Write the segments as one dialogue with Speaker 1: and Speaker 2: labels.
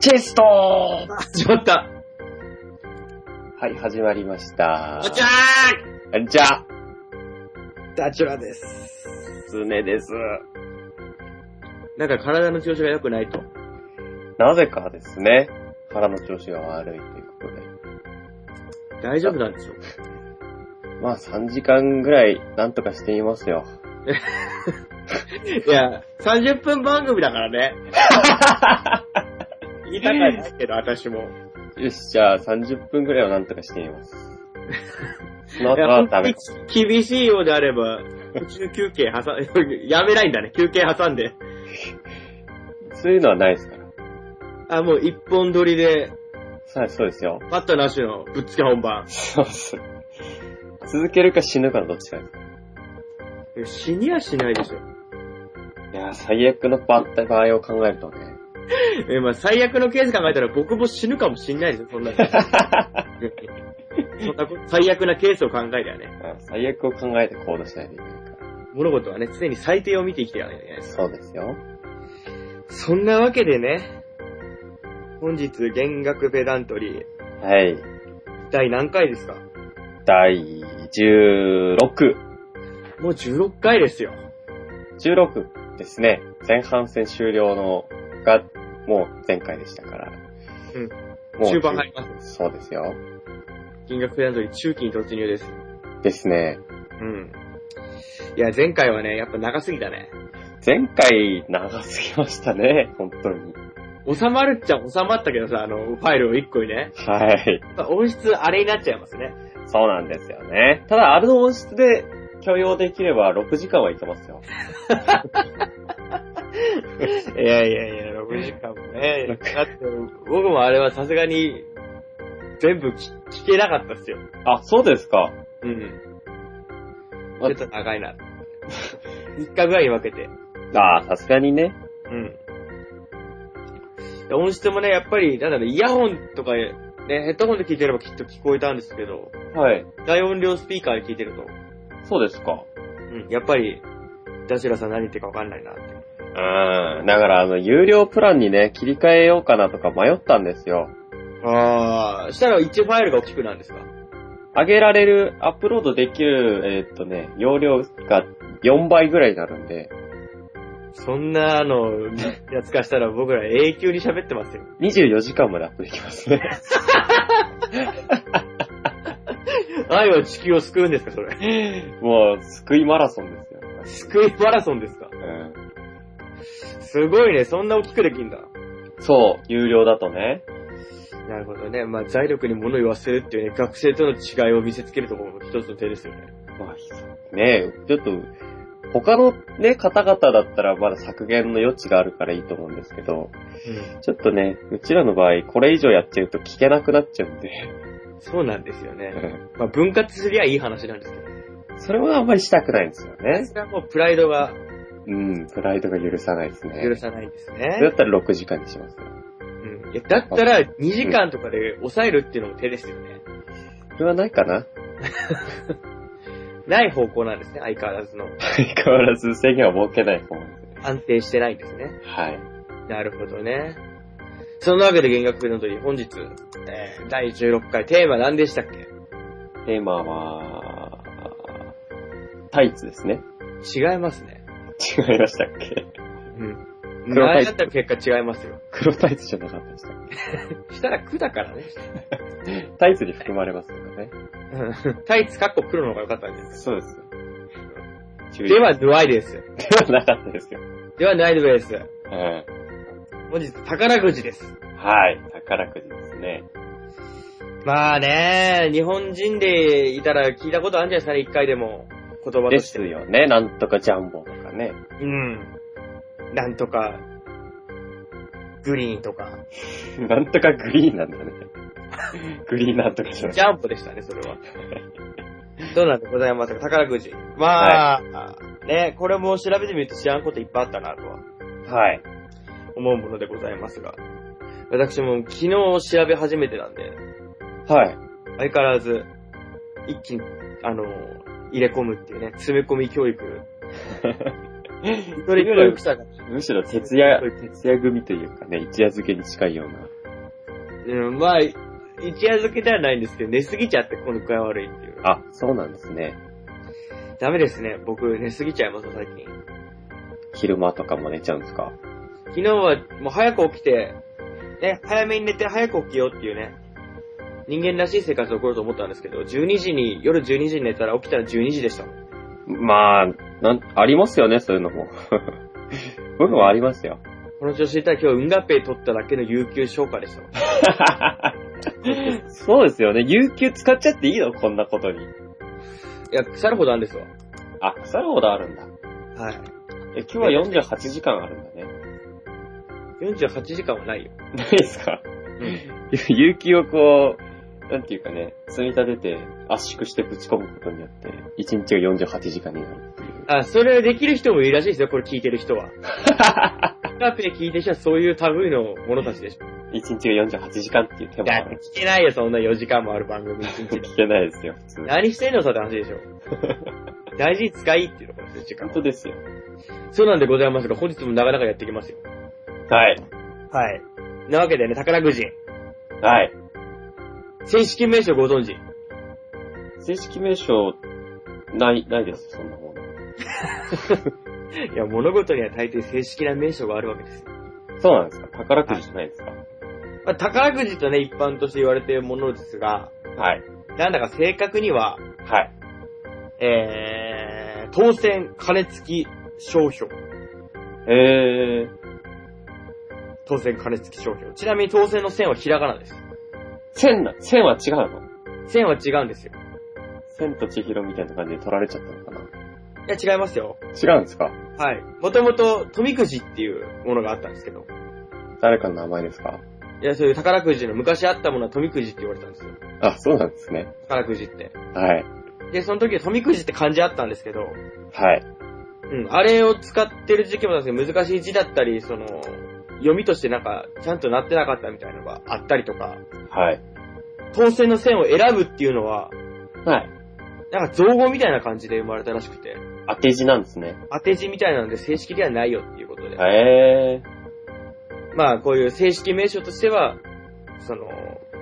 Speaker 1: チェストは
Speaker 2: 始まった。
Speaker 3: はい、始まりました。
Speaker 2: おちゃーん
Speaker 3: じゃあ、
Speaker 1: ダチュラです。
Speaker 3: すねです。
Speaker 2: なんか体の調子が良くないと。
Speaker 3: なぜかですね、腹の調子が悪いということで。
Speaker 2: 大丈夫なんでしょ
Speaker 3: まあ、3時間ぐらい、なんとかしていますよ。
Speaker 2: いや、30分番組だからね。言いたかったけど、私も。
Speaker 3: よし、じゃあ、30分ぐらいはなんとかしています。その
Speaker 2: い
Speaker 3: 後
Speaker 2: や
Speaker 3: は
Speaker 2: 本当
Speaker 3: ダメ。
Speaker 2: に厳しいようであれば、うちの休憩挟ん、やめないんだね。休憩挟んで。
Speaker 3: そういうのはないですから。
Speaker 2: あ、もう一本撮りで、
Speaker 3: さあ、そうですよ。
Speaker 2: バッタなしのぶっつけ本番。
Speaker 3: そうそう。続けるか死ぬかのどっちかです。
Speaker 2: いや死にはしないでしょ。
Speaker 3: いやー、最悪の場場合を考えるとね。
Speaker 2: え、まあ最悪のケース考えたら僕も死ぬかもしんないですよ、そんな。そんなこと最悪なケースを考えたらね。
Speaker 3: まあ最悪を考えて行動しないといけないから。
Speaker 2: 物事はね、常に最低を見て生きていかなきゃいけないです。
Speaker 3: そうですよ。
Speaker 2: そんなわけでね、本日、弦楽ペダントリー、
Speaker 3: はい。
Speaker 2: 第何回ですか
Speaker 3: 第16。
Speaker 2: もう16回ですよ。
Speaker 3: 16ですね、前半戦終了のが、もう前回でしたから。
Speaker 2: うん。
Speaker 3: もう
Speaker 2: 中盤入ります。
Speaker 3: そうですよ。
Speaker 2: 弦楽ペダントリー中期に突入です。
Speaker 3: ですね。
Speaker 2: うん。いや、前回はね、やっぱ長すぎたね。
Speaker 3: 前回長すぎましたね、本当に。
Speaker 2: 収まるっちゃ収まったけどさ、あの、ファイルを1個にね。
Speaker 3: はい。
Speaker 2: やっぱ音質あれになっちゃいますね。
Speaker 3: そうなんですよね。ただ、あれの音質で許容できれば6時間はいけますよ。
Speaker 2: いやいやいや、6時間もね。だって、僕もあれはさすがに、全部聞聞けなかったっすよ。
Speaker 3: あ、そうですか。
Speaker 2: うん。ち
Speaker 3: ま
Speaker 2: ょっと長いな。3日ぐらいに分けて。
Speaker 3: ああ、さすがにね。
Speaker 2: うん。で音質もね、やっぱり、なんだろう、イヤホンとか、ね、ヘッドホンで聞いてればきっと聞こえたんですけど、
Speaker 3: はい。
Speaker 2: 大音量スピーカーで聞いてると、
Speaker 3: そうですか。
Speaker 2: うん、やっぱり、ダシュラさん何言ってるか分かんないなって。
Speaker 3: うん。だから、あの、有料プランにね、切り替えようかなとか迷ったんですよ。
Speaker 2: あー、したら1ファイルが大きくなるんですか
Speaker 3: 上げられる、アップロードできる、えーっとね、容量が4倍ぐらいになるんで、
Speaker 2: そんな、あの、やつかしたら僕ら永久に喋ってますよ。
Speaker 3: 24時間までアップできますね。
Speaker 2: 愛は地球を救うんですか、それ。
Speaker 3: もう、救いマラソンですよ。
Speaker 2: 救いマラソンですか。
Speaker 3: うん、
Speaker 2: すごいね、そんな大きくできんだ。
Speaker 3: そう、有料だとね。
Speaker 2: なるほどね。まあ、財力に物言わせるっていうね、学生との違いを見せつけるところも一つの手ですよね。
Speaker 3: まあ、ねえ、ちょっと、他のね、方々だったらまだ削減の余地があるからいいと思うんですけど、ちょっとね、うちらの場合、これ以上やっちゃうと聞けなくなっちゃうんで、
Speaker 2: そうなんですよね。
Speaker 3: うん
Speaker 2: まあ、分割すりゃいい話なんですけど。
Speaker 3: それはあんまりしたくないんですよね。
Speaker 2: それはもうプライドが
Speaker 3: うん、プライドが許さないですね。
Speaker 2: 許さないです
Speaker 3: それ
Speaker 2: ね
Speaker 3: だ。ったら6時間にしますよ。
Speaker 2: うん、いやだったら、2時間とかで抑えるっていうのも手ですよね。
Speaker 3: それはないかな
Speaker 2: ない方向なんですね、相変わらずの。
Speaker 3: 相変わらず制限は設けないと思うんですよ。
Speaker 2: 安定してないんですね。
Speaker 3: はい。
Speaker 2: なるほどね。そんなわけで弦楽の鳥、本日、えー第16回テーマ何でしたっけ
Speaker 3: テーマは、タイツですね。
Speaker 2: 違いますね。
Speaker 3: 違いましたっけ
Speaker 2: うん。
Speaker 3: 黒タ
Speaker 2: 前
Speaker 3: イ
Speaker 2: だったら結果違いますよ。
Speaker 3: 黒タイツじゃなかったでしたっ
Speaker 2: したら苦だからね。
Speaker 3: けタイツに含まれますけどね。
Speaker 2: うんタイツかっこ黒の方が良かったんです。
Speaker 3: そうです。注意
Speaker 2: で、は、ヌアイです。
Speaker 3: ではなかったですよ。
Speaker 2: では、ナイドウェイです。
Speaker 3: うん。
Speaker 2: 本日、宝くじです。
Speaker 3: はい。宝くじですね。
Speaker 2: まあね、日本人でいたら聞いたことあるんじゃないですかね、一回でも。言葉と
Speaker 3: で
Speaker 2: し
Speaker 3: す
Speaker 2: て。
Speaker 3: よね。なんとかジャンボとか ね。
Speaker 2: うん。なんとか、グリーンとか。
Speaker 3: なんとかグリーンなんだね。グリーンなんとかじゃな
Speaker 2: ジ
Speaker 3: い。
Speaker 2: ャンプでしたね、それは。 どうなんでございますか、宝くじ。まあ、ね、これも調べてみると知らんこといっぱいあったなとは
Speaker 3: はい。
Speaker 2: 思うものでございますが。私も昨日調べ始めてたんで、
Speaker 3: はい。
Speaker 2: 相変わらず、 一気に、あの、入れ込むっていうね、詰め込み教育。一人一人草が。
Speaker 3: むしろ徹夜、徹夜組というかね、一夜漬けに近いような。
Speaker 2: うん、まあ、一夜漬けではないんですけど、寝すぎちゃってこのくらい悪いっていう。
Speaker 3: あ、そうなんですね。
Speaker 2: ダメですね。僕、寝すぎちゃいます、最近。
Speaker 3: 昼間とかも寝ちゃうんですか
Speaker 2: 昨日はもう早く起きて、ね、早めに寝て早く起きようっていうね、人間らしい生活を送ろうと思ったんですけど、12時に、夜12時に寝たら起きたら12時でした。
Speaker 3: まあ、なん、ありますよね、そういうのも。 僕もありますよ。
Speaker 2: この調子でいたら今日、運河ペイ取っただけの有給消化でした。
Speaker 3: そうですよね。有給使っちゃっていいのこんなことに。
Speaker 2: いや、腐るほどあるんですわ。
Speaker 3: あ、腐るほどあるんだ。
Speaker 2: はい。
Speaker 3: え、今日は48時間あるんだね。
Speaker 2: 48時間はないよ。
Speaker 3: ないですか有給をこう、なんていうかね、積み立てて圧縮してぶち込むことによって、1日が48時間になるっていう。
Speaker 2: あ、それできる人もいるらしいですよ、これ聞いてる人 は。運河ペイ聞いてる人はそういう類の者たちでしょ。
Speaker 3: 1日が48時間っていう手
Speaker 2: い
Speaker 3: 間
Speaker 2: や、
Speaker 3: が
Speaker 2: 聞けないよ、そんな4時間もある番組一日。
Speaker 3: 聞けないですよ、普通。
Speaker 2: 何してんのさって話でし ょ。大事に使いっていうのこの時間
Speaker 3: 本。当ですよ。
Speaker 2: そうなんでございますが、本日もなかなかやってきますよ。
Speaker 3: はい。
Speaker 2: はい。なわけでね、宝くじ。
Speaker 3: はい。
Speaker 2: 正式名称ご存知。
Speaker 3: 正式名称、ない、ないです、そんなもの。
Speaker 2: いや、物事には大抵正式な名称があるわけです。
Speaker 3: そうなんですか宝くじじゃないですか
Speaker 2: まあ、宝くじとね、一般として言われているものですが、
Speaker 3: はい。
Speaker 2: なんだか正確には、
Speaker 3: はい。
Speaker 2: えー、当選、金付き、商標。
Speaker 3: えー、
Speaker 2: 当選、金付き商標。ちなみに当選の線はひらがなです。
Speaker 3: 千な、千は違うの
Speaker 2: 線は違うんですよ。
Speaker 3: 千と千尋みたいな感じで取られちゃったのかない
Speaker 2: や、違いますよ。
Speaker 3: 違うんですか
Speaker 2: はい。もともと、富くじっていうものがあったんですけど。
Speaker 3: 誰かの名前ですか
Speaker 2: いや、そういう宝くじの昔あったものは富くじって言われたんですよ。
Speaker 3: あ、そうなんですね。
Speaker 2: 宝くじって。
Speaker 3: はい。
Speaker 2: で、その時富くじって漢字あったんですけど、
Speaker 3: はい。
Speaker 2: うん、あれを使ってる時期もあったんですけど、難しい字だったり、その、読みとしてなんか、ちゃんとなってなかったみたいなのがあったりとか、
Speaker 3: はい。
Speaker 2: 当選の線を選ぶっていうのは、
Speaker 3: はい。
Speaker 2: なんか造語みたいな感じで生まれたらしくて、
Speaker 3: 当て字なんですね。
Speaker 2: 当て字みたいなので正式ではないよっていうことで、
Speaker 3: へえ
Speaker 2: まあ、こういう正式名称としては、その、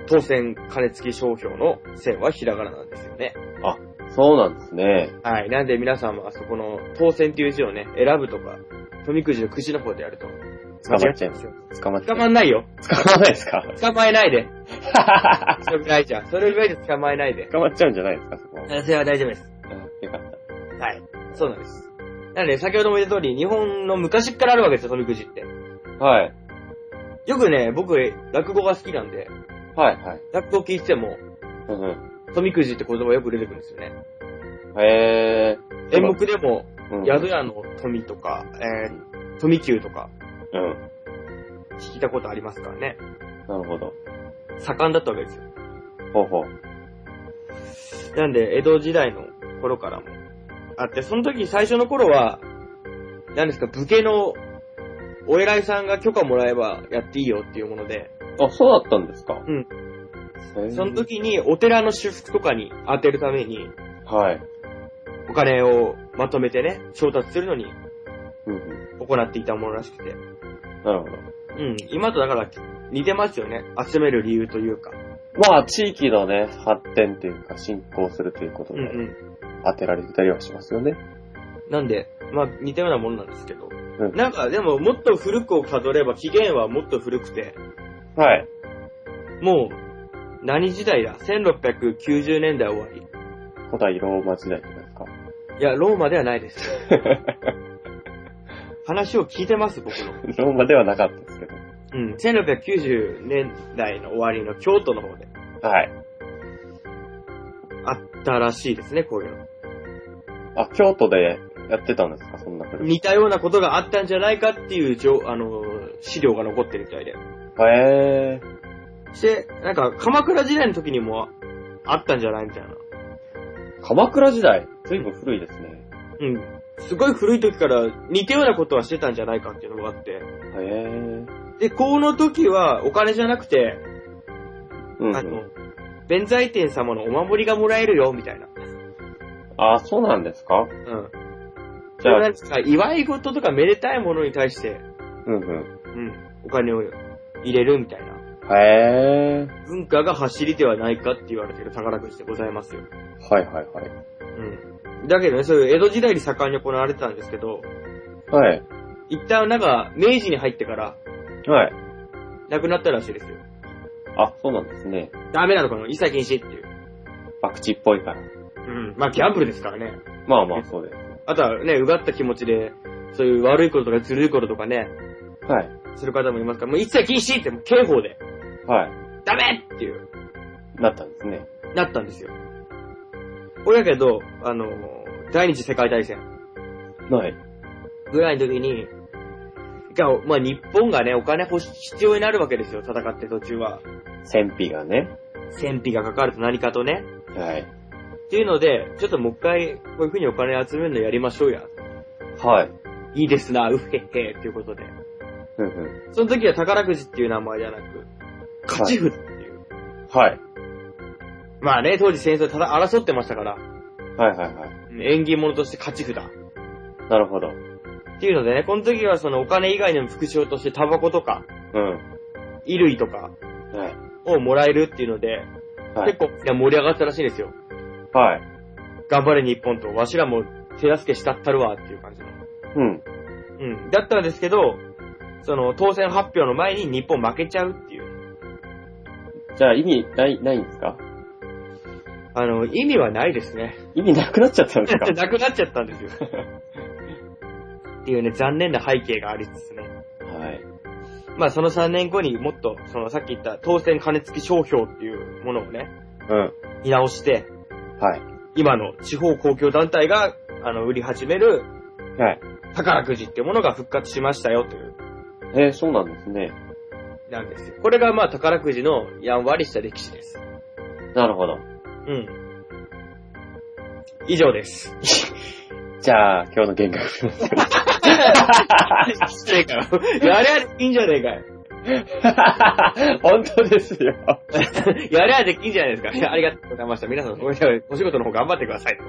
Speaker 2: 当選金付き商標の線はひらがななんですよね。
Speaker 3: ー。そうなんですね。
Speaker 2: はい。なんで皆さんはそこの当選っていう字をね、選ぶとか、富くじのくじの方でやると。
Speaker 3: 捕まっちゃいま
Speaker 2: 間違
Speaker 3: す。
Speaker 2: てます
Speaker 3: 捕まっ
Speaker 2: よ
Speaker 3: ちゃ
Speaker 2: 捕
Speaker 3: い
Speaker 2: ま
Speaker 3: ま
Speaker 2: んないよ。
Speaker 3: す。捕まらないですか
Speaker 2: 捕まえな いで。それぐらいじゃん。それぐらいで捕まえないで。
Speaker 3: 捕まっちゃうんじゃないですか、そこ。
Speaker 2: それは大丈夫です。
Speaker 3: うんよかった。
Speaker 2: はい。そうなんです。なので、先ほども言った通り、日本の昔っからあるわけですよ、富くじって。
Speaker 3: はい。
Speaker 2: よくね、僕、落語が好きなんで、
Speaker 3: はい、はい。
Speaker 2: 落語聞いてても、
Speaker 3: うんう
Speaker 2: 富くじって言葉よく出てくるんですよね。
Speaker 3: ん。へえー。
Speaker 2: 演目でも、
Speaker 3: うん、
Speaker 2: 宿屋の富とか、えー、富久とか、
Speaker 3: うん。
Speaker 2: 聞いたことありますからね。
Speaker 3: なるほど。
Speaker 2: 盛んだったわけですよ。
Speaker 3: ほうほう。
Speaker 2: なんで、江戸時代の頃からもあって、その時最初の頃は、何ですか、武家のお偉いさんが許可もらえばやっていいよっていうもので、。
Speaker 3: あ、そうだったんですかうんへー
Speaker 2: その時にお寺の修復とかに当てるために、
Speaker 3: はい。
Speaker 2: お金をまとめてね、調達するのに
Speaker 3: うんう
Speaker 2: 行っていたものらしくて。
Speaker 3: ん。なるほど。
Speaker 2: うん、今とだから似てますよね。集める理由というか。
Speaker 3: まあ、地域のね、発展というか、振興するということ
Speaker 2: うん
Speaker 3: で、
Speaker 2: う
Speaker 3: 当てられてたりはしますよね。
Speaker 2: ん。なんで、まあ似たようなものなんですけど。
Speaker 3: うん
Speaker 2: なんかでももっと古くをたどれば起源はもっと古くて、
Speaker 3: はい。
Speaker 2: もう何時代だ ?1690 年代終わり。
Speaker 3: 古代ローマ時代とかですか。
Speaker 2: いや、ローマではない です。話を聞いてます、僕の。
Speaker 3: ローマではなかったですけど。
Speaker 2: うん。1690年代の終わりの京都の方で
Speaker 3: はい。
Speaker 2: あったらしいですね、こういうの。
Speaker 3: あ、京都でやってたんですか、そんな古い。
Speaker 2: 似たようなことがあったんじゃないかっていう情、あのー、資料が残ってるみたいで。
Speaker 3: へえー。
Speaker 2: して、なんか、鎌倉時代の時にもあったんじゃないみたいな。
Speaker 3: 鎌倉時代随分古いですね。
Speaker 2: うん。すごい古い時から似たようなことはしてたんじゃないかっていうのがあって。
Speaker 3: へえー。
Speaker 2: で、この時はお金じゃなくて、
Speaker 3: うん、う
Speaker 2: あ
Speaker 3: ん。
Speaker 2: の、弁財天様のお守りがもらえるよ、みたいな。
Speaker 3: あ、そうなんですか
Speaker 2: うん。
Speaker 3: じゃあ
Speaker 2: なんか、祝い事とかめでたいものに対して、
Speaker 3: うんうん。
Speaker 2: うん、お金を入れるみたいな。
Speaker 3: へえ。
Speaker 2: 文化が走りではないかって言われてる宝くじでございますよ。
Speaker 3: はいはいはい。
Speaker 2: うん。だけどね、そういう江戸時代に盛んに行われてたんですけど、
Speaker 3: はい。
Speaker 2: 一旦なんか、明治に入ってから、
Speaker 3: はい。
Speaker 2: なくなったらしいですよ。
Speaker 3: あ、そうなんですね。
Speaker 2: ダメなのかな一切禁止っていう。
Speaker 3: 博打っぽいから。
Speaker 2: うん。まあ、ギャンブルですからね。
Speaker 3: まあまあ、そうです。
Speaker 2: あとはね、うがった気持ちで、そういう悪いこととかずるいこととかね、
Speaker 3: はい。
Speaker 2: する方もいますから、もう一切禁止って、もう刑法で、
Speaker 3: はい。
Speaker 2: ダメっていう、
Speaker 3: なったんですね。
Speaker 2: なったんですよ。これだけど、あの、第二次世界大戦
Speaker 3: はい。
Speaker 2: ぐらいの時に、がまあ日本がね、お金欲し、必要になるわけですよ、戦って途中は。
Speaker 3: 戦費がね。
Speaker 2: 戦費がかかると何かとね。
Speaker 3: はい。
Speaker 2: っていうので、ちょっともう一回、こういう風にお金集めるのやりましょうや。
Speaker 3: はい。
Speaker 2: いいですな、うっへっへ、っていうことで。
Speaker 3: うんう
Speaker 2: その時は宝くじっていう名前じゃなく、勝ち札っていう。
Speaker 3: ん。はい。
Speaker 2: まあね、当時戦争ただ争ってましたから、
Speaker 3: はいはいはい。
Speaker 2: 縁起物として勝ち札。っ
Speaker 3: なるほど。
Speaker 2: ていうのでね、この時はそのお金以外にも副賞としてタバコとか、
Speaker 3: うん。
Speaker 2: 衣類と
Speaker 3: は
Speaker 2: か
Speaker 3: い。
Speaker 2: をもらえるっていうので、
Speaker 3: はい。
Speaker 2: 結構いや盛り上がったらしいですよ。
Speaker 3: はい。
Speaker 2: 頑張れ日本と、わしらも手助けしたったるわっていう感じの。
Speaker 3: うん。
Speaker 2: うん。だったんですけど、その当選発表の前に日本負けちゃうっていう。
Speaker 3: じゃあ意味ない、ないんですか
Speaker 2: あの、意味はないですね。
Speaker 3: 意味なくなっちゃったん ですか
Speaker 2: なくなっちゃったんですよ。っていうね、残念な背景がありつつね。
Speaker 3: はい。
Speaker 2: まあその3年後にもっと、そのさっき言った当選金付き商標っていうものをね、
Speaker 3: うん。
Speaker 2: 見直して、
Speaker 3: はい。
Speaker 2: 今の地方公共団体が、あの、売り始める
Speaker 3: はい。
Speaker 2: 宝くじっていうものが復活しましたよという、
Speaker 3: えー、そうなんですね。
Speaker 2: なんですよ。これがまあ宝くじのやんわりした歴史です。
Speaker 3: なるほど。
Speaker 2: うん。以上 です。
Speaker 3: じゃあ、今日の幻覚。
Speaker 2: 失 礼かよ。やりゃできんじゃねえかよ。
Speaker 3: 本当ですよ。
Speaker 2: やりゃできんじゃないですか。いやありがとうございました。皆さん、お仕事の方頑張ってくださいと。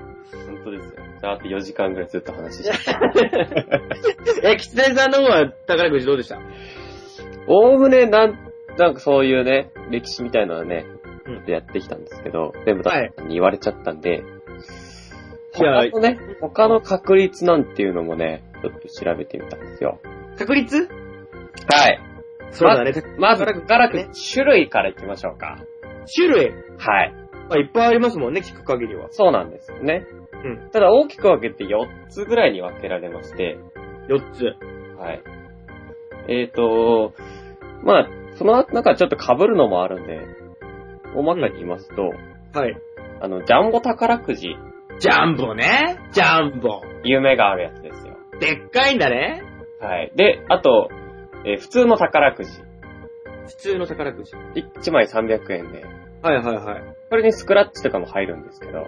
Speaker 3: 本当ですよ。じゃあ、あと4時間ぐらいずっと話して。
Speaker 2: え、キツネさんの方は宝くじどうでした
Speaker 3: おおむね、なん、なんかそういうね、歴史みたいなのはね、
Speaker 2: うん
Speaker 3: ちょっとやってきたんですけど、全部だ
Speaker 2: はい
Speaker 3: に言われちゃったんで、
Speaker 2: いや
Speaker 3: 他のね、他の確率なんていうのもね、ちょっと調べてみたんですよ。
Speaker 2: 確率
Speaker 3: はい。
Speaker 2: そうだね。
Speaker 3: まず、
Speaker 2: 宝くじ
Speaker 3: 宝くじ種類からいきましょうか。
Speaker 2: 種類、
Speaker 3: はい。
Speaker 2: まあ、いっぱいありますもんね、聞く限りは。
Speaker 3: そうなんですよね。
Speaker 2: うん
Speaker 3: ただ大きく分けて4つぐらいに分けられまして、
Speaker 2: 4つ。
Speaker 3: はい。えーと、まあ、その中ちょっと被るのもあるんで、大まかに言いますと、
Speaker 2: はい。
Speaker 3: あの、ジャンボ宝くじ、
Speaker 2: ジャンボね。ジャンボ。
Speaker 3: 夢があるやつですよ。
Speaker 2: でっかいんだね。
Speaker 3: はい。で、あと、えー普通の宝くじ、
Speaker 2: 普通の宝くじ。
Speaker 3: 1枚300円で、
Speaker 2: はいはいはい。
Speaker 3: これにスクラッチとかも入るんですけど、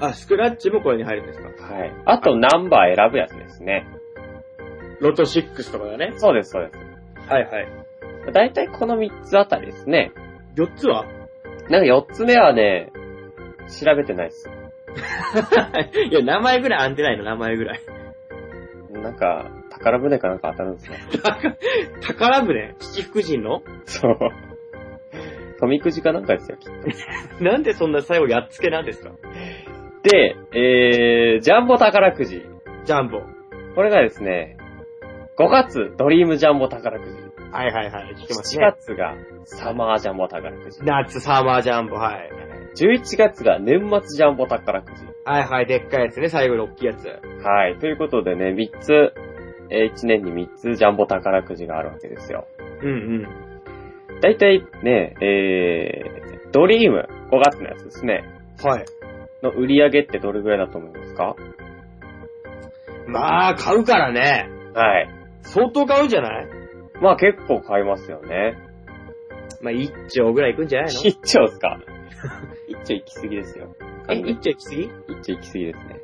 Speaker 2: あ、スクラッチもこれに入るんですか
Speaker 3: はい。あとナンバー選ぶやつですね。
Speaker 2: ロト6とかだね。
Speaker 3: そうです、そうです。
Speaker 2: はいはい。
Speaker 3: だいたいこの3つあたりですね。
Speaker 2: 4つは
Speaker 3: なんか4つ目はね、調べてないです。
Speaker 2: いや、名前ぐらい編んでないの、名前ぐらい。
Speaker 3: なんか、宝船かなんか当たるんですね。
Speaker 2: 宝船七福神の
Speaker 3: そう。富くじかなんかですよ、きっと。
Speaker 2: なんでそんな最後やっつけなんですか
Speaker 3: で、えー、ジャンボ宝くじ。
Speaker 2: ジャンボ。
Speaker 3: これがですね、5月ドリームジャンボ宝くじ。
Speaker 2: はいはいはい、聞きます
Speaker 3: 7
Speaker 2: ね。
Speaker 3: 月がサマージャンボ宝くじ。
Speaker 2: 夏サマージャンボ、はい。
Speaker 3: 11月が年末ジャンボ宝くじ。
Speaker 2: はいはい、でっかいやつね、最後の大きいやつ。
Speaker 3: はい。ということでね、3つ、え1年に3つジャンボ宝くじがあるわけですよ。
Speaker 2: うん
Speaker 3: だいたいね、えー、ドリーム、5月のやつですね。
Speaker 2: うん。はい。
Speaker 3: の売り上げってどれぐらいだと思いますか
Speaker 2: まあ、買うからね。
Speaker 3: はい。
Speaker 2: 相当買うんじゃない
Speaker 3: まあ結構買いますよね。
Speaker 2: まあ、一丁ぐらいいくんじゃないの
Speaker 3: 一丁ですか 一丁行き過ぎですよ。
Speaker 2: え、一丁行き過ぎ
Speaker 3: 一丁行き過ぎですね。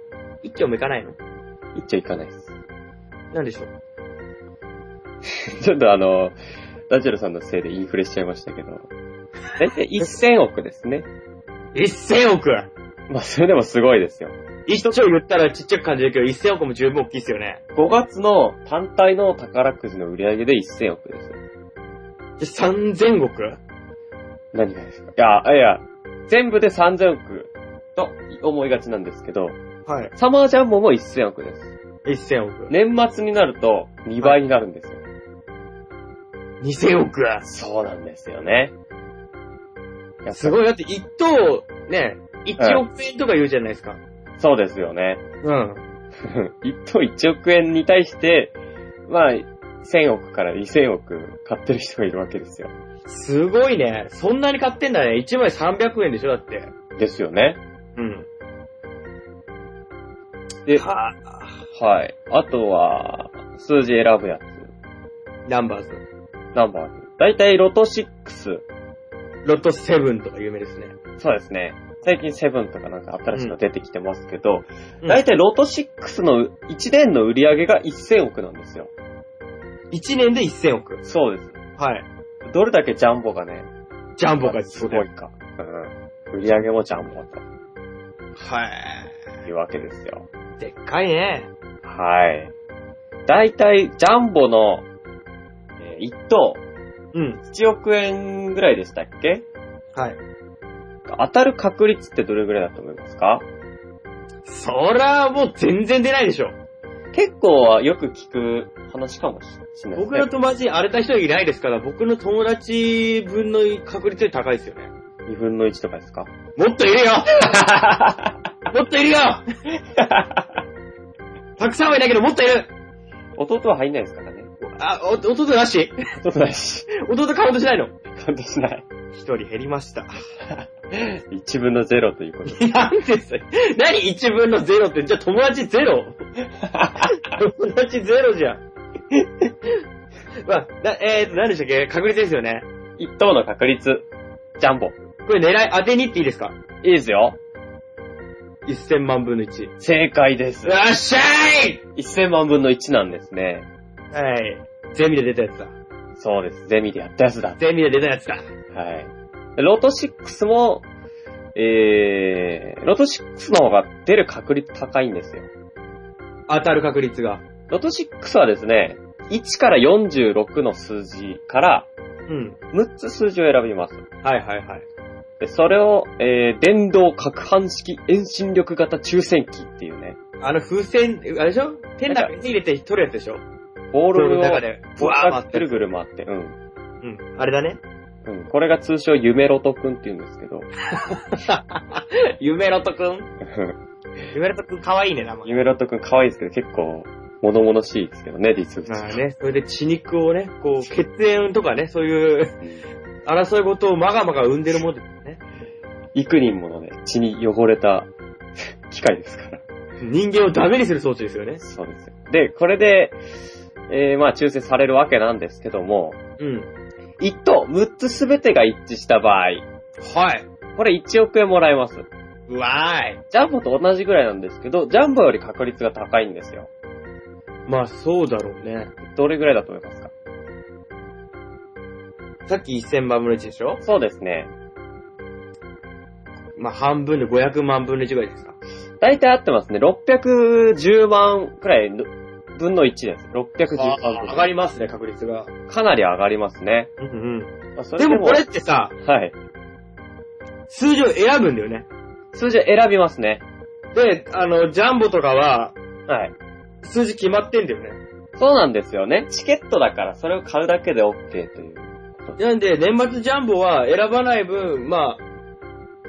Speaker 2: 一丁もいかないの
Speaker 3: 一丁行かないです。
Speaker 2: なんでしょう
Speaker 3: ちょっとあの、ダジェルさんのせいでインフレしちゃいましたけど。だいたい1000億ですね。
Speaker 2: 一千億
Speaker 3: まあそれでもすごいですよ。
Speaker 2: 一丁言ったらちっちゃく感じるけど、1000億も十分大きいですよね。
Speaker 3: 5月の単体の宝くじの売り上げで1000億です。
Speaker 2: で、3000億
Speaker 3: 何がですかいや、いや、全部で3000億と思いがちなんですけど、
Speaker 2: はい。
Speaker 3: サマージャンボも1000億です。
Speaker 2: 1000億。
Speaker 3: 年末になると2倍になるんですよ。
Speaker 2: 2000億
Speaker 3: そうなんですよね。いや
Speaker 2: すごい。だって一等、ね、1億円とか言うじゃないですか。
Speaker 3: そうですよね。
Speaker 2: うん。
Speaker 3: 一等1億円に対して、まあ、1000億から2000億買ってる人がいるわけですよ。
Speaker 2: すごいね。そんなに買ってんだね。1枚300円でしょ、だって。
Speaker 3: ですよね。
Speaker 2: うん。
Speaker 3: で
Speaker 2: は
Speaker 3: はい。あとは、数字選ぶやつ。
Speaker 2: ナンバーズ。
Speaker 3: ナンバーズ。だいたいロト6。
Speaker 2: ロット7とか有名ですね。
Speaker 3: そうですね。最近7とかなんか新しいの出てきてますけど、
Speaker 2: うん
Speaker 3: だいたいロト6の1年の売り上げが1000億なんですよ。
Speaker 2: 1年で1000億。
Speaker 3: そうです。
Speaker 2: はい。
Speaker 3: どれだけジャンボがね、
Speaker 2: ジャンボが
Speaker 3: すごいか。うん。売り上げもジャンボと
Speaker 2: はい。
Speaker 3: いうわけですよ。
Speaker 2: でっかいね。
Speaker 3: はい。だいたいジャンボの、えー1等、
Speaker 2: うん。
Speaker 3: 1億円ぐらいでしたっけ
Speaker 2: はい。
Speaker 3: 当たる確率ってどれぐらいだと思いますか
Speaker 2: そら、もう全然出ないでしょ。
Speaker 3: 結構よく聞く話かもしれないですね。
Speaker 2: 僕の友達に荒れた人いないですから、僕の友達分の確率より高いですよね。
Speaker 3: 2分の1とかですか
Speaker 2: もっといるよ もっとい るよたくさんはいないけどもっといる
Speaker 3: 弟は入んないですからね。
Speaker 2: あ、お、弟なし
Speaker 3: 弟ないし、
Speaker 2: 弟カウントしないの
Speaker 3: 感動しない。
Speaker 2: 一人減りました。
Speaker 3: 1分の0ということで。
Speaker 2: なんでそれ何1分の0って、じゃあ友達ゼロ 友達ゼロじゃん。 まあ、な、えーと、何でしたっけ確率ですよね。
Speaker 3: 1等の確率、ジャンボ。
Speaker 2: これ狙い、当てに行っていいですか
Speaker 3: いいですよ。
Speaker 2: ?1000 万分の1。よ
Speaker 3: 正解です。
Speaker 2: っしゃい
Speaker 3: 1000万分の1なんですね。
Speaker 2: はい。ゼミで出たやつだ。
Speaker 3: そうです。ゼミでやったやつだ。
Speaker 2: ゼミで出たやつだ。
Speaker 3: はい。ロト6も、えー、ロト6の方が出る確率高いんですよ。
Speaker 2: 当たる確率が。
Speaker 3: ロト6はですね、1から46の数字から
Speaker 2: うん。
Speaker 3: 6つ数字を選びます。
Speaker 2: はいはいはい。
Speaker 3: で、それを、えー、電動攪拌式遠心力型抽選機っていうね、
Speaker 2: あの風船、あれでしょ手の中に入れて取るやつでしょ
Speaker 3: ボー
Speaker 2: ボール
Speaker 3: ル
Speaker 2: の
Speaker 3: を
Speaker 2: 中で、ブワー
Speaker 3: 回
Speaker 2: 回
Speaker 3: っ
Speaker 2: ってて
Speaker 3: る
Speaker 2: る。
Speaker 3: ぐる回って、うん。
Speaker 2: うん。あれだね。
Speaker 3: うん。これが通称夢ロトくんって言うんですけど、
Speaker 2: 夢ロトくん。夢ロトくんかわいいね、名前。
Speaker 3: 夢ロトくん可愛いですけど、結構、物々しいですけどね、実物。
Speaker 2: まあね、それで血肉をね、こう、血縁とかね、そういう争い事をまがまが生んでるもんですよね。
Speaker 3: 幾人ものね、血に汚れた 機械ですから。
Speaker 2: 人間をダメにする装置ですよね。
Speaker 3: そうですよ。で、これで、えー、まあ、抽選されるわけなんですけども、
Speaker 2: うん。
Speaker 3: 1等、6つすべてが一致した場合、
Speaker 2: はい。
Speaker 3: これ1億円もらえます。
Speaker 2: うわーい。
Speaker 3: ジャンボと同じぐらいなんですけど、ジャンボより確率が高いんですよ。
Speaker 2: まあそうだろうね。
Speaker 3: どれぐらいだと思いますか
Speaker 2: さっき1000万分の1でしょ
Speaker 3: そうですね。
Speaker 2: まあ半分で500万分の1ぐらいですか。
Speaker 3: 大体合ってますね。610万くらいの分の1です。610万
Speaker 2: 上
Speaker 3: 分
Speaker 2: がりますね、確率が。
Speaker 3: かなり上がりますね。
Speaker 2: うんうん。
Speaker 3: まあそれ
Speaker 2: でもこれってさ、
Speaker 3: はい。
Speaker 2: 数字を選ぶんだよね。
Speaker 3: 数字を選びますね。
Speaker 2: で、あの、ジャンボとかは、
Speaker 3: はい。
Speaker 2: 数字決まってんだよね。
Speaker 3: そうなんですよね。チケットだから、それを買うだけで OK という。
Speaker 2: なんで、年末ジャンボは選ばない分、まあ、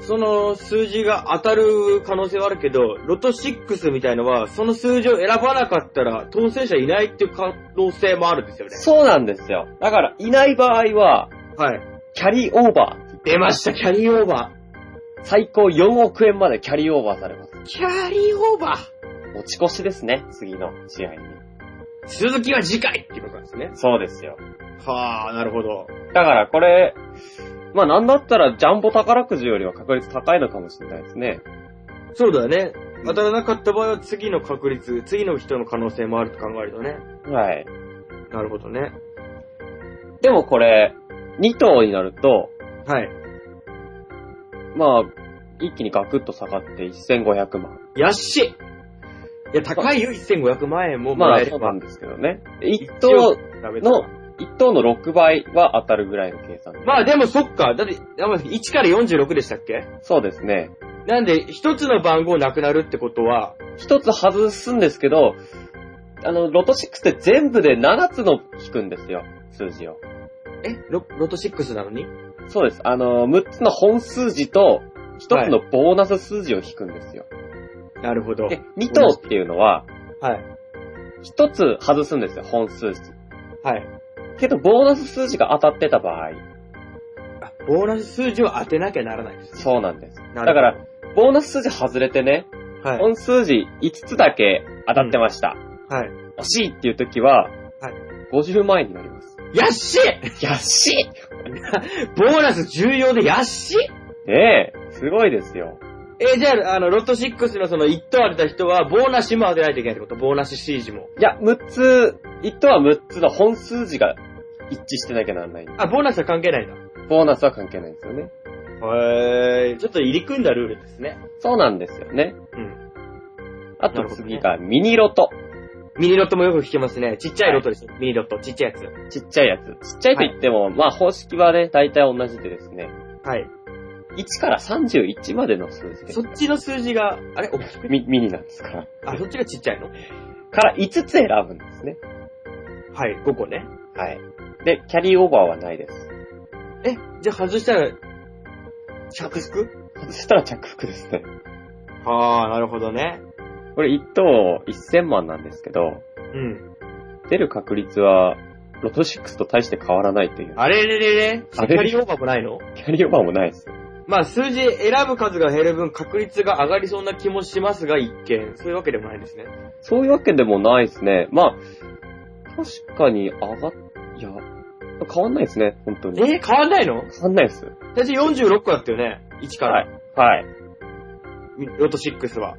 Speaker 2: その数字が当たる可能性はあるけど、ロト6みたいのは、その数字を選ばなかったら、当選者いないっていう可能性もあるんですよね。
Speaker 3: そうなんですよ。だから、いない場合は、
Speaker 2: はい。
Speaker 3: キャリーオーバー。
Speaker 2: 出ました、キャリーオーバ
Speaker 3: 最高4億円までキャリーオーバーされます。
Speaker 2: ー。キャリーオーバ
Speaker 3: 持ち越しですね、次の試合に。
Speaker 2: ー続きは次回っていうことなんですね。
Speaker 3: そうですよ。
Speaker 2: はあ、なるほど。
Speaker 3: だから、これ、まあなんだったら、ジャンボ宝くじよりは確率高いのかもしれないですね。
Speaker 2: そうだよね。当たらなかった場合は次の確率、次の人の可能性もあると考えるとね。
Speaker 3: はい。
Speaker 2: なるほどね。
Speaker 3: でもこれ、2等になると、
Speaker 2: はい。
Speaker 3: まあ、一気にガクッと下がって1500万。
Speaker 2: 安いいや、高いよ、1500万円もも
Speaker 3: ま
Speaker 2: ら
Speaker 3: あ
Speaker 2: え
Speaker 3: そ
Speaker 2: れ
Speaker 3: うな
Speaker 2: ば。
Speaker 3: んですけどね。一
Speaker 2: 一
Speaker 3: 等
Speaker 2: 応比べたら
Speaker 3: の、一等の6倍は当たるぐらいの計算。
Speaker 2: まあでもそっか。だって、1から46でしたっけ
Speaker 3: そうですね。
Speaker 2: なんで、一つの番号なくなるってことは、
Speaker 3: 一つ外すんですけど、あの、ロト6って全部で7つの引くんですよ、数字を。
Speaker 2: えロロト6なのに
Speaker 3: そうです。あの、6つの本数字と、1つのボーナス数字を引くんですよ。
Speaker 2: なるほど。
Speaker 3: で、2等っていうのは、
Speaker 2: はい。
Speaker 3: 1つ外すんですよ、本数字。
Speaker 2: はい。
Speaker 3: けど、ボーナス数字が当たってた場合、
Speaker 2: あ、ボーナス数字を当てなきゃならないです。
Speaker 3: そうなんです。
Speaker 2: だ
Speaker 3: だから、ボーナス数字外れてね、
Speaker 2: はい。
Speaker 3: 本数字5つだけ当たってました。
Speaker 2: はい。
Speaker 3: 惜しいっていう時は、
Speaker 2: はい
Speaker 3: 50万円になり ます。
Speaker 2: 安い
Speaker 3: 安い
Speaker 2: ボーナス重要で安い
Speaker 3: ねえ、すごいですよ。
Speaker 2: えーじゃあ、あの、ロット6のその1等当てた人は、ボーナスも当てないといけないってことボーナスシージも。
Speaker 3: いや、6つ、1等は6つの本数字が一致してなきゃならない。
Speaker 2: あ、ボーナスは関係ないんだ。
Speaker 3: ボーナスは関係ないんですよね。
Speaker 2: へー。ちょっと入り組んだルールですね。
Speaker 3: そうなんですよね。
Speaker 2: うん。
Speaker 3: あ
Speaker 2: な
Speaker 3: と
Speaker 2: るほどね
Speaker 3: 次がミニロト。
Speaker 2: ミニロットもよく聞けますね。ちっちゃいロットですよ。ミニロット、ちっちゃいやつ。
Speaker 3: ちっちゃいやつ。ちっちゃいと言っても、まあ方式はね、大体同じでですね、
Speaker 2: はい。
Speaker 3: 1から31までの数字です
Speaker 2: そっちの数字が、あれ大きく
Speaker 3: ミミニなんですから。
Speaker 2: あ、そっちがちっちゃいの
Speaker 3: から5つ選ぶんですね。
Speaker 2: はい、5個ね。
Speaker 3: はい。で、キャリーオーバーはないです。
Speaker 2: え、じゃあ外したら、着服
Speaker 3: そしたら着服ですね。
Speaker 2: はあ、なるほどね。
Speaker 3: これ1等1000万なんですけど、
Speaker 2: うん。
Speaker 3: 出る確率は、ロト6と大して変わらないという。
Speaker 2: あれれれれキ
Speaker 3: あ
Speaker 2: ャ
Speaker 3: れ
Speaker 2: リーオーバーもないの
Speaker 3: キャリーオーバーもないです。
Speaker 2: まあ数字選ぶ数が減る分確率が上がりそうな気もしますが一見。そういうわけでもないですね。
Speaker 3: そういうわけでもないですね。まあ、確かに上がっ、いや、変わんないですね、本当に。
Speaker 2: えー、変わんないの
Speaker 3: 変わんないです。
Speaker 2: 最初46個だったよね。1から。
Speaker 3: はい。はい。
Speaker 2: ミロト6は。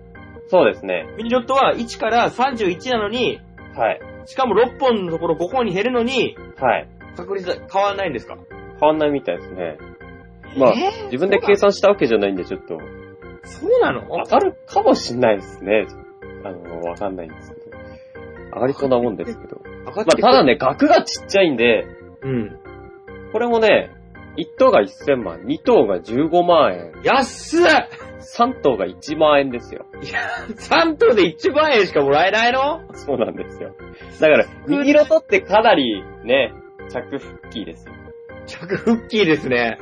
Speaker 3: そうですね。
Speaker 2: ミニロットは1から31なのに、
Speaker 3: はい。
Speaker 2: しかも6本のところ5本に減るのに、
Speaker 3: はい。
Speaker 2: 確率は変わんないんですか
Speaker 3: 変わんないみたいですね。まあ、
Speaker 2: えー
Speaker 3: 自分で計算したわけじゃないんで、ちょっと、
Speaker 2: そうなの
Speaker 3: 上がるかもしんないですね。あの、わかんないんですけど。上がりそうなもんですけど。
Speaker 2: 上が
Speaker 3: ま
Speaker 2: っ
Speaker 3: あ、
Speaker 2: て
Speaker 3: ただね、額がちっちゃいんで、
Speaker 2: うん。
Speaker 3: これもね、1等が1000万、2等が15万円、
Speaker 2: 安っ
Speaker 3: 3等が1万円ですよ。
Speaker 2: !3 等で1万円しかもらえないの
Speaker 3: そうなんですよ。だから、右ロトってかなり、ね、着復帰ですよ。
Speaker 2: 着復帰ですね。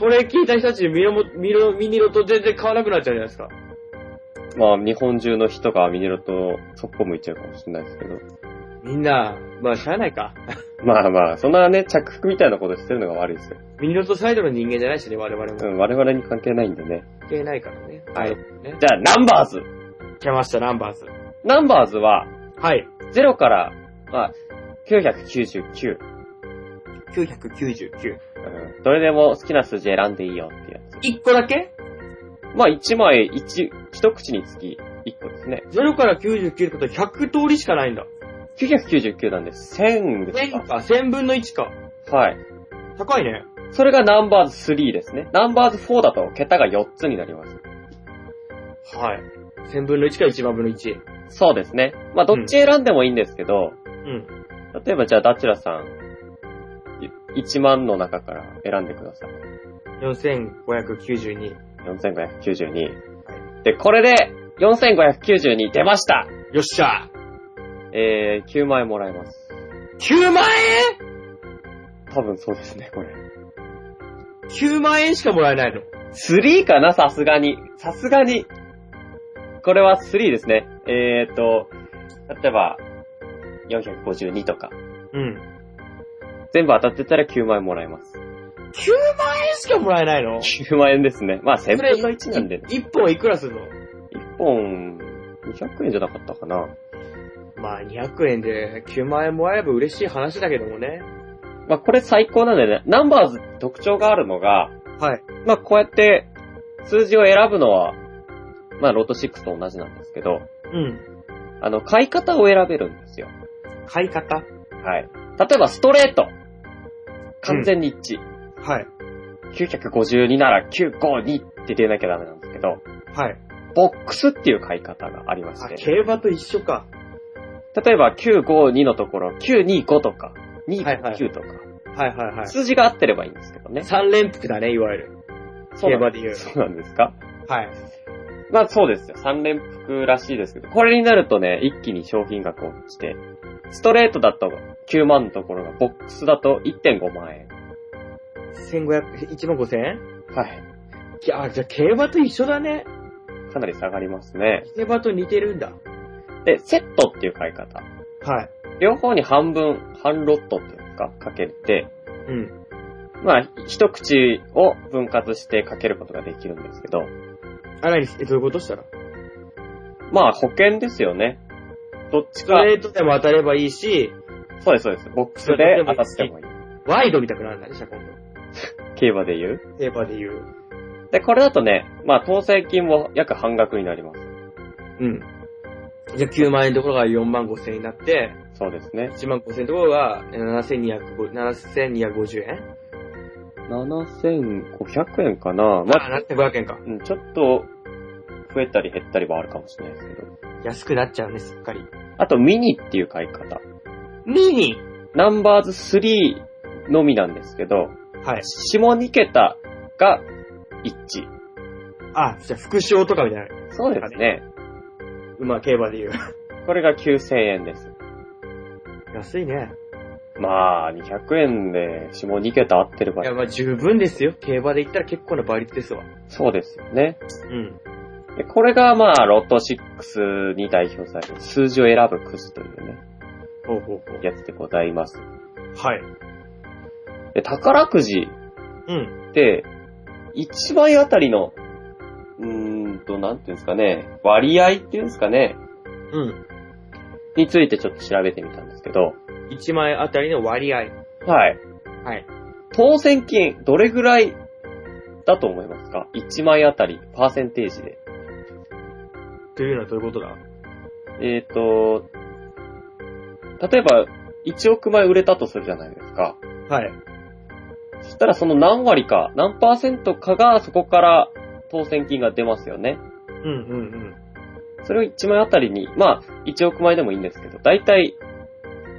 Speaker 2: これ聞いた人たち、ミロも、ミロ、ミニロと全然変わらなくなっちゃうじゃないですか。
Speaker 3: まあ、日本中の人がミニロト、そっぽ向いちゃうかもしれないですけど。
Speaker 2: みんな、まあ、しゃあないか。
Speaker 3: まあまあ、そんなね、着服みたいなことしてるのが悪いですよ。
Speaker 2: ミニロとサイドの人間じゃないしね、我々も。
Speaker 3: う
Speaker 2: 関
Speaker 3: ん、我々に関係ないんでね。
Speaker 2: 係ないからね。
Speaker 3: はい
Speaker 2: ね。
Speaker 3: じゃあ、ナンバーズ
Speaker 2: 来ました、ナンバーズ。
Speaker 3: ナンバーズは、
Speaker 2: はい。
Speaker 3: 0から、まあ、999。
Speaker 2: 999。
Speaker 3: うん、どれでも好きな数字選んでいいよってやつ。
Speaker 2: 1個だけ
Speaker 3: まあ、1枚、一、一口につき1個ですね。
Speaker 2: ?0 から99ってことは100通りしかないんだ。
Speaker 3: 999なんで1000です
Speaker 2: 1000
Speaker 3: か。
Speaker 2: か、1000分の1か。
Speaker 3: はい。
Speaker 2: 高いね。
Speaker 3: それがナンバーズ3ですね。ナンバーズ4だと桁が4つになります。
Speaker 2: はい。1000分の1か1万分の1。
Speaker 3: そうですね。まあ、どっち選んでもいいんですけど、
Speaker 2: うん。
Speaker 3: 例えばじゃあダチュラさん、い1万の中から選んでください。
Speaker 2: 4592。
Speaker 3: 4592。で、これで4592出ました
Speaker 2: よっしゃ
Speaker 3: えー、9万円もらえます。
Speaker 2: !9 万円
Speaker 3: 多分そうですね、これ。
Speaker 2: !9 万円しかもらえないの。
Speaker 3: 3かなさすがに。さすがに。これは3ですね。えーと、例えば、452とか。
Speaker 2: うん。
Speaker 3: 全部当たってたら9万円もらえます。
Speaker 2: 9万円しかもらえないの
Speaker 3: 9万円ですね。まあ、1000分の1なんで、ね、
Speaker 2: 1本いくらするの
Speaker 3: 1本、200円じゃなかったかな。
Speaker 2: まあ200円で9万円もらえば嬉しい話だけどもね。
Speaker 3: まあ、これ最高なんだよね。ナンバーズ特徴があるのが、
Speaker 2: はい。
Speaker 3: まあ、こうやって、数字を選ぶのは、まあ、ロート6と同じなんですけど、
Speaker 2: うん。
Speaker 3: あの、買い方を選べるんですよ。
Speaker 2: 買い方
Speaker 3: はい。例えば、ストレート。完全に一致。
Speaker 2: はい。
Speaker 3: 952なら952。って入れなきゃダメなんですけど、
Speaker 2: はい。
Speaker 3: ボックスっていう買い方がありまし
Speaker 2: あ、
Speaker 3: て、
Speaker 2: 競馬と一緒か。
Speaker 3: 例えば952のところ925とか、
Speaker 2: はいはい
Speaker 3: 259とか、
Speaker 2: はいはいはい。
Speaker 3: 数字が合ってればいいんですけどね。
Speaker 2: 三連服だね、いわゆる。
Speaker 3: そうなん
Speaker 2: 競馬で言うの
Speaker 3: そうなんですか
Speaker 2: はい。
Speaker 3: まあそうですよ。3連服らしいですけど、これになるとね、一気に商品額落ちて、ストレートだと9万のところが、ボックスだと1.5万円。
Speaker 2: 1500、1万5000円
Speaker 3: はい。
Speaker 2: きあ、じゃあ競馬と一緒だね。
Speaker 3: かなり下がりますね。
Speaker 2: 競馬と似てるんだ。
Speaker 3: で、セットっていう買い方。
Speaker 2: はい。
Speaker 3: 両方に半分、半ロットっていうんですか、かけて、
Speaker 2: うん。
Speaker 3: まあ、一口を分割してかけることができるんですけど、
Speaker 2: あ、なに、えどういうことしたら
Speaker 3: まあ保険ですよね。どっち
Speaker 2: ス
Speaker 3: か
Speaker 2: ト、レートでも当たればいいし、
Speaker 3: そうですそうです。ボックスで当たってもいい。
Speaker 2: ワイドみたくなるんだね、じゃあ今
Speaker 3: 競馬で言う。
Speaker 2: 度。競馬で言う。
Speaker 3: で、これだとね、まあ当選金も約半額になります。
Speaker 2: うん。じゃあ9万円のところが4万5000円になって、
Speaker 3: そうですね。
Speaker 2: 1万5000円のところが7250 7250円
Speaker 3: 7500円かなまあ、
Speaker 2: あ、7500円か。
Speaker 3: うんちょっと、増えたり減ったりはあるかもしれないですけど。
Speaker 2: 安くなっちゃうね、すっかり。
Speaker 3: あと、ミニっていう買い方。
Speaker 2: ミニ
Speaker 3: ナンバーズ3のみなんですけど、
Speaker 2: はい。
Speaker 3: 下2桁が一致。
Speaker 2: あ、じゃあ副賞とかみたいな。
Speaker 3: そうですね。
Speaker 2: まあ、競馬で言う。
Speaker 3: これが9000円です。
Speaker 2: 安いね。
Speaker 3: まあ、200円で下2桁合ってれば
Speaker 2: いや、まあ十分ですよ。競馬で言ったら結構な倍率ですわ。
Speaker 3: そうですよね。
Speaker 2: うん。
Speaker 3: でこれがまあ、ロット6に代表される数字を選ぶくじというね、
Speaker 2: ほうほうほ
Speaker 3: やつでございます。
Speaker 2: う。はい。
Speaker 3: で、宝くじ
Speaker 2: うん。
Speaker 3: って、1枚あたりの、うーんと、なんていうんですかね、割合っていうんですかね、
Speaker 2: う
Speaker 3: についてちょっと調べてみたんですけど、
Speaker 2: ん。1枚あたりの割合。
Speaker 3: はい。
Speaker 2: はい。
Speaker 3: 当選金、どれぐらいだと思いますか ?1 枚あたり、パーセンテージで。
Speaker 2: というのはどういうことだ
Speaker 3: えっ、と、例えば、1億枚売れたとするじゃないですか。
Speaker 2: はい。
Speaker 3: そしたらその何割か、何パーセントかがそこから当選金が出ますよね。
Speaker 2: うんうんうん。
Speaker 3: それを1枚あたりに、まあ、1億枚でもいいんですけど、だいたい、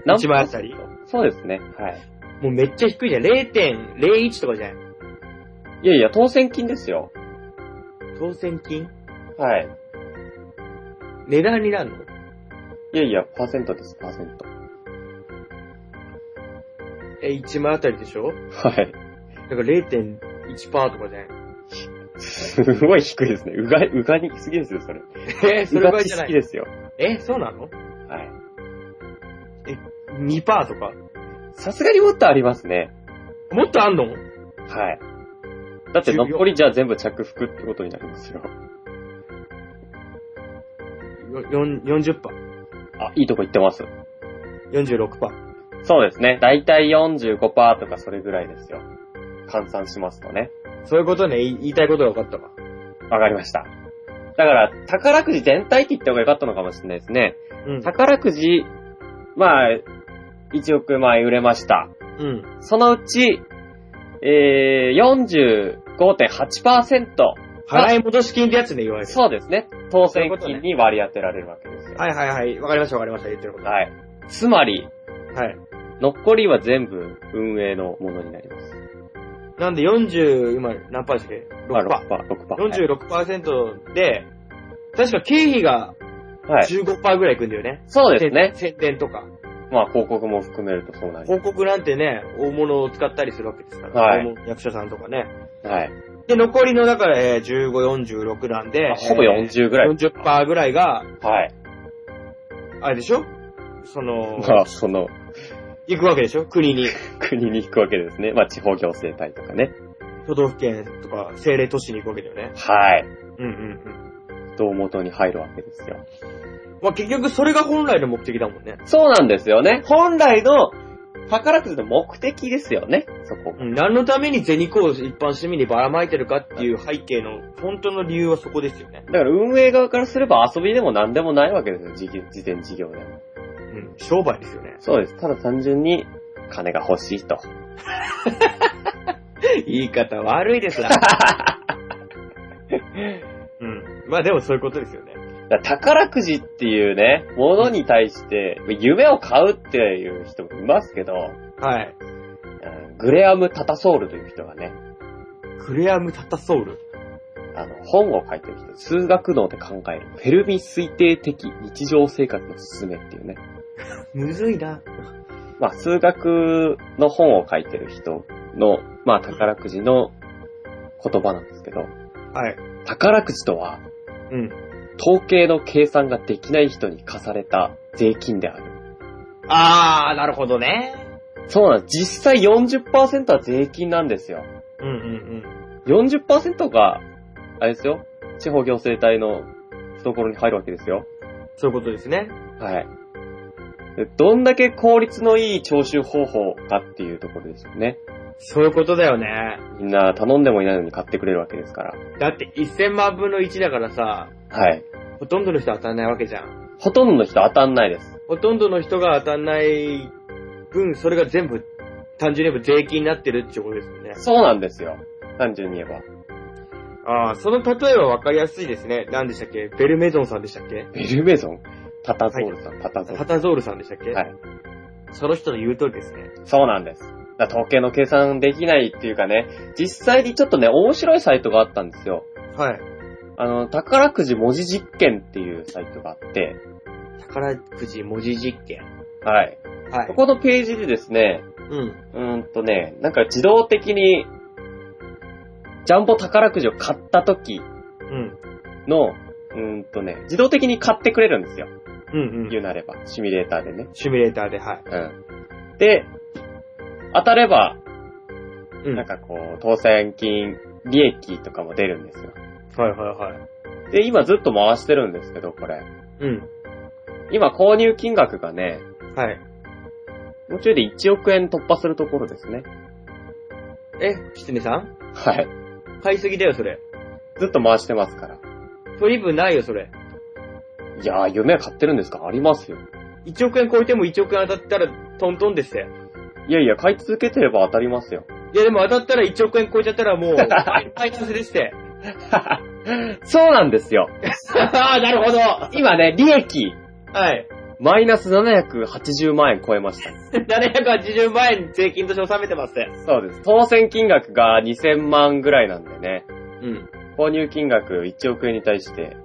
Speaker 2: 1枚あたり
Speaker 3: そうですね。はい。
Speaker 2: もうめっちゃ低いじゃん。0.01とかじゃん。
Speaker 3: いやいや、当選金ですよ。
Speaker 2: 当選金
Speaker 3: はい。
Speaker 2: 値段になるの
Speaker 3: いやいや、パーセントです、パーセント。
Speaker 2: え、1枚あたりでしょ
Speaker 3: はい。
Speaker 2: だから0.1%とかじゃん。
Speaker 3: すごい低いですね。うがい、うがにすぎですよ、それ。
Speaker 2: え、それぐらいじゃ
Speaker 3: うがちす
Speaker 2: な
Speaker 3: ぎ
Speaker 2: い。
Speaker 3: ですよ。
Speaker 2: え、そうなの
Speaker 3: はい。
Speaker 2: ?2% とか。
Speaker 3: さすがにもっとありますね。
Speaker 2: もっとあんの
Speaker 3: はい。だって残りじゃあ全部着服ってことになりますよ。
Speaker 2: よ ?40%、
Speaker 3: あ、いいとこ行ってます。
Speaker 2: 46%。
Speaker 3: そうですね。だいたい45%とかそれぐらいですよ。換算しますとね。
Speaker 2: そういうことね、い言いたいことが分かったわ。
Speaker 3: わかりました。だから、宝くじ全体って言った方が良かったのかもしれないですね。
Speaker 2: うん。
Speaker 3: 宝くじ、まあ、1億枚売れました。
Speaker 2: うん。
Speaker 3: そのうち、えー、45.8%。
Speaker 2: 払い戻し金ってやつね、いわゆる。
Speaker 3: そうですね。当選
Speaker 2: そういう
Speaker 3: 金
Speaker 2: こと
Speaker 3: に割り当てられるわけですよ。
Speaker 2: はいはいはい。わかりましたわかりました。言ってること。は
Speaker 3: はい。つまり、
Speaker 2: い。
Speaker 3: 残りは全部運営のものになります。
Speaker 2: なんで40、今何パーでしたっけ
Speaker 3: まあ
Speaker 2: ?6 パ
Speaker 3: 6%。6%。
Speaker 2: ー。46%で、確か経費が
Speaker 3: はい。
Speaker 2: 15%ぐらいいくんだよね。
Speaker 3: そうですね。
Speaker 2: 宣宣伝とか。
Speaker 3: まあ、広告も含めるとそうなりま
Speaker 2: 広告なんてね、大物を使ったりするわけですから。
Speaker 3: はい
Speaker 2: 大物役者さんとかね。
Speaker 3: す。はい。
Speaker 2: で、残りの、だから、えー15、46なんで
Speaker 3: まあ、ほぼ
Speaker 2: えー
Speaker 3: 40ぐらい。
Speaker 2: 40%ぐらいが、
Speaker 3: はい。
Speaker 2: あれでしょその、
Speaker 3: まあ、その、
Speaker 2: 行くわけでしょ国に。
Speaker 3: 国に行くわけですね。まあ、地方行政体とかね。
Speaker 2: 都道府県とか、政令都市に行くわけだよね。
Speaker 3: はい。
Speaker 2: うんうんうん。
Speaker 3: 道元に入るわけですよ。
Speaker 2: まあ、結局それが本来の目的だもんね。
Speaker 3: そうなんですよね。本来の宝くじの目的ですよね。そこが。
Speaker 2: うん、何のために銭子を一般市民にばらまいてるかっていう背景の本当の理由はそこですよね。
Speaker 3: だから運営側からすれば遊びでも何でもないわけですよ。事業事前事業でも。。
Speaker 2: うん、商売ですよね
Speaker 3: そうです。ただ単純に金が欲しいと。
Speaker 2: 言い方悪いですな。 うん。まあでもそういうことですよね。
Speaker 3: だから宝くじっていうね、ものに対して、夢を買うっていう人もいますけど、
Speaker 2: はい。
Speaker 3: うんグレアム・タタソールという人がね、
Speaker 2: クレアム・タタソール。
Speaker 3: あの、本を書いてる人、数学脳で考える、フェルミ推定的日常生活のすすめっていうね、
Speaker 2: むずいな。
Speaker 3: まあ、数学の本を書いてる人の、まあ、宝くじの言葉なんですけど、
Speaker 2: はい。
Speaker 3: 宝くじとは、
Speaker 2: うん。
Speaker 3: 統計の計算ができない人に課された税金である。
Speaker 2: あー、なるほどね。
Speaker 3: そうなんです。実際40%は税金なんですよ。
Speaker 2: うんうん
Speaker 3: 40%が、あれですよ、地方行政隊の懐に入るわけですよ。
Speaker 2: うん。そういうことですね。
Speaker 3: はい。でどんだけ効率のいい徴収方法かっていうところですよね。
Speaker 2: そういうことだよね。
Speaker 3: みんな頼んでもいないのに買ってくれるわけですから。
Speaker 2: だって1000万分の1だからさ、
Speaker 3: はい。
Speaker 2: ほとんどの人当たんないわけじゃん。
Speaker 3: ほとんどの人当たんないです。
Speaker 2: ほとんどの人が当たんない分、それが全部、単純に言えば税金になってるってことですよね。
Speaker 3: そうなんですよ。単純に言えば。
Speaker 2: ああ、その例えはわかりやすいですね。何でしたっけベルメゾンさんでしたっけ
Speaker 3: ベルメゾンタタゾールさん、タタゾー
Speaker 2: タ
Speaker 3: ル。
Speaker 2: タゾールさんでしたっけ
Speaker 3: はい。
Speaker 2: その人の言う通りですね。
Speaker 3: そうなんです。だから統計の計算できないっていうかね、実際にちょっとね、面白いサイトがあったんですよ。
Speaker 2: はい。
Speaker 3: あの、宝くじ文字実験っていうサイトがあって、
Speaker 2: 宝くじ文字実験。
Speaker 3: はい。
Speaker 2: は
Speaker 3: こ。このページでですね、
Speaker 2: うん。
Speaker 3: うーんとね、なんか自動的に、ジャンボ宝くじを買った時
Speaker 2: うん。
Speaker 3: の、うーんとね、自動的に買ってくれるんですよ。
Speaker 2: うんう。
Speaker 3: 言うんなれば、シミュレーターでね。
Speaker 2: シミュレーターで、はい。
Speaker 3: うん。で、当たれば、
Speaker 2: う
Speaker 3: なんかこう、当選金、利益とかも出るんですよ。
Speaker 2: はいはいはい。
Speaker 3: で、今ずっと回してるんですけど、これ。
Speaker 2: うん。
Speaker 3: 今購入金額がね、
Speaker 2: はい。
Speaker 3: もうちょいで1億円突破するところですね。
Speaker 2: え、きつねさん
Speaker 3: はい。
Speaker 2: 買いすぎだよ、それ。
Speaker 3: ずっと回してますから。
Speaker 2: 取り分ないよ、それ。
Speaker 3: いやー、夢は買ってるんですかありますよ。
Speaker 2: 1億円超えても1億円当たったらトントンですって。
Speaker 3: いやいや、買い続けてれば当たりますよ。
Speaker 2: いやでも当たったら1億円超えちゃったら もう、ファイナンスですって。
Speaker 3: そうなんですよ。
Speaker 2: ああ、なるほど。は
Speaker 3: 今ね、利益、
Speaker 2: い。
Speaker 3: マイナス780万円超えました。
Speaker 2: 780万円税金として納めてますって。
Speaker 3: そうです。当選金額が2000万ぐらいなんでね、
Speaker 2: うん。
Speaker 3: 購入金額1億円に対して、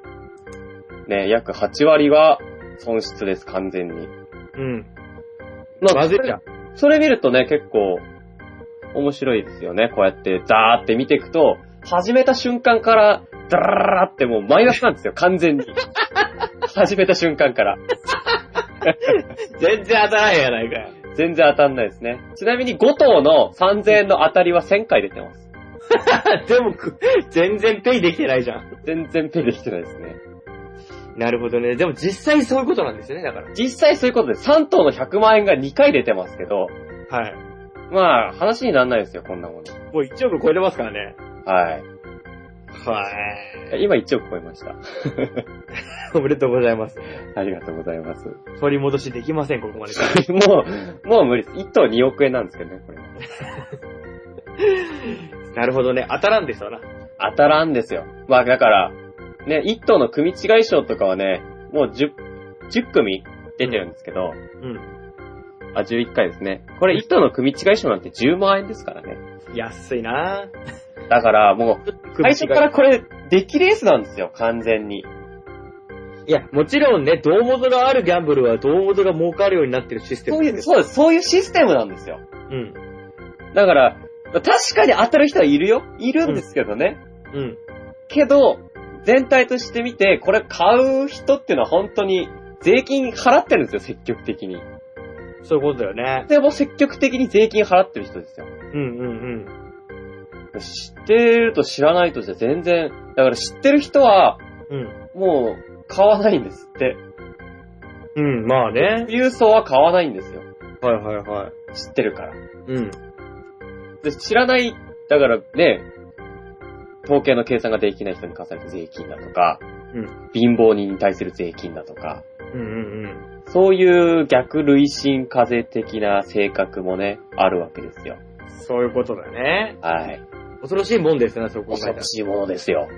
Speaker 3: ね、約8割は損失です、完全に。
Speaker 2: うん。
Speaker 3: ま
Speaker 2: まずいじゃん。
Speaker 3: それ見るとね、結構、面白いですよね。こうやって、ザーって見ていくと、始めた瞬間から、ダララララってもうマイナスなんですよ、完全 に。始めた瞬間から。
Speaker 2: 全然当たらへんやないかよ。
Speaker 3: 全然当たんないですね。ちなみに5等の3000円の当たりは1000回出てます。
Speaker 2: でもく、全然ペイできてないじゃん。
Speaker 3: 全然ペイできてないですね。
Speaker 2: なるほどね。でも実際そういうことなんですよね、だから。
Speaker 3: 実際そういうことで3等の100万円が2回出てますけど、
Speaker 2: はい。
Speaker 3: まあ、話にならないですよ、こんなもの。
Speaker 2: もう1億超えてますからね。
Speaker 3: はい。
Speaker 2: はい。
Speaker 3: 今1億超えました。
Speaker 2: おめでとうございます。
Speaker 3: ありがとうございます。
Speaker 2: 取り戻しできません、ここまで。
Speaker 3: もう、もう無理です。1等2億円なんですけどね、これ。
Speaker 2: なるほどね。当たらんですよな。
Speaker 3: 当たらんですよ。まあだから、ね、1等の組違い賞とかはね、もう10、10組出てるんですけど、
Speaker 2: うん。
Speaker 3: あ、11回ですね。これ1等の組違い賞なんて10万円ですからね。
Speaker 2: 安いな
Speaker 3: だからもう、
Speaker 2: ぁ。
Speaker 3: 最初からこれ、出来レースなんですよ、完全に。
Speaker 2: いや、もちろんね、胴元があるギャンブルは胴元が儲かるようになってるシステム
Speaker 3: そういう、そうです、そういうシステムなんですよ。
Speaker 2: うん。
Speaker 3: だから、確かに当たる人はいるよ。いるんですけどね。
Speaker 2: うん。
Speaker 3: けど、全体として見て、これ買う人っていうのは本当に、税金払ってるんですよ、積極的に。
Speaker 2: そういうことだよね。
Speaker 3: でも積極的に税金払ってる人ですよ。
Speaker 2: うんうんうん。
Speaker 3: 知ってると知らないとじゃ全然、だから知ってる人は、
Speaker 2: うん。
Speaker 3: もう、買わないんですって。
Speaker 2: うん、まあね。
Speaker 3: 富裕層は買わないんですよ。
Speaker 2: はいはいはい。
Speaker 3: 知ってるから。
Speaker 2: うん。
Speaker 3: で、知らない、だからね、統計の計算ができない人に課された税金だとか、
Speaker 2: うん
Speaker 3: 貧乏人に対する税金だとか、
Speaker 2: うんうんうん。
Speaker 3: そういう逆累進課税的な性格もね、あるわけですよ。
Speaker 2: そういうことだね。
Speaker 3: はい。
Speaker 2: 恐ろしいもんですな、そう考え
Speaker 3: 恐
Speaker 2: たら
Speaker 3: ろ。しいものですよ。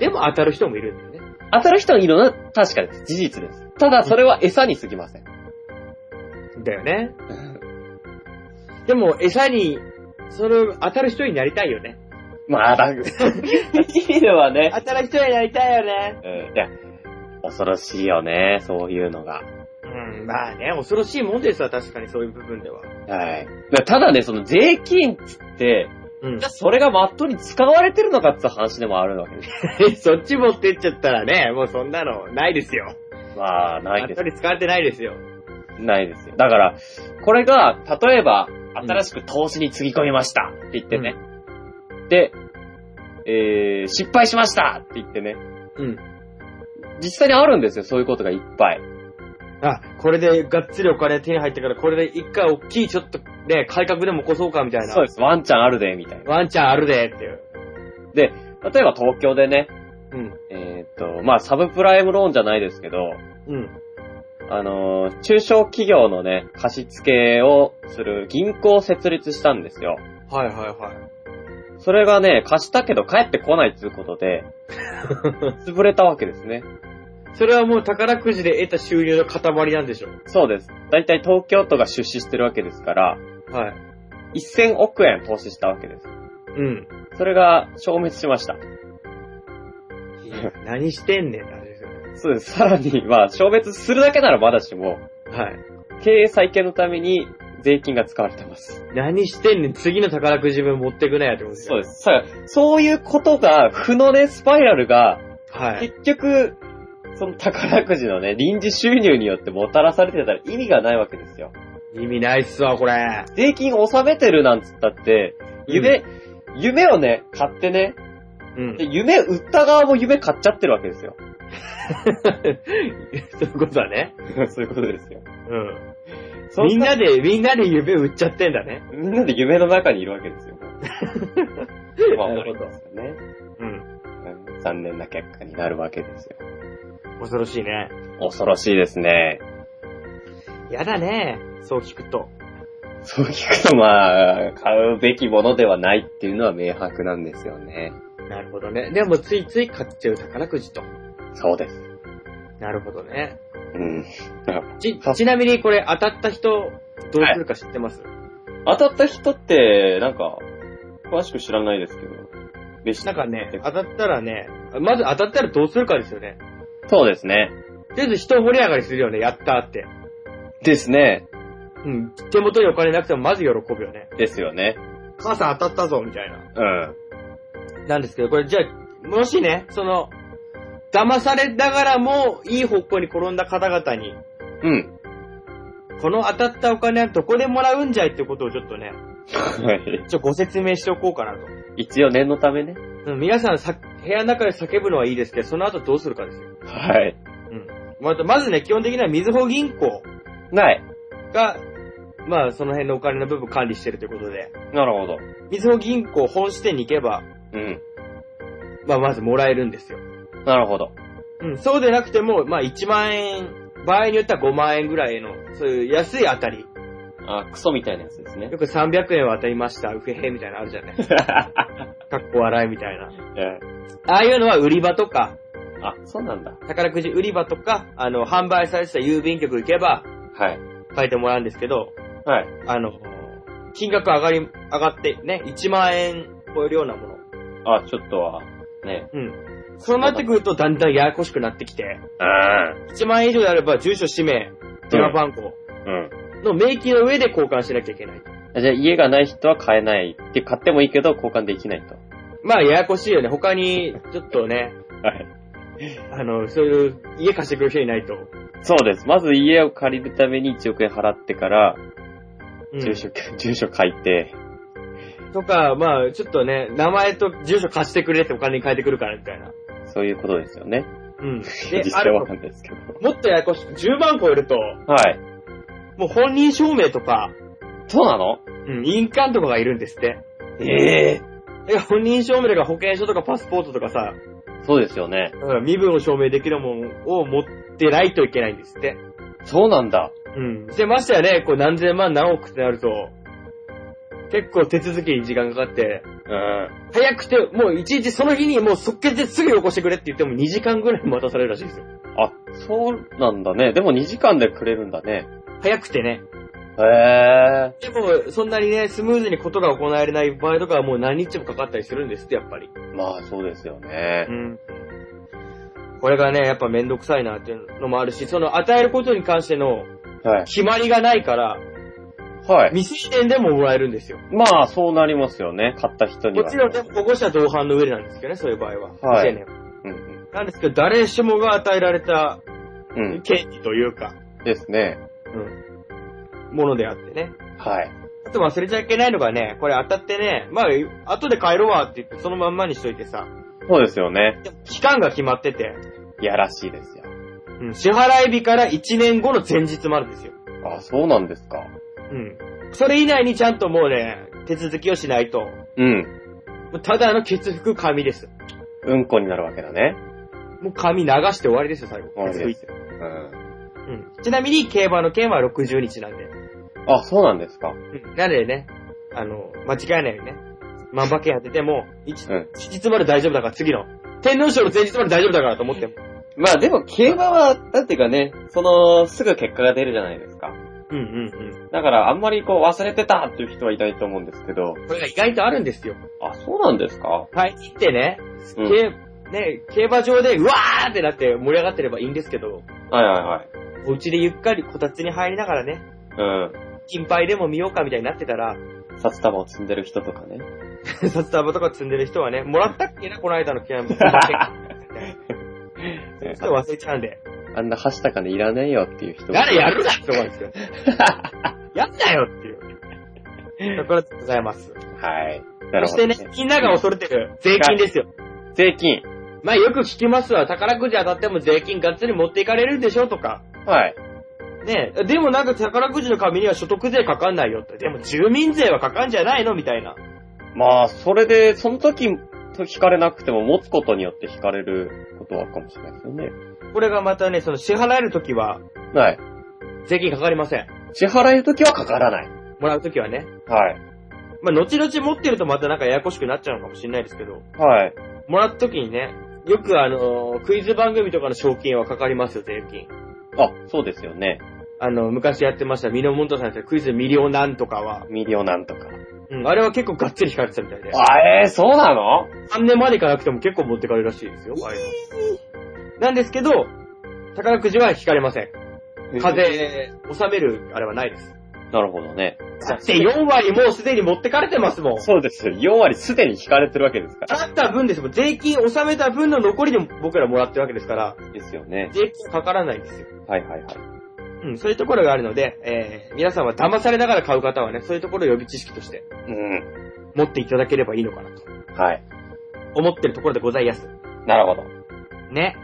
Speaker 2: でも当たる人もいるんだよね。
Speaker 3: 当たる人いるのは確かです。事実です。ただそれは餌に過ぎません。
Speaker 2: だよね。でも、餌に、それ、当たる人になりたいよね。
Speaker 3: まあ、 だ、チームはね、
Speaker 2: 当たる人になりたいよね。
Speaker 3: うん、いや、恐ろしいよね、そういうのが。
Speaker 2: うん、まあね、恐ろしいもんですわ、確かにそういう部分では。
Speaker 3: はい。だただね、その税金っつって、
Speaker 2: うん
Speaker 3: じゃ。あそれがまっとうに使われてるのかって話でもあるわけです。
Speaker 2: そっち持ってっちゃったらね、もうそんなの、ないですよ。
Speaker 3: まあ、ない
Speaker 2: 当
Speaker 3: で
Speaker 2: た
Speaker 3: す。
Speaker 2: り使われてないですよ。
Speaker 3: ないですよ。だから、これが、例えば、新しく投資につぎ込みましたって言ってね。で、えー、失敗しましたって言ってね。
Speaker 2: うん。
Speaker 3: 実際にあるんですよ、そういうことがいっぱい。
Speaker 2: あ、これでがっつりお金手に入ったから、これで一回大きいちょっとね、改革でも起こそうかみたいな。
Speaker 3: そうです、ワンチャンあるで、みたいな。
Speaker 2: ワンチャンあるでっていう。
Speaker 3: 例えば東京でね、
Speaker 2: うん。
Speaker 3: えーっと、まあ、サブプライムローンじゃないですけど、
Speaker 2: うん。
Speaker 3: あのー中小企業のね、貸付をする銀行を設立したんですよ。
Speaker 2: はいはいはい。
Speaker 3: それがね、貸したけど帰ってこないということで、潰れたわけですね。
Speaker 2: それはもう宝くじで得た収入の塊なんでしょ
Speaker 3: そうです。だいたい東京都が出資してるわけですから、
Speaker 2: はい。
Speaker 3: 1000億円投資したわけです。
Speaker 2: うん。
Speaker 3: それが消滅しました。
Speaker 2: 何してんねんって話ですよね。
Speaker 3: そうです。さらに、まあ、消滅するだけならまだしも、
Speaker 2: はい。
Speaker 3: 経営再建のために税金が使われてます。
Speaker 2: 何してんねん、次の宝くじ分持ってくなやってことです
Speaker 3: そう
Speaker 2: よ。
Speaker 3: です。さそういうことが、負のね、スパイラルが、
Speaker 2: はい。
Speaker 3: 結局、その宝くじのね、臨時収入によってもたらされてたら意味がないわけですよ。
Speaker 2: 意味ないっすわ、これ。
Speaker 3: 税金を納めてるなんつったって、夢、夢をね、買ってね、
Speaker 2: うん
Speaker 3: で。夢売った側も夢買っちゃってるわけですよ。
Speaker 2: そういうことだね。
Speaker 3: そういうことですよ。
Speaker 2: うん。
Speaker 3: そ
Speaker 2: みん
Speaker 3: し
Speaker 2: なで、みんなで夢売っちゃってんだね。
Speaker 3: たらみんなで夢の中にいるわけ ですよ。まあ
Speaker 2: なるほど
Speaker 3: ですよね。
Speaker 2: うん。
Speaker 3: うん残念な結果になるわけですよ。
Speaker 2: 恐ろしいね。
Speaker 3: 恐ろしいですね。
Speaker 2: やだね。そう聞くと。
Speaker 3: そう聞くとまあ、買うべきものではないっていうのは明白なんですよね。
Speaker 2: なるほどね。でもついつい買っちゃう宝くじと。
Speaker 3: そうです。
Speaker 2: なるほどね。
Speaker 3: うん。
Speaker 2: ち、ちなみにこれ当たった人、どうするか知ってます、
Speaker 3: 当たった人って、なんか、詳しく知らないですけど。別
Speaker 2: なんかね、当たったらね、まず当たったらどうするかですよね。
Speaker 3: そうですね。
Speaker 2: とりあえず人盛り上がりするよね、やったーって。
Speaker 3: ですね。
Speaker 2: うん。手元にお金なくてもまず喜ぶよね。
Speaker 3: ですよね。
Speaker 2: 母さん当たったぞ、みたいな。
Speaker 3: うん。
Speaker 2: なんですけど、これじゃあ、もしね、その、騙されながらも、いい方向に転んだ方々に、
Speaker 3: うん。
Speaker 2: この当たったお金はどこでもらうんじゃいってことをちょっとね、
Speaker 3: はい。
Speaker 2: ちょっとご説明しておこうかなと。
Speaker 3: 一応念のためね。
Speaker 2: うん皆さんさ、部屋の中で叫ぶのはいいですけど、その後どうするかですよ。
Speaker 3: はい。
Speaker 2: うん。また、まずね、基本的にはみずほ銀行
Speaker 3: ない。
Speaker 2: が、まあ、その辺のお金の部分管理してるということで、
Speaker 3: なるほど。
Speaker 2: みずほ銀行本支店に行けば、
Speaker 3: うん。
Speaker 2: まあ、まずもらえるんですよ。
Speaker 3: なるほど。
Speaker 2: うん、そうでなくても、まあ、1万円、場合によっては5万円ぐらいの、そういう安い当たり。
Speaker 3: あ、クソみたいなやつです ね
Speaker 2: よ。く300円は当たりました、うへへ、みたいなのあるじゃない。かっこ笑いみたいな。ああいうのは売り場とか、
Speaker 3: あ、そうなんだ。
Speaker 2: 宝くじ売り場とか、あの、販売されてた郵便局行けば、
Speaker 3: はい。
Speaker 2: 書いてもらうんですけど、
Speaker 3: はい。
Speaker 2: あの、金額上がり、上がってね、1万円超えるようなもの。
Speaker 3: あ、ちょっとは、ね。
Speaker 2: うん。そうなってくるとだんだんややこしくなってきて、
Speaker 3: うん。
Speaker 2: 1万円以上であれば住所、氏名、電話番号
Speaker 3: うん。
Speaker 2: の明記の上で交換しなきゃいけない。
Speaker 3: じゃあ家がない人は買えない。で、買ってもいいけど交換できないと。
Speaker 2: まあややこしいよね。他に、ちょっとね、
Speaker 3: はい。
Speaker 2: あの、そういう家貸してくれる人いないと。
Speaker 3: そうです。まず家を借りるために1億円払ってから、
Speaker 2: うん
Speaker 3: 住所、 住所書いて、
Speaker 2: とか、まあちょっとね、名前と住所貸してくれってお金に変えてくるからみたいな。
Speaker 3: そういうことですよね。
Speaker 2: うん。で
Speaker 3: 実、
Speaker 2: あ
Speaker 3: 際
Speaker 2: る
Speaker 3: わかんないですけど。
Speaker 2: もっとややこしく、10万超えると、
Speaker 3: はい。
Speaker 2: もう本人証明とか、
Speaker 3: そうなの
Speaker 2: うん、印鑑とかがいるんですって。
Speaker 3: ええ
Speaker 2: え、本人証明とか保険証とかパスポートとかさ、
Speaker 3: そうですよね。
Speaker 2: うん身分を証明できるものを持ってないといけないんですって。
Speaker 3: そうなんだ。
Speaker 2: うん。してましたよね、こう何千万何億ってなると、結構手続きに時間かかって、
Speaker 3: うん。
Speaker 2: 早くて、もう一日その日にもう即決ですぐよこしてくれって言っても2時間ぐらい待たされるらしいですよ。
Speaker 3: あ、そうなんだね。でも2時間でくれるんだね。
Speaker 2: 早くてね。
Speaker 3: へ
Speaker 2: でも、そんなにね、スムーズにことが行われない場合とかはもう何日もかかったりするんですって、やっぱり。
Speaker 3: ー。まあ、そうですよね
Speaker 2: う。ん。これがね、やっぱめんどくさいなっていうのもあるし、その与えることに関しての
Speaker 3: はい。
Speaker 2: 決まりがないから、
Speaker 3: はい。
Speaker 2: 未成年でももらえるんですよ。
Speaker 3: まあ、そうなりますよね。買った人に
Speaker 2: も
Speaker 3: は。
Speaker 2: ちろんね、保護者同伴の上でなんですけどね、そういう場合は。
Speaker 3: はい
Speaker 2: 未成年
Speaker 3: うんうん。
Speaker 2: なんですけど、誰しもが与えられた
Speaker 3: うん。
Speaker 2: 権利というか、
Speaker 3: ですね。
Speaker 2: うん。ものであってね。
Speaker 3: はい。
Speaker 2: あと忘れちゃいけないのがね、これ当たってね、まあ、後で帰ろうわって言ってそのまんまにしといてさ、
Speaker 3: そうですよね。
Speaker 2: でも期間が決まってて、
Speaker 3: いやらしいですよ。
Speaker 2: うん、支払い日から1年後の前日までですよ。
Speaker 3: あ、そうなんですか。
Speaker 2: うん。それ以内にちゃんともうね、手続きをしないと、
Speaker 3: うん。
Speaker 2: もうただの血服紙です。
Speaker 3: うんこになるわけだね。
Speaker 2: もう紙流して終わりですよ、最後。
Speaker 3: 終わりです
Speaker 2: 血
Speaker 3: よ。うん。
Speaker 2: 拭いうん。ちなみに、競馬の件は60日なんで。
Speaker 3: あ、そうなんですか。
Speaker 2: うん。なんでね、あの、間違えないようにね、万馬券当てても、一
Speaker 3: うん
Speaker 2: 一日まで大丈夫だから、次の。天皇賞の前日まで大丈夫だからと思っても。
Speaker 3: まあでも、競馬は、なんていうかね、その、すぐ結果が出るじゃないですか。
Speaker 2: うんうん
Speaker 3: だから、あんまりこう、忘れてたっていう人はいないと思うんですけど。
Speaker 2: うん。これが意外とあるんですよ。
Speaker 3: あ、そうなんですか
Speaker 2: はい、切ってね、
Speaker 3: う
Speaker 2: 競
Speaker 3: ん。はい
Speaker 2: ね、競馬場で、うわーってなって盛り上がってればいいんですけど、
Speaker 3: はいはい。
Speaker 2: お家でゆっかりこたつに入りながらね、金杯でも見ようかみたいになってた ら、
Speaker 3: うん。札束を積んでる人とかね。
Speaker 2: 札束とか積んでる人はね、もらったっけな、この間のキ ャンプ。ちょっと忘れちゃうんで。
Speaker 3: あんなはしたかねいらねえよっていう人。
Speaker 2: 誰やるなって思うんですよ。やんなよって いう。ところでございます。
Speaker 3: はい。な
Speaker 2: そ
Speaker 3: る
Speaker 2: し
Speaker 3: ほ
Speaker 2: て
Speaker 3: ど、
Speaker 2: ね、みんなが恐れてる税金ですよ。
Speaker 3: 税金。
Speaker 2: まあよく聞きますわ、宝くじ当たっても税金がっつり持っていかれるでしょとか。
Speaker 3: はい。
Speaker 2: ねえでもなんか宝くじの紙には所得税かかんないよって。でも住民税はかかんじゃないのみたいな。
Speaker 3: まあ、それで、その時、引かれなくても、持つことによって引かれることはあるかもしれないですよね。
Speaker 2: これがまたね、その支払えるときは
Speaker 3: はい。
Speaker 2: 税金かかりません。
Speaker 3: 支払えるときはかからない。
Speaker 2: もらうときはね。
Speaker 3: はい。
Speaker 2: まあ、後々持ってるとまたなんかややこしくなっちゃうのかもしれないですけど、
Speaker 3: はい。
Speaker 2: もらうときにね、よくあのークイズ番組とかの賞金はかかりますよ、税金。
Speaker 3: あ、そうですよね。
Speaker 2: あの、昔やってました、ミノモントさんやってたクイズミリオなんとかは、
Speaker 3: ミリオなんとか。
Speaker 2: うん、あれは結構がっつり引かれてたみたいで、
Speaker 3: あ、ええそうなの
Speaker 2: 3年までいかなくても結構持ってかれるらしいですよ、ああいうのなんですけど、宝くじは引かれません。風、納める、あれはないです。
Speaker 3: なるほどね。
Speaker 2: だって4割もうすでに持ってかれてますもん。
Speaker 3: そうですよ。4割すでに引かれてるわけですから。
Speaker 2: 払った分ですもん。税金納めた分の残りで僕らもらってるわけですから、
Speaker 3: ですよね。
Speaker 2: 税金かからないんですよ。
Speaker 3: はいはいはい。
Speaker 2: うん、そういうところがあるので、えー、皆さんは騙されながら買う方はね、そういうところを予備知識として
Speaker 3: うん。
Speaker 2: 持っていただければいいのかなと
Speaker 3: はい。
Speaker 2: 思ってるところでございます。
Speaker 3: なるほど。
Speaker 2: ね。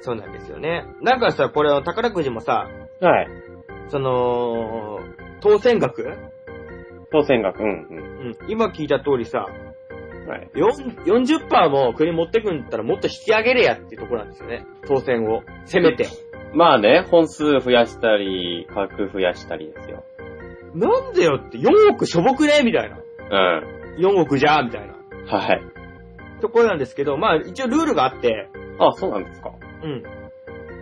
Speaker 3: う
Speaker 2: そうなんですよね。なんかさ、これは宝くじもさ、
Speaker 3: ん。はい。
Speaker 2: その、当選額
Speaker 3: 当選額。うん
Speaker 2: うん、今聞いた通りさ、
Speaker 3: うん。はい。
Speaker 2: 4 40%も国持ってくんだったらもっと引き上げれやっていうところなんですよね。当選を。せめて。
Speaker 3: まあね、本数増やしたり、価格増やしたりですよ。
Speaker 2: なんでよって、4億しょぼくねみたいな。
Speaker 3: うん。
Speaker 2: 4億じゃーみたいな。
Speaker 3: はい。
Speaker 2: ところなんですけど、まあ一応ルールがあって、
Speaker 3: あ、そうなんですか。
Speaker 2: うん。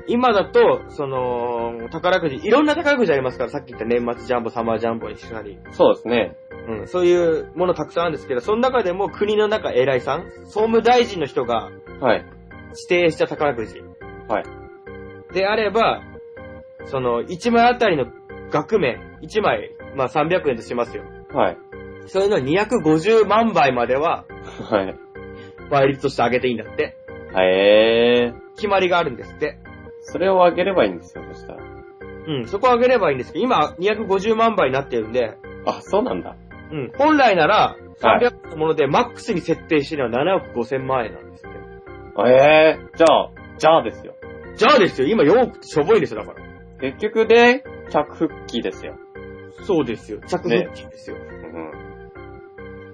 Speaker 2: 今だと、その、宝くじ、いろんな宝くじありますから、さっき言った年末ジャンボ、サマージャンボにしたり、
Speaker 3: そうですね。
Speaker 2: うん、そういうものたくさんあるんですけど、その中でも国の中偉いさん、総務大臣の人が
Speaker 3: はい。
Speaker 2: 指定した宝くじ。
Speaker 3: はい。
Speaker 2: であれば、その、1枚あたりの額面、1枚、まあ300円としますよ。
Speaker 3: はい。
Speaker 2: そういうのを250万倍までは
Speaker 3: はい。
Speaker 2: 倍率として上げていいんだって。
Speaker 3: へえー。
Speaker 2: 決まりがあるんですって。
Speaker 3: それを上げればいいんですよ、そしたら。
Speaker 2: うん、そこを上げればいいんですけど、今250万倍になってるんで、
Speaker 3: あ、そうなんだ。
Speaker 2: うん。本来なら、
Speaker 3: はい
Speaker 2: 300のもので、マックスに設定してるのは7億5千万円なんですって。
Speaker 3: ええー。じゃあ、じゃあですよ。
Speaker 2: じゃあですよ、今4億ってしょぼいですよ、だから。
Speaker 3: 結局で、客復帰ですよ。
Speaker 2: そうですよ。着目金ですよ。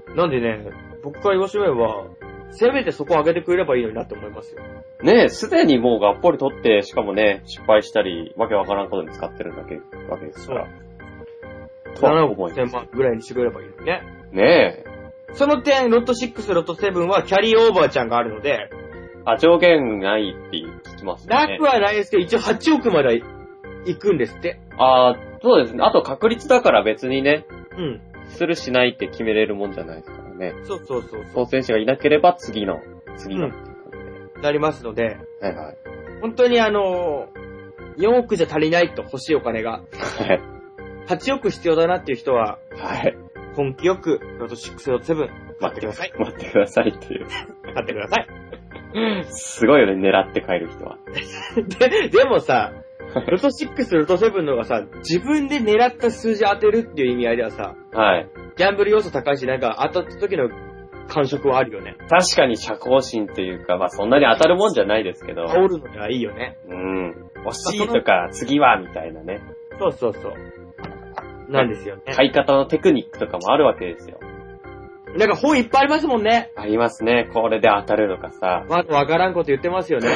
Speaker 3: うん。
Speaker 2: なんでね、僕から言わしめば、せめてそこ上げてくれればいいのになって思いますよ。
Speaker 3: ねえ、すでにもうがっぽり取って、しかもね、失敗したり、わけわからんことに使ってるだけ、わけですから。と
Speaker 2: 7
Speaker 3: は
Speaker 2: 億
Speaker 3: 思いま
Speaker 2: 5000万ぐらいにしてくれればいいのにね。
Speaker 3: す。ねえ。
Speaker 2: その点、ロット6、ロット7はキャリーオーバーちゃんがあるので、
Speaker 3: あ、上限ないって聞きます
Speaker 2: な
Speaker 3: ね
Speaker 2: く。はないですけど、一応8億までは行くんですって。
Speaker 3: ああ、そうですね。あと確率だから別にね、
Speaker 2: うん。
Speaker 3: するしないって決めれるもんじゃないですからね。
Speaker 2: そうそうそうそ
Speaker 3: 当選者がいなければ次の、次の
Speaker 2: う
Speaker 3: っ
Speaker 2: ん
Speaker 3: ていう感じで。
Speaker 2: う。なりますので、
Speaker 3: はいはい。
Speaker 2: 本当にあのー、4億じゃ足りないと欲しいお金が、
Speaker 3: はい。
Speaker 2: 8億必要だなっていう人は、
Speaker 3: はい。
Speaker 2: 本気よく、ロット6、ロット7、買ってください。
Speaker 3: 待ってくださいっていう。
Speaker 2: 買ってください。
Speaker 3: すごいよね、狙って帰る人は。
Speaker 2: で、でもさ、ロト6、ロト7の方がさ、自分で狙った数字当てるっていう意味合いではさ、
Speaker 3: はい。
Speaker 2: ギャンブル要素高いし、なんか当たった時の感触はあるよね。
Speaker 3: 確かに社交心っていうか、まあそんなに当たるもんじゃないですけど、
Speaker 2: 煽るのがいいよね。
Speaker 3: うん。惜しいとか、次は、みたいなね。
Speaker 2: そうそうそう。なんですよね。
Speaker 3: 買い方のテクニックとかもあるわけですよ。
Speaker 2: なんか本いっぱいありますもんね。
Speaker 3: ありますね。これで当たるのかさ。
Speaker 2: わ、わからんこと言ってますよね。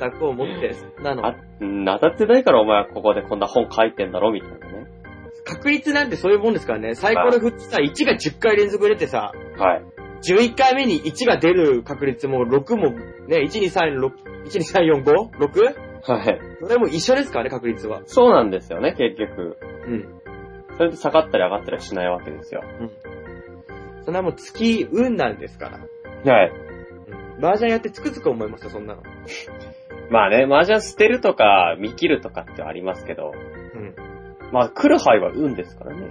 Speaker 2: 全く思って、そんなの
Speaker 3: あ。うん当たってないからお前はここでこんな本書いてんだろ、みたいなね。
Speaker 2: 確率なんてそういうもんですからね。サイコロ振ってさ、1が10回連続出てさ、
Speaker 3: はい。
Speaker 2: 11回目に1が出る確率も6も、ね、1、2、3、6、1、2、3、4、5、6?
Speaker 3: はい。
Speaker 2: それも一緒ですからね、確率は。
Speaker 3: そうなんですよね、結局。
Speaker 2: うん。
Speaker 3: それで下がったり上がったりはしないわけですよ。
Speaker 2: そんなもう月運なんですから。
Speaker 3: はい。
Speaker 2: うん。麻雀やってつくつく思いますよ、そんなの。
Speaker 3: まあね、麻雀捨てるとか、見切るとかってありますけど、
Speaker 2: うん。
Speaker 3: まあ来る範囲は運ですからね。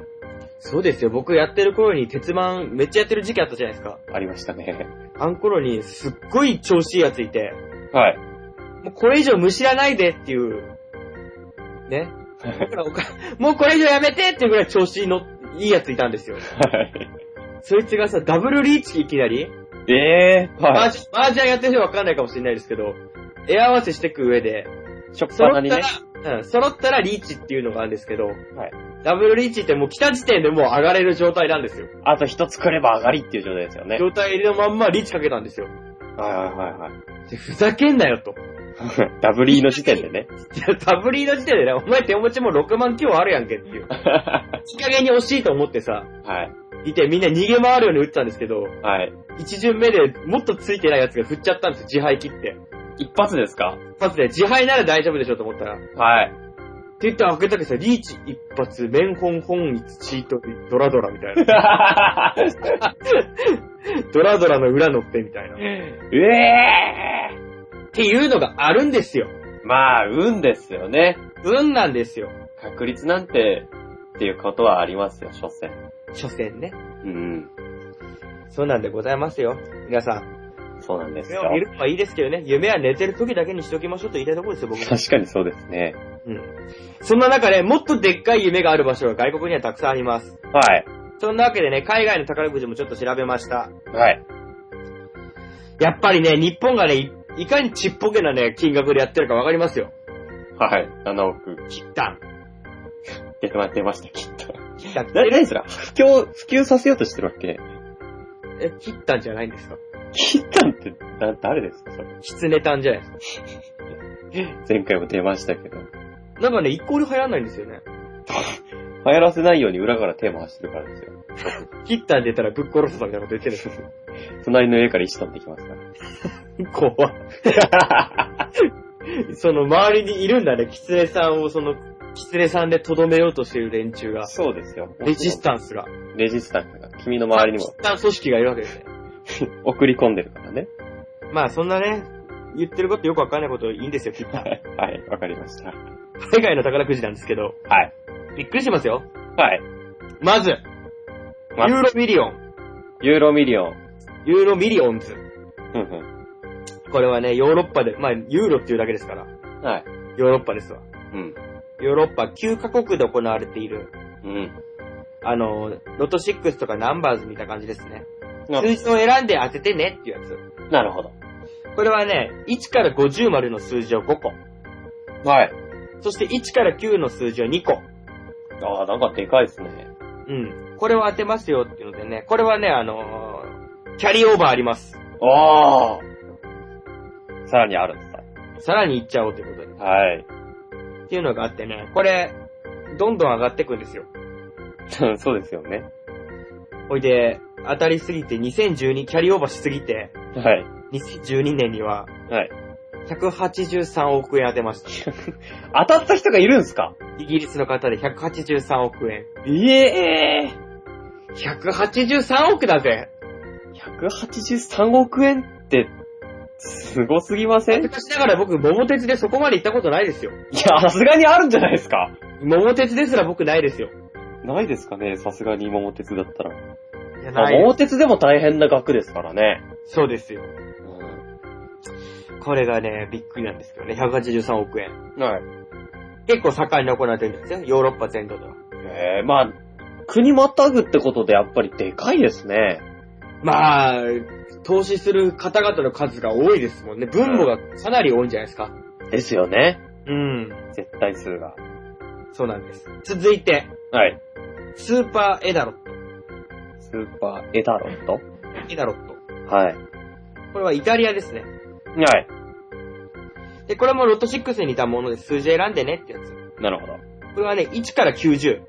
Speaker 2: そうですよ、僕やってる頃に鉄板めっちゃやってる時期あったじゃないですか。
Speaker 3: ありましたね。
Speaker 2: あん頃にすっごい調子いいやついて、
Speaker 3: はい。
Speaker 2: もうこれ以上むしらないでっていう、ね。だからお かもうこれ以上やめてっていうぐらい調子のいいやついたんですよ。
Speaker 3: はい。
Speaker 2: そいつがさ、ダブルリーチいきなり、
Speaker 3: ええー、
Speaker 2: マ
Speaker 3: は
Speaker 2: ージャン、マージャンやってる人わかんないかもしれないですけど、絵合わせしていく上で、
Speaker 3: い。しょっぱ
Speaker 2: 揃
Speaker 3: な
Speaker 2: っ
Speaker 3: に
Speaker 2: た
Speaker 3: ね。
Speaker 2: ら、うん、揃ったらリーチっていうのがあるんですけど、
Speaker 3: い
Speaker 2: ダブルリーチってもう来た時点でもう上がれる状態なんですよ。
Speaker 3: あと一つ来れば上がりっていう状態ですよね。
Speaker 2: 状態のまんまリーチかけたんですよ。
Speaker 3: はいはいはい
Speaker 2: でふざけんなよと。
Speaker 3: はい。 ダブリーの時点でね。
Speaker 2: いやダブリーの時点でね、お前手持ちも6万強あるやん けっていう。いい加減に惜しいと思ってさ、
Speaker 3: はい。
Speaker 2: いてみんな逃げ回るように打ってたんですけど、
Speaker 3: はい。
Speaker 2: 一巡目でもっとついてないやつが振っちゃったんですよ、自敗切って。
Speaker 3: 一発ですか
Speaker 2: 一発で、自敗なら大丈夫でしょうと思ったら。って
Speaker 3: はい。
Speaker 2: 言って開けたけどさ、リーチ一発、面本本一、チート、ドラドラ みたいな。ドラドラの裏乗ってみたいな。っ
Speaker 3: うええ
Speaker 2: ていうのがあるんですよ。
Speaker 3: ーまあ、運ですよね。
Speaker 2: 運なんですよ。
Speaker 3: 確率なんて、っていうことはありますよ、所詮。
Speaker 2: 所詮ね。
Speaker 3: うん。
Speaker 2: そうなんでございますよ。皆さん。
Speaker 3: そうなんです
Speaker 2: 夢
Speaker 3: よ
Speaker 2: を。見るのはいいですけどね。夢は寝てる時だけにしておきましょうと言いたいところですよ、僕も。
Speaker 3: 確かにそうですね。
Speaker 2: うん。そんな中で、もっとでっかい夢がある場所が外国にはたくさんあります。
Speaker 3: はい。
Speaker 2: そんなわけでね、海外の宝くじもちょっと調べました。
Speaker 3: はい。
Speaker 2: やっぱりね、日本がね、いいかにちっぽけなね、金額でやってるかわかりますよ。
Speaker 3: はい。7億。
Speaker 2: きった。
Speaker 3: 出てま出ました、きっと。
Speaker 2: きった。
Speaker 3: な、何すら普及、普及させようとしてるわけ
Speaker 2: え、きったんじゃないんですか
Speaker 3: キッタンって、だ、誰ですかそれ。
Speaker 2: きつねたんじゃないですか
Speaker 3: 前回も出ましたけど。流
Speaker 2: なんかね、一向に流行らないんですよね。
Speaker 3: 行らせないように裏から手回してるからですよ。
Speaker 2: きったん出たらぶっ殺すぞみたいなこと言ってるんですよ。
Speaker 3: 隣の家から石飛んできますか
Speaker 2: 怖い。
Speaker 3: ら。
Speaker 2: その周りにいるんだね、きつねさんをその、きつねさんでとどめようとしてる連中が。
Speaker 3: そうですよ。
Speaker 2: レジスタンスが。
Speaker 3: レジスタンスが君の周りに
Speaker 2: きったん組織がいるわけですね。
Speaker 3: も送り込んでるからね。
Speaker 2: まあそんなね、言ってることよくわかんないこといいんですよ、 きっと。
Speaker 3: はい、わかりました。
Speaker 2: 海外の宝くじなんですけど、
Speaker 3: はい。
Speaker 2: びっくりしますよ。
Speaker 3: はい。
Speaker 2: まず、ユ
Speaker 3: ま
Speaker 2: ーロミリオン、
Speaker 3: ユーロミリオン。
Speaker 2: ユーロミリオンズ。
Speaker 3: ふんふん。
Speaker 2: これはね、ヨーロッパで、まあユーロっていうだけですから、
Speaker 3: はい。
Speaker 2: ヨーロッパですわ。
Speaker 3: うん。
Speaker 2: ヨーロッパ9カ国で行われている、
Speaker 3: うん。
Speaker 2: あの、ロト6とかナンバーズみたいな感じですね。
Speaker 3: な
Speaker 2: 数字を選んで当ててねっていうやつ。
Speaker 3: なるほど。
Speaker 2: これはね、1から50までの数字を5個。
Speaker 3: はい。
Speaker 2: そして1から9の数字を2個。
Speaker 3: ああ、なんかでかいですね。
Speaker 2: うん。これを当てますよっていうのでね、これはね、あのーキャリーオーバーあります。
Speaker 3: ああ。さらにあるんですか
Speaker 2: さらにいっちゃおうということで。
Speaker 3: はい。
Speaker 2: っていうのがあってね、これ、どんどん上がっていくんですよ。
Speaker 3: そうですよね。
Speaker 2: ほいで、当たりすぎて2012、キャリーオーバーしすぎて、
Speaker 3: はい。
Speaker 2: 2012年には、
Speaker 3: はい。
Speaker 2: 183億円当てました。
Speaker 3: 当たった人がいるんすか
Speaker 2: イギリスの方で183億円。
Speaker 3: ええ
Speaker 2: 183億だぜ
Speaker 3: 183億円って、すごすぎませんい
Speaker 2: 昔ながら僕、桃鉄でそこまで行ったことないですよ。
Speaker 3: や、さすがにあるんじゃないですか
Speaker 2: 桃鉄ですら僕ないですよ。
Speaker 3: ないですかね、さすがに桃鉄だったら。
Speaker 2: いや、
Speaker 3: まあ
Speaker 2: ないで
Speaker 3: 桃鉄でも大変な額ですからね。
Speaker 2: す。そうですよ。これがね、びっくりなんですけどね、183億円。
Speaker 3: はい。
Speaker 2: 結構盛んに行われてるんですよ、ヨーロッパ全土では。
Speaker 3: ええまあ、国またぐってことでやっぱりでかいですね。
Speaker 2: まあ、投資する方々の数が多いですもんね。分母がかなり多いんじゃないですか。
Speaker 3: ですよね。
Speaker 2: うん。
Speaker 3: 絶対数が。
Speaker 2: そうなんです。続いて、
Speaker 3: はい。
Speaker 2: スーパーエダロッ
Speaker 3: スーパーエダロット
Speaker 2: ト。エダロット。
Speaker 3: はい。
Speaker 2: これはイタリアですね。
Speaker 3: はい。
Speaker 2: で、これもロット6に似たもので数字選んでねってやつ。
Speaker 3: なるほど。
Speaker 2: これはね、1から90。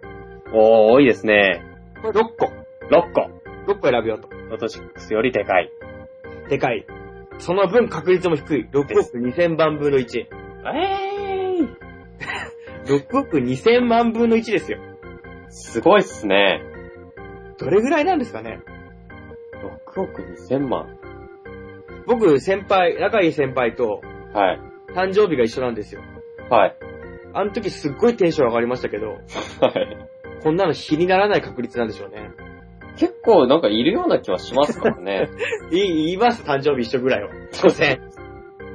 Speaker 3: おー、多いですね。
Speaker 2: これ6個。
Speaker 3: 6個。
Speaker 2: 6個選ぶよと。
Speaker 3: ロト6よりでかい。
Speaker 2: でかい。その分確率も低い。6億2000万分の1。
Speaker 3: えー、
Speaker 2: 6億2000万分の1ですよ。
Speaker 3: すごいっすね。
Speaker 2: どれぐらいなんですかね
Speaker 3: 6億2000万。
Speaker 2: 僕、先輩、仲いい先輩と
Speaker 3: はい。
Speaker 2: 誕生日が一緒なんですよ。
Speaker 3: はい。
Speaker 2: あの時すっごいテンション上がりましたけど、
Speaker 3: はい。
Speaker 2: こんなの比にならない確率なんでしょうね。
Speaker 3: 結構なんかいるような気はしますから ね。
Speaker 2: い、言います、誕生日一緒ぐらいは。当然。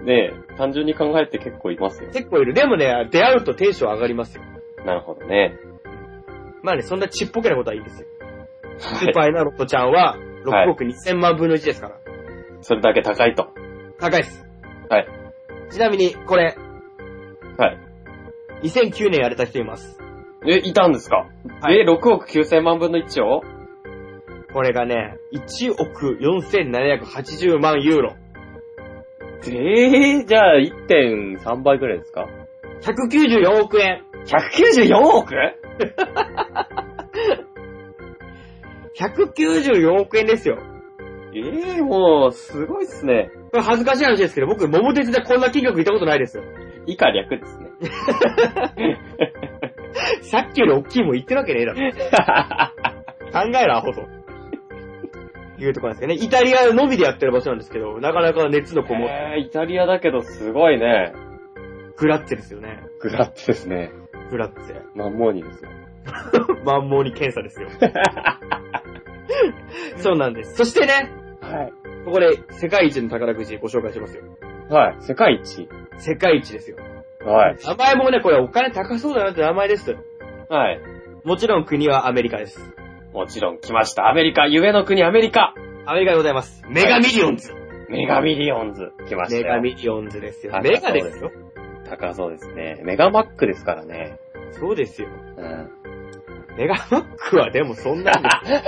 Speaker 3: ねえ、単純に考えて結構いますよ。
Speaker 2: 結構いる。でもね、出会うとテンション上がりますよ。
Speaker 3: なるほどね。
Speaker 2: まあね、そんなちっぽけなことはいいですよ。ス
Speaker 3: は
Speaker 2: ー
Speaker 3: い。
Speaker 2: パーエナロットちゃんは、
Speaker 3: はい
Speaker 2: 6億2000万分の1ですから。
Speaker 3: それだけ高いと。
Speaker 2: 高いっす。
Speaker 3: はい。
Speaker 2: ちなみに、これ、
Speaker 3: はい。
Speaker 2: 2009年やれた人います。
Speaker 3: え、いたんですか、
Speaker 2: はい
Speaker 3: え、6億9000万分の1を
Speaker 2: これがね、1億4780万ユーロ。
Speaker 3: えー、じゃあ1.3倍ぐらいですか
Speaker 2: 194億円。
Speaker 3: ?194 億
Speaker 2: 194億円ですよ。
Speaker 3: ええー、もう、すごいっすね。
Speaker 2: これ恥ずかしい話ですけど、僕、桃鉄でこんな金額いたことないですよ。
Speaker 3: 以下略ですね。
Speaker 2: さっきより大きいもん言ってるわけねえだろ。 考えろ、アホと。いうところなんですけどね。イタリアのみでやってる場所なんですけど、なかなか熱のこもった
Speaker 3: えー、イタリアだけどすごいね。
Speaker 2: グラッツェですよね。
Speaker 3: グラッツですね。
Speaker 2: グラッツェ。
Speaker 3: マンモーニですよ。
Speaker 2: 万能に検査 ですよ。そうなんです。そしてね、
Speaker 3: はい。
Speaker 2: ここで世界一の宝くじご紹介しますよ。
Speaker 3: はい。世界一。
Speaker 2: 世界一ですよ。
Speaker 3: はい。
Speaker 2: 名前もね、これお金高そうだなって名前です。
Speaker 3: はい。
Speaker 2: もちろん国はアメリカです。
Speaker 3: もちろん来ました。アメリカ、夢の国アメリカ。
Speaker 2: アメリカでございます。メガミリオンズ。
Speaker 3: メガミリオンズ。来ました
Speaker 2: メ
Speaker 3: よ。
Speaker 2: ガミリオンズですよ。
Speaker 3: はい
Speaker 2: メガですよ。
Speaker 3: 高そうですね。メガマックですからね。
Speaker 2: そうですよ。
Speaker 3: うん。
Speaker 2: メガマックはでもそんなんです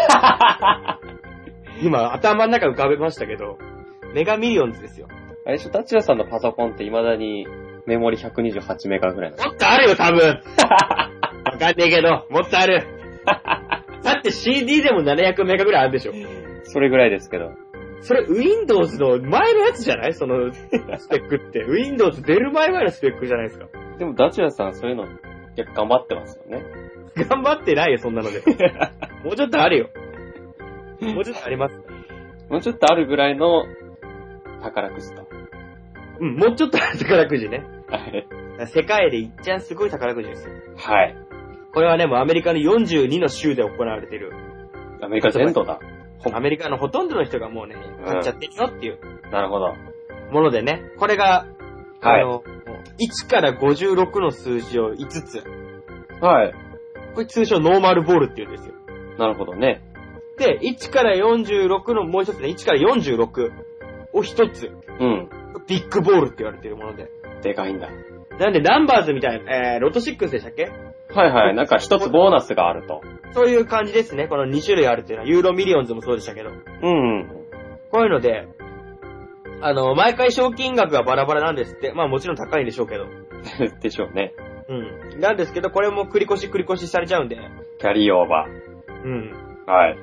Speaker 2: よ今頭の中浮かべましたけど、メガミリオンズですよ。
Speaker 3: あれでしょ、タチヤさんのパソコンって未だにメモリ128メガぐらいなの
Speaker 2: もっとあるよ、多分。わかんねえけど、もっとある。だって CD でも700メガぐらいあるでしょ。
Speaker 3: それぐらいですけど。
Speaker 2: それ Windows の前のやつじゃないそのスペックって。Windows 出る前ぐらいのスペックじゃないですか。
Speaker 3: でもダチュラさんそういうの結構頑張ってますよね。
Speaker 2: 頑張ってないよ、そんなので。もうちょっとあるよ。もうちょっとあります。
Speaker 3: もうちょっとあるぐらいの宝くじと。
Speaker 2: うん、もうちょっとある宝くじね。
Speaker 3: はい。
Speaker 2: 世界で一番すごい宝くじですよ。
Speaker 3: はい。
Speaker 2: これはね、もうアメリカの42の州で行われている。
Speaker 3: アメリカ全土だ。
Speaker 2: アメリカのほとんどの人がもうね、買っちゃってるよっていう
Speaker 3: なるほど。
Speaker 2: ものでね。これが、
Speaker 3: は
Speaker 2: あ
Speaker 3: い
Speaker 2: の、1から56の数字を5つ。
Speaker 3: はい。
Speaker 2: これ通称ノーマルボールって言うんですよ。
Speaker 3: なるほどね。
Speaker 2: で、1から46のもう一つね、1から46を1つ。
Speaker 3: うん。
Speaker 2: ビッグボールって言われているもので。
Speaker 3: でかいんだ。
Speaker 2: なんで、ナンバーズみたいな、えー、ロト6でしたっけ
Speaker 3: はいはい。なんか一つボーナスがあると。
Speaker 2: そういう感じですね。この2種類あるっていうのは、ユーロミリオンズもそうでしたけど。
Speaker 3: うん。
Speaker 2: こういうので、あの、毎回賞金額がバラバラなんですって。まあもちろん高いんでしょうけど。
Speaker 3: でしょうね。
Speaker 2: うん。なんですけど、これも繰り越し繰り越しされちゃうんで。
Speaker 3: キャリーオーバ
Speaker 2: うん。
Speaker 3: ー。はい。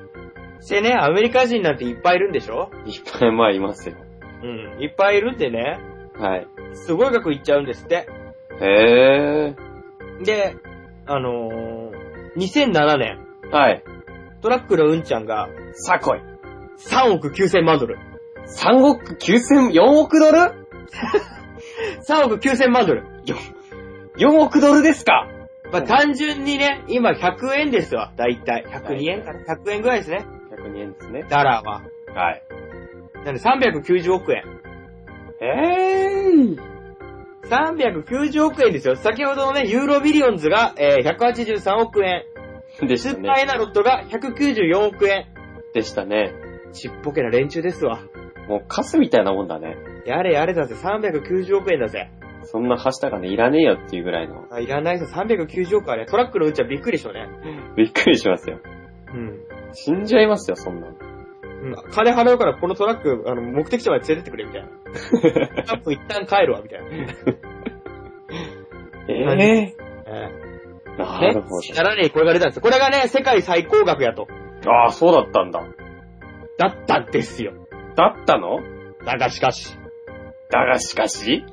Speaker 2: でね、アメリカ人なんていっぱいいるんでしょ
Speaker 3: いっぱいまあいますよ。
Speaker 2: うん。いっぱいいるんでね、
Speaker 3: はい。
Speaker 2: すごい額いっちゃうんですって。
Speaker 3: へえ。
Speaker 2: で、あのー、2007年、
Speaker 3: はい。
Speaker 2: トラックのうんちゃんが
Speaker 3: さあ来い。
Speaker 2: 3億9千万ドル。
Speaker 3: 3億9000、4億ドル
Speaker 2: 3億9千万ドル。
Speaker 3: ?4 億ドルですか
Speaker 2: まあ、
Speaker 3: うん
Speaker 2: 単純にね、今100円ですわ、だいたい。102円かな ?100 円ぐらいですね。
Speaker 3: ?102 円ですね。
Speaker 2: ダラーは。
Speaker 3: はい。
Speaker 2: なんで390億円。
Speaker 3: えー。
Speaker 2: 390億円ですよ。先ほどのね、ユーロビリオンズが、えー183億円。
Speaker 3: でし
Speaker 2: ス
Speaker 3: た
Speaker 2: ーパー
Speaker 3: ね。
Speaker 2: エナロットが194億円。
Speaker 3: でしたね。
Speaker 2: ちっぽけな連中ですわ。
Speaker 3: もうカスみたいなもんだね。
Speaker 2: やれやれだぜ、390億円だぜ。
Speaker 3: そんなはした金いらねえよっていうぐらいの。
Speaker 2: あいらないぞ、390億はね、トラックのうちはびっくりでしょうね。
Speaker 3: びっくりしますよ。
Speaker 2: うん。
Speaker 3: 死んじゃいますよ、そんなの。
Speaker 2: うん、金払うからこのトラック、あの、目的地まで連れてってくれ、みた いな。トラック一旦帰るわ、みたいな。
Speaker 3: え
Speaker 2: え
Speaker 3: ー。な
Speaker 2: ー、ね
Speaker 3: るほ、
Speaker 2: ならねえ、これが出たんですよ。これがね、世界最高額やと。
Speaker 3: ど。ああ、そうだったんだ。
Speaker 2: だったんですよ。
Speaker 3: だったの
Speaker 2: だがしかし、
Speaker 3: だがしかし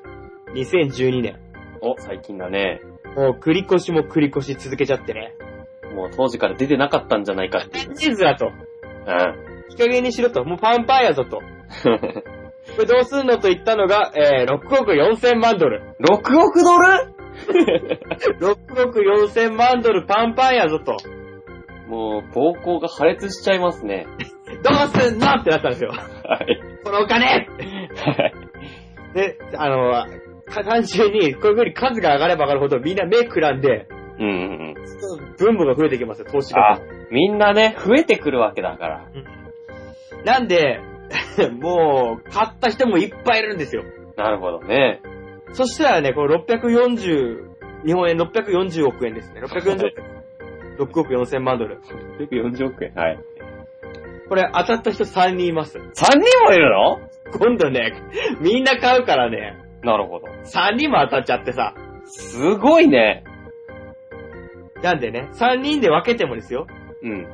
Speaker 2: 2012年。
Speaker 3: お、最近だね。
Speaker 2: もう繰り越しも繰り越し続けちゃってね。
Speaker 3: もう当時から出てなかったんじゃないかっていう。
Speaker 2: チーズだと。
Speaker 3: う
Speaker 2: 日陰にしろと。もうパンパンやぞと。こ
Speaker 3: ん。
Speaker 2: れどうすんのと言ったのが、えー、6億4千万ドル。
Speaker 3: 6億ドル
Speaker 2: 6億4千万ドルパンパンやぞと。
Speaker 3: もう、暴行が破裂しちゃいます ね。
Speaker 2: どうすんのってなったんですよ。
Speaker 3: はい。
Speaker 2: このお金
Speaker 3: はい。
Speaker 2: で、あの、か単純に、こういう風に数が上がれば上がるほどみんな目くらんで、
Speaker 3: うんうんうん。
Speaker 2: 分母が増えてきますよ、投資
Speaker 3: あ
Speaker 2: が。、
Speaker 3: みんなね、増えてくるわけだから。
Speaker 2: なんで、 もう、買った人もいっぱいいるんですよ。
Speaker 3: なるほどね。
Speaker 2: そしたらね、この640、日本円640億円ですね。640億円。6億4千万ドル。
Speaker 3: 640億円。はい。
Speaker 2: これ当たった人3人います。
Speaker 3: 3人もいるの
Speaker 2: 今度ね、みんな買うからね、
Speaker 3: なるほど。
Speaker 2: 3人も当たっちゃってさ。
Speaker 3: すごいね。
Speaker 2: なんでね、3人で分けてもですよ。
Speaker 3: うん。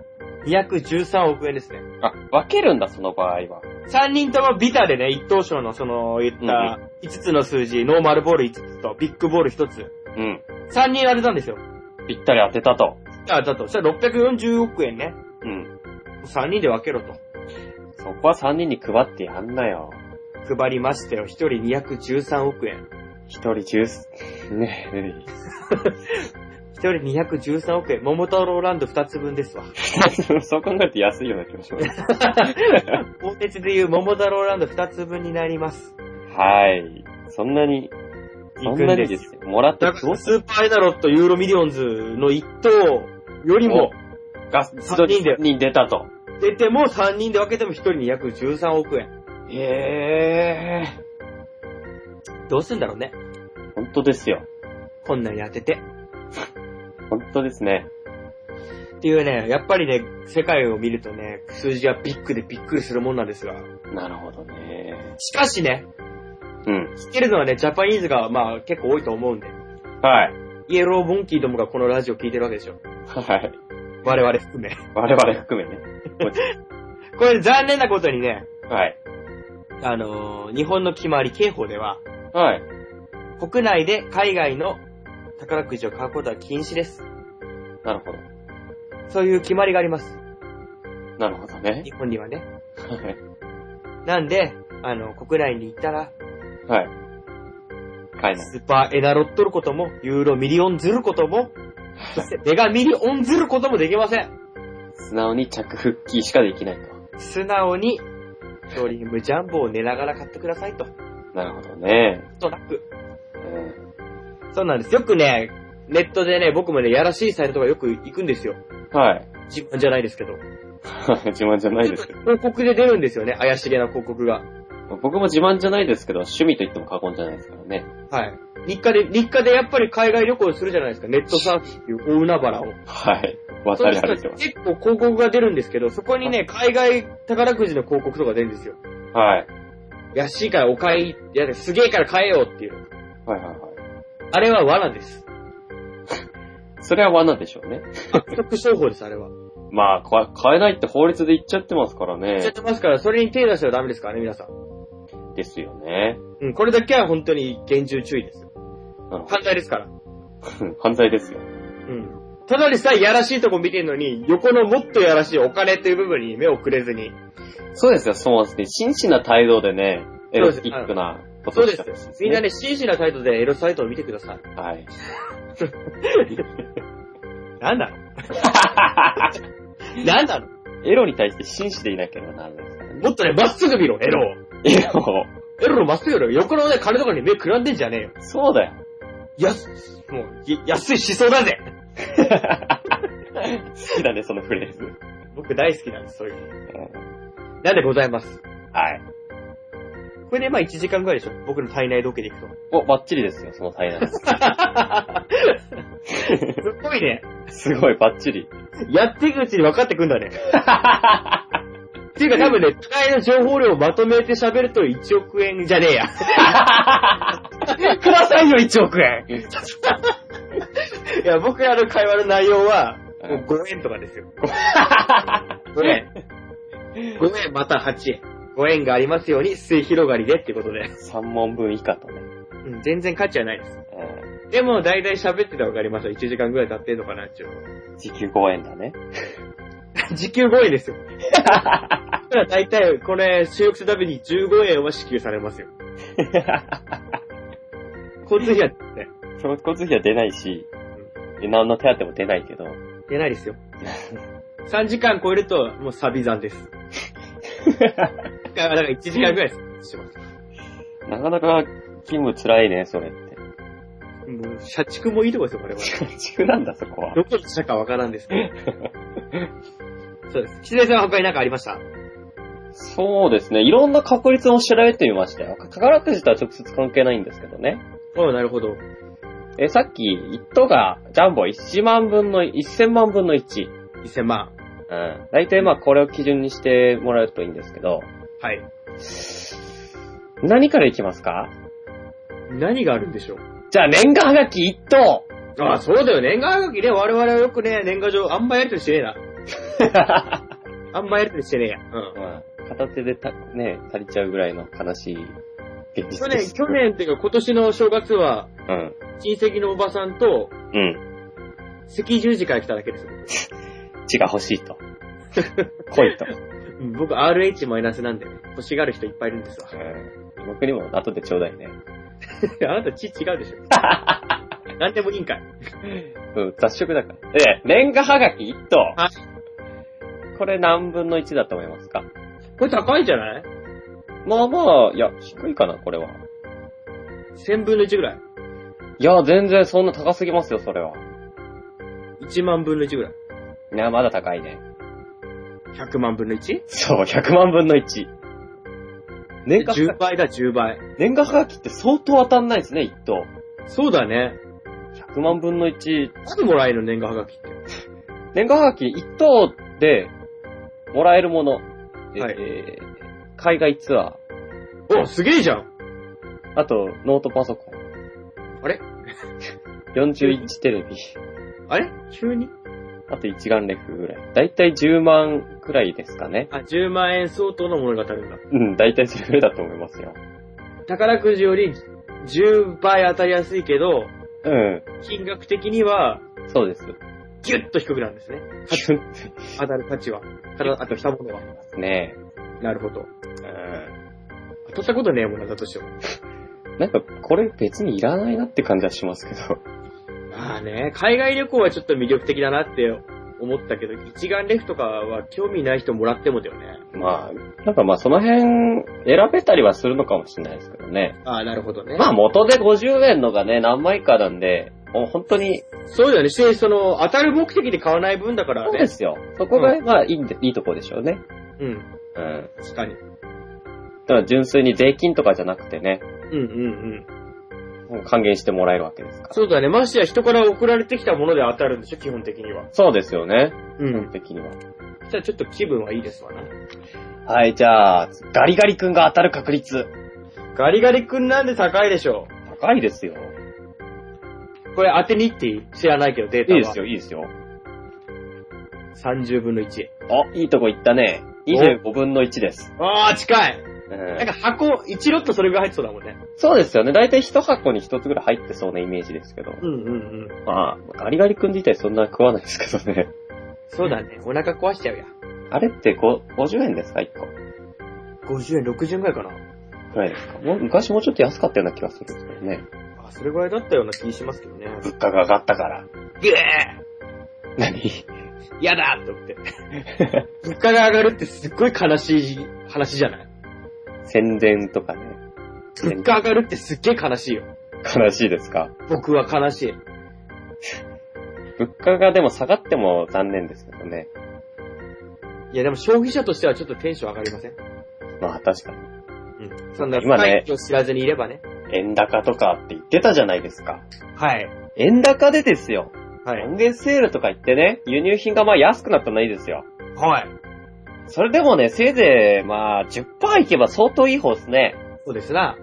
Speaker 2: 213億円ですね。
Speaker 3: あ、分けるんだ、その場合は。
Speaker 2: 3人ともビタでね、一等賞のその、言っ
Speaker 3: うん
Speaker 2: た5つの数字、ノーマルボール5つとビッグボール1つ。
Speaker 3: うん。
Speaker 2: 3人当てたんですよ。
Speaker 3: ぴったり当てたと。
Speaker 2: あ、だとしたら640億円ね。
Speaker 3: うん。
Speaker 2: 3人で分けろと。
Speaker 3: そこは3人に配ってやんなよ。
Speaker 2: 配りましたよ。1人213億円。
Speaker 3: 一人10、ねえ、
Speaker 2: 一人213億円、桃太郎ランド2つ分ですわ。
Speaker 3: そう考えると安いような気もします。
Speaker 2: 大鉄でいう桃太郎ランド2つ分になります。
Speaker 3: はい。そんなに、そんなにですよ。もらって
Speaker 2: だ
Speaker 3: ど
Speaker 2: か
Speaker 3: う
Speaker 2: ら
Speaker 3: す
Speaker 2: スーパーエナロットユーロミリオンズの一等よりも、
Speaker 3: ガス、一人
Speaker 2: 三人で
Speaker 3: に出たと。
Speaker 2: 出ても3人で分けても1人に約13億円。
Speaker 3: へえ。
Speaker 2: どうすんだろうね。
Speaker 3: ー。本当ですよ。
Speaker 2: こんなに当てて。
Speaker 3: 本当ですね。
Speaker 2: っていうね、やっぱりね、世界を見るとね、数字はビッグでびっくりするもんなんですが。
Speaker 3: なるほどね。
Speaker 2: しかしね、
Speaker 3: うん。
Speaker 2: 聞けるのはね、ジャパニーズがまあ結構多いと思うんで、
Speaker 3: はい。
Speaker 2: イエローモンキーどもがこのラジオ聞いてるわけでしょ。
Speaker 3: はい。
Speaker 2: 我々含め。
Speaker 3: 我々含めね。
Speaker 2: これ残念なことにね、
Speaker 3: はい。
Speaker 2: あのー日本の決まり刑法では、
Speaker 3: はい。
Speaker 2: 国内で海外の宝くじを買うことは禁止です。
Speaker 3: なるほど。
Speaker 2: そういう決まりがあります。
Speaker 3: なるほどね。
Speaker 2: 日本にはね。
Speaker 3: はい。
Speaker 2: なんで、あの、国内に行ったら、
Speaker 3: はい。買えない。
Speaker 2: スーパーエナロットることも、ユーロミリオンズることも、 そしてメガミリオンズることもできません。
Speaker 3: 素直に着復帰しかできないと。
Speaker 2: 素直に、ドリームジャンボを寝ながら買ってくださいと。
Speaker 3: なるほどね。
Speaker 2: となく。
Speaker 3: うん。
Speaker 2: そうなんです。よくね、ネットでね、僕もね、やらしいサイトとかよく行くんですよ。
Speaker 3: はい。
Speaker 2: 自慢じゃないですけど。
Speaker 3: 自慢じゃないですけど。
Speaker 2: 広告で出るんですよね、怪しげな広告が。
Speaker 3: 僕も自慢じゃないですけど、趣味と言っても過言じゃないですからね。
Speaker 2: はい。日課で、日課でやっぱり海外旅行するじゃないですか。ネットサーフィンっていう大海原を。
Speaker 3: はい。渡
Speaker 2: その
Speaker 3: り
Speaker 2: 人
Speaker 3: 歩
Speaker 2: た
Speaker 3: いて
Speaker 2: ち
Speaker 3: ます。
Speaker 2: 結構広告が出るんですけど、そこにね、海外宝くじの広告とか出るんですよ。
Speaker 3: はい。
Speaker 2: 安いからお買い、いや、すげえから買えようっていう。
Speaker 3: はいはいはい。
Speaker 2: あれは罠です。
Speaker 3: それは罠でしょうね。
Speaker 2: 悪徳商法です、あれは。
Speaker 3: まあ、こ買えないって法律で言っちゃってますから
Speaker 2: 言っちゃっ
Speaker 3: ね。
Speaker 2: てますから、それに手出したらダメですからね、皆さん。
Speaker 3: ですよね。
Speaker 2: うん、これだけは本当に厳重注意です。
Speaker 3: なるほ
Speaker 2: 犯罪ですから。
Speaker 3: ど犯罪ですよ。
Speaker 2: うん。ただでさえやらしいとこ見てんのに、横のもっとやらしいお金という部分に目をくれずに。
Speaker 3: そうですよ、そうですね。真摯な態度でね、エロスティックなこと
Speaker 2: そ
Speaker 3: を
Speaker 2: うで
Speaker 3: し
Speaker 2: す
Speaker 3: たらいい。
Speaker 2: みんなね、真摯な態度でエロサイトを見てください。
Speaker 3: はい。
Speaker 2: なん だろなんだろ
Speaker 3: エロに対して真摯でいなければならないですからね。
Speaker 2: もっとね、まっすぐ見ろ、エロを。
Speaker 3: エロを。
Speaker 2: エロのまっすぐ見ろ。横のね、金とかに目くらんでんじゃねえよ。
Speaker 3: そうだよ。
Speaker 2: やす、もう、や安い思想だぜ。
Speaker 3: 好きだね、そのフレーズ。
Speaker 2: 僕大好きなんです、そういうの。なんでございます。
Speaker 3: はい。
Speaker 2: これでまあ1時間ぐらいでしょ。僕の体内時計でいくと。
Speaker 3: お、バッチリですよ、その体内。
Speaker 2: すっごいね。
Speaker 3: すごい、バッチリ。
Speaker 2: やっていくうちに分かってくんだね。っていうか多分 ね、互いの情報量をまとめて喋ると1億円じゃねえや。
Speaker 3: くださいよ、1億円
Speaker 2: いや、僕らの会話の内容は、
Speaker 3: うん
Speaker 2: もう5円とか ですよ。5円。5円また8円。5円がありますように、末広がりでってことで。
Speaker 3: !3 問分以下とね。
Speaker 2: うん、全然価値はないです。
Speaker 3: う
Speaker 2: でも、だいたい喋ってたら分かりますよ。1時間ぐらい経ってんのかなっていう。
Speaker 3: ん時給5円だね。
Speaker 2: 時給5円ですよ。 だからだいたい、これ、収録するたびに15円は支給されますよ。交通費は、ね、
Speaker 3: その交通費は出ないし、え何の手当も出ないけど、
Speaker 2: 出ない ですよ。3時間超えると、もうサビ残 です。だから、1時間ぐらいです。します。
Speaker 3: なかなか勤務辛いね、それって。
Speaker 2: もう、社畜もいいとこですよ、我 々。
Speaker 3: 地区なんだ、そこは。
Speaker 2: どこの社かわからんですけど。そうです。岸田さんは他に何かありました
Speaker 3: そうですね。いろんな確率を調べてみましたよ。宝くじとは直接関係ないんですけどね。
Speaker 2: おうなるほど。
Speaker 3: え、さっき、一等が、ジャンボ1万分の、1000万分の1。
Speaker 2: 1000万。
Speaker 3: うん。大体まあこれを基準にしてもらうといいんですけど、
Speaker 2: はい。
Speaker 3: 何からいきますか
Speaker 2: 何があるんでしょう
Speaker 3: じゃあ年賀はがき一等
Speaker 2: ああ、そうだよ。年賀はがきね、我々はよくね、年賀状、あんまやりとりしてねえな。 あんまやりとりしてねえや。う
Speaker 3: まあ片手でた、ね、足りちゃうぐらいの悲しい現
Speaker 2: ん。去
Speaker 3: 実で
Speaker 2: 年、
Speaker 3: す。
Speaker 2: 去年っていうか今年の正月は、
Speaker 3: 年。
Speaker 2: 親戚のおばさんと、
Speaker 3: うん。うん。
Speaker 2: 赤十字から来ただけです。
Speaker 3: 血が欲しい と。来いと。
Speaker 2: うん僕 RH マイナスなんでね、欲しがる人いっぱいいるんですわ
Speaker 3: う。ん。僕にも後でちょうだいね。
Speaker 2: あなた血違うでし ょ。なんでもいいんかい。
Speaker 3: うん、雑食だから。え、年賀はがき一等。
Speaker 2: はい
Speaker 3: これ何分の1だと思いますか
Speaker 2: これ高いんじゃない
Speaker 3: まあまあ、いや、低いかな、これは。
Speaker 2: 1000分の1ぐらい。
Speaker 3: いや、全然そんな高すぎますよ、それは。
Speaker 2: 1万分の1ぐらい。
Speaker 3: いや、まだ高いね。
Speaker 2: 100万分の 1?
Speaker 3: そう、100万分の1。年賀はが
Speaker 2: 10倍だ、10倍。
Speaker 3: 年賀はがきって相当当たんないですね、一等。
Speaker 2: そうだね。
Speaker 3: 100万分の1。
Speaker 2: 何もらえるの、年賀はがきって。
Speaker 3: 年賀はがき一等で、もらえるもの。え
Speaker 2: はい
Speaker 3: えー海外ツア
Speaker 2: お、すげえじゃん
Speaker 3: ー。あと、ノートパソコン。
Speaker 2: あれ
Speaker 3: ?40 インチテレビ。
Speaker 2: あれ急に
Speaker 3: あと一眼レフぐらい。だいたい10万くらいですかね。
Speaker 2: あ、10万円相当のものが当たるんだ。
Speaker 3: うん、だいたいそれぐらいだと思いますよ。
Speaker 2: 宝くじより10倍当たりやすいけど、
Speaker 3: うん、
Speaker 2: 金額的には、
Speaker 3: そうです。
Speaker 2: ギュッと低くなるんですね。当たる価値は。ただ、あとしたものは。
Speaker 3: ね
Speaker 2: なるほど。
Speaker 3: え。う
Speaker 2: 当たったことねえもんな、だとしても。
Speaker 3: ん。なんか、これ別にいらないなって感じはしますけど。
Speaker 2: まあね、海外旅行はちょっと魅力的だなって思ったけど、一眼レフとかは興味ない人もらってもだよね。
Speaker 3: まあ、なんかまあその辺選べたりはするのかもしれないですけどね。
Speaker 2: ああ、なるほどね。
Speaker 3: まあ元で50円のがね、何枚かなんで、もう本当に、
Speaker 2: そうだよね。し、その、当たる目的で買わない分だから
Speaker 3: そうで
Speaker 2: ね。
Speaker 3: すよ。そこが、まあいいんで、いいとこでしょうね。
Speaker 2: うん。
Speaker 3: うん。
Speaker 2: 確かに。
Speaker 3: だから純粋に税金とかじゃなくてね、
Speaker 2: うんうんうん。
Speaker 3: もう還元してもらえるわけですから。
Speaker 2: そうだね。ましてや人から送られてきたもので当たるんでしょ、基本的には。
Speaker 3: そうですよね。
Speaker 2: う
Speaker 3: 基本。的には。
Speaker 2: じゃあちょっと気分はいいですわな。
Speaker 3: はい、じゃあ、ガリガリ君が当たる確率。
Speaker 2: ガリガリ君なんで高いでしょ
Speaker 3: 高いですよ。
Speaker 2: これ当てに行っていい知らないけど、データ
Speaker 3: い
Speaker 2: は。
Speaker 3: いですよ、いいですよ。
Speaker 2: 30分の1。
Speaker 3: あ、いいとこ行ったね。25分の1です。
Speaker 2: あー、近い
Speaker 3: うん
Speaker 2: なんか箱、1ロットそれぐらい入ってそうだもんね。
Speaker 3: そうですよね。だいたい一箱に一つぐらい入ってそうなイメージですけど。
Speaker 2: うんうんうん。
Speaker 3: まあ、ガリガリ君自体そんな食わないですけど ね。
Speaker 2: そうだね。お腹壊しちゃうや。
Speaker 3: あれってこう50円ですか ?1 個。
Speaker 2: 50円、60円ぐらいかな。
Speaker 3: くらいですかもう昔もうちょっと安かったような気がするんですけどね。
Speaker 2: あ、それぐらいだったような気しますけどね。
Speaker 3: 物価が上がったから。
Speaker 2: ぐえ
Speaker 3: 何
Speaker 2: ーやだと思って。 物価が上がるってすっごい悲しい話じゃない
Speaker 3: 宣伝とかね。
Speaker 2: 物価上がるってすっげえ悲しいよ。
Speaker 3: 悲しいですか
Speaker 2: 僕は悲しい。
Speaker 3: 物価がでも下がっても残念ですけどね。
Speaker 2: いやでも消費者としてはちょっとテンション上がりません
Speaker 3: まあ確かに。
Speaker 2: うん。そんな
Speaker 3: 今
Speaker 2: 深
Speaker 3: ね
Speaker 2: い気を知らずにいればね。
Speaker 3: 円高とかって言ってたじゃないですか。
Speaker 2: はい。
Speaker 3: 円高でですよ。
Speaker 2: は
Speaker 3: 還。元セールとか言ってね、輸入品がまあ安くなったのはいいですよ。
Speaker 2: はい。
Speaker 3: それでもね、せいぜいまあ10%いけば相当いい方ですね。
Speaker 2: そうですな。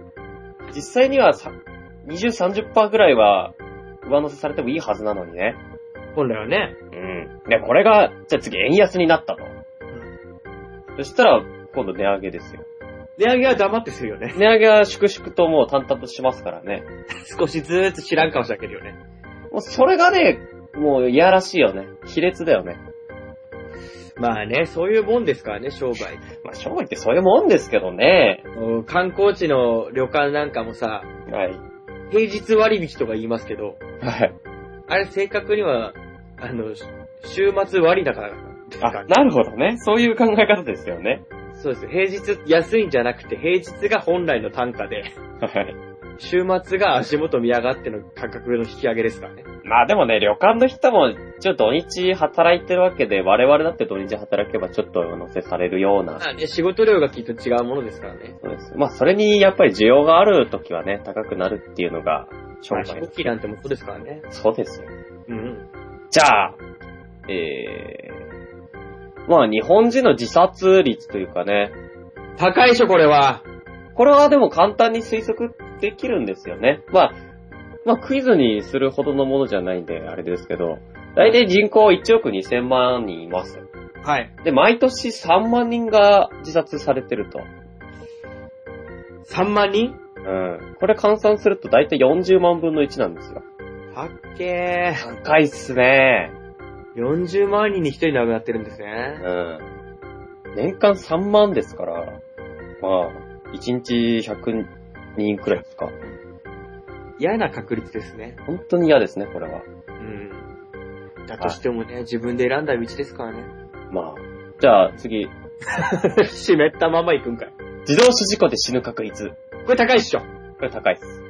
Speaker 3: 実際にはさ20、30%ぐらいは上乗せされてもいいはずなのにね。
Speaker 2: 本来はね。
Speaker 3: うん。で、これが、じゃあ次円安になったと。そしたら、今度値上げですよ。
Speaker 2: 値上げは黙ってするよね。
Speaker 3: 値上げは粛々ともう淡々としますからね。
Speaker 2: 少しずつ知らん顔しだけるよね。
Speaker 3: もうそれがね、もういやらしいよね。卑劣だよね。
Speaker 2: まあね、そういうもんですからね、商売。
Speaker 3: まあ、正直ってそういうもんですけどね。
Speaker 2: うん観光地の旅館なんかもさ、
Speaker 3: はい。
Speaker 2: 平日割引とか言いますけど、
Speaker 3: はい。
Speaker 2: あれ正確には、あの、し週末割高だから。
Speaker 3: あ、なるほどね。そういう考え方ですよね。
Speaker 2: そうです。平日安いんじゃなくて、平日が本来の単価で、
Speaker 3: はい。
Speaker 2: 週末が足元見上がっての価格の引き上げですからね。
Speaker 3: まあでもね、旅館の人も、ちょっと土日働いてるわけで、我々だって土日働けばちょっと上乗せされるような。
Speaker 2: まあね、仕事量がきっと違うものですからね。
Speaker 3: そうです。まあそれに、やっぱり需要がある時はね、高くなるっていうのが、商
Speaker 2: まあ
Speaker 3: 売
Speaker 2: 飛
Speaker 3: の
Speaker 2: 行機なんてもそうですからね。
Speaker 3: そうですよ。
Speaker 2: うん。
Speaker 3: じゃあ、えー、まあ日本人の自殺率というかね、
Speaker 2: 高いでしょ、これは。
Speaker 3: これはでも簡単に推測できるんですよね。まあ、まあクイズにするほどのものじゃないんで、あれですけど、大体人口1億2000万人います。
Speaker 2: はい。
Speaker 3: で、毎年3万人が自殺されてると。
Speaker 2: 3万人
Speaker 3: うん。これ換算すると大体40万分の1なんですよ。
Speaker 2: たっけー。
Speaker 3: 高いっすね
Speaker 2: 40万人に1人亡くなってるんですね。
Speaker 3: うん。年間3万ですから、まあ、1日100人くらいですか。
Speaker 2: 嫌な確率ですね。
Speaker 3: 本当に嫌ですね、これは。
Speaker 2: うん。だとしてもね、自分で選んだ道ですからね。
Speaker 3: まあ。じゃあ次、
Speaker 2: 湿ったまま行くんかい。
Speaker 3: 自動死事故で死ぬ確率。
Speaker 2: これ高いっしょ。
Speaker 3: これ高いっす。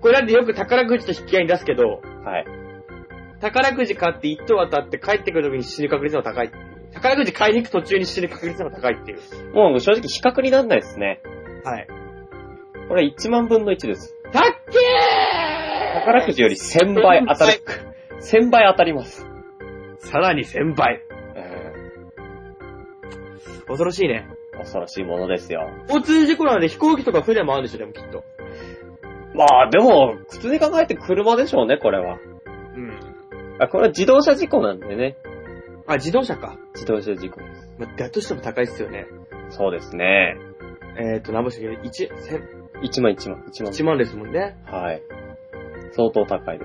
Speaker 2: これだってよく宝くじと引き合いに出すけど、
Speaker 3: はい。
Speaker 2: 宝くじ買って1等当たって帰ってくる時に死ぬ確率の方が高いっていう。宝くじ買いに行く途中に死ぬ確率の方が高いっていう。
Speaker 3: もう正直比較になんないですね。
Speaker 2: はい。
Speaker 3: これ1万分の1です。
Speaker 2: たっけー
Speaker 3: 宝くじより1000倍当た る。1000倍当たります。
Speaker 2: さらに1000倍。
Speaker 3: うん
Speaker 2: 恐ろしいね。
Speaker 3: 恐ろしいものですよ。
Speaker 2: 交通事故なんで飛行機とか船もあるんでしょ、でもきっと。
Speaker 3: まあでも、普通に考えて車でしょうね、これは。
Speaker 2: うん。
Speaker 3: あ、これは自動車事故なんでね。
Speaker 2: あ、自動車か。
Speaker 3: 自動車事故です。
Speaker 2: まあ、だとしても高いっすよね。
Speaker 3: そうですね。
Speaker 2: えーと、何ぼしたっけ ?1、千
Speaker 3: 1万1万、1万。
Speaker 2: 1万ですもんね。
Speaker 3: はい。相当高いで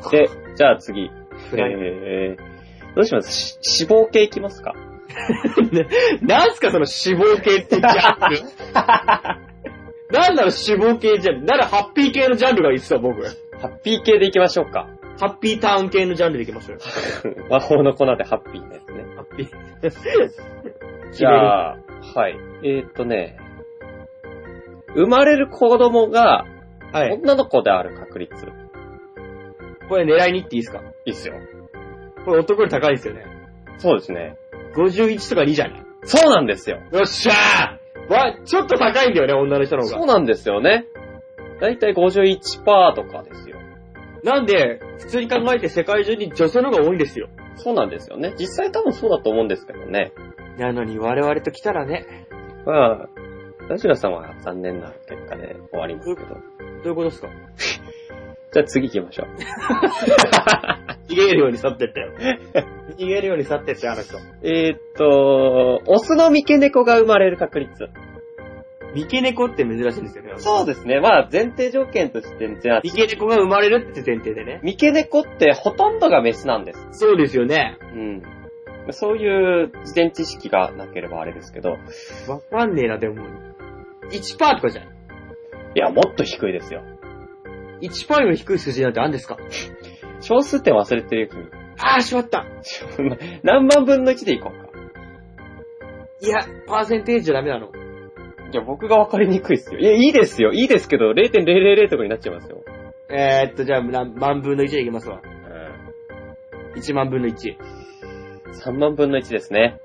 Speaker 3: す。で、じゃあ次。えー、どうしますし死亡系いきますか
Speaker 2: なんすかその死亡系ってジャン ル。なんなの死亡系ジャンル。ならハッピー系のジャンルがいいっすわ、僕。ハ
Speaker 3: ハッピー系でいきましょうか。
Speaker 2: ッピーターン系のジャンルでいきましょうよ。
Speaker 3: 魔法の粉でハッピーですね。
Speaker 2: ハッピー。
Speaker 3: じゃあ、はい。えー、っとね、生まれる子供が
Speaker 2: はい。
Speaker 3: 女の子である確率。
Speaker 2: これ狙いに行っていいですか
Speaker 3: いいっすよ。
Speaker 2: これ男より高いですよね。
Speaker 3: そうですね。
Speaker 2: 51とか2じゃない
Speaker 3: そうなんですよ。
Speaker 2: よっしゃーわ、ちょっと高いんだよね、女の人の方
Speaker 3: そう
Speaker 2: が。
Speaker 3: なんですよね。だいたい51%とかですよ。
Speaker 2: なんで、普通に考えて世界中に女性の方が多いんですよ。
Speaker 3: そうなんですよね。実際多分そうだと思うんですけどね。
Speaker 2: なのに我々と来たらね、
Speaker 3: まあ、ラジラさんは残念な結果で終わりますけど。
Speaker 2: どういうことですか
Speaker 3: じゃあ次行きましょう。
Speaker 2: 逃げるように去ってったよ。 逃げるように去ってったよ、あ の人。
Speaker 3: えーっと、オスの三毛猫が生まれる確率。
Speaker 2: 三毛猫って珍しいんですよね。
Speaker 3: そうですね。まあ前提条件として、じゃあ、
Speaker 2: 三毛猫が生まれるって前提でね。
Speaker 3: 三毛猫ってほとんどがメスなんです。
Speaker 2: そうですよね。
Speaker 3: うん。そういう事前知識がなければあれですけど、
Speaker 2: わかんねえな、でも。1%とかじゃん。
Speaker 3: いや、もっと低いですよ。
Speaker 2: 1%より低い数字なんてあんですか
Speaker 3: 小数点忘れてるよ、君。
Speaker 2: ああ、しまった。
Speaker 3: 何万分の1でいこうか。
Speaker 2: いや、パーセンテージじゃダメなの。
Speaker 3: いや、僕が分かりにくいですよ。いや、いいですよ。いいですけど、0.000とかになっちゃいますよ。
Speaker 2: えー、っと、じゃあ、何万分の1でいきますわ。
Speaker 3: う
Speaker 2: 1万分の1。
Speaker 3: ん。3万分の1ですね。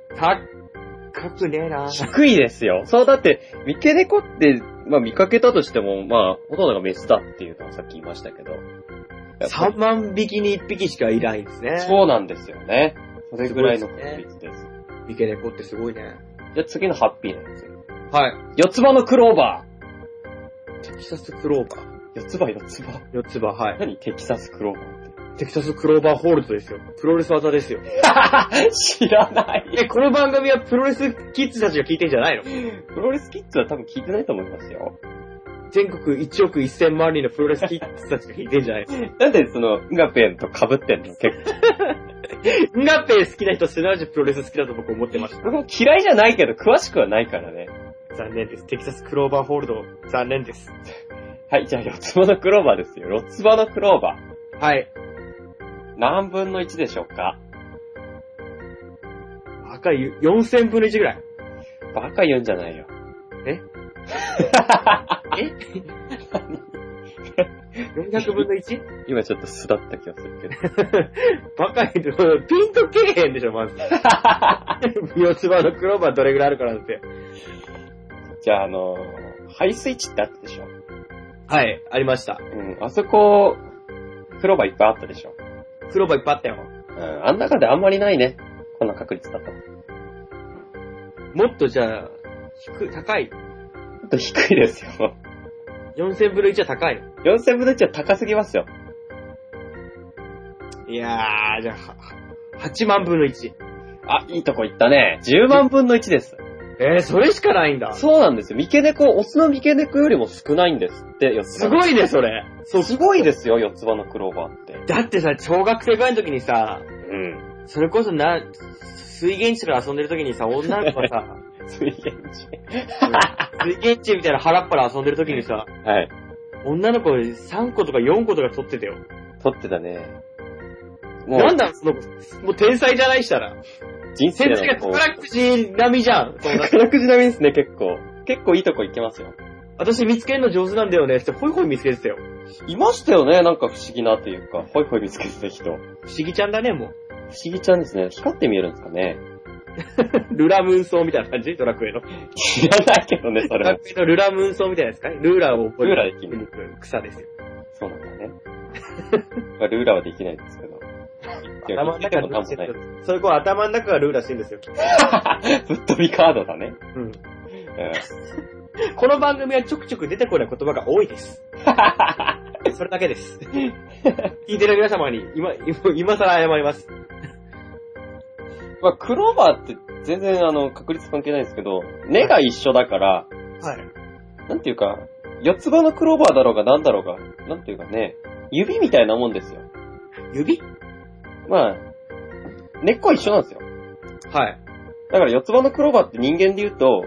Speaker 2: 高くねえ な
Speaker 3: 低いですよ。そう、だって、三毛猫って、まあ見かけたとしても、まあ、ほとんどがメスだっていうのはさっき言いましたけど。
Speaker 2: 3万匹に1匹しかいないんですね。う。
Speaker 3: そうなんですよね。それぐらいの確率です。
Speaker 2: 三毛猫ってすごいね。
Speaker 3: じゃあ次のハッピーなんですよ。
Speaker 2: はい。
Speaker 3: 四つ葉のクローバ
Speaker 2: テキサスクローバー。
Speaker 3: ー。四つ葉、四つ葉。
Speaker 2: 四つ葉、はい。
Speaker 3: 何テキサスクローバーって。
Speaker 2: テキサスクローバーホールドですよ。プロレス技ですよ。
Speaker 3: 知らない。
Speaker 2: え、この番組はプロレスキッズたちが聞いてんじゃないの
Speaker 3: プロレスキッズは多分聞いてないと思いますよ。
Speaker 2: 全国1億1000万人のプロレスキッズたちが聞いてんじゃないの
Speaker 3: なんでその、ンガペンと被ってんの結構。
Speaker 2: ンガペ好きな人、すなわちプロレス好きだと僕思ってました。
Speaker 3: 僕も嫌いじゃないけど、詳しくはないからね。
Speaker 2: 残念です。テキサスクローバーホールド、残念です。
Speaker 3: はい、じゃあ四つ葉のクローバーですよ。四つ葉のクローバー。
Speaker 2: はい。
Speaker 3: 何分の1でしょうか
Speaker 2: 赤い4000分の1ぐらい。
Speaker 3: バカ言うんじゃないよ。
Speaker 2: ええ ?400 分の 1?
Speaker 3: 今ちょっと素だった気がするけど。
Speaker 2: バカ言って、ピンとけえへんでしょ、 まず。四つ葉のクローバーどれぐらいあるかなんて。
Speaker 3: じゃああのー、排水池ってあったでしょ
Speaker 2: はい、ありました。
Speaker 3: うん、あそこ、クローバーいっぱいあったでしょ
Speaker 2: クローバーいっぱいあったよ。
Speaker 3: うん、あん中であんまりないね。こんな確率だと。ち
Speaker 2: もっとじゃあ、低い、高い。
Speaker 3: ょっと低いですよ。
Speaker 2: 4000分の1は高いの。
Speaker 3: 4000分の1は高すぎますよ。
Speaker 2: いやー、じゃあ、は8万分の1。
Speaker 3: あ、いいとこ行ったね。10万分の1です。
Speaker 2: えー、それしかないんだ。
Speaker 3: そうなんですよ。三毛猫、オスの三毛猫よりも少ないんですって、四つ葉
Speaker 2: すごいね、それ。
Speaker 3: そう、すごいですよ、四つ葉のクローバーって。
Speaker 2: だってさ、小学生ぐらいの時にさ、
Speaker 3: うん。
Speaker 2: それこそな、水源地とか遊んでる時にさ、女の子が さ、
Speaker 3: 水源地。
Speaker 2: 水源地みたいな腹っ腹遊んでる時にさ、
Speaker 3: はい。
Speaker 2: 女の子3個とか4個とか取ってたよ。
Speaker 3: 撮ってたね。も
Speaker 2: なんだ、その、もう天才じゃないしたら。
Speaker 3: 人生
Speaker 2: 天
Speaker 3: の
Speaker 2: 才が
Speaker 3: こう
Speaker 2: 宝くじ並みじゃん。そん な
Speaker 3: 宝くじ並みですね、結構。結構いいとこ行けますよ。
Speaker 2: 私見つけるの上手なんだよねって、ほいほい見つけてたよ。
Speaker 3: いましたよね、なんか不思議なというか、ほいほい見つけてた人。不
Speaker 2: 不思議ちゃんだね、も
Speaker 3: 思議ちゃんですね。光って見えるんですかね。
Speaker 2: う。ルラムーンソーみたいな感じドラクエの。
Speaker 3: 知らないけどね、そ
Speaker 2: ド
Speaker 3: れ
Speaker 2: ラ
Speaker 3: は。
Speaker 2: クエのルラムーンソーみたいなやつかいルーラーを覚え
Speaker 3: ルー
Speaker 2: る。
Speaker 3: ラーできない。
Speaker 2: 草ですよ。
Speaker 3: そうなんだね。まあ、ルーラーはできないんですけど。いや
Speaker 2: 頭の
Speaker 3: 見て
Speaker 2: 中
Speaker 3: て
Speaker 2: が
Speaker 3: も
Speaker 2: ルー
Speaker 3: な
Speaker 2: ラ
Speaker 3: んもない。
Speaker 2: ーそういう子は頭の中がルーラーしてるんですよ。
Speaker 3: ぶっ飛びカードだね。
Speaker 2: うん。
Speaker 3: う
Speaker 2: この番組はちょくちょく出てこない言葉が多いです。それだけです。聞いてる皆様に今、今、今更謝ります。
Speaker 3: んまあ、クローバーって全然あの、確率関係ないですけど、根が一緒だから、
Speaker 2: はい。
Speaker 3: なんていうか、四つ葉のクローバーだろうがなんだろうが、なんていうかね、指みたいなもんですよ。
Speaker 2: 指
Speaker 3: まあ、根っこは一緒なんですよ。
Speaker 2: はい。
Speaker 3: だから四つ葉のクローバーって人間で言うと、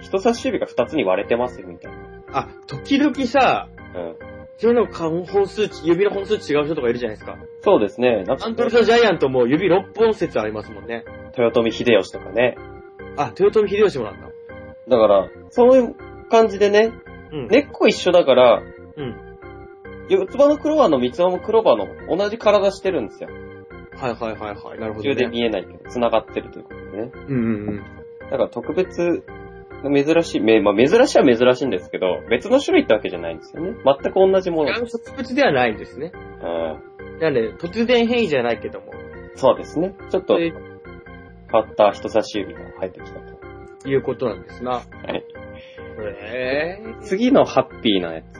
Speaker 3: 人差し指が二つに割れてますよ、みたいな。
Speaker 2: あ、時々さ、
Speaker 3: うん。
Speaker 2: それの顔本数値、指の本数違う人とかいるじゃないですか。
Speaker 3: そうですね。なん
Speaker 2: ア
Speaker 3: か、
Speaker 2: ントレとジャイアントも指6本説ありますもんね。
Speaker 3: 豊臣秀吉とかね。
Speaker 2: あ、豊臣秀吉もなんだ。
Speaker 3: だから、そういう感じでね、
Speaker 2: うん。
Speaker 3: 根っこ一緒だから、
Speaker 2: うん。
Speaker 3: 四つ葉のクローバーの三つ葉もクローバーの同じ体してるんですよ。
Speaker 2: はいはいはいはい。なるほ
Speaker 3: 途中
Speaker 2: ど、
Speaker 3: で
Speaker 2: ね。
Speaker 3: 見えないけど、繋がってるということでね。
Speaker 2: うんうんうん。
Speaker 3: だから特別、珍しい、めまあ、珍しいは珍しいんですけど、別の種類ってわけじゃないんですよね。全く同じもの。
Speaker 2: 違う植物ではないんですね。
Speaker 3: うん。
Speaker 2: なんで、突然変異じゃないけども、
Speaker 3: そうですね。ちょっと、
Speaker 2: とい
Speaker 3: 変わった人差し指が入ってきたと。。
Speaker 2: いうことなんですな。はいえ
Speaker 3: 次のハッピーなやつ。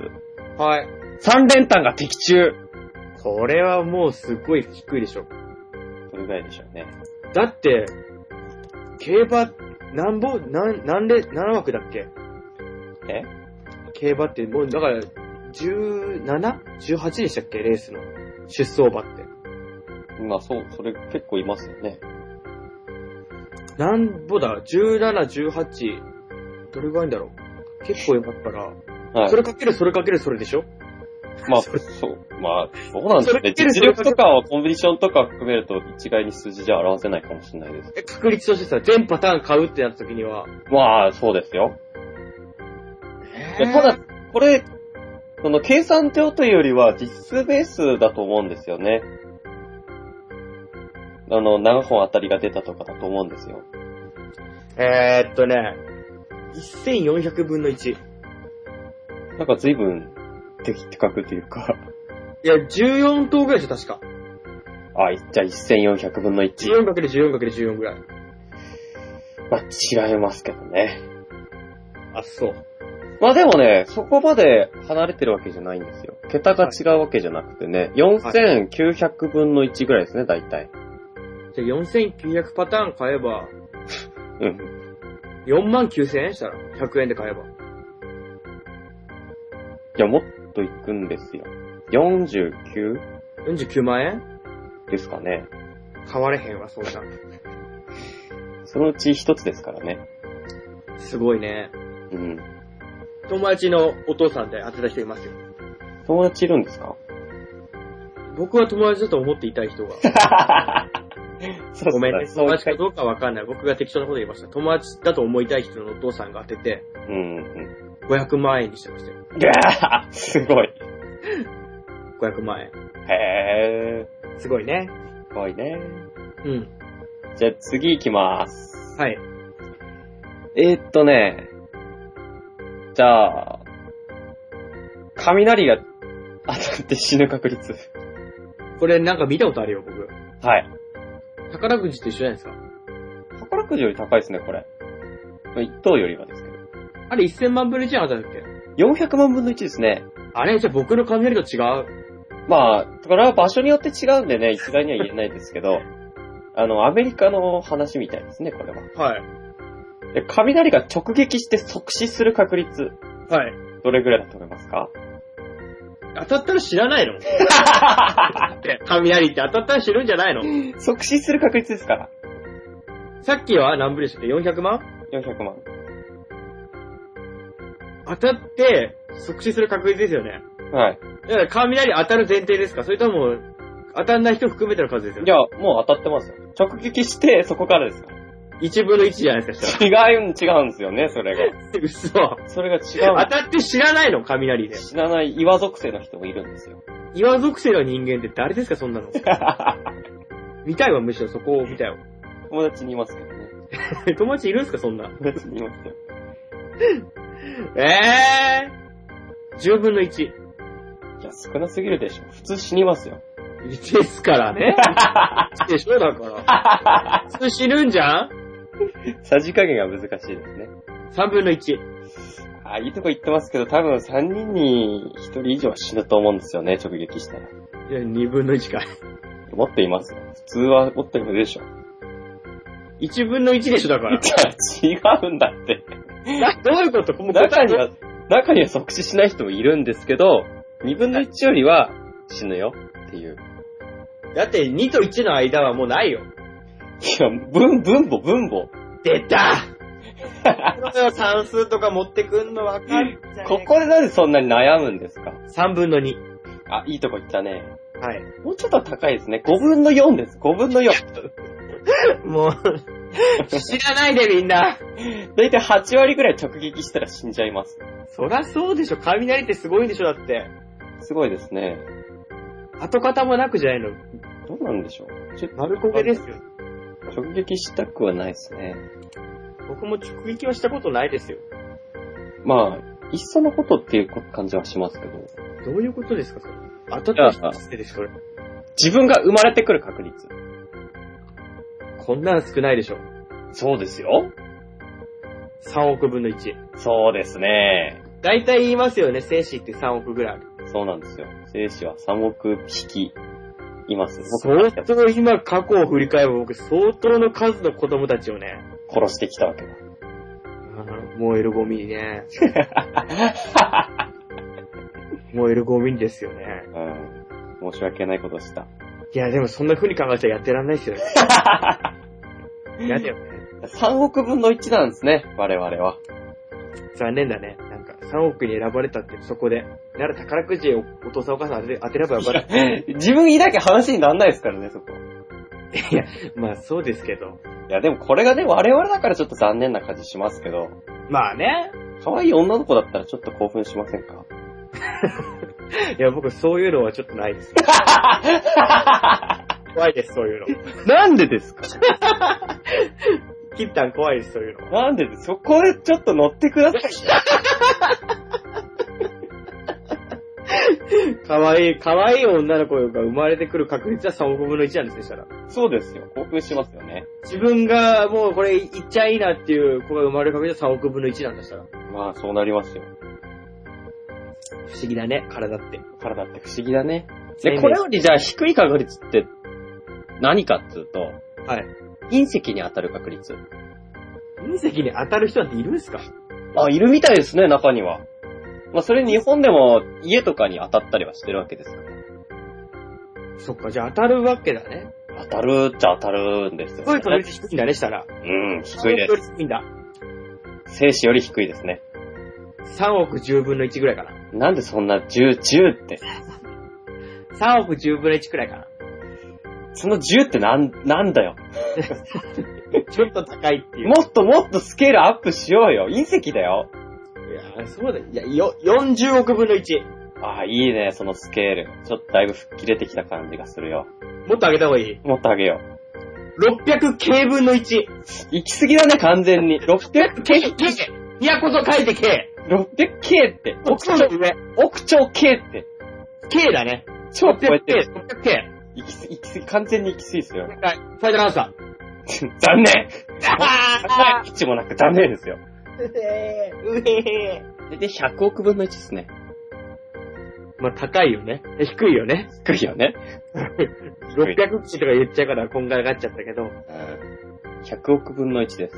Speaker 2: ー。はい。
Speaker 3: 三連単が的中
Speaker 2: これはもうすっごい低いでしょ。
Speaker 3: それぐらいでしょうね。
Speaker 2: だって、競馬、なんぼ、なん、なんで、7枠だっけ
Speaker 3: え
Speaker 2: 競馬って、もう、だから、17?18 でしたっけレースの。出走馬って。
Speaker 3: まあそう、それ結構いますよね。
Speaker 2: なんぼだ ?17、18。どれぐらいだろう結構よかったら、
Speaker 3: はい。
Speaker 2: それかけるそれかけるそれでしょ
Speaker 3: ま あ、そう、まあ、そうなんです
Speaker 2: それ
Speaker 3: ね
Speaker 2: っ。きり
Speaker 3: 実力とかはコンビネーションとか含めると一概に数字じゃ表せないかもしれないです。
Speaker 2: え確率としてさ、全パターン買うってなった時には。
Speaker 3: まあ、そうですよ。
Speaker 2: え
Speaker 3: いやただ、これ、この計算上というよりは実数ベースだと思うんですよね。あの、何本当たりが出たとかだと思うんですよ。
Speaker 2: えーっとね、1400分の1。い
Speaker 3: なんか随分、的確というか、
Speaker 2: や、14頭ぐらいでしょ、確か。
Speaker 3: あ、じゃあ1400分の1。
Speaker 2: 14×14×14 ぐらい。
Speaker 3: まあ、違いますけどね。
Speaker 2: あ、そう。
Speaker 3: まあでもね、そこまで離れてるわけじゃないんですよ。桁が違うわけじゃなくてね、4900分の1ぐらいですね、大体。
Speaker 2: じゃあ4900パターン買えば、
Speaker 3: うん。
Speaker 2: 4万9000円したら、100円で買え
Speaker 3: い
Speaker 2: ば。
Speaker 3: や、もっといくんですよ。49
Speaker 2: 49万円
Speaker 3: ですかね。
Speaker 2: 買われへんわ、そんな。
Speaker 3: そのうち一つですからね。
Speaker 2: すごいね。
Speaker 3: うん。
Speaker 2: 友達のお父さんで当てた人いますよ。
Speaker 3: 友達いるんですか
Speaker 2: 僕は友達だと思っていたい 人が。
Speaker 3: そう
Speaker 2: ごめんね。
Speaker 3: そう
Speaker 2: 友達かどうかわかんない。僕が適当なこと言いました。友達だと思いたい人のお父さんが当てて、
Speaker 3: うんうん。
Speaker 2: 500万円にしてましたよ。
Speaker 3: うわーすごい。
Speaker 2: 500万円。
Speaker 3: へ
Speaker 2: すごいね。
Speaker 3: ー。すごいね。
Speaker 2: うん。
Speaker 3: じゃあ次行きます。
Speaker 2: はい。
Speaker 3: えー、っとね、じゃあ、雷が当たって死ぬ確率。
Speaker 2: これなんか見たことあるよ、僕。
Speaker 3: はい。
Speaker 2: 宝くじと一緒じゃないですか。
Speaker 3: 宝くじより高いですね、これ。まあ一等よりはですけど。
Speaker 2: あれ1000万分の1当たるっけ
Speaker 3: 400万分の1ですね。
Speaker 2: あれじゃあ僕の雷と違う。
Speaker 3: まあ、これは場所によって違うんでね、一概には言えないですけど、 あの、アメリカの話みたいですね、これは。
Speaker 2: はい。
Speaker 3: で雷が直撃して即死する確率、
Speaker 2: はい。
Speaker 3: どれぐらいだと思いますか
Speaker 2: 当たったら知らない のって雷って当たったら知るんじゃないの
Speaker 3: 即死する確率ですから。
Speaker 2: さっきは何分でしたっけ ?400 万
Speaker 3: 400万。
Speaker 2: 当たって、即死する確率ですよね。
Speaker 3: はい。
Speaker 2: だから雷当たる前提ですかそれとも、当たんない人含めての数ですよ
Speaker 3: い
Speaker 2: ね。
Speaker 3: や、もう当たってますよ。直撃して、そこからですから。
Speaker 2: 1分の1じゃないですか、したら。
Speaker 3: 違うん、違うんですよね、それが。
Speaker 2: 嘘。
Speaker 3: それが違
Speaker 2: 当
Speaker 3: う。
Speaker 2: たって知らないの雷で。
Speaker 3: 死なない岩属性の人もいるんですよ。
Speaker 2: 岩属性の人間って誰ですか、そんな の。見たいわ、むしろそこを見たいわ。
Speaker 3: 友達にいますけどね。
Speaker 2: 友達いるんすか、そんな。
Speaker 3: 友達にいますよ。
Speaker 2: えぇー。10分の1。
Speaker 3: いや、少なすぎるでしょ。普通死にますよ。
Speaker 2: ですからね。でしょ、だから。普通死ぬんじゃん
Speaker 3: さじ加減が難しいですね。
Speaker 2: ?3 分の1。
Speaker 3: あ、いいとこ言ってますけど、多分3人に1人以上は死ぬと思うんですよね、直撃したら。
Speaker 2: いや、2分の1か。
Speaker 3: 持っていますよ。普通は持ってるで しょ。
Speaker 2: 1分の1でしょ、だ から。
Speaker 3: 違うんだって。
Speaker 2: などういうこともう答
Speaker 3: 中
Speaker 2: え
Speaker 3: には、中には即死しない人もいるんですけど、2分の1よりは死ぬよっていう。
Speaker 2: だって2と1の間はもうないよ。
Speaker 3: いや、分、分母、分母。
Speaker 2: 出 たこの算数とか持ってくんのわかるじゃ
Speaker 3: ここでなんでそんなに悩むんですか
Speaker 2: ?3 分の2。
Speaker 3: あ、いいとこ行ったね。
Speaker 2: はい。
Speaker 3: もうちょっと高いですね。5分の4です。5分の4。
Speaker 2: もう、知らないでみんな。
Speaker 3: だいたい8割ぐらい直撃したら死んじゃいます。
Speaker 2: そらそうでしょ。雷ってすごいんでしょ、だって。
Speaker 3: すごいですね。
Speaker 2: 跡形もなくじゃないの。
Speaker 3: どうなんでしょうちょ
Speaker 2: 丸焦げですよ。
Speaker 3: 直撃したくはないですね。
Speaker 2: 僕も直撃はしたことないですよ。
Speaker 3: まあ、いっそのことっていう感じはしますけど。
Speaker 2: どういうことですか、それ。当たった人でしょ、それ。
Speaker 3: 自分が生まれてくる確率。
Speaker 2: こんなの少ないでしょ。
Speaker 3: そうですよ。
Speaker 2: 3億分の1。
Speaker 3: そうですね。
Speaker 2: 大体言いますよね、精子って3億ぐらいある。
Speaker 3: そうなんですよ。精子は3億匹います。僕
Speaker 2: 相当今過去を振り返る僕相当の数の子供たちをね、
Speaker 3: 殺してきたわけだ。
Speaker 2: 燃えるゴミに ね。燃えるゴミにですよね。
Speaker 3: うん。申し訳ないことした。
Speaker 2: いや、でもそんな風に考えたらやってらんないですよね。嫌だよね。
Speaker 3: 3億分の1なんですね、我々 は。
Speaker 2: 残念だね。なんか、3億に選ばれたって、そこで。なら宝くじへおお父さんお母さん当て当てればよかった。
Speaker 3: 自分いなきゃ話にならないですからね、そこ。
Speaker 2: いや、まあそうですけど。
Speaker 3: いや、でもこれがね、我々だからちょっと残念な感じしますけど、
Speaker 2: まあね。
Speaker 3: 可愛い女の子だったらちょっと興奮しませんか
Speaker 2: いや、僕そういうのはちょっとないです。怖いです、そういうの。
Speaker 3: なんでですか
Speaker 2: キッタン怖いです、そういうのは。
Speaker 3: なんでですそこへちょっと乗ってください。
Speaker 2: 可愛い可愛い女の子が生まれてくる確率は3億分の1なんですね、したら。
Speaker 3: そうですよ。興奮しますよね。
Speaker 2: 自分がもうこれ言っちゃいいなっていう子が生まれる確率は3億分の1なんだしたら。
Speaker 3: まあ、そうなりますよ。
Speaker 2: 不思議だね、体って。
Speaker 3: 体って不思議だね。で、これよりじゃあ低い確率って何かっつうと、
Speaker 2: はい。
Speaker 3: 隕石に当たる確率。
Speaker 2: 隕石に当たる人なんているんですか
Speaker 3: あ、いるみたいですね、中には。まあ、それ日本でも家とかに当たったりはしてるわけですから。
Speaker 2: そっか、じゃあ当たるわけだね。
Speaker 3: 当たるっちゃ当たるんです
Speaker 2: すご
Speaker 3: よ、
Speaker 2: い
Speaker 3: ね。
Speaker 2: 確率低いんだね、したら。
Speaker 3: うん、低いで
Speaker 2: よ
Speaker 3: す。
Speaker 2: り低いんだ。
Speaker 3: 精子より低いですね。
Speaker 2: 3億10分の1ぐらいかな。
Speaker 3: なんでそんな10、10って。
Speaker 2: 3億10分の1くらいかな。
Speaker 3: その10ってなん、なんだよ。
Speaker 2: ちょっと高いっていう。
Speaker 3: もっともっとスケールアップしようよ。隕石だよ。
Speaker 2: いや、そうだ。いや、よ、40億分の1。
Speaker 3: ああ、いいね、そのスケール。ちょっとだいぶ吹っ切れてきた感じがするよ。
Speaker 2: もっと上げた方がいい。
Speaker 3: もっと上げよ
Speaker 2: 600K 分の1。
Speaker 3: う。行き過ぎだね、完全に。600K、
Speaker 2: K、K、都と書いて K。
Speaker 3: 600K って。
Speaker 2: 奥の上。
Speaker 3: 億兆 K って。
Speaker 2: K だね。
Speaker 3: 超超えてる。
Speaker 2: 600K。600K。
Speaker 3: 行き過ぎ、行き過ぎ、完全に行き過ぎですよ。
Speaker 2: はい。ファイナルアンサー。
Speaker 3: 残念
Speaker 2: あ
Speaker 3: 一致もなく残念ですよ。
Speaker 2: ーうへーうへー
Speaker 3: で、100億分の1ですね。
Speaker 2: まあ、高いよね。低いよね。
Speaker 3: 低いよね。
Speaker 2: 600期とか言っちゃうからこんがらがっちゃったけど。
Speaker 3: うん100億分の1です。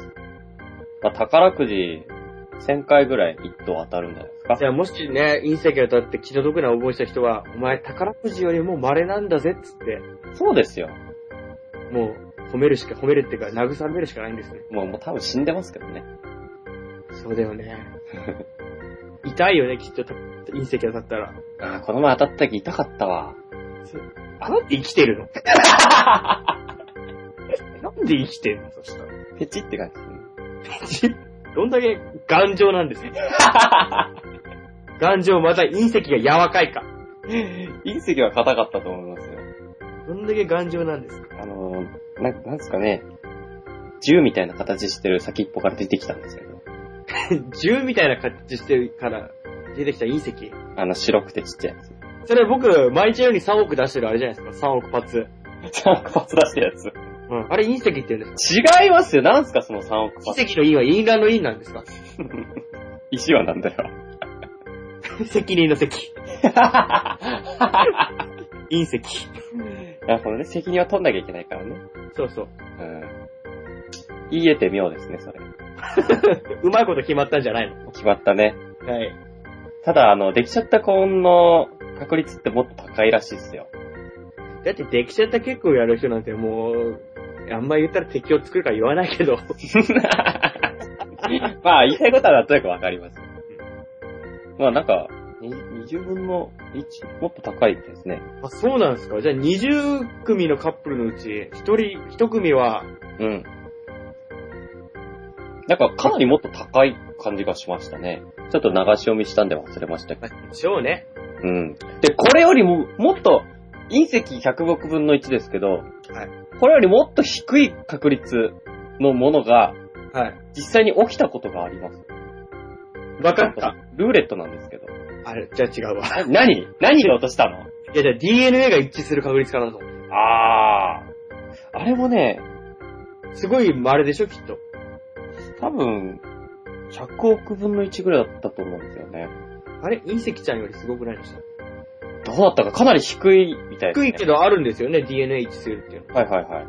Speaker 3: まあ、宝くじ、1000回ぐらい1等当たるんじゃないですか
Speaker 2: じ。ゃあもしね、隕石が当たって気の毒な思いした人は、お前宝くじよりも稀なんだぜっつって、
Speaker 3: そうですよ。
Speaker 2: もう褒めるしか、褒めるっていうか慰めるしかないんですね。
Speaker 3: もう、もう多分死んでますけどね。
Speaker 2: そうだよね。痛いよね、きっとた隕石当たったら。
Speaker 3: ああ、この前当たった時痛かったわ。
Speaker 2: あなたって生きてるのなんで生きてるのそしたら。
Speaker 3: ペチって感じ。
Speaker 2: どんだけ頑丈なんですか頑丈、また隕石が柔らかいか。
Speaker 3: 隕石は硬かったと思いますよ。
Speaker 2: どんだけ頑丈なんですか
Speaker 3: あのー、な、なんですかね。銃みたいな形してる先っぽから出てきたんですけど。
Speaker 2: 銃みたいな形してるから出てきた隕石。
Speaker 3: あの、白くてちっちゃいやつ。
Speaker 2: それ僕、毎日のように3億出してるあれじゃないですか。3億
Speaker 3: 3
Speaker 2: 発。
Speaker 3: 億発出したやつ。
Speaker 2: うん。あれ隕石って言うんですか
Speaker 3: 違いますよ。なんすかその3億発。
Speaker 2: 隕石の因は因乱の因なんですか
Speaker 3: 石はなんだよ。
Speaker 2: 責任の責。隕石。
Speaker 3: なるほどね。責任は取んなきゃいけないからね。
Speaker 2: そうそう。
Speaker 3: うん。言えて妙ですね、それ。
Speaker 2: うまいこと決まったんじゃないの
Speaker 3: 決まったね。
Speaker 2: はい。
Speaker 3: ただ、あの、できちゃった婚の確率ってもっと高いらしいっすよ。
Speaker 2: だってできちゃった結構やる人なんてもう、あんま言ったら敵を作るから言わないけど。
Speaker 3: まあ、言いたいことはなんとなくわかります。まあ、なんか、に20分の1、もっと高いですね。
Speaker 2: あ、そうなんですかじゃあ20組のカップルのうち、1人、1組は、
Speaker 3: うん。なんか、かなりもっと高い感じがしましたね。ちょっと流し読みしたんで忘れましたけど
Speaker 2: でしょうね。
Speaker 3: うん。で、これよりも、もっと、隕石100億分の1ですけど、これよりもっと低い確率のものが、
Speaker 2: はい。
Speaker 3: 実際に起きたことがあります。
Speaker 2: わかった。。
Speaker 3: ルーレットなんですけど。
Speaker 2: あれ、じゃあ違うわ。
Speaker 3: な何何で落としたの
Speaker 2: いや、じゃあ DNA が一致する確率かなと思う。
Speaker 3: あー。あれもね、
Speaker 2: すごい稀でしょ、きっと。
Speaker 3: 多分、100億分の1ぐらいだったと思うんですよね。
Speaker 2: あれ隕石ちゃんよりすごくないでした
Speaker 3: どうだったかかなり低いみたいです、
Speaker 2: 低
Speaker 3: ね。
Speaker 2: いけどあるんですよね、DNH セールっていう
Speaker 3: ど。はいはいはい。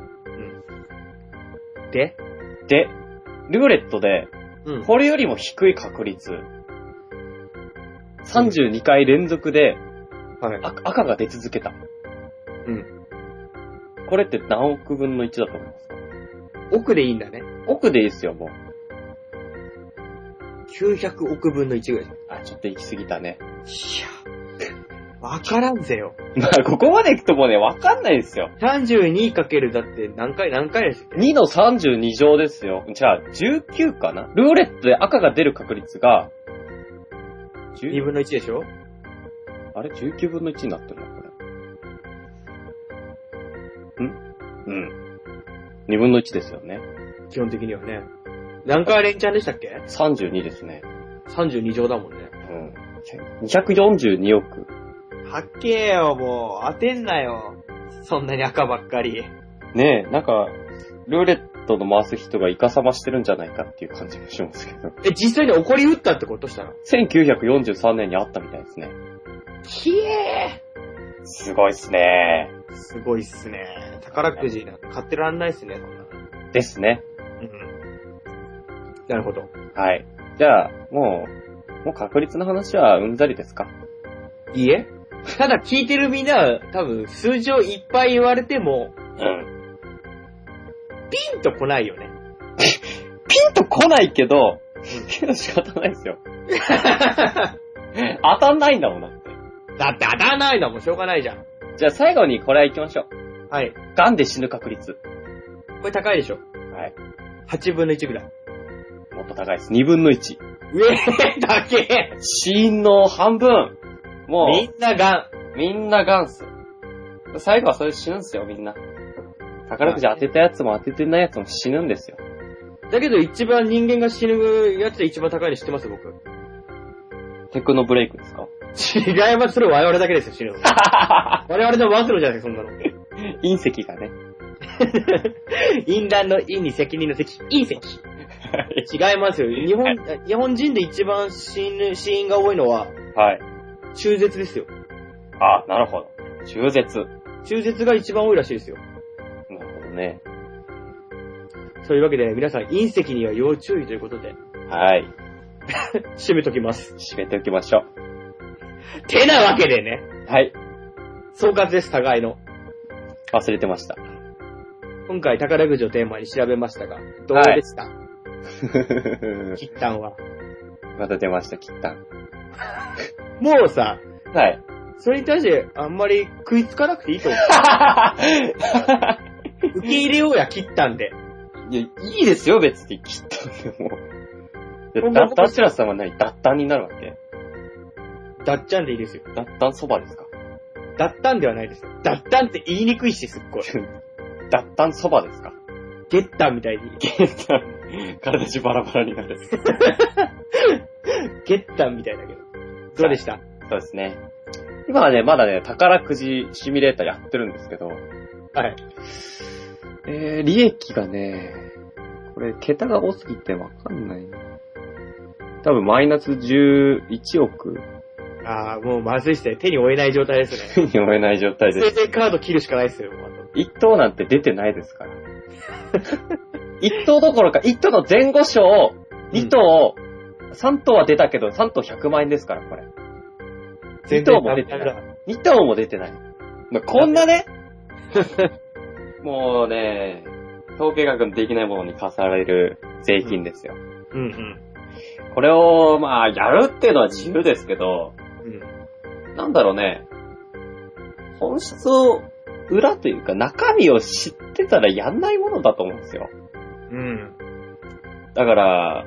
Speaker 2: の。で
Speaker 3: で、ルーレットで、
Speaker 2: うん。
Speaker 3: これよりも低い確率。32回連続で
Speaker 2: はい。
Speaker 3: 赤赤が出続けた。
Speaker 2: うん。
Speaker 3: これって何億分の1だと思いますか
Speaker 2: 奥でいいんだね。
Speaker 3: 億でいいですよ、もう。
Speaker 2: 900億分の1ぐらい。い
Speaker 3: あ、ちょっと行き過ぎたね。
Speaker 2: や、わからんぜよ。
Speaker 3: まあ、ここまで行くともうね、わかんないですよ。
Speaker 2: 32かけるだって何回、何回です
Speaker 3: 2の32乗ですよ。じゃあ、19かなルーレットで赤が出る確率が、
Speaker 2: 2
Speaker 3: 10
Speaker 2: 分の1でしょ
Speaker 3: あれ ?19 分の1になってるな、これ。んうん。2分の1ですよね。
Speaker 2: 基本的にはね。何回連チャンでしたっけ
Speaker 3: 32ですね。
Speaker 2: ?32 乗だもんね
Speaker 3: う。ん。242億。
Speaker 2: はっけーよ、もう。当てんなよ。そんなに赤ばっかり。
Speaker 3: ねえ、なんか、ルーレットの回す人がイカサマしてるんじゃないかっていう感じがしますけど。
Speaker 2: え、実際に怒り打ったってことしたら
Speaker 3: 1943年にあったみたいですね。
Speaker 2: ひえ
Speaker 3: すごいっすね
Speaker 2: ーすごいっすね。宝くじなんか買ってらんないっすね、そんな。
Speaker 3: ですね。
Speaker 2: うん。なるほど。
Speaker 3: はい。じゃあ、もう、もう確率の話はうんざりですか
Speaker 2: いいえただ聞いてるみんなは、多分、数字をいっぱい言われても、
Speaker 3: うん。
Speaker 2: ピンと来ないよね。
Speaker 3: ピンと来ないけど、けど仕方ないです よ。当たんないんだもんなって。
Speaker 2: だって当たらないのはもうしょうがないじゃん。
Speaker 3: じゃあ最後にこれ行きましょう。
Speaker 2: はい。
Speaker 3: ガンで死ぬ確率。
Speaker 2: これ高いでしょ
Speaker 3: はい。
Speaker 2: ?8 分の1ぐらい。
Speaker 3: もっと高いです。2分の1。
Speaker 2: うえー、だけ
Speaker 3: 死因の半分。も
Speaker 2: みんなが
Speaker 3: う、みんなガンス。最後はそれ死ぬんすよ、みんな。宝くじ当てたやつも当ててないやつも死ぬんですよ。
Speaker 2: ん。だけど一番人間が死ぬやつで一番高いの知ってます僕。
Speaker 3: テクノブレイクですか
Speaker 2: 違います。それ我々だけですよ、死ぬの。 我々の末路じゃないそんなの。
Speaker 3: 隕石がね。
Speaker 2: 淫乱の陰に責任の責、隕石。違いますよ。日本、日本人で一番死ぬ、死因が多いのは、
Speaker 3: はい。
Speaker 2: 中絶ですよ。
Speaker 3: あ、なるほど。中絶。
Speaker 2: 中絶が一番多いらしいですよ。
Speaker 3: なるほどね。
Speaker 2: そういうわけで、皆さん隕石には要注意ということで、
Speaker 3: はい。
Speaker 2: 締めときます。
Speaker 3: 締めておきましょう。
Speaker 2: てなわけでね、
Speaker 3: はい。
Speaker 2: 総括です、互いの。
Speaker 3: 忘れてま した。
Speaker 2: 今回宝くじをテーマに調べましたが、どうでした、一旦は。
Speaker 3: また出ました、きったん。
Speaker 2: もうさ、
Speaker 3: はい。
Speaker 2: それに対してあんまり食いつかなくていいと思う。受け入れようや、切ったんで。
Speaker 3: いや、いいですよ、別に、きっと、でも。で
Speaker 2: ほんま
Speaker 3: だ、ダッシュラスさんは何脱炭になるわけ
Speaker 2: だっちゃんでいいですよ。
Speaker 3: 脱炭そばですか
Speaker 2: だったんではないですよ。だったんって言いにくいし、すっごい。
Speaker 3: 脱炭そばですか
Speaker 2: ゲッターみたいに。
Speaker 3: 体中バラバラになる。そ
Speaker 2: ゲッターみたいだけど。どうでした
Speaker 3: うですね。今はね、まだね、宝くじシミュレーターやってるんですけど、
Speaker 2: はい。
Speaker 3: えー、利益がね、これ、桁が多すぎてわかんないな。多分、マイナス11億
Speaker 2: ああ、もうまずいっすね。手に負えない状態ですね。
Speaker 3: に追えない状態です
Speaker 2: 生。成カード切るしかないっすよ、もうあと
Speaker 3: 一等なんて出てないですから。 一等どころか、一等の前後賞、二等、三等は出たけど、三等100万円ですから、これ。二等も出てない。二等も出てない。まあこんなね、もうね、統計学のできないものに課される税金ですよ。
Speaker 2: うんうん。
Speaker 3: これを、まあ、やるっていうのは自由ですけど、
Speaker 2: うん。
Speaker 3: なんだろうね、本質を、裏というか中身を知ってたらやんないものだと思うんですよ。
Speaker 2: うん。
Speaker 3: だから、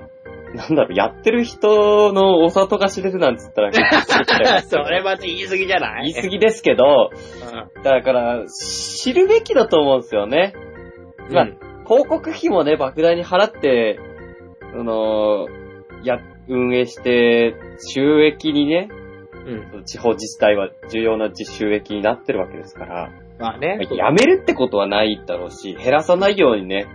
Speaker 3: なんだろう、やってる人のお里が知れるなんつったら、
Speaker 2: それまた言い過ぎじゃな
Speaker 3: 言
Speaker 2: い
Speaker 3: い過ぎですけど、
Speaker 2: ぎ。
Speaker 3: だから、知るべきだと思うんですよね。
Speaker 2: うん。
Speaker 3: まあ広告費もね、莫大に払って、その、や、運営して、収益にね、
Speaker 2: うん。
Speaker 3: 地方自治体は重要な収益になってるわけですから、
Speaker 2: まあね。
Speaker 3: やめるってことはないだろうし、減らさないようにね、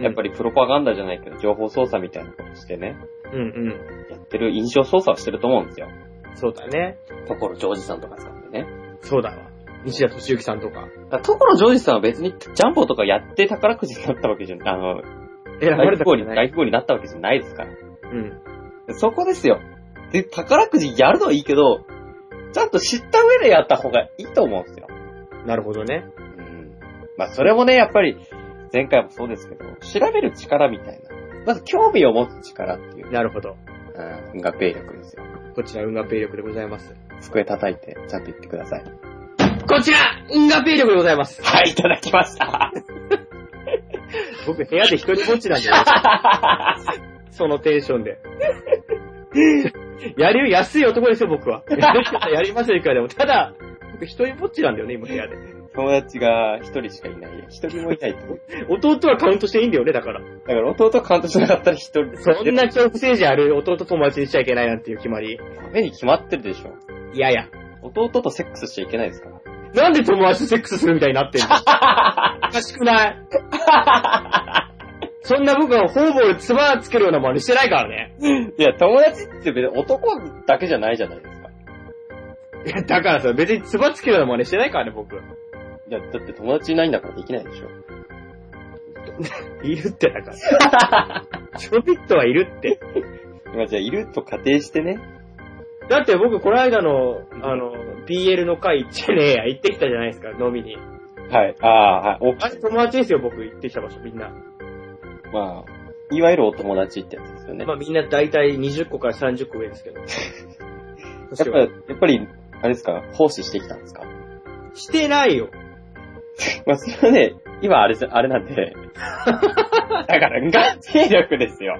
Speaker 3: やっぱ
Speaker 2: り。
Speaker 3: りプロパガンダじゃないけど、情報操作みたいなことしてね、
Speaker 2: うん
Speaker 3: やってる印象操作をしてると思うんですよ。
Speaker 2: うん。そうだね。
Speaker 3: ところジョージさんとか使ってね。
Speaker 2: そうだわ。西田敏行さんとか。
Speaker 3: だから所ジョージさんは別にジャンボとかやって宝くじになったわけじゃない。あの、
Speaker 2: 選ば
Speaker 3: 大
Speaker 2: れ
Speaker 3: 富
Speaker 2: た
Speaker 3: 豪
Speaker 2: こ
Speaker 3: に、
Speaker 2: とない。
Speaker 3: 大富豪になったわけじゃないですから。
Speaker 2: うん。
Speaker 3: そこですよ。で、宝くじやるのはいいけど、ちゃんと知った上でやった方がいいと思うんですよ。
Speaker 2: なるほどね。
Speaker 3: うん。まあ、それもね、やっぱり、前回もそうですけど、調べる力みたいな。まず、興味を持つ力っていう、
Speaker 2: なるほど。
Speaker 3: うん、が兵力ですよ。
Speaker 2: こちら、運河兵力でございます。
Speaker 3: 机叩いて、ちゃんと言ってください。
Speaker 2: こちら、運河兵力でございます。
Speaker 3: はい、いただきました。
Speaker 2: 僕、部屋で一人ぼっちなんでね、 そのテンションで。やりよ、安い男ですよ、僕は。 やりますよ、いくらでも。ただ、僕一人ぼっちなんだよね、今部屋で。
Speaker 3: 友達が一人しかいない。一人もいないってこと。
Speaker 2: 弟はカウントしていいんだよね、だから。
Speaker 3: だから、弟カウントしなかったら一人で。
Speaker 2: そんな恐怖政治ある弟友達にしちゃいけないなんていう決まり。
Speaker 3: ダメに決まってるでしょ。
Speaker 2: いやいや。
Speaker 3: 弟とセックスしちゃいけないですから。
Speaker 2: なんで友達とセックスするみたいになってんのおかしくない そんな僕は方々につばつけるような真似してないからね。
Speaker 3: いや、友達って別に男だけじゃないじゃないですか。
Speaker 2: いや、だからさ、別につばつけるような真似してないからね、僕。
Speaker 3: いや、だって友達いないんだからできないでしょ。
Speaker 2: いるってだから。 ちょびっとはいるって。
Speaker 3: 今じゃあいると仮定してね。
Speaker 2: だって僕、この間の、あの、BL の会行ってねえや、行ってきたじゃないですか、飲みに。
Speaker 3: はい。ああ、はい。
Speaker 2: あれ友達ですよ、僕、行ってきた場所、みんな。
Speaker 3: お、まあ、いわゆるお友達ってやつですよね。
Speaker 2: まあみんな大体20個から30個上ですけ ど。
Speaker 3: や
Speaker 2: 年
Speaker 3: っ
Speaker 2: は
Speaker 3: ぱ、やっぱり、あれですか、奉仕してきたんですか
Speaker 2: してないよ。
Speaker 3: まあ、それはね、今あれじゃ、あれなん で。だから、ガチ力ですよ。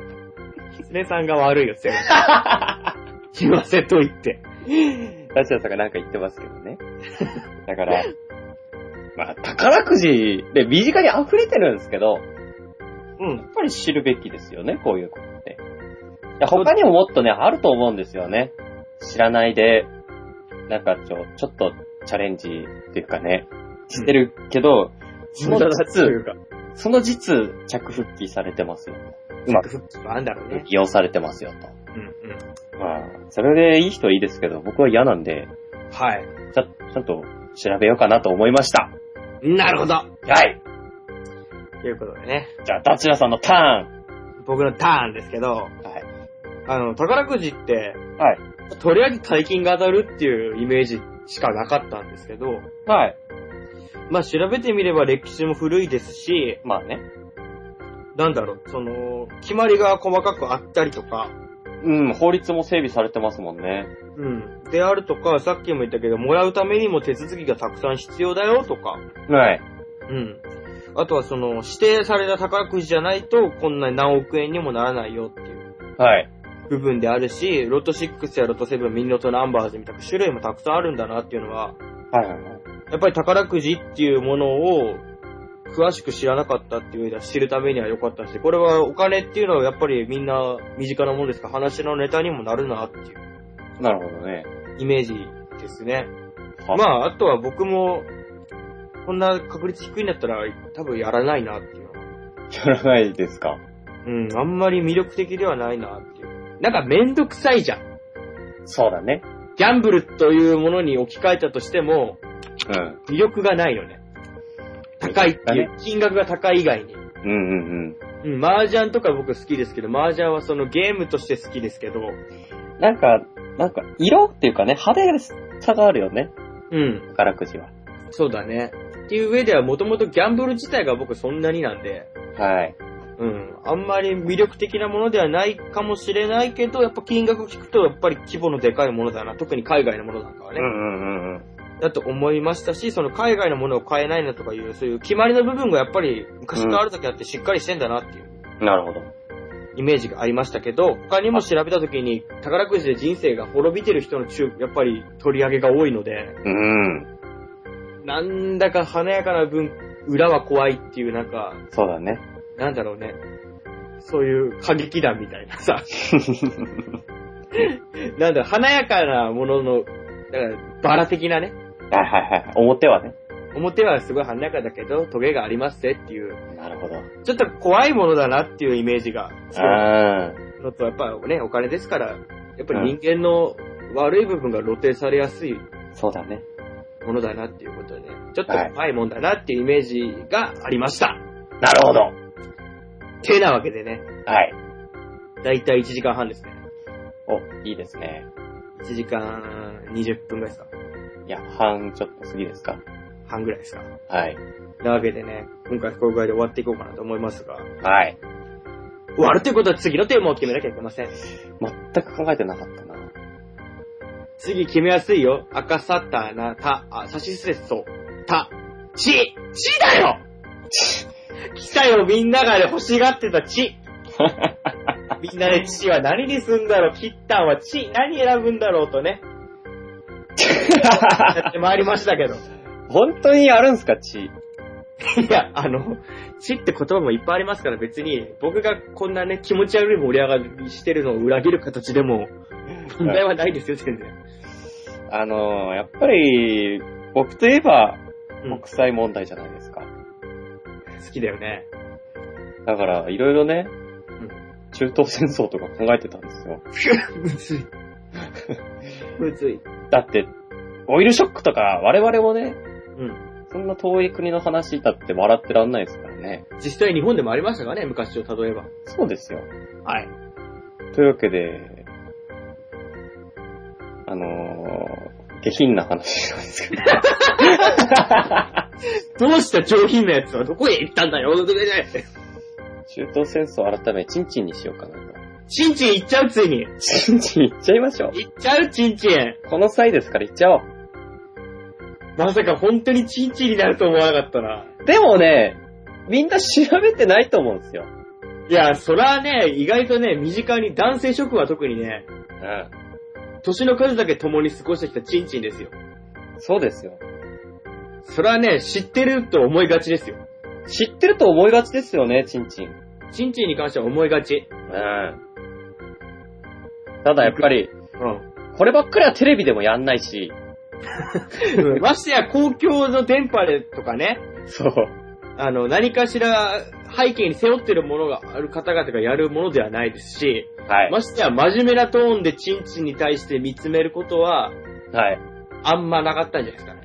Speaker 2: キツネさんが悪いよ、セ ブン。言わせといて。
Speaker 3: ラチアさんがなんか言ってますけどね。だ から、まあ、宝くじで身近に溢れてるんですけど、
Speaker 2: うん。
Speaker 3: やっぱり知るべきですよね、こういうことって。いや他にももっとね、あると思うんですよね。知らないで、なんかちょ、ちょっとチャレンジっていうかね、してるけど、そ
Speaker 2: 無
Speaker 3: の
Speaker 2: 駄だとい
Speaker 3: 実、
Speaker 2: うか、
Speaker 3: その実、着復帰されてますよ。うまく
Speaker 2: 復帰はあんだろうね。
Speaker 3: 利用されてますよと。
Speaker 2: うんうん。
Speaker 3: まあ、それでいい人はいいですけど、僕は嫌なんで、
Speaker 2: はい。
Speaker 3: ちゃちゃんと調べようかなと思いました。
Speaker 2: なるほど
Speaker 3: はい。
Speaker 2: ということでね、
Speaker 3: じゃあ、ダチラさんのターン。
Speaker 2: 僕のターンですけど、
Speaker 3: はい。
Speaker 2: あの、宝くじって、
Speaker 3: はい。
Speaker 2: とりあえず大金が当たるっていうイメージしかなかったんですけど、
Speaker 3: はい。
Speaker 2: まあ調べてみれば歴史も古いですし、
Speaker 3: まあね。
Speaker 2: なんだろう、その、決まりが細かくあったりとか、
Speaker 3: うん、法律も整備されてますもんね。
Speaker 2: うん。であるとか、さっきも言ったけど、もらうためにも手続きがたくさん必要だよとか、
Speaker 3: はい。
Speaker 2: うん。あとはその、指定された宝くじじゃないと、こんなに何億円にもならないよっていう
Speaker 3: はい。
Speaker 2: 部分であるし、ロト6やロト7、ミニロトナンバーズみたいな種類もたくさんあるんだなっていうのは、
Speaker 3: はいはいはい。
Speaker 2: やっぱり宝くじっていうものを、詳しく知らなかったっていう上では知るためには良かったし、これはお金っていうのはやっぱりみんな身近なものですから話のネタにもなるなっていう。
Speaker 3: なるほどね。
Speaker 2: イメージですね。
Speaker 3: は
Speaker 2: まあ、あとは僕も、こんな確率低いんだったら、多分やらないなっていうのは。
Speaker 3: やらないですか。
Speaker 2: うん、あんまり魅力的ではないなっていう。なんかめんどくさいじゃん。
Speaker 3: そうだね。
Speaker 2: ギャンブルというものに置き換えたとしても、
Speaker 3: うん。
Speaker 2: 魅力がないよね。高いっていう、金額が高い以外に。
Speaker 3: うんうん
Speaker 2: うん、麻雀とか僕好きですけど、麻雀はそのゲームとして好きですけど、
Speaker 3: うん。なんか、なんか、色っていうかね、派手さがあるよね。
Speaker 2: うん、
Speaker 3: 宝くじは。
Speaker 2: そうだね。っていう上ではもともとギャンブル自体が僕そんなになんで、
Speaker 3: はい。
Speaker 2: うん。あんまり魅力的なものではないかもしれないけど、やっぱ金額聞くとやっぱり規模のでかいものだな。特に海外のものなんかはね。
Speaker 3: んうんうん。
Speaker 2: だと思いましたし、その海外のものを買えないなとかいう、そういう決まりの部分がやっぱり昔からあるだけあってしっかりしてんだなっていう
Speaker 3: なるほど。
Speaker 2: イメージがありましたけど、他にも調べた時に宝くじで人生が滅びてる人の中、やっぱり取り上げが多いので、
Speaker 3: うん。
Speaker 2: なんだか華やかな分、裏は怖いっていうなんか、
Speaker 3: そうだ ね。
Speaker 2: なんだろうね。そういう過激団みたいなさ。 なんだろう、華やかなものの、だから、バラ的なね。
Speaker 3: はいはいはい。表はね。
Speaker 2: 表はすごい華やかだけど、トゲがありますぜっていう、
Speaker 3: なるほど。
Speaker 2: ちょっと怖いものだなっていうイメージが強
Speaker 3: あ
Speaker 2: いのと、やっぱね、お金ですから、やっぱり人間の悪い部分が露呈されやすい
Speaker 3: ー。そうだね。
Speaker 2: ものだなっていうことで、ちょっと
Speaker 3: はい
Speaker 2: 怖いもんだなっていうイメージがありました。
Speaker 3: なるほど。
Speaker 2: てなわけでね、
Speaker 3: はい。
Speaker 2: だいたい1時間半ですね。
Speaker 3: お、いいですね。
Speaker 2: 1時間20分ぐらいですか
Speaker 3: いや、半ちょっと過ぎですか。
Speaker 2: 半ぐらいですか
Speaker 3: はい。
Speaker 2: なわけでね、今回これぐらいで終わっていこうかなと思いますが、
Speaker 3: はい。
Speaker 2: 終わるということは次のテーマを決めなきゃいけません。
Speaker 3: 全く考えてなかったな。
Speaker 2: 次決めやすいよ。赤サタナタ、あ、サシスレッソ、タ、チ、チだよ来たよ、みんながね、欲しがってたチ。みんなね、チは何にすんだろう、キッタンはチ、何選ぶんだろうとね、やってまいりましたけど。
Speaker 3: 本当にあるんすか、血。
Speaker 2: いや、あの、チって言葉もいっぱいありますから別に、僕がこんなね、気持ち悪い盛り上がりしてるのを裏切る形でも、問題はないですよ、全然。
Speaker 3: あのー、やっぱり、僕といえば、
Speaker 2: うん
Speaker 3: 国際問題じゃないですか。
Speaker 2: 好きだよね。
Speaker 3: だから、いろいろね
Speaker 2: ん、
Speaker 3: 中東戦争とか考えてたんですよ。
Speaker 2: むず い。むずい。
Speaker 3: だって、オイルショックとか、我々もね、
Speaker 2: うん。
Speaker 3: そんな遠い国の話だって笑ってらんないですからね。
Speaker 2: 実際日本でもありましたからね、昔を例えば。
Speaker 3: そうですよ。
Speaker 2: はい。
Speaker 3: というわけで、あのー、下品な話なんですけど。
Speaker 2: どうした上品なやつはどこへ行ったんだよ、どこへ行ったんだよ
Speaker 3: 中東戦争改め、チンチンにしようかな と。
Speaker 2: チンチン行っちゃう、ついに。
Speaker 3: チンチン行っちゃいましょう。
Speaker 2: 行っちゃう、チンチン。
Speaker 3: この際ですから行っちゃおう。
Speaker 2: まさか本当にチンチンになると思わなかったな。
Speaker 3: でもね、みんな調べてないと思うんですよ。
Speaker 2: いや、そらね、意外とね、身近に男性諸君は特にね、
Speaker 3: うん。
Speaker 2: 年の数だけ共に過ごしてきたチンチンですよ。
Speaker 3: そうですよ。
Speaker 2: そらね、知ってると思いがちですよ。
Speaker 3: 知ってると思いがちですよね、チンチン。
Speaker 2: チンチンに関しては思いがち。
Speaker 3: うん。ただやっぱり、
Speaker 2: う
Speaker 3: こればっかりはテレビでもやんないし。
Speaker 2: ん。ましてや公共の電波でとかね、
Speaker 3: そう。
Speaker 2: あの、何かしら背景に背負ってるものがある方々がやるものではないですし、
Speaker 3: はい。
Speaker 2: ましてや真面目なトーンでチンチンに対して見つめることは、
Speaker 3: はい。
Speaker 2: あんまなかったんじゃないですかね。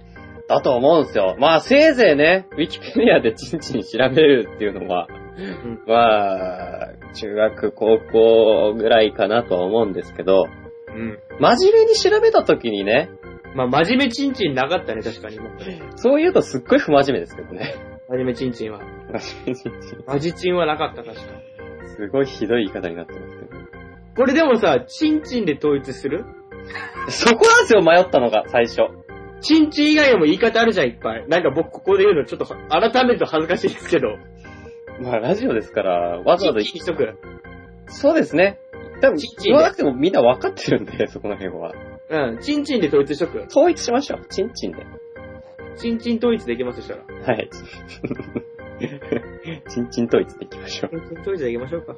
Speaker 3: だと思うんですよ。まあ、せいぜいね、ウィキペディアでチンチン調べるっていうのは、
Speaker 2: ん
Speaker 3: まあ、中学、高校ぐらいかなとは思うんですけど、
Speaker 2: う
Speaker 3: 真面目に調べた時にね、
Speaker 2: ん。まあ、真面目チンチンなかったね、確かに。今
Speaker 3: そう言うとすっごい不真面目ですけどね。
Speaker 2: 真面目チンチンは。
Speaker 3: 真面目チンチン
Speaker 2: マジチンはなかった、確かに。
Speaker 3: すごいひどい言い方になってますけど。
Speaker 2: これでもさ、チンチンで統一する
Speaker 3: そこなんですよ、迷ったのが、最初。
Speaker 2: チンチン以外にも言い方あるじゃん、いっぱい。なんか僕ここで言うのちょっと改めると恥ずかしいですけど。
Speaker 3: まあ、ラジオですから、わざわざ、
Speaker 2: チンチンにしとく。
Speaker 3: そうですね。多分
Speaker 2: チン、チンで
Speaker 3: 言わなくてもみんな分かってるんで、そこの辺は。
Speaker 2: うん、チンチンで統一しとく。
Speaker 3: 統一しましょう。チンチンで。
Speaker 2: チンチン統一できます、そしたら。
Speaker 3: はい。 チンチン統一でいきましょう。
Speaker 2: トイレで行きましょうか。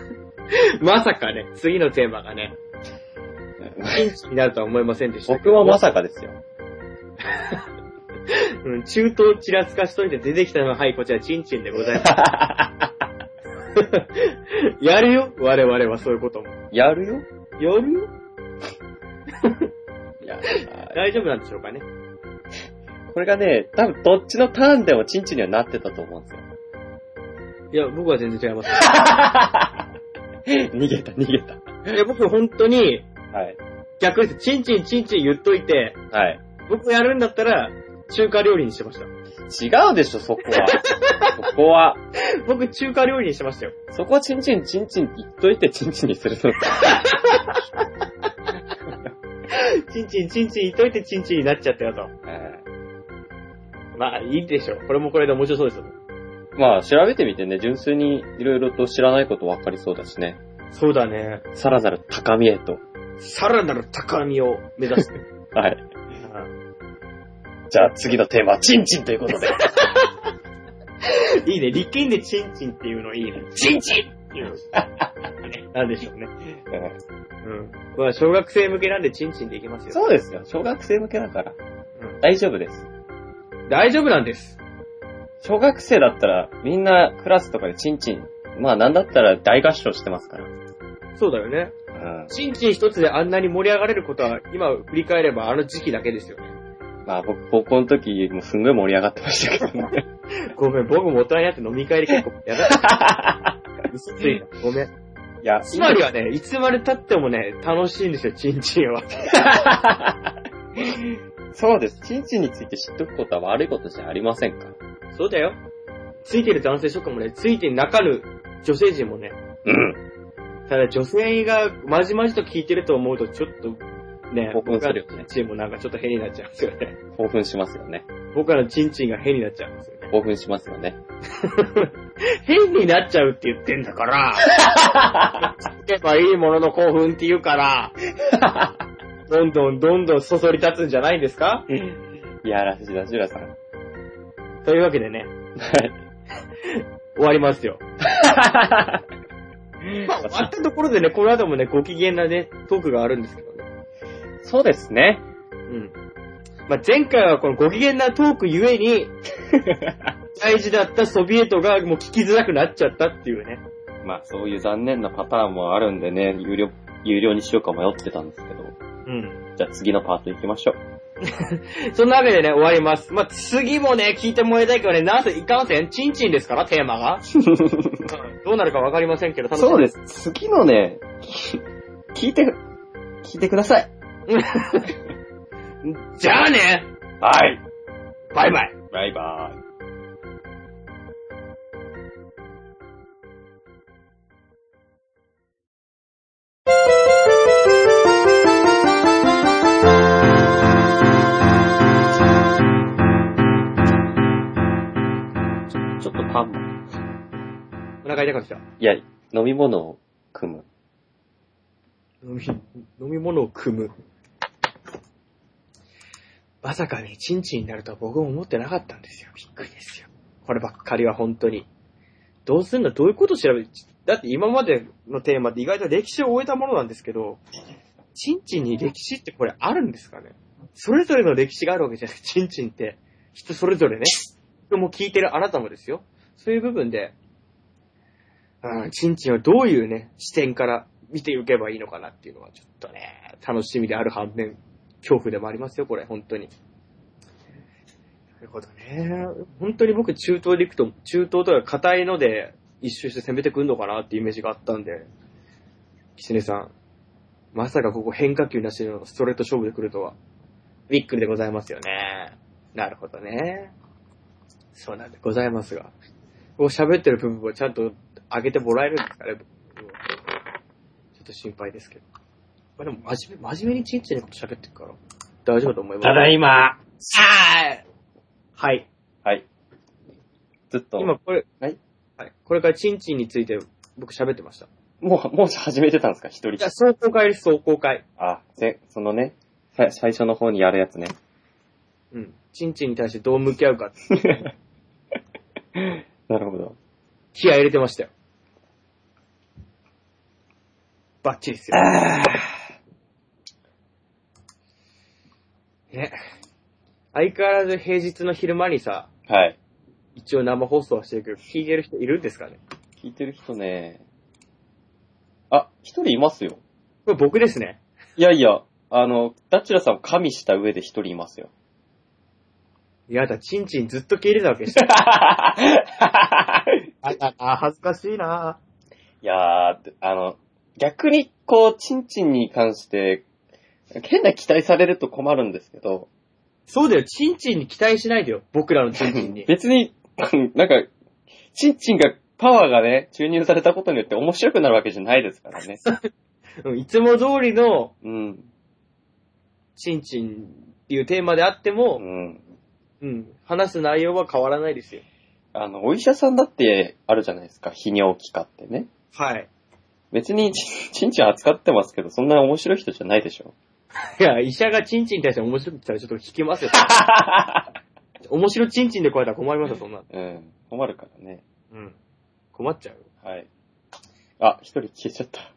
Speaker 2: まさかね、次のテーマがね、チンチンになるとは思いませんでしたけ
Speaker 3: 僕
Speaker 2: ど。
Speaker 3: はまさかですよ。
Speaker 2: うん、中東ちらつかしといて出てきたのは、はい、こちらチンチンでござ います。やるよ我々はそういうことも。
Speaker 3: やるよ
Speaker 2: やるよ
Speaker 3: いや、
Speaker 2: 大丈夫なんでしょうかね。
Speaker 3: これがね、多分どっちのターンでもチンチンにはなってたと思うんです よ。
Speaker 2: いや、僕は全然違 います。
Speaker 3: 逃げた、逃げた。
Speaker 2: いや、僕本当に、
Speaker 3: はい。
Speaker 2: 逆です。チンチンチンチン言っといて、
Speaker 3: はい。
Speaker 2: 僕やるんだったら、中華料理にしてました。
Speaker 3: 違うでしょ、そこ は。そこは。
Speaker 2: 僕中華料理にしてましたよ。
Speaker 3: そこはチンチン、チンチンって言っといてチンチンにするの。
Speaker 2: チンチンチンチン言っといてチンチンになっちゃったよと。
Speaker 3: え
Speaker 2: まあ、いいでしょう。これもこれで面白そうですよ。
Speaker 3: ーまあ、調べてみてね、純粋にいろいろと知らないこと分かりそうだしね。
Speaker 2: そうだね。
Speaker 3: さらなる高みへと。
Speaker 2: さらなる高みを目指 して。
Speaker 3: はい。じゃあ次のテーマはチンチンということで。
Speaker 2: いいね。力んでチンチンっていうのいいね。チンチンっていうの。 なんでしょうね。うん。まあ、小学生向けなんでチンチンでいきますよ。
Speaker 3: そうですよ。小学生向けだから。
Speaker 2: うん
Speaker 3: 大丈夫です。
Speaker 2: 大丈夫なんです。
Speaker 3: 小学生だったら、みんなクラスとかでチンチン。まあなんだったら大合唱してますから。
Speaker 2: そうだよね。
Speaker 3: うん。
Speaker 2: チンチン一つであんなに盛り上がれることは、今振り返ればあの時期だけですよね。
Speaker 3: まあ僕、高校の時、もうすんごい盛り上がってましたけどね。
Speaker 2: ごめん、僕も大人になって飲み会で結構やだ。 嘘ついた。ごめん。
Speaker 3: いや、
Speaker 2: つまりはね、いつまで経ってもね、楽しいんですよ、チンチンは。
Speaker 3: そうです。チンチンについて知っとくことは悪いことじゃありませんか
Speaker 2: そうだよ。ついてる男性諸君もね、ついてなかる女性陣もね、
Speaker 3: うん。
Speaker 2: ただ女性がまじまじと聞いてると思うと、ちょっとね、
Speaker 3: 興奮するよね
Speaker 2: 僕らのチンチンもなんかちょっと変になっちゃうんですよね。
Speaker 3: 興奮しますよね。
Speaker 2: 僕らのチンチンが変になっちゃうんですよね。
Speaker 3: 興奮しますよね。
Speaker 2: 変になっちゃうって言ってんだから、聞けばいいものの興奮って言うから、 どんどんどんどんそそり立つんじゃないですか
Speaker 3: いやらしいだ、ジュラさん。
Speaker 2: というわけでね、終わりますよ。ま あ、終わったところでね、この後もね、ご機嫌なね、トークがあるんですけどね。
Speaker 3: そうですね。
Speaker 2: うん。まあ、前回はこのご機嫌なトークゆえ に、大事だったソビエトがもう聞きづらくなっちゃったっていうね。
Speaker 3: まあそういう残念なパターンもあるんでね、有料、有料にしようか迷ってたんですけど。
Speaker 2: うん。
Speaker 3: じゃあ次のパート行きましょう。
Speaker 2: そんなわけでね、終わります。まあ、次もね、聞いてもらいたいけどね、なんせいかんせん、チンチンですから、テーマが。うんどうなるかわかりませんけど、
Speaker 3: そう
Speaker 2: で
Speaker 3: です。次のね、聞いて、聞いてください。
Speaker 2: す。じゃあね
Speaker 3: はい。
Speaker 2: バイバイ
Speaker 3: バイバーイ。ちょっとパンも。
Speaker 2: お腹痛くなってきた。
Speaker 3: いや、飲み物を組む。
Speaker 2: 飲み、飲み物を汲む。まさかね、チンチンになるとは僕も思ってなかったんですよ。びっくりですよ。こればっかりは本当に。どうすんのどういうこと調べるだって今までのテーマって意外と歴史を終えたものなんですけど、チンチンに歴史ってこれあるんですかねそれぞれの歴史があるわけじゃなくて、チンチンって人それぞれね。人も聞いてるあなたもですよ。そういう部分で、うん、チンチンをどういうね、視点から見ていけばいいのかなっていうのはちょっとね、楽しみである反面、恐怖でもありますよ、これ、本当に。なるほどね。本当に僕、中東で行くと、中東とか硬いので、一周して攻めてくんのかなってイメージがあったんで、キツネさん、まさかここ変化球なしのストレート勝負で来るとは、びっくりでございますよね。なるほどね。そうなんでございますが。こう喋ってる部分をちゃんと上げてもらえるんですかね、僕ちょっと心配ですけど。まあ、でも真面目、真面目にチンチンのこと喋ってるから、大丈夫だと思います。
Speaker 3: いま。
Speaker 2: あーはい。
Speaker 3: はい。ずっと、
Speaker 2: 今これ、
Speaker 3: はい
Speaker 2: はい。これからチンチンについて僕喋ってました。
Speaker 3: もう、もう始めてたんですか一人
Speaker 2: じゃあ、壮行会です、壮行会。
Speaker 3: あ、ぜ、そのね、さ最初の方にやるやつね。
Speaker 2: うん。チンチンに対してどう向き合うか、
Speaker 3: なるほど。
Speaker 2: 気合い入れてましたよ。バッチリですよ。ね。相変わらず平日の昼間にさ、
Speaker 3: はい。
Speaker 2: 一応生放送はしてるけど、聞いてる人いるんですかね
Speaker 3: 聞いてる人ね、あ、一人いますよ。
Speaker 2: これ僕ですね。
Speaker 3: いやいや、あの、ダチュラさんを加味した上で一人いますよ。
Speaker 2: やだ、チンチンずっと聞いてたわけでしょ。あ、あ、あ恥ずかしいない
Speaker 3: やー、あの、逆に、こう、チンチンに関して、変な期待されると困るんですけど、
Speaker 2: そうだよ、チンチンに期待しないでよ、僕らのチンチンに。
Speaker 3: 別に、なんか、チンチンが、パワーがね、注入されたことによって面白くなるわけじゃないですからね。
Speaker 2: うんいつも通りの
Speaker 3: うん。
Speaker 2: チンチンっていうテーマであって
Speaker 3: う
Speaker 2: も、
Speaker 3: ん。
Speaker 2: うん、話す内容は変わらないですよ。
Speaker 3: あの、お医者さんだってあるじゃないですか、泌尿器科ってね。
Speaker 2: はい。
Speaker 3: 別にち、ちんちん扱ってますけど、そんな面白い人じゃないで しょ。
Speaker 2: いや、医者がチンチンに対して面白いって言ったらちょっと聞きま すよ。面白いチンチンで超えたら困りますよ、そんなの。
Speaker 3: うん。困るからね。
Speaker 2: うん。困っちゃうよ。
Speaker 3: はい。あ、一人消えちゃ った。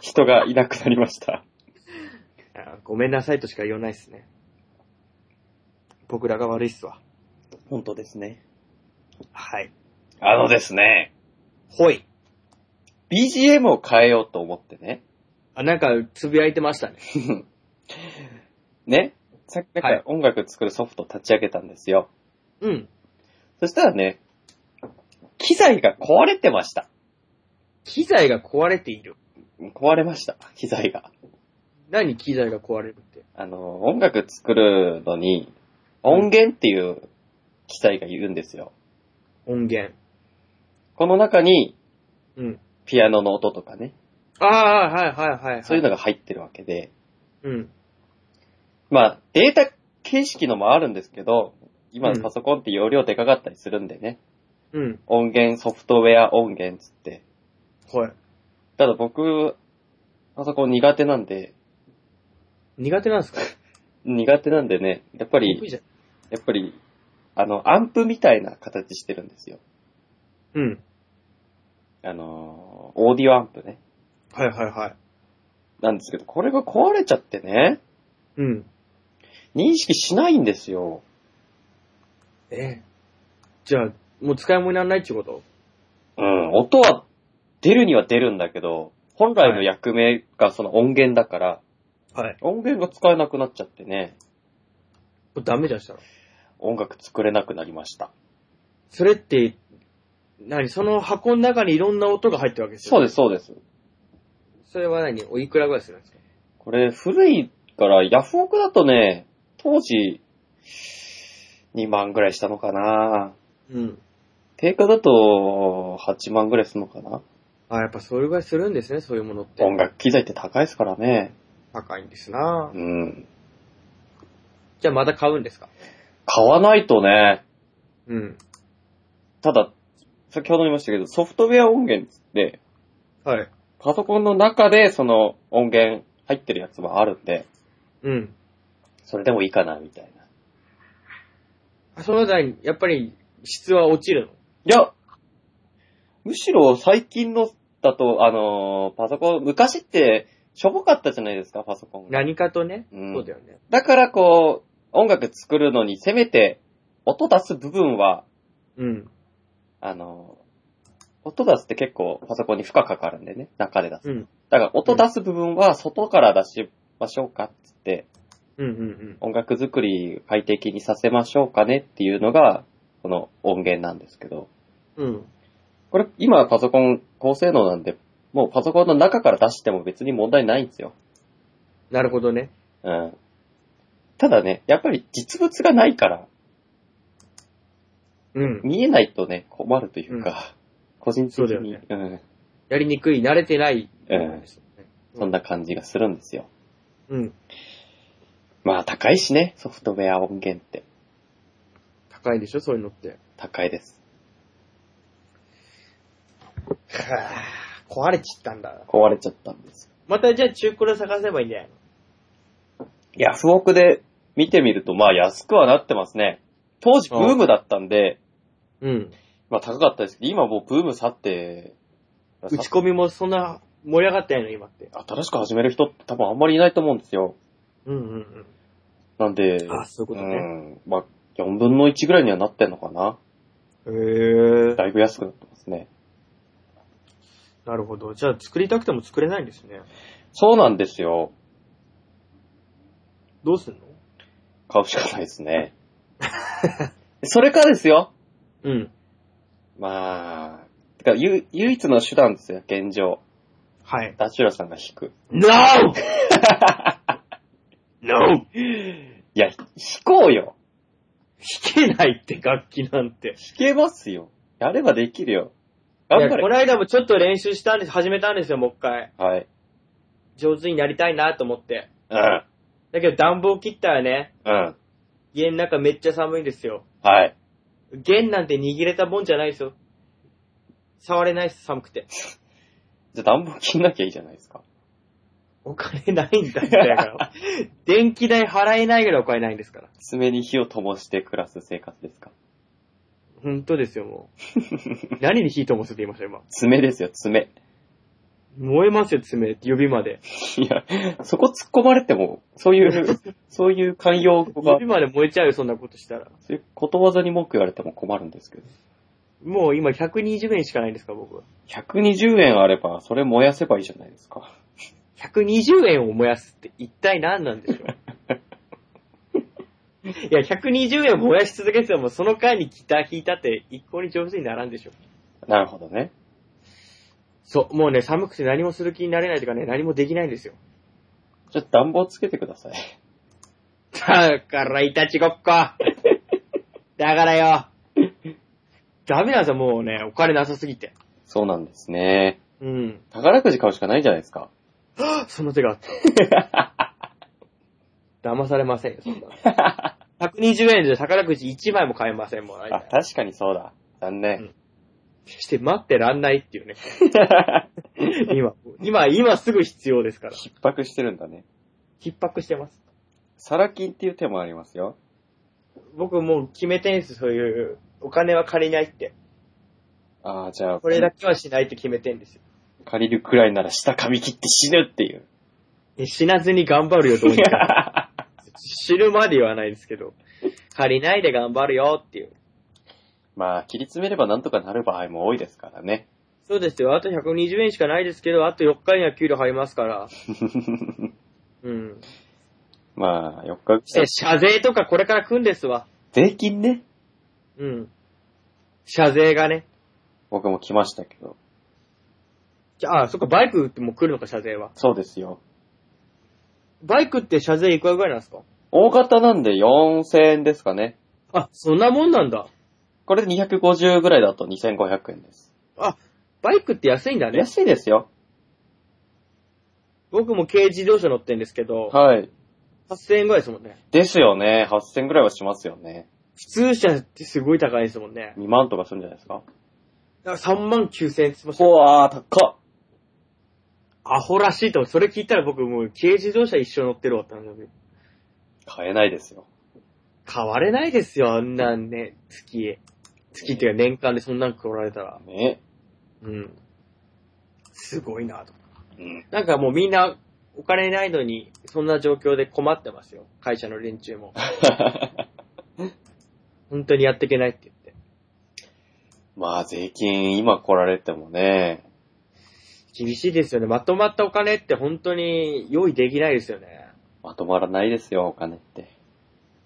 Speaker 3: 人がいなくなりました。
Speaker 2: あごめんなさいとしか言わないですね。僕らが悪いっすわ。
Speaker 3: 本当ですね。
Speaker 2: はい。
Speaker 3: あのですね、
Speaker 2: ほい。
Speaker 3: BGM を変えようと思ってね。
Speaker 2: あ、なんか、つぶやいてましたね。
Speaker 3: ね、さっきなん
Speaker 2: は
Speaker 3: か
Speaker 2: い
Speaker 3: 音楽作るソフト立ち上げたんですよ。
Speaker 2: うん。
Speaker 3: そしたらね、機材が壊れてました。
Speaker 2: 機材が壊れている。
Speaker 3: 壊れました、機材が。
Speaker 2: 何機材が壊れるって。
Speaker 3: あの、音楽作るのに、音源っていう機材がいるんですよ。
Speaker 2: 音源。
Speaker 3: この中に、
Speaker 2: うん。
Speaker 3: ピアノの音とかね、
Speaker 2: ああ、はいはいはい、はい。
Speaker 3: そういうの
Speaker 2: が。
Speaker 3: が入ってるわけで、
Speaker 2: うん。
Speaker 3: まあ、データ形式のもあるんですけど、今
Speaker 2: う
Speaker 3: の
Speaker 2: ん
Speaker 3: パソコンって容量でかかったりするんでね、
Speaker 2: うん。
Speaker 3: 音源、ソフトウェア音源つって。
Speaker 2: はい。
Speaker 3: ただ僕、パソコン苦手なんで、
Speaker 2: 苦手なんですか
Speaker 3: 苦手なんでね、やっぱ
Speaker 2: 得意
Speaker 3: り、
Speaker 2: じゃん
Speaker 3: やっぱり、あの、アンプみたいな形してるんですよ。
Speaker 2: うん。
Speaker 3: あの、オーディオアンプね。
Speaker 2: はいはいはい。
Speaker 3: なんですけど、これが壊れちゃってね、
Speaker 2: うん。
Speaker 3: 認識しないんですよ。
Speaker 2: ええ。じゃあ、もう使い物にならないってこと
Speaker 3: うん、音は出るには出るんだけど、本来の役目がその音源だから、
Speaker 2: はい。
Speaker 3: 音源が使えなくなっちゃってね、
Speaker 2: これダメじゃんしたら。
Speaker 3: 音楽作れなくなりました。
Speaker 2: それって、何その箱の中にいろんな音が入ってるわけですよ。
Speaker 3: そう
Speaker 2: で
Speaker 3: です、そうです。
Speaker 2: す。それは何おいくらぐらいするんですか
Speaker 3: これ古いから、ヤフオクだとね、当時、2万ぐらいしたのかな
Speaker 2: うん。
Speaker 3: 定価だと、8万ぐらいするのかな
Speaker 2: あ、やっぱそれぐらいするんですね、そういうものって。
Speaker 3: 音楽機材って高いですからね。
Speaker 2: 高いんですな
Speaker 3: うん。
Speaker 2: じゃあまた買うんですか
Speaker 3: 買わないとね、
Speaker 2: うん。
Speaker 3: ただ、先ほども言いましたけど、ソフトウェア音源っつって、
Speaker 2: はい。
Speaker 3: パソコンの中でその音源入ってるやつもあるんで、
Speaker 2: うん。
Speaker 3: それでもいいかな、みたいな。
Speaker 2: あその際、やっぱり質は落ちるの
Speaker 3: いや、むしろ最近のだと、あのーパソコン、昔ってしょぼかったじゃないですか、パソコンが。
Speaker 2: 何かとね。
Speaker 3: うん
Speaker 2: そうだよね。
Speaker 3: だからこう、音楽作るのにせめて、音出す部分は、
Speaker 2: うん。
Speaker 3: あのー音出すって結構パソコンに負荷かかるんでね、中で出す。
Speaker 2: うん。
Speaker 3: だから音出す部分は外から出しましょうかっつって、
Speaker 2: うんうんうん。
Speaker 3: 音楽作り快適にさせましょうかねっていうのが、この音源なんですけど。
Speaker 2: うん。
Speaker 3: これ、今パソコン高性能なんで、もうパソコンの中から出しても別に問題ないんですよ。
Speaker 2: なるほどね。
Speaker 3: うん。ただね、やっぱり実物がないから、
Speaker 2: うん。
Speaker 3: 見えないとね、困るというか、個人的
Speaker 2: そうだよ
Speaker 3: に、
Speaker 2: ね
Speaker 3: うん、
Speaker 2: やりにくい、慣れてない。
Speaker 3: うん
Speaker 2: ですよね
Speaker 3: そんな感じがするんですよ。
Speaker 2: うん。
Speaker 3: まあ、高いしね、ソフトウェア音源って。
Speaker 2: 高いでしょ、そういうのって。
Speaker 3: 高いです。
Speaker 2: 壊れちったんだ。
Speaker 3: 壊れちゃったんです。
Speaker 2: またじゃあ中古で探せばいいんじゃないの
Speaker 3: ヤフオクで見てみると、まあ安くはなってますね。当時ブームだったんで、
Speaker 2: うん。
Speaker 3: まあ高かったですけど、今もうブーム去って、
Speaker 2: 打ち込みもそんな盛り上がったんやの、今って。
Speaker 3: 新しく始める人って多分あんまりいないと思うんですよ。
Speaker 2: うんうん
Speaker 3: なんで、
Speaker 2: うん。あ、そういうこと
Speaker 3: う
Speaker 2: ね。
Speaker 3: ん、まあ、4分の1ぐらいにはなってんのかな。
Speaker 2: へえ。
Speaker 3: だいぶ安くなってますね。
Speaker 2: なるほど。じゃあ作りたくても作れないんですね。
Speaker 3: そうなんですよ。
Speaker 2: どうすんの
Speaker 3: 買うしかないです ね。それかですよ。
Speaker 2: うん。
Speaker 3: まあ、てか、ゆ唯一の手段ですよ、現状。
Speaker 2: はい。
Speaker 3: ダチュラさんが弾 く。
Speaker 2: NO!NO! 弾
Speaker 3: いや、弾こうよ。
Speaker 2: けないって楽器なんて。
Speaker 3: 弾けますよ。やればできるよ。
Speaker 2: い
Speaker 3: 頑
Speaker 2: や
Speaker 3: 張
Speaker 2: こ
Speaker 3: れ。
Speaker 2: の間もちょっと練習したんです、始めたんですよ、もう一回。
Speaker 3: はい。
Speaker 2: 上手になりたいなと思って。
Speaker 3: うん。
Speaker 2: だけど暖房切ったらね、
Speaker 3: うん。
Speaker 2: 家の中めっちゃ寒いんですよ。
Speaker 3: はい。
Speaker 2: 弦なんて握れたもんじゃないですよ。触れないです、寒くて。
Speaker 3: じゃあ暖房切んなきゃいいじゃないですか。
Speaker 2: お金ないんだって、だから。電気代払えないぐらいお金ないんですから。
Speaker 3: 爪に火を灯して暮らす生活ですか。
Speaker 2: 本当ですよ、もう。何に火灯すって言いました、今。
Speaker 3: 爪ですよ、爪。
Speaker 2: 燃えますよ、爪、指まで。
Speaker 3: いや、そこ突っ込まれても、そう いう、そういう寛容語が
Speaker 2: 指、まで燃えちゃうよ、そんなことしたら。
Speaker 3: そういうことわざに文句言われても困るんですけど。
Speaker 2: もう今120円しかないんですか、僕は。
Speaker 3: 120円あれば、それ燃やせばいいじゃないですか。
Speaker 2: 120円を燃やすって一体何なんでしょういや、120円燃やし続けてても、その間にギター弾いたって一向に上手にならんでしょ。
Speaker 3: なるほどね。
Speaker 2: そう、もうね、寒くて何もする気になれないとかね、何もできないんですよ。
Speaker 3: ちょっと暖房つけてください。
Speaker 2: だから、いたちご っこ。だからよ。ダメなんですよ、もうね、お金なさすぎて。
Speaker 3: そうなんですね。
Speaker 2: うん。
Speaker 3: 宝くじ買うしかないんじゃないです か。
Speaker 2: その手があった。騙されませんよ、そんなの。120円で宝くじ1枚も買えませんもん。
Speaker 3: あ、確かにそうだ。残念。
Speaker 2: して待ってらんないっていうね。 今、今、今すぐ必要ですから。
Speaker 3: 逼迫してるんだね。
Speaker 2: 逼迫してます。
Speaker 3: サラ金っていう手もありますよ。
Speaker 2: 僕もう決めてんす、そういう、お金は借りないって。
Speaker 3: ああ、じゃあ、
Speaker 2: これだけはしないって決めてんですよ。
Speaker 3: 借りるくらいなら下噛み切って死ぬっていう。
Speaker 2: え死なずに頑張るよ、どうにか。死ぬまで言わないですけど、借りないで頑張るよっていう。
Speaker 3: まあ、切り詰めればなんとかなる場合も多いですからね。
Speaker 2: そうですよ、あと120円しかないですけど、あと4日には給料入りますから。うん。
Speaker 3: まあ、4日
Speaker 2: え、謝税とかこれから来んですわ。
Speaker 3: 税金ね。
Speaker 2: うん。謝税がね。
Speaker 3: 僕も来ましたけど。
Speaker 2: じゃあ、あそっか、バイクってもう来るのか、謝税は。
Speaker 3: そうですよ。
Speaker 2: バイクって謝税いくらぐらいなんですか
Speaker 3: 大型なんで4000円ですかね。
Speaker 2: あ、そんなもんなんだ。
Speaker 3: これで250ぐらいだと2500円です。
Speaker 2: あ、バイクって安いんだね。
Speaker 3: 安いですよ。
Speaker 2: 僕も軽自動車乗ってんですけど、
Speaker 3: はい。
Speaker 2: 8000円ぐらいですもんね。
Speaker 3: ですよね。8000ぐらいはしますよね。
Speaker 2: 普通車ってすごい高いですもんね。
Speaker 3: 2万とかするんじゃないですか。
Speaker 2: だから3万9000円しました。
Speaker 3: ほわー、高っ。
Speaker 2: アホらしいと、それ聞いたら僕もう軽自動車一生乗ってるわ、誕生日。
Speaker 3: 買えないですよ。
Speaker 2: 買われないですよ、あんなんね、月。月っていうか年間でそんなん来られたら。
Speaker 3: ね。
Speaker 2: うん。すごいなと。
Speaker 3: うん。
Speaker 2: なんかもうみんな、お金ないのに、そんな状況で困ってますよ。会社の連中も。本当にやっていけないって言って。
Speaker 3: まあ、税金、今来られてもね。
Speaker 2: 厳しいですよね。まとまったお金って本当に用意できないですよね。
Speaker 3: まとまらないですよ、お金って。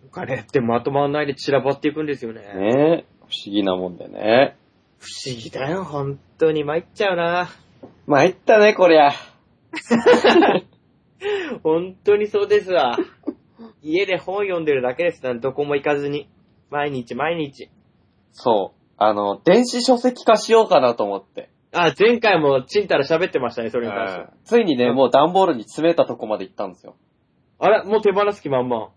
Speaker 2: お金ってまとまらないで散らばっていくんですよね。
Speaker 3: ね不思議なもんでね。
Speaker 2: 不思議だよ、本当に。参っちゃうな。
Speaker 3: 参ったね、こりゃ。
Speaker 2: 本当にそうですわ。家で本読んでるだけですなんどこも行かずに。毎日毎日。
Speaker 3: そう。あの、電子書籍化しようかなと思って。
Speaker 2: あ、前回もちんたら喋ってましたね、それに関して。
Speaker 3: ついにね、
Speaker 2: うん
Speaker 3: もう段ボールに詰めたとこまで行ったんですよ。
Speaker 2: あれもう手放す気満々。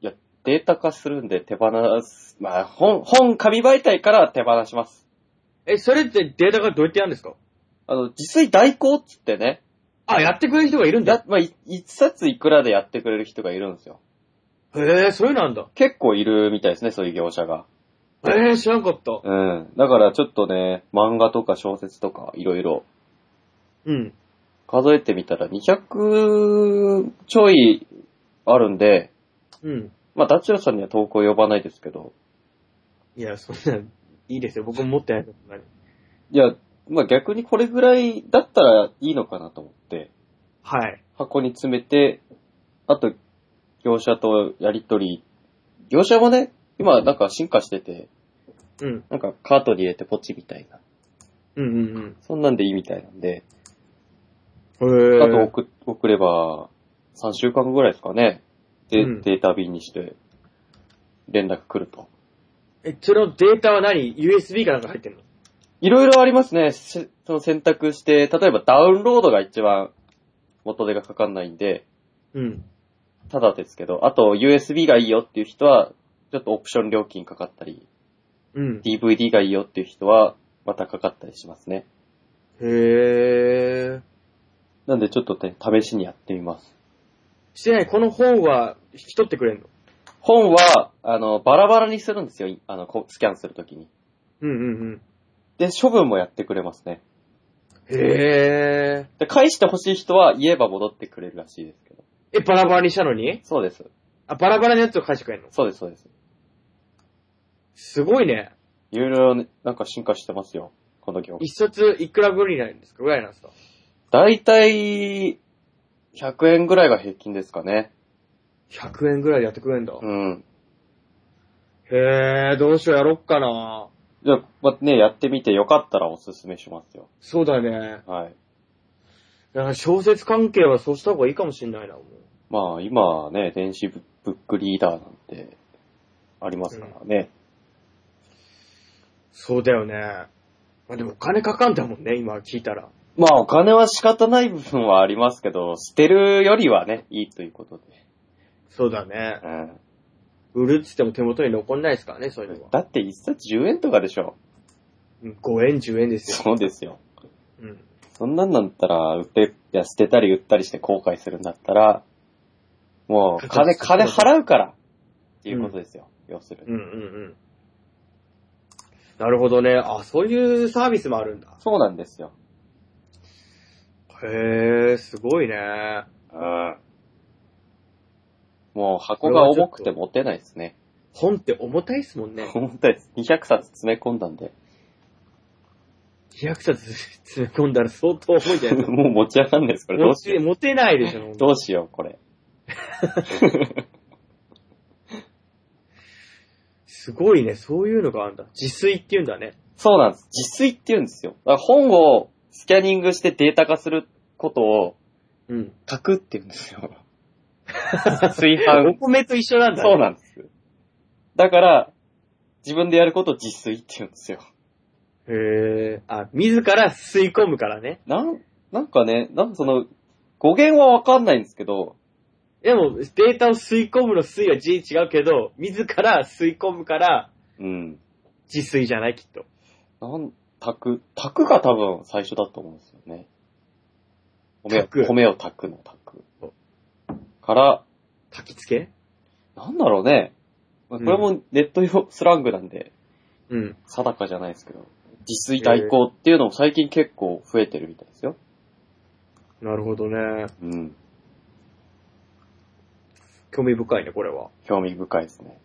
Speaker 3: いや、データ化するんで手放す。まあ、本、本紙媒体から手放します。
Speaker 2: え、それってデータがどうやってやるんですか
Speaker 3: あの、自炊代行っつってね。
Speaker 2: あ、やってくれる人がいるんだ。
Speaker 3: だ、まあ、い一冊いくらでやってくれる人がいるんですよ。
Speaker 2: へえ、そういうのなんだ。
Speaker 3: 結構いるみたいですね、そういう業者が。
Speaker 2: へえ、知らんかった。
Speaker 3: うん。だからちょっとね、漫画とか小説とかいろいろ
Speaker 2: うん。
Speaker 3: 数えてみたら200ちょいあるんで、
Speaker 2: うん。
Speaker 3: まあ、ダチュラさんには投稿呼ばないですけど、
Speaker 2: いや、そんなん、いいですよ。僕も持ってないの。
Speaker 3: いや、まあ、逆にこれぐらいだったらいいのかなと思って、
Speaker 2: はい。
Speaker 3: 箱に詰めて、あと、業者とやりとり、業者もね、今なんか進化してて、
Speaker 2: うん。
Speaker 3: なんかカートに入れてポチみたいな、
Speaker 2: うんうん
Speaker 3: そんなんでいいみたいなんで、
Speaker 2: うん。へえ。
Speaker 3: あと送送れば、3週間後ぐらいですかね、で、
Speaker 2: うん
Speaker 3: データ便にして、連絡来ると。
Speaker 2: え、そのデータは何 ?USB かなんか入ってんの
Speaker 3: いろいろありますね。せその選択して、例えばダウンロードが一番元手がかかんないんで、
Speaker 2: うん。
Speaker 3: ただですけど、あと USB がいいよっていう人は、ちょっとオプション料金かかったり、
Speaker 2: うん。
Speaker 3: DVD がいいよっていう人は、またかかったりしますね。
Speaker 2: へえ。
Speaker 3: なんでちょっとね、試しにやってみます。
Speaker 2: してない、この本は引き取ってくれんの
Speaker 3: 本は、あの、バラバラにするんですよ。いあの、こうスキャンするときに。
Speaker 2: うんうん
Speaker 3: で、処分もやってくれますね。
Speaker 2: うん。へえ。
Speaker 3: で、返してほしい人は言えば戻ってくれるらしいですけど。
Speaker 2: え、バラバラにしたのに
Speaker 3: そうです。
Speaker 2: あ、バラバラのやつを返してくれんの
Speaker 3: そうです、そうです。
Speaker 2: すごいね。
Speaker 3: いろいろね、なんか進化してますよ。この業界
Speaker 2: 一冊いくらぐらいになるんですかぐらいなんですか
Speaker 3: だいたい、100円ぐらいが平均ですかね。
Speaker 2: 100円ぐらいでやってくれんだ。
Speaker 3: うん。
Speaker 2: へえ、どうしようやろっかな。
Speaker 3: じゃあ、まあ、ね、やってみてよかったらおすすめしますよ。
Speaker 2: そうだね。
Speaker 3: はい。
Speaker 2: だから小説関係はそうした方がいいかもしんないな、もう。
Speaker 3: まあ、今はね、電子ブックリーダーなんて、ありますからね。
Speaker 2: そうだよね。まあでもお金かかんだもんね、今聞いたら。
Speaker 3: まあ、お金は仕方ない部分はありますけど、捨てるよりはね、いいということで。
Speaker 2: そうだね。
Speaker 3: うん。
Speaker 2: 売るっつっても手元に残んないですからね、そういうのは。
Speaker 3: だって一冊10円とかでしょ。
Speaker 2: うん5円、10円ですよ。
Speaker 3: そうですよ。
Speaker 2: うん。
Speaker 3: そんなんなんったら、売って、いや、捨てたり売ったりして後悔するんだったら、もう、金、金払うからっていうことですよ。要する
Speaker 2: う
Speaker 3: に。
Speaker 2: んうんうん。なるほどね。あ、そういうサービスもあるんだ。
Speaker 3: そうなんですよ。
Speaker 2: へえ、すごいね。
Speaker 3: うん。もう、箱が重くて持てないですね。
Speaker 2: 本って重たいっすもんね。
Speaker 3: 重たいです。200冊詰め込んだんで、
Speaker 2: 200冊詰め込んだら相当重いじゃないですか。
Speaker 3: もう持ち上がんないです。これど
Speaker 2: 持
Speaker 3: うしよ
Speaker 2: ち、持てないでし
Speaker 3: う。
Speaker 2: ょ。
Speaker 3: どうしよう、これ。
Speaker 2: すごいね。そういうのがあるんだ。自炊って言うんだね。
Speaker 3: そうなんです。自炊って言うんですよ。だから本をスキャニングしてデータ化することを
Speaker 2: うん。
Speaker 3: 書くって言うんですよ。 炊飯
Speaker 2: お米と一緒なんだ、ね。
Speaker 3: そうなんです。だから、自分でやることを自炊って言うんですよ。
Speaker 2: へえ。あ、自ら吸い込むからね。
Speaker 3: なん、なんかね、なんかその、語源はわかんないんですけど、
Speaker 2: でも、データを吸い込むの吸いは字違うけど、自ら吸い込むから、
Speaker 3: うん。
Speaker 2: 自炊じゃない、きっと。
Speaker 3: なん、炊く、炊くが多分最初だと思うんですよね。米を、
Speaker 2: 炊く
Speaker 3: 米を炊くの炊く。から、
Speaker 2: 焚き付け
Speaker 3: なんだろうね。まあこれもネット用スラングなんで、
Speaker 2: うん。
Speaker 3: 定かじゃないですけど、自炊代行っていうのも最近結構増えてるみたいですよ。
Speaker 2: なるほどね。
Speaker 3: うん。
Speaker 2: 興味深いね、これは。
Speaker 3: 興味深いですね。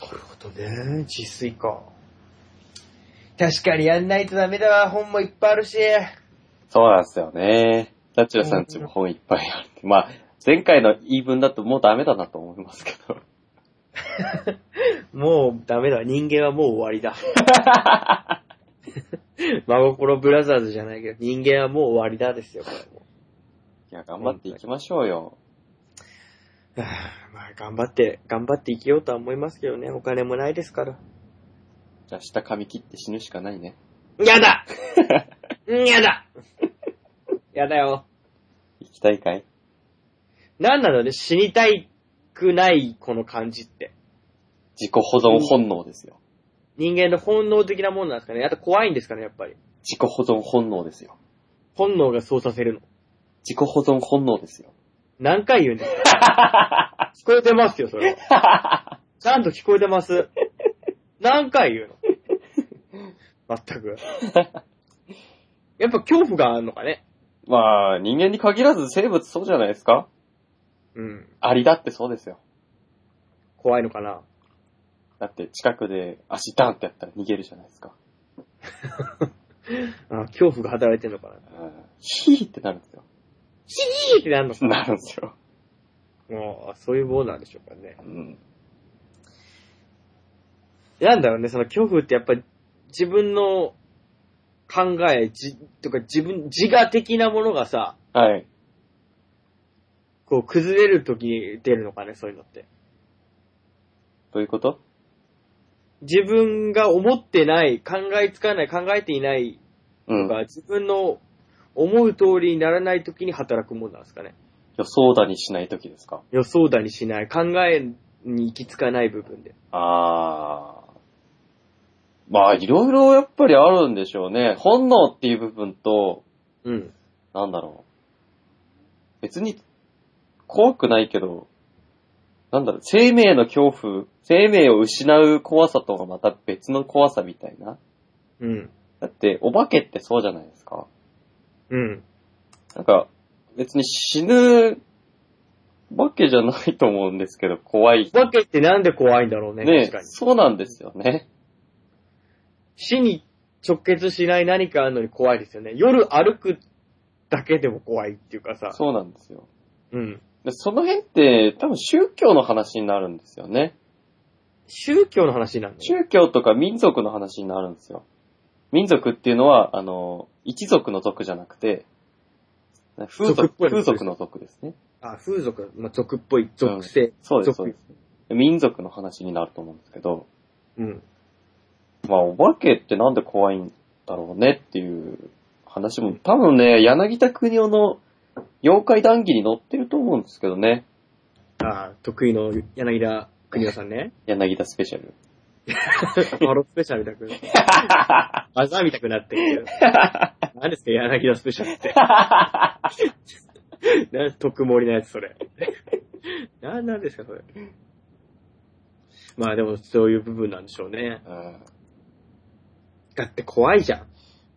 Speaker 2: なるほどね。自炊か。確かにやんないとダメだわ。本もいっぱいあるし。
Speaker 3: そうなんですよね。ダチュラさんちも本いっぱいあるって。まあ、前回の言い分だともうダメだなと思いますけど。
Speaker 2: もうダメだ。人間はもう終わりだ。 真心ブラザーズじゃないけど、人間はもう終わりだですよ、これも。
Speaker 3: いや、頑張っていきましょうよ。
Speaker 2: はあまあ、頑張って、頑張って生きようとは思いますけどね。お金もないですから。
Speaker 3: じゃあ下噛み切って死ぬしかないね。
Speaker 2: や だやだやだよ。
Speaker 3: 行きたいかい
Speaker 2: なんなのね、死にたいくないこの感じって。
Speaker 3: 自己保存本能ですよ。
Speaker 2: 人間の本能的なもんなんですかね。あと怖いんですかね、やっぱり。
Speaker 3: 自己保存本能ですよ。
Speaker 2: 本能がそうさせるの。
Speaker 3: 自己保存本能ですよ。
Speaker 2: 何回言うんですか聞こえてますよ、それは。ちゃんと聞こえてます。何回言うのまったく。やっぱ恐怖があるのかね。
Speaker 3: まあ、人間に限らず生物そうじゃないですか
Speaker 2: うん。
Speaker 3: アリだってそうですよ。
Speaker 2: 怖いのかな。
Speaker 3: だって近くで足ダンってやったら逃げるじゃないですか。
Speaker 2: あ恐怖が働いてんのかな。
Speaker 3: うん。ヒーってなるんですよ。
Speaker 2: ヒーってなんのかな。
Speaker 3: なるんですよ。
Speaker 2: もう、そういうものなんでしょうかね。
Speaker 3: うん。
Speaker 2: なんだろうね、その恐怖ってやっぱり自分の考え、じ、とか自分、自我的なものがさ、
Speaker 3: はい。
Speaker 2: こう崩れるときに出るのかね、そういうのって。
Speaker 3: どういうこと
Speaker 2: 自分が思ってない、考えつかない、考えていない
Speaker 3: うん
Speaker 2: とか、自分の思う通りにならないときに働くもんなんですかね。
Speaker 3: 予想だにしないときですか
Speaker 2: 予想だにしない、考えに行き着かない部分で。
Speaker 3: あー。まあ、いろいろやっぱりあるんでしょうね。本能っていう部分と、
Speaker 2: うん。
Speaker 3: なんだろう。別に、怖くないけど、なんだろう、生命の恐怖、生命を失う怖さとはまた別の怖さみたいな。
Speaker 2: うん。
Speaker 3: だって、お化けってそうじゃないですか。
Speaker 2: うん。
Speaker 3: なんか、別に死ぬ、わけじゃないと思うんですけど、怖い。
Speaker 2: わけってなんで怖いんだろうね、
Speaker 3: ね
Speaker 2: 確かに。
Speaker 3: そうなんですよね。
Speaker 2: 死に直結しない何かあるのに怖いですよね。夜歩くだけでも怖いっていうかさ。
Speaker 3: そうなんですよ。
Speaker 2: うん。
Speaker 3: でその辺って多分宗教の話になるんですよね。
Speaker 2: 宗教の話なんだよ。
Speaker 3: 宗教とか民族の話になるんですよ。民族っていうのは、あの、一族の族じゃなくて、風
Speaker 2: 族
Speaker 3: 俗、
Speaker 2: っぽいの
Speaker 3: 風俗の族ですね。
Speaker 2: あ、風俗、まあ、俗っぽい、属性。
Speaker 3: そうです、そ
Speaker 2: 俗
Speaker 3: うです。民族の話になると思うんですけど、
Speaker 2: うん。
Speaker 3: まあ、お化けってなんで怖いんだろうねっていう話も、多分ね、柳田国夫の妖怪談義に載ってると思うんですけどね。
Speaker 2: あ得意の柳田国夫さんね。
Speaker 3: 柳田スペシャル。
Speaker 2: マロスペシャルみたく。あざみたくなってる。何ですか、柳田スペシャルって。な、特盛りのやつ、それ。な、なんですか、それ。まあでも、そういう部分なんでしょうね。
Speaker 3: うん
Speaker 2: だって怖いじゃん。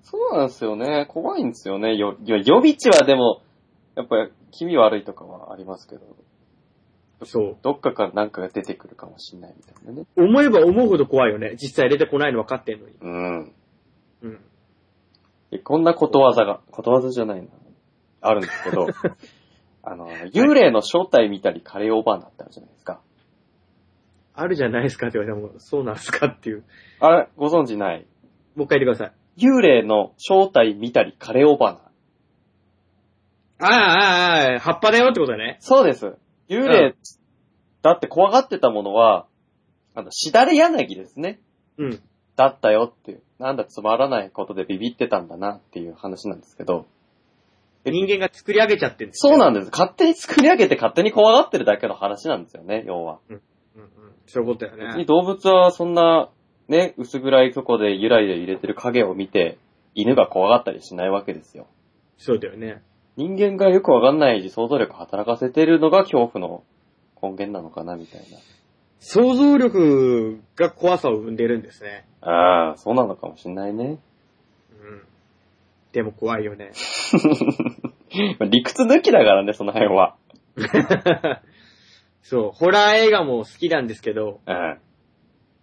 Speaker 3: そうなんですよね。怖いんですよね。よ、よ予備地はでも、やっぱ気味悪いとかはありますけど、
Speaker 2: そう。
Speaker 3: どっかからなんかが出てくるかもしんないみたいなね。
Speaker 2: 思えば思うほど怖いよね。実際出てこないの分かってんのに。
Speaker 3: うん。
Speaker 2: うん。
Speaker 3: えこんなことわざが、ことわざじゃないな。あるんですけど、あの、幽霊の正体見たりカレーオーバーになってあるじゃないですか。
Speaker 2: あるじゃないですかって言われても、そうなんすかっていう。
Speaker 3: あれ、ご存知ない
Speaker 2: もう一回言ってください。
Speaker 3: 幽霊の正体見たりカレーオーバーな。
Speaker 2: ああ、ああ、ああ、葉っぱだよってことだね。
Speaker 3: そうです。幽
Speaker 2: う
Speaker 3: 霊、だって怖がってたものは、あの、しだれ柳ですね。
Speaker 2: うん。
Speaker 3: だったよっていう、なんだつまらないことでビビってたんだなっていう話なんですけど、
Speaker 2: 人間が作り上げちゃってるんですよ
Speaker 3: そうなんです。勝手に作り上げて勝手に怖がってるだけの話なんですよね、要は。
Speaker 2: うんうん。そういうことだよ
Speaker 3: 別に
Speaker 2: ね。
Speaker 3: 動物はそんな、ね、薄暗いとこでゆらゆら入れてる影を見て、犬が怖がったりしないわけですよ。
Speaker 2: そうだよね。
Speaker 3: 人間がよくわかんない想像力を働かせてるのが恐怖の根源なのかな、みたい
Speaker 2: 想像力が怖さを生んでるんですね。
Speaker 3: な。ああ、そうなのかもしんないね。
Speaker 2: うん。でも怖いよね。
Speaker 3: 理屈抜きだからね、その辺は。
Speaker 2: そう、ホラー映画も好きなんですけど、
Speaker 3: うん。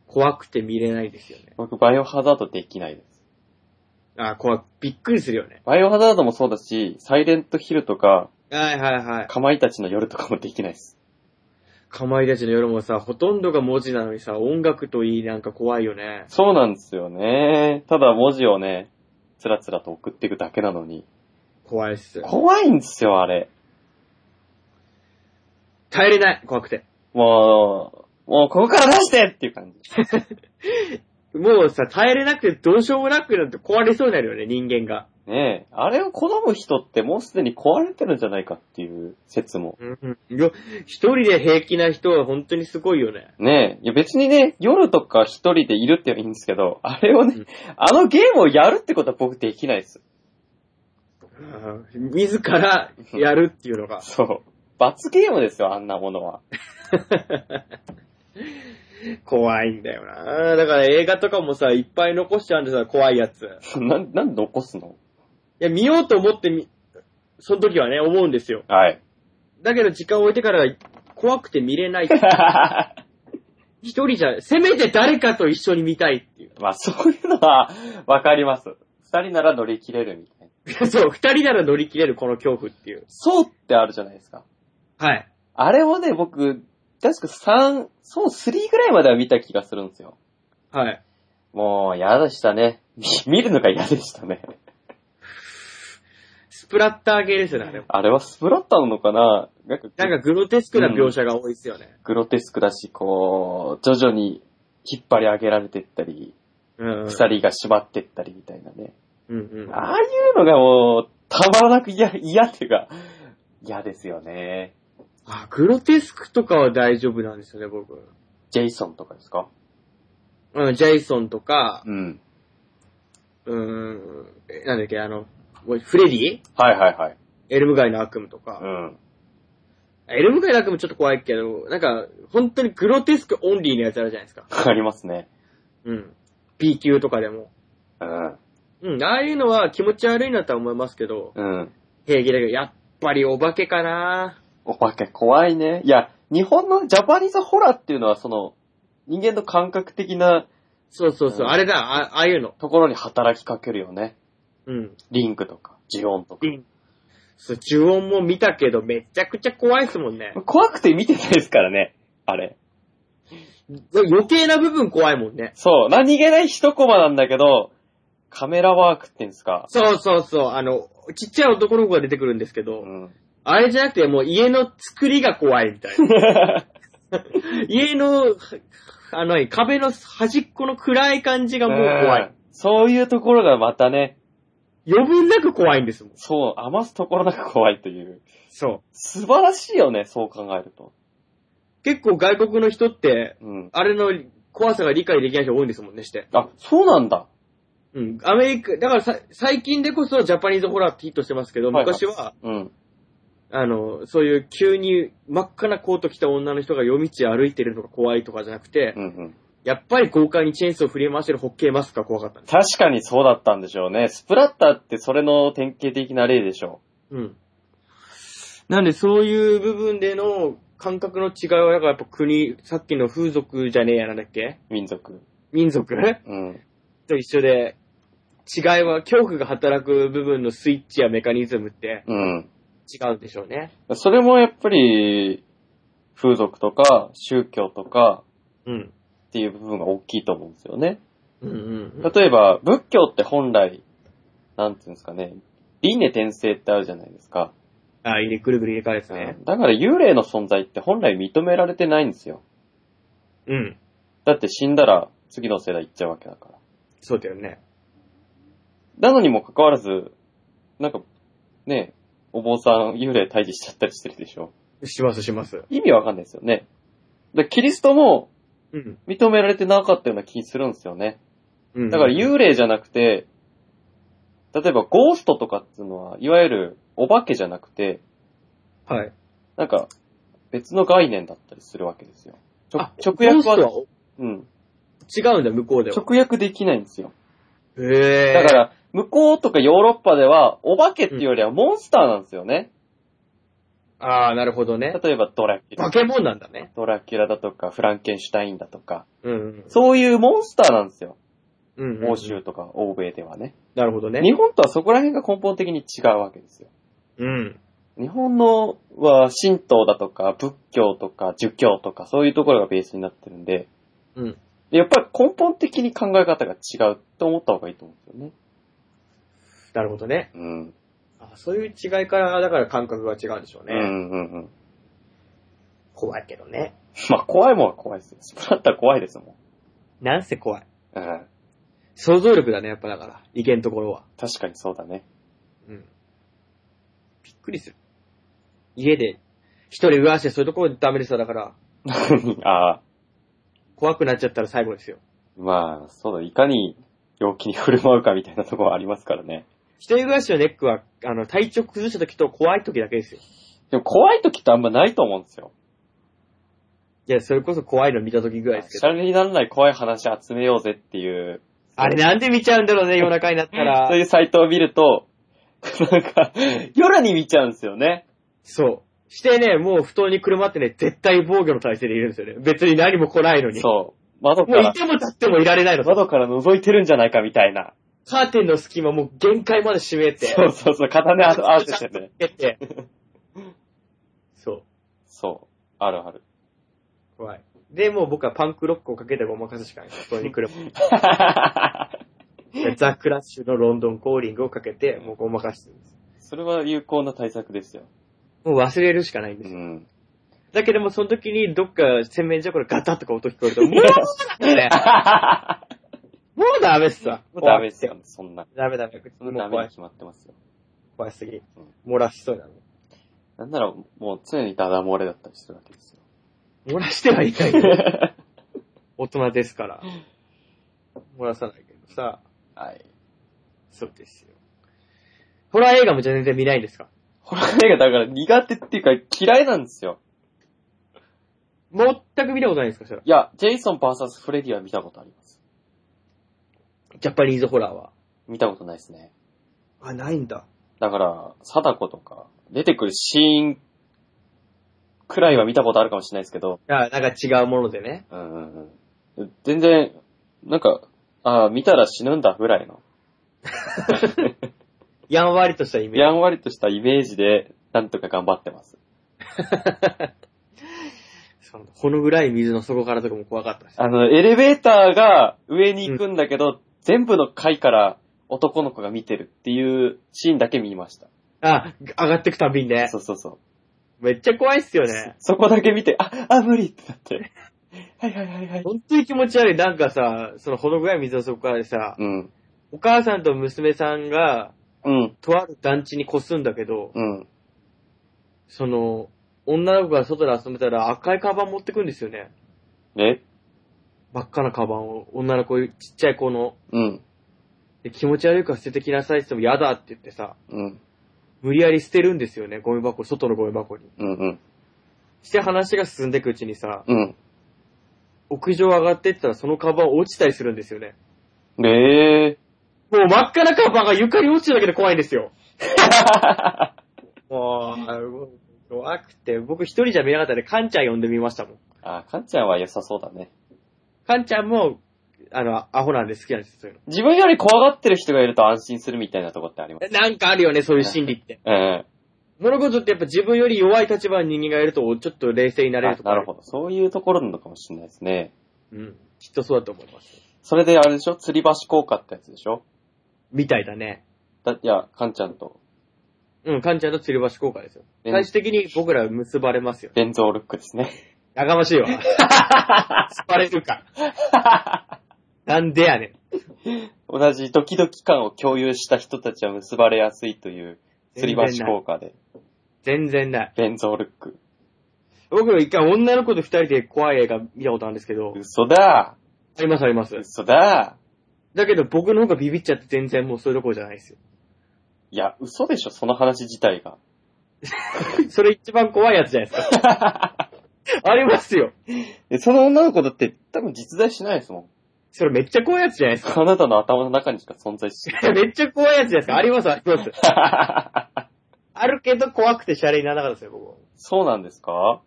Speaker 2: 怖くて見れないですよね。
Speaker 3: 僕、バイオハザードできないです。
Speaker 2: あー怖く、びっくりするよね。
Speaker 3: バイオハザードもそうだし、サイレントヒルとか、
Speaker 2: はいはいはい。
Speaker 3: かまいたちの夜とかもできないです。
Speaker 2: かまいたちの夜もさ、ほとんどが文字なのにさ、音楽といいなんか怖いよね。
Speaker 3: そうなんですよね。ただ文字をね、つらつらと送っていくだけなのに。
Speaker 2: 怖いっす。
Speaker 3: 怖いんですよ、あれ。
Speaker 2: 耐えれない、怖くて。
Speaker 3: もう、もうここから出してっていう感じ。
Speaker 2: もうさ、耐えれなくてどうしようもなくなって壊れそうになるよね、人間が。
Speaker 3: ねえ、あれを好む人ってもうすでに壊れてるんじゃないかっていう説も。
Speaker 2: うん。よ、一人で平気な人は本当にすごいよね。
Speaker 3: ねえ、いや別にね、夜とか一人でいるっていうのはいいんですけど、あれをね、
Speaker 2: うん
Speaker 3: あのゲームをやるってことは僕できないです。
Speaker 2: うん自らやるっていうのが。
Speaker 3: そう。罰ゲームですよ、あんなものは。
Speaker 2: 怖いんだよなだから映画とかもさ、いっぱい残しちゃうんでさ、怖いやつ。い
Speaker 3: なん、なんで残すの
Speaker 2: や、見ようと思ってみ、その時はね、思うんですよ。
Speaker 3: はい。
Speaker 2: だけど時間を置いてから怖くて見れない。一人じゃ、せめて誰かと一緒に見たいっていう。
Speaker 3: まあ、そういうのは、わかります。二人なら乗り切れるみたいな。
Speaker 2: そう、二人なら乗り切れるこの恐怖っていう。
Speaker 3: そうってあるじゃないですか。
Speaker 2: はい。
Speaker 3: あれをね、僕、確か3、そう3ぐらいまでは見た気がするんですよ。
Speaker 2: はい。
Speaker 3: もう、嫌でしたね。 み見るのが嫌でしたね。
Speaker 2: スプラッター系ですよね、あれも。
Speaker 3: あれはスプラッターなのかななんか、
Speaker 2: なんかグロテスクな描写が多いですよね。
Speaker 3: グロテスクだし、こう、徐々に引っ張り上げられてったり、
Speaker 2: うん。うん。
Speaker 3: 鎖が縛ってったりみたいなね。
Speaker 2: うんうん。
Speaker 3: ああいうのがもう、たまらなく嫌、嫌っていうか、嫌ですよね。
Speaker 2: あ、グロテスクとかは大丈夫なんですよね、僕。
Speaker 3: ジェイソンとかですか
Speaker 2: うん、ジェイソンとか、
Speaker 3: うん。
Speaker 2: うーん、えなんだっけ、あの、フレディ
Speaker 3: はいはいはい。
Speaker 2: エルム街の悪夢と
Speaker 3: う
Speaker 2: か。
Speaker 3: ん。
Speaker 2: エルム街の悪夢ちょっと怖いけど、なんか、本当にグロテスクオンリーのやつあるじゃないですか。
Speaker 3: ありますね。
Speaker 2: うん。B 級とかでも。
Speaker 3: うん。
Speaker 2: うん、ああいうのは気持ち悪いなとは思いますけど、
Speaker 3: うん。
Speaker 2: 平気だけど、やっぱりお化けかな
Speaker 3: お化け怖いね。いや、日本のジャパニーズホラーっていうのはその、人間の感覚的な
Speaker 2: そうそうそう、
Speaker 3: うん
Speaker 2: あれだ、あああいうの。
Speaker 3: ところに働きかけるよね。
Speaker 2: うん。
Speaker 3: リンクとか、ジオンとか。
Speaker 2: リンそう、呪音も見たけど、めちゃくちゃ怖いっすもんね。
Speaker 3: 怖くて見てないですからね。あれ。
Speaker 2: 余計な部分怖いもんね。
Speaker 3: そう、何気ない一コマなんだけど、カメラワークって言うんですか。
Speaker 2: そうそうそう、あの、ちっちゃい男の子が出てくるんですけど、
Speaker 3: うん。
Speaker 2: あれじゃなくてもう家の作りが怖い みたいな。家の、あの、壁の端っこの暗い感じがもう怖い。
Speaker 3: ん。そういうところがまたね、
Speaker 2: 余分なく怖いんですもん。
Speaker 3: そう、余すところなく怖いという。
Speaker 2: そ
Speaker 3: 素晴らしいよね、そう考えると。
Speaker 2: う。結構外国の人って、
Speaker 3: うん。
Speaker 2: あれの怖さが理解できない人多いんですもんね、して。
Speaker 3: あ、そうなんだ。
Speaker 2: うん。アメリカ、だからさ最近でこそジャパニーズホラーってヒットしてますけど、
Speaker 3: はいはい
Speaker 2: 昔は、
Speaker 3: うん。
Speaker 2: あの、そういう急に真っ赤なコート着た女の人が夜道歩いてるのが怖いとかじゃなくて、
Speaker 3: うんうん。
Speaker 2: やっぱり豪快にチェーンソー振り回してるホッケーマスクが怖かったんです。
Speaker 3: 確かにそうだったんでしょうね。スプラッターってそれの典型的な例でしょ
Speaker 2: うん。なんでそういう部分での感覚の違いは、だからやっぱ国、さっきの風俗じゃねえやなんだっけ
Speaker 3: う。民族。
Speaker 2: 民族
Speaker 3: うん。
Speaker 2: と一緒で、違いは恐怖が働く部分のスイッチやメカニズムって
Speaker 3: うん。
Speaker 2: 違うんでしょうね。
Speaker 3: それもやっぱり、風俗とか宗教とか
Speaker 2: うん。
Speaker 3: っていう部分が大きいと思うんですよね。
Speaker 2: うんうん
Speaker 3: 例えば、仏教って本来、なんていうんですかね、輪廻転生ってあるじゃないですか。
Speaker 2: あ、入れ、ぐるぐる入れ替わるですね。
Speaker 3: だから幽霊の存在って本来認められてないんですよ。
Speaker 2: うん。
Speaker 3: だって死んだら次の世代行っちゃうわけだから。
Speaker 2: そうだよね。
Speaker 3: なのにもかかわらず、なんか、ね、お坊さん幽霊退治しちゃったりしてるでしょ。
Speaker 2: しますします。
Speaker 3: 意味わかんないですよね。で、キリストも
Speaker 2: うん。
Speaker 3: 認められてなかったような気するんですよね。
Speaker 2: うん。
Speaker 3: だから幽霊じゃなくて、例えばゴーストとかっていうのは、いわゆるお化けじゃなくて、
Speaker 2: はい。
Speaker 3: なんか、別の概念だったりするわけですよ。ちょ
Speaker 2: あ
Speaker 3: 直訳は、
Speaker 2: ゴー
Speaker 3: うん。
Speaker 2: ストは違うんだ、向こうでは。
Speaker 3: 直訳できないんですよ。
Speaker 2: へえ。
Speaker 3: だか、ら、向こうとかヨーロッパでは、お化けっていうよりはモンスターなんですよね。
Speaker 2: ああ、なるほどね。
Speaker 3: 例えばドラキュ
Speaker 2: 化
Speaker 3: ラ。
Speaker 2: け物なんだね。
Speaker 3: ドラキュラだとか、フランケンシュタインだとか、
Speaker 2: うん。
Speaker 3: そういうモンスターなんですよ。
Speaker 2: うんうん。
Speaker 3: 欧州とか欧米ではね。
Speaker 2: なるほどね。
Speaker 3: 日本とはそこら辺が根本的に違うわけですよ。
Speaker 2: うん。
Speaker 3: 日本のは神道だとか仏教とか儒教とかそういうところがベースになってるんで、
Speaker 2: うん。
Speaker 3: やっぱり根本的に考え方が違うと思った方がいいと思うんですよね。
Speaker 2: なるほどね。
Speaker 3: うん。
Speaker 2: あそういう違いから、だから感覚が違うんでしょうね。
Speaker 3: うんうんうん。
Speaker 2: 怖いけどね。
Speaker 3: まあ怖いもんは怖いですよ。スプラッター怖いですもん。
Speaker 2: なんせ怖い。
Speaker 3: うん。
Speaker 2: 想像力だね、やっぱだから。意見のところは。
Speaker 3: 確かにそうだね。
Speaker 2: うん。びっくりする。家で、一人わしてそういうところでダメでしただから、
Speaker 3: ああ、
Speaker 2: 怖くなっちゃったら最後ですよ。
Speaker 3: まあそうだ、いかに陽気に振る舞うかみたいなところはありますからね。
Speaker 2: 一人暮らしのネックは、あの、体調崩した時と怖い時だけですよ。
Speaker 3: でも怖い時ってあんまないと思うんですよ。
Speaker 2: いや、それこそ怖いの見た時ぐらいですけ
Speaker 3: シ
Speaker 2: ど。
Speaker 3: ャレにならない怖い話集めようぜっていう
Speaker 2: あれなんで見ちゃうんだろうね、夜中になった ら
Speaker 3: そう。いうサイトを見ると、なんか、夜に見ちゃうんですよね。
Speaker 2: そう。してね、もう布団にくるまってね、絶対防御の体勢でいるんですよね。別に何も来ないのに。
Speaker 3: そう。窓か
Speaker 2: もうい
Speaker 3: ら、
Speaker 2: ても立ってもいられないの。
Speaker 3: 窓から覗いてるんじゃないかみたいな。
Speaker 2: カーテンの隙間もう限界まで閉めて。
Speaker 3: そうそうそう、片目合わせてね。
Speaker 2: 蹴 って。そう。
Speaker 3: そう。あるあ る。
Speaker 2: 怖い。で、もう僕はパンクロックをかけてごまかすしかない。布団にくる まって。ザ・クラッシュのロンドンコーリングをかけて、もうごまかしてるんです。
Speaker 3: それは有効な対策ですよ。
Speaker 2: もう忘れるしかないん
Speaker 3: う
Speaker 2: です。
Speaker 3: ん。
Speaker 2: だけども、その時にどっか洗面所からガタッとか音聞こえ ると、もうダメ もうダメっすわ。
Speaker 3: もうダメですよ、そんな。
Speaker 2: ダメダメ。
Speaker 3: そん
Speaker 2: も
Speaker 3: なダメ
Speaker 2: う怖
Speaker 3: に
Speaker 2: い。
Speaker 3: 決まってますよ。
Speaker 2: 怖すぎ
Speaker 3: うん。
Speaker 2: 漏らしそうだね。
Speaker 3: なんなら、もう常にダダ漏れだったりするわけですよ。
Speaker 2: 漏らしてはいないけ ど。大人ですから。漏らさないけどさ、
Speaker 3: はい。
Speaker 2: そうですよ。ホラー映画も全然見ないですか
Speaker 3: ホラー映画だから苦手っていうか嫌いなんですよ。
Speaker 2: 全く見たことないですかそれ。
Speaker 3: いや、ジェイソン VS フレディは見たことあります。
Speaker 2: ジャパニーズホラーは。
Speaker 3: 見たことないですね。
Speaker 2: あ、ないんだ。
Speaker 3: だから、貞子とか、出てくるシーンくらいは見たことあるかもしれないですけど、
Speaker 2: あ、なんか違うものでね。
Speaker 3: うんうんうん、全然、なんか、ああ、見たら死ぬんだぐらいの。
Speaker 2: やんわりとしたイメ
Speaker 3: や
Speaker 2: ー
Speaker 3: んわりとしたイメージで、なんとか頑張ってます。
Speaker 2: ジ。 そのこのぐらい水の底からとかも怖かったし。
Speaker 3: あの、エレベーターが上に行くんだけど、全部の階から男の子が見てるっていうシーンだけ見ました。
Speaker 2: あ、上がってくたびにね。
Speaker 3: そうそうそう。
Speaker 2: めっちゃ怖いっすよね。
Speaker 3: そこだけ見て、あ、あ、無理ってなって。 はいはいはいはい。
Speaker 2: 本当に気持ち悪い。なんかさ、そのほどぐらい水の底からでさ、
Speaker 3: うん。
Speaker 2: お母さんと娘さんが、
Speaker 3: うん。
Speaker 2: とある団地に越すんだけど、
Speaker 3: うん。
Speaker 2: その、女の子が外で遊んでたら赤いカバン持ってくんですよね。
Speaker 3: ね
Speaker 2: 真っ赤なカバンを、女の子、ちっちゃい子の。
Speaker 3: うん。
Speaker 2: で気持ち悪いから捨ててきなさいって言っても嫌だって言ってさ、
Speaker 3: うん。
Speaker 2: 無理やり捨てるんですよね、ゴミ箱、外のゴミ箱に。
Speaker 3: うん。うん。
Speaker 2: して話が進んでいくうちにさ、
Speaker 3: うん。
Speaker 2: 屋上上がってったらそのカバン落ちたりするんですよね。
Speaker 3: ねえ。
Speaker 2: もう真っ赤なカバンが床に落ちてるだけで怖いんですよ。もう、怖くて、僕一人じゃ見えなかったんで、カンちゃん呼んでみましたもん。
Speaker 3: あ、かんちゃんは良さそうだね。
Speaker 2: カンちゃんも、あの、アホなんで好きなんですよ、そういう
Speaker 3: 自分より怖がってる人がいると安心するみたいなとこってあります。
Speaker 2: の。 なんかあるよね、そういう心理って。
Speaker 3: うん。
Speaker 2: 物事ってやっぱ自分より弱い立場の人間がいると、ちょっと冷静になれる
Speaker 3: あ
Speaker 2: とか。
Speaker 3: なるほど。そういうところなのかもしれないですね。
Speaker 2: ど。うん。きっとそうだと思います。
Speaker 3: それであれでしょ吊り橋効果ってやつでしょ
Speaker 2: みたいだね。
Speaker 3: だ、いや、かんちゃんと、
Speaker 2: うん、カンちゃんと吊り橋効果ですよ。
Speaker 3: え
Speaker 2: 最終的に僕ら結ばれますよ。
Speaker 3: ベンゾールックですね。
Speaker 2: やかま しいわ。つばれるか。なんでやねん。
Speaker 3: 同じドキドキ感を共有した人たちは結ばれやすいという、吊り橋効果で、
Speaker 2: 全然ない。
Speaker 3: ベンゾールック。
Speaker 2: 僕一回女の子と二人で怖い映画見たことあるんですけど、
Speaker 3: 嘘だ
Speaker 2: ありますあります。
Speaker 3: 嘘だ
Speaker 2: だけど僕の方がビビっちゃって全然もうそういうところじゃないですよ。
Speaker 3: いや、嘘でしょ、その話自体が。
Speaker 2: それ一番怖いやつじゃないですか。ありますよ。
Speaker 3: えその女の子だって多分実在しないですもん。
Speaker 2: それめっちゃ怖いやつじゃないですか。
Speaker 3: あなたの頭の中にしか存在 しない。
Speaker 2: めっちゃ怖いやつじゃないですか。ありますあります。あるけど怖くてシャレにならなかったですよ、僕は。
Speaker 3: そうなんですか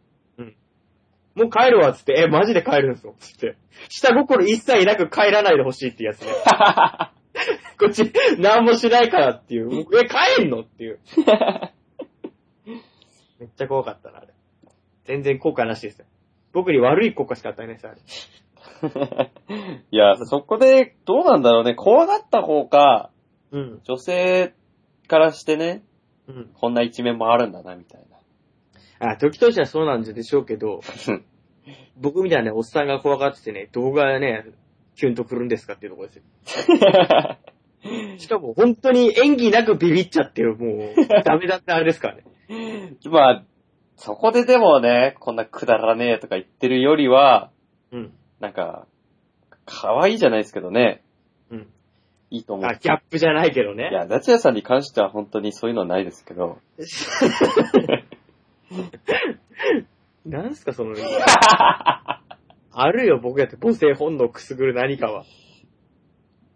Speaker 2: もう帰るわ、つって。え、マジで帰るんですよ、つって。下心一切なく帰らないでほしいってやつね。 こっち、何もしないからっていう。え、帰んのっていう。めっちゃ怖かったな、あれ。全然後悔なしですよ。僕に悪い後悔しか与えないです、あれ。
Speaker 3: いや、そこで、どうなんだろうね。怖がった方か、
Speaker 2: うん。
Speaker 3: 女性からしてね、
Speaker 2: うん。
Speaker 3: こんな一面もあるんだな、みたいな。
Speaker 2: あ、時としてはそうなんでしょうけど、僕みたいなね、おっさんが怖がっててね、動画がね、キュンとくるんですかっていうところですよ。しかも本当に演技なくビビっちゃってる、もう、ダメだってあれですからね。
Speaker 3: まあ、そこででもね、こんなくだらねえとか言ってるよりは、
Speaker 2: うん。
Speaker 3: なんか、可愛いじゃないですけどね、
Speaker 2: うん。
Speaker 3: いいと思う。
Speaker 2: あ、ギャップじゃないけど
Speaker 3: い
Speaker 2: ね。
Speaker 3: や、夏也さんに関しては本当にそういうのはないですけど。
Speaker 2: なんすか、その、 あるよ、僕やって母性本能くすぐる何かは。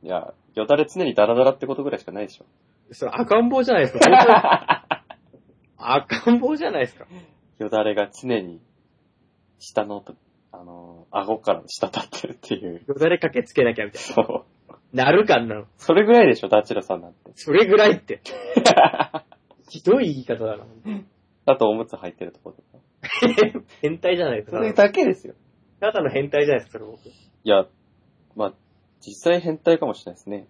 Speaker 3: いや、よだれ常にダラダラってことぐらいしかない でしょ。
Speaker 2: それ赤ん坊じゃないですか。本 当に赤ん坊じゃないですか。
Speaker 3: よだれが常に、下の、あの、顎から下立ってるっていう。
Speaker 2: よだれかけつけなきゃみたい
Speaker 3: そう。
Speaker 2: な。なるかんなの。
Speaker 3: それぐらいでしょ、ダチラさんなんて。
Speaker 2: それぐらいって。ひどい言い方だな。
Speaker 3: あとおむつ履いてるところとか。
Speaker 2: 変態じゃないです
Speaker 3: そ
Speaker 2: か。
Speaker 3: れだけですよ。
Speaker 2: ただの変態じゃないですか、それ僕。
Speaker 3: いや、まあ、実際変態かもしれないですね。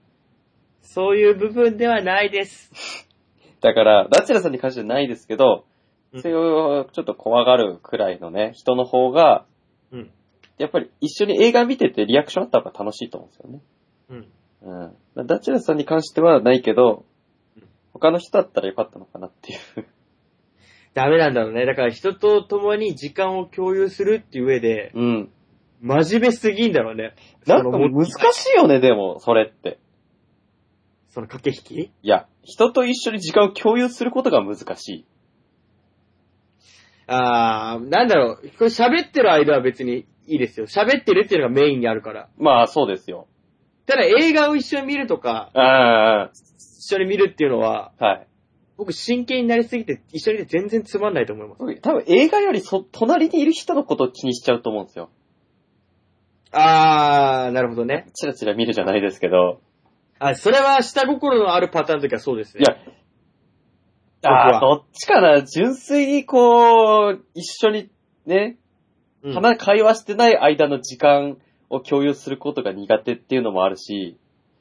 Speaker 2: そういう部分ではないです。
Speaker 3: だから、ダチラさんに関してはないですけど、
Speaker 2: うん
Speaker 3: それをちょっと怖がるくらいのね、人の方が、
Speaker 2: うん。
Speaker 3: やっぱり一緒に映画見ててリアクションあった方が楽しいと思うんですよね。
Speaker 2: う
Speaker 3: う
Speaker 2: ん。
Speaker 3: んまあ。ダチュラさんに関してはないけど
Speaker 2: うん、
Speaker 3: 他の人だったらよかったのかなっていう。
Speaker 2: ダメなんだろうね。だから人と共に時間を共有するっていう上で、
Speaker 3: うん。
Speaker 2: 真面目すぎんだろうね。
Speaker 3: なんか
Speaker 2: その
Speaker 3: 難しいよね、でも、それって。
Speaker 2: その駆け引き
Speaker 3: いや、人と一緒に時間を共有することが難しい。
Speaker 2: あー、なんだろう。これ喋ってる間は別にいいですよ。喋ってるっていうのがメインにあるから。
Speaker 3: まあ、そうですよ。
Speaker 2: ただ映画を一緒に見るとか、
Speaker 3: うんうん
Speaker 2: 一緒に見るっていうのは、
Speaker 3: うん。はい。
Speaker 2: 僕真剣になりすぎて一緒にいて全然つまんないと思います。
Speaker 3: 僕多分映画よりそ、隣にいる人のことを気にしちゃうと思うんですよ。
Speaker 2: あー、なるほどね。
Speaker 3: チラチラ見るじゃないですけど。
Speaker 2: あ、それは下心のあるパターンの時はそうですね。
Speaker 3: いやああ、どっちかな、純粋にこう、一緒にね、
Speaker 2: うん、
Speaker 3: 話、会話してない間の時間を共有することが苦手っていうのもあるし、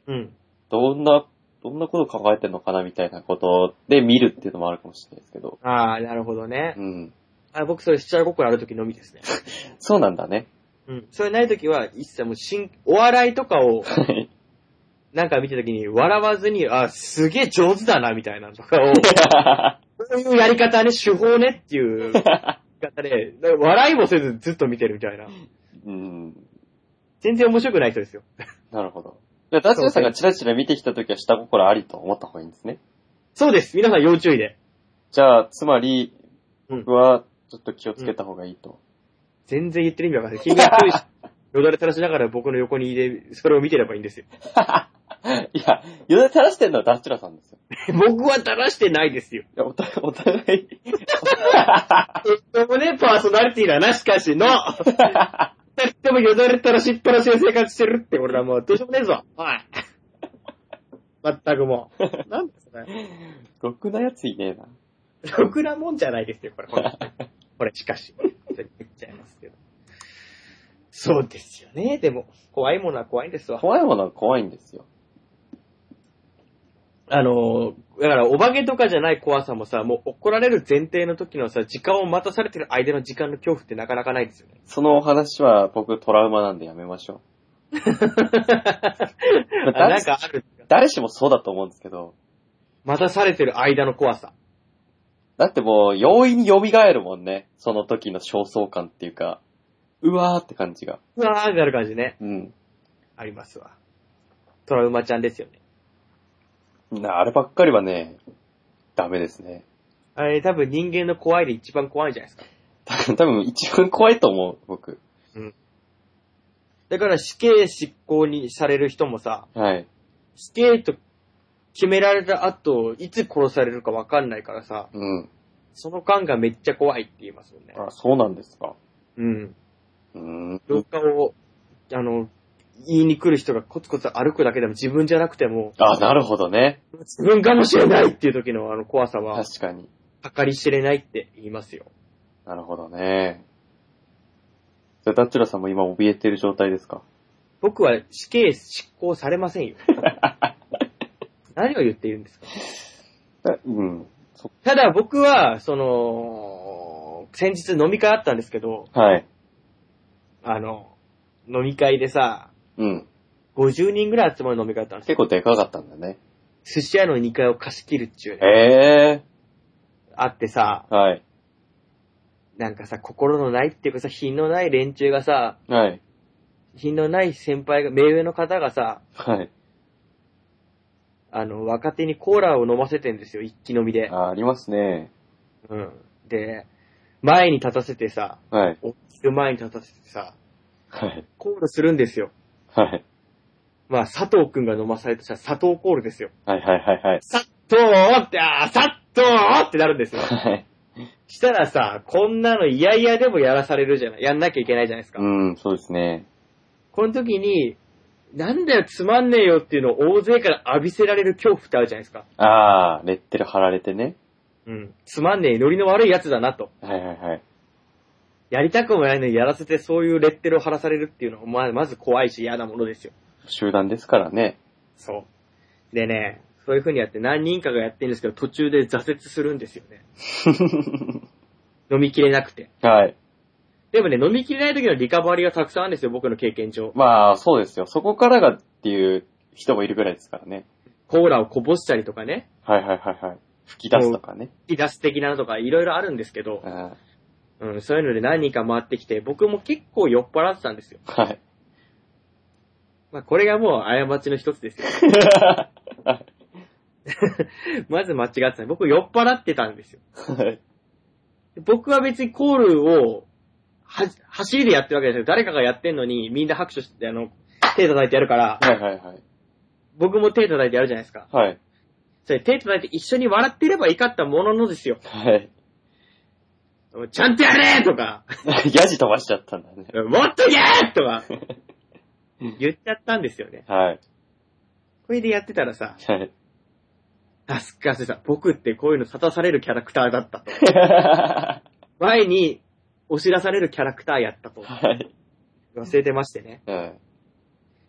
Speaker 2: うん。
Speaker 3: どんな、どんなこと考えてんのかなみたいなことで見るっていうのもあるかもしれないですけど。
Speaker 2: ああ、なるほどね。
Speaker 3: うん。
Speaker 2: あ僕それ下心ある時のみですね。
Speaker 3: そうなんだね。
Speaker 2: うん。それない時は、一切もうしん、お笑いとかを、
Speaker 3: はい。
Speaker 2: なんか見た時に笑わずに、あ、すげえ上手だな、みたいなのとかを、そういうやり方ね、手法ねっていうやり方で、だから笑いもせずずっと見てるみたいな。
Speaker 3: うん。
Speaker 2: 全然面白くない人ですよ。
Speaker 3: なるほど。じゃあ、ダッシュさんがチラチラ見てきたときは下心ありと思った方がいいんですね。
Speaker 2: そうです。皆さん要注意で。
Speaker 3: じゃあ、つまり、
Speaker 2: うん
Speaker 3: 僕はちょっと気をつけた方がいい と。
Speaker 2: 全然言ってる意味わかんない。君が注意し、よだれ垂らしながら僕の横にいて、それを見てればいいんですよ。
Speaker 3: いや、よだ垂らしてるのはダッシュラさんですよ。
Speaker 2: 僕は垂らしてないですよ。
Speaker 3: いや、お互い、お互い。
Speaker 2: ともね、パーソナリティだな、しかしの。でもよだれ垂らしっぱなしで生活してるって、俺らもうどうしようもねえぞ。おい。まったくも う。なんですかね。
Speaker 3: ろくなやついねえな。
Speaker 2: ろくなもんじゃないですよ、これ。 これ、これしかし。言っちゃいますけど。そうですよね。でも、怖いものは怖いんですわ。
Speaker 3: 怖いものは怖いんですよ。
Speaker 2: あのー、だから、お化けとかじゃない怖さもさ、もう怒られる前提の時のさ、時間を待たされてる間の時間の恐怖ってなかなかないです よね。
Speaker 3: そのお話は僕トラウマなんでやめましょう。
Speaker 2: あなんかある。
Speaker 3: 誰しもそうだと思うんですけど、
Speaker 2: 待たされてる間の怖さ。
Speaker 3: だってもう容易に蘇るもんね。その時の焦燥感っていうか、うわーって感じが。
Speaker 2: うわーってなる感じね。
Speaker 3: うん。
Speaker 2: ありますわ。トラウマちゃんですよね。
Speaker 3: なあればっかりはね、ダメですね。
Speaker 2: あれ、多分人間の怖いで一番怖いんじゃないですか。
Speaker 3: 多分多分一番怖いと思う、僕。
Speaker 2: だから死刑執行にされる人もさ、
Speaker 3: はい。
Speaker 2: 死刑と決められた後、いつ殺されるかわかんないからさ、
Speaker 3: うん。
Speaker 2: その間がめっちゃ怖いって言いますよね。
Speaker 3: あ、そうなんですか。
Speaker 2: うん。
Speaker 3: うーん。
Speaker 2: 廊下を、あの、言いに来る人がコツコツ歩くだけでも自分じゃなくても、
Speaker 3: あ、なるほどね。
Speaker 2: 自分かもしれないっていう時のあの怖さは、
Speaker 3: 確かに。
Speaker 2: 計り知れないって言いますよ。
Speaker 3: なるほどね。じゃあ、ダッチュラさんも今怯えてる状態ですか
Speaker 2: 僕は死刑執行され ませんよ。何を言っているんですか
Speaker 3: えうん。そ
Speaker 2: ただ僕は、その、先日飲み会あったんですけど、
Speaker 3: はい。
Speaker 2: あの、飲み会でさ、
Speaker 3: うん。
Speaker 2: 50人ぐらい集まる飲み会だったんです
Speaker 3: 結
Speaker 2: よ。
Speaker 3: 構でかかったんだね。
Speaker 2: 寿司屋の2階を貸し切るっちゅうね、
Speaker 3: ええ
Speaker 2: あってさ、
Speaker 3: ー。はい。
Speaker 2: なんかさ、心のないっていうかさ、品のない連中がさ、
Speaker 3: はい。
Speaker 2: 品のない先輩が、目上の方がさ、
Speaker 3: はい。
Speaker 2: あの、若手にコーラを飲ませてんですよ、一気飲みで。
Speaker 3: あ、ありますね。
Speaker 2: うん。で、前に立たせてさ、
Speaker 3: はい。
Speaker 2: お昼前に立たせてさ、
Speaker 3: はい。
Speaker 2: コールするんですよ。
Speaker 3: はい。
Speaker 2: まあ、佐藤くんが飲まされたら佐藤コールですよ。
Speaker 3: はいはいはいはい。
Speaker 2: 佐藤って、あー佐藤ってなるんです よ。
Speaker 3: はい。
Speaker 2: したらさ、こんなの嫌々でもやらされるじゃない、やんなきゃいけないじゃないですか。
Speaker 3: うん、そうですね。
Speaker 2: この時に、なんだよ、つまんねえよっていうのを大勢から浴びせられる恐怖ってあるじゃないですか。
Speaker 3: ああ、レッテル貼られてね。
Speaker 2: うん。つまんねえ、ノリの悪いやつだなと。
Speaker 3: はいはいはい。
Speaker 2: やりたくもないのにやらせてそういうレッテルを貼らされるっていうのは、まあまず怖いし嫌なものですよ。
Speaker 3: 集団ですからね。
Speaker 2: そう。でね、そういう風にやって何人かがやってるんですけど、途中で挫折するんですよね。飲みきれなくて。
Speaker 3: はい。
Speaker 2: でもね、飲みきれない時のリカバリーがたくさんあるんですよ、僕の経験上。
Speaker 3: まあ、そうですよ。そこからがっていう人もいるぐらいですからね。
Speaker 2: コーラをこぼしたりとかね、
Speaker 3: はいはいはいはい。吹き出すとかね。
Speaker 2: 引き出す的なのとかいろいろあるんですけど
Speaker 3: う、ん
Speaker 2: うん、そういうので何人か回ってきて、僕も結構酔っ払ってたんですよ。
Speaker 3: はい。
Speaker 2: まあ、これがもう過ちの一つですよ。まず間違ってた。僕酔っ払ってたんですよ。
Speaker 3: はい
Speaker 2: 僕は別にコールを、は、走りでやってるわけじゃない。誰かがやってんのに、みんな拍手して、あの、手叩いてやるから、
Speaker 3: はいはいはい。
Speaker 2: 僕も手叩いてやるじゃないですか。
Speaker 3: はい。
Speaker 2: それ手叩いて一緒に笑ってればいかったもののですよ。
Speaker 3: はい。
Speaker 2: ちゃんとやれとか、
Speaker 3: ヤジ飛ばしちゃったんだね。
Speaker 2: もっとやれとか、言っちゃったんですよね。
Speaker 3: はい。
Speaker 2: これでやってたらさ、
Speaker 3: はい。
Speaker 2: あすっかせさ、僕ってこういうの立たされるキャラクターだったと。前に押し出されるキャラクターやったと。
Speaker 3: はい。
Speaker 2: 忘れてましてね。
Speaker 3: は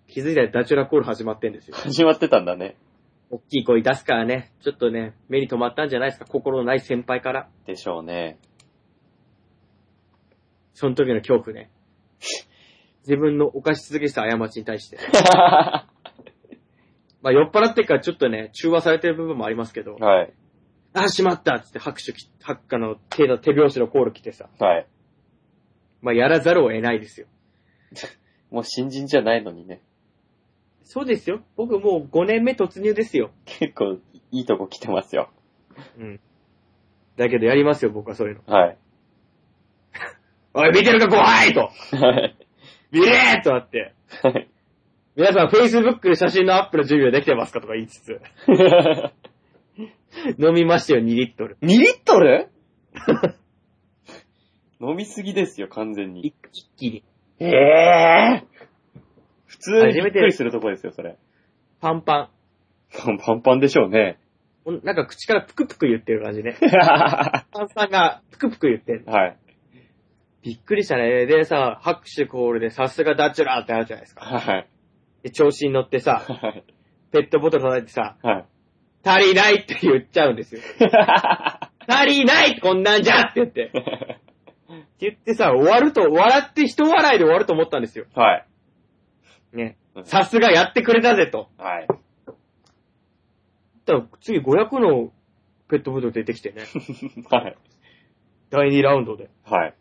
Speaker 3: い。
Speaker 2: 気づいたらダチュラコール始まってんですよ。
Speaker 3: 始まってたんだね。
Speaker 2: 大きい声出すからね、ちょっとね、目に留まったんじゃないですか、心のない先輩から。
Speaker 3: でしょうね。
Speaker 2: その時の恐怖ね。自分の犯し続けてた過ちに対して。
Speaker 3: は
Speaker 2: まあ酔っ払ってっからちょっとね、中和されてる部分もありますけ
Speaker 3: い。
Speaker 2: ど、あ、しまったっつって拍手き、拍あの手の手拍子のコール来てさ、
Speaker 3: はい。
Speaker 2: まあやらざるを得ないですよ。
Speaker 3: もう新人じゃないのにね。
Speaker 2: そうですよ。僕もう5年目突入ですよ。
Speaker 3: 結構いいとこ来てますよ。
Speaker 2: うん。だけどやりますよ、僕はそういうの。
Speaker 3: はい。
Speaker 2: おい、見てるか怖いと
Speaker 3: はい。
Speaker 2: 見れーとなって。
Speaker 3: はい。
Speaker 2: 皆さん、Facebook で写真のアップの準備はできてますかとか言いつつ。
Speaker 3: 2
Speaker 2: 飲みましたよ、2リットル。
Speaker 3: リットル 飲みすぎですよ、完全に。
Speaker 2: 一一気に。
Speaker 3: ええ普通にびっくりするとこですよ、それ。
Speaker 2: パンパン
Speaker 3: パンパンでしょう ね。
Speaker 2: ほん。なんか口からプクプク言ってる感じね。
Speaker 3: は
Speaker 2: パンさんがプクプク言ってる。
Speaker 3: い。
Speaker 2: びっくりしたね。でさ、拍手コールでさすがダチュラーってあるじゃないですか。
Speaker 3: はい。
Speaker 2: で、調子に乗っ てさ、
Speaker 3: はい。
Speaker 2: ペットボトル叩いてさ、
Speaker 3: はい。
Speaker 2: 足りないって言っちゃうんですよ。足りないこんなんじゃって言って。って言ってさ、終わると、笑って人笑いで終わると思ったんですよ。
Speaker 3: はい。
Speaker 2: ね
Speaker 3: う。ん
Speaker 2: さすがやってくれたぜと。
Speaker 3: はい。
Speaker 2: だから次500のペットボトル出てきてね。
Speaker 3: はい。
Speaker 2: 第2ラウンドで。
Speaker 3: はい。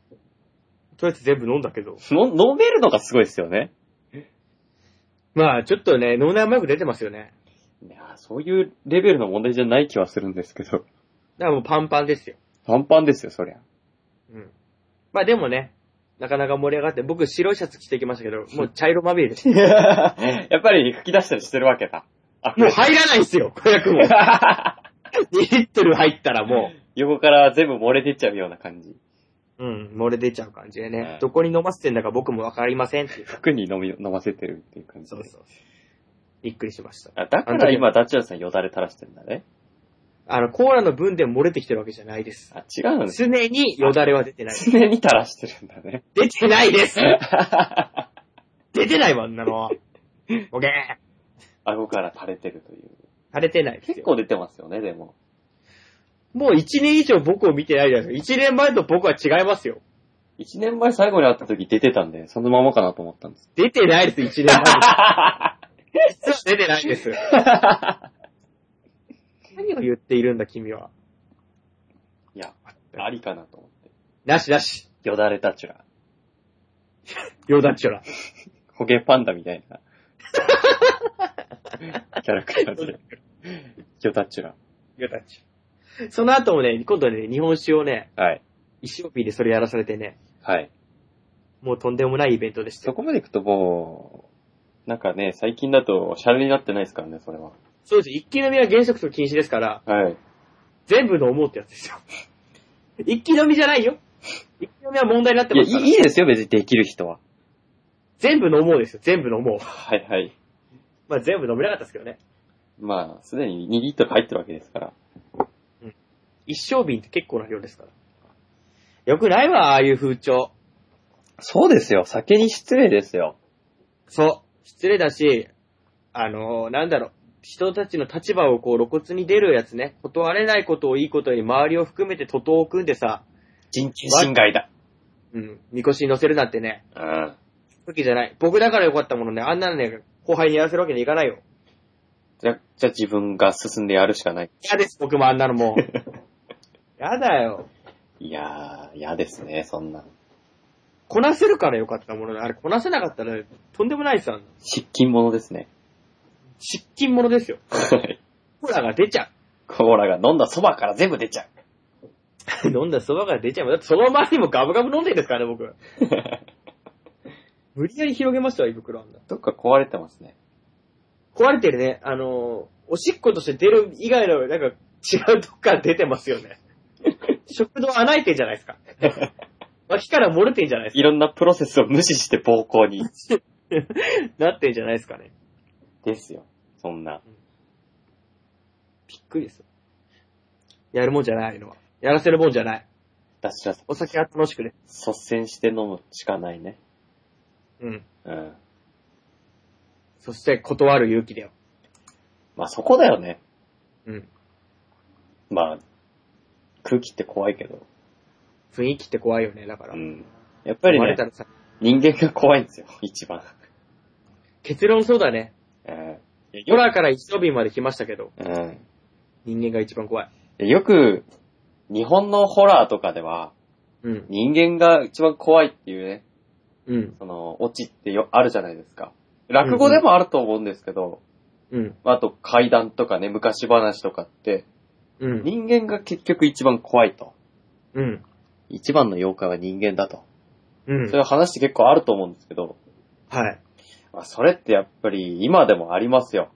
Speaker 2: とりあえず全部飲んだけど。
Speaker 3: の、飲めるのがすごいですよね。
Speaker 2: まあ、ちょっとね、脳内麻薬出てますよね。
Speaker 3: いやそういうレベルの問題じゃない気はするんですけ ど。
Speaker 2: だからもうパンパンですよ。
Speaker 3: パンパンですよ、そりゃ。
Speaker 2: うん。まあでもね、なかなか盛り上がって、僕白いシャツ着てきましたけど、もう茶色まみれで す。
Speaker 3: やっぱり吹き出したりしてるわけだ。あ
Speaker 2: もう入らないんすよ、500も。2リットル入った らも
Speaker 3: 横から全部漏れてっちゃうような感じ。
Speaker 2: う、うん、漏れ出ちゃう感じでね。
Speaker 3: うん
Speaker 2: どこに飲ませてんだか僕もわかりませんっていう。
Speaker 3: 服に飲み、飲ませてるっていう感じ。
Speaker 2: そうそう。びっくりしました。
Speaker 3: あだから今、ダチュラさんよだれ垂らしてるんだね。
Speaker 2: あの、コーラの分で漏れてきてるわけじゃないです。
Speaker 3: あ、違うんです。
Speaker 2: 常によだれは出てない。
Speaker 3: 常に垂らしてるんだね。
Speaker 2: 出てないです 出てないわ、あんなの。オッケー
Speaker 3: 顎から垂れてるという。
Speaker 2: されてないです
Speaker 3: 結
Speaker 2: よ。
Speaker 3: 構出てますよね、でも。
Speaker 2: もう1年以上僕を見てないじゃないですか。1年前と僕は違いますよ。
Speaker 3: 一年前最後に会った時出てたんで、そのままかなと思ったんです。
Speaker 2: 出てないです、1年前。 実は出てないです。何を言っているんだ、君は。
Speaker 3: いや、ありかなと思って。
Speaker 2: なしなし。
Speaker 3: よだれダチュラ。
Speaker 2: よだっちょら。
Speaker 3: ホゲパンダみたい な。キャラクターで。よだチュラ。
Speaker 2: よだっちょら。その後もね、今度ね、日本酒をね、
Speaker 3: はい。
Speaker 2: 一生日でそれやらされてね、
Speaker 3: はい。
Speaker 2: もうとんでもないイベントでした
Speaker 3: そ
Speaker 2: よ。
Speaker 3: こまで行くともう、なんかね、最近だと、シャレになってないですからね、それは。
Speaker 2: そうです。一気飲みは原則と禁止ですから、
Speaker 3: はい。
Speaker 2: 全部飲もうってやつですよ。一気飲みじゃないよ。一気飲みは問題になって
Speaker 3: いや、い
Speaker 2: ますから。
Speaker 3: いいいですよ、別にできる人は。
Speaker 2: 全部飲もうですよ。全部飲もう。
Speaker 3: はいはい。
Speaker 2: まあ全部飲めなかったですけどね。
Speaker 3: まあ、すでに2リットル入ってるわけですから。
Speaker 2: 一升瓶って結構な量ですから。よくないわ、ああいう風潮。
Speaker 3: そうですよ、酒に失礼ですよ。
Speaker 2: そう。失礼だし、あのーなんだろう、人たちの立場をこう露骨に出るやつね。断れないことをいいことに周りを含めて徒党を組んでさ、
Speaker 3: 人権侵害だ。
Speaker 2: うん、みこしに乗せるなんてね、
Speaker 3: うん。
Speaker 2: 武器じゃない。僕だからよかったものね、あんなのね、後輩にやらせるわけにいかないよ。
Speaker 3: じゃ、じゃあ自分が進んでやるしかない。
Speaker 2: 嫌です、僕もあんなの もう。やだよ。
Speaker 3: いやー、嫌ですね、そんな。
Speaker 2: こなせるからよかったものね。あれ、こなせなかったら、とんでもないさ。
Speaker 3: 失禁者です ね。
Speaker 2: 失禁者ですよ。
Speaker 3: はい。
Speaker 2: コーラが出ちゃ
Speaker 3: コーラが飲んだそばから全部出ちゃう。
Speaker 2: う。 飲んだそばが出ちゃう。だってその前にもガブガブ飲んでるんですからね、僕。 無理やり広げましたよ、胃袋あんな。
Speaker 3: どっか壊れてますね。
Speaker 2: 壊れてるね。あのー、おしっことして出る以外の、なんか、違うとこから出てますよ ね。食道穴開いてんじゃないですか。脇から漏れてんじゃないで
Speaker 3: いろんなプロセスを無視して暴行に。
Speaker 2: すか。なってんじゃないですかね。
Speaker 3: ですよ。そんな。
Speaker 2: びっくりですよ。やるもんじゃないああいうのは。やらせるもんじゃない。
Speaker 3: 私は
Speaker 2: お酒は楽しくね。
Speaker 3: 率先して飲むしかないね。
Speaker 2: うん。
Speaker 3: うん。
Speaker 2: そして断る勇気だよ。
Speaker 3: まあそこだよね。
Speaker 2: うん。
Speaker 3: まあ、空気って怖いけど。
Speaker 2: 雰囲気って怖いよね、だから。
Speaker 3: う
Speaker 2: やっ
Speaker 3: ん。やっぱり
Speaker 2: バレ
Speaker 3: ね
Speaker 2: た、らさ、
Speaker 3: 人間が怖いんですよ、 一番。
Speaker 2: 結論そうだね。
Speaker 3: うん。
Speaker 2: 空から一度便まで来ましたけど、
Speaker 3: うん。
Speaker 2: 人間が一番怖い。
Speaker 3: よく、日本のホラーとかでは、
Speaker 2: うん。
Speaker 3: 人間が一番怖いっていうね、
Speaker 2: うん。
Speaker 3: その、オチってよ、あるじゃないですか。落語でもあると思うんですけど、
Speaker 2: うん。
Speaker 3: あと怪談とかね、昔話とかって、
Speaker 2: うん。
Speaker 3: 人間が結局一番怖いと。
Speaker 2: うん。
Speaker 3: 一番の妖怪は人間だと。
Speaker 2: うん
Speaker 3: そうい。う話って結構あると思うんですけど、
Speaker 2: はい。
Speaker 3: まあ、それってやっぱり今でもありますよ。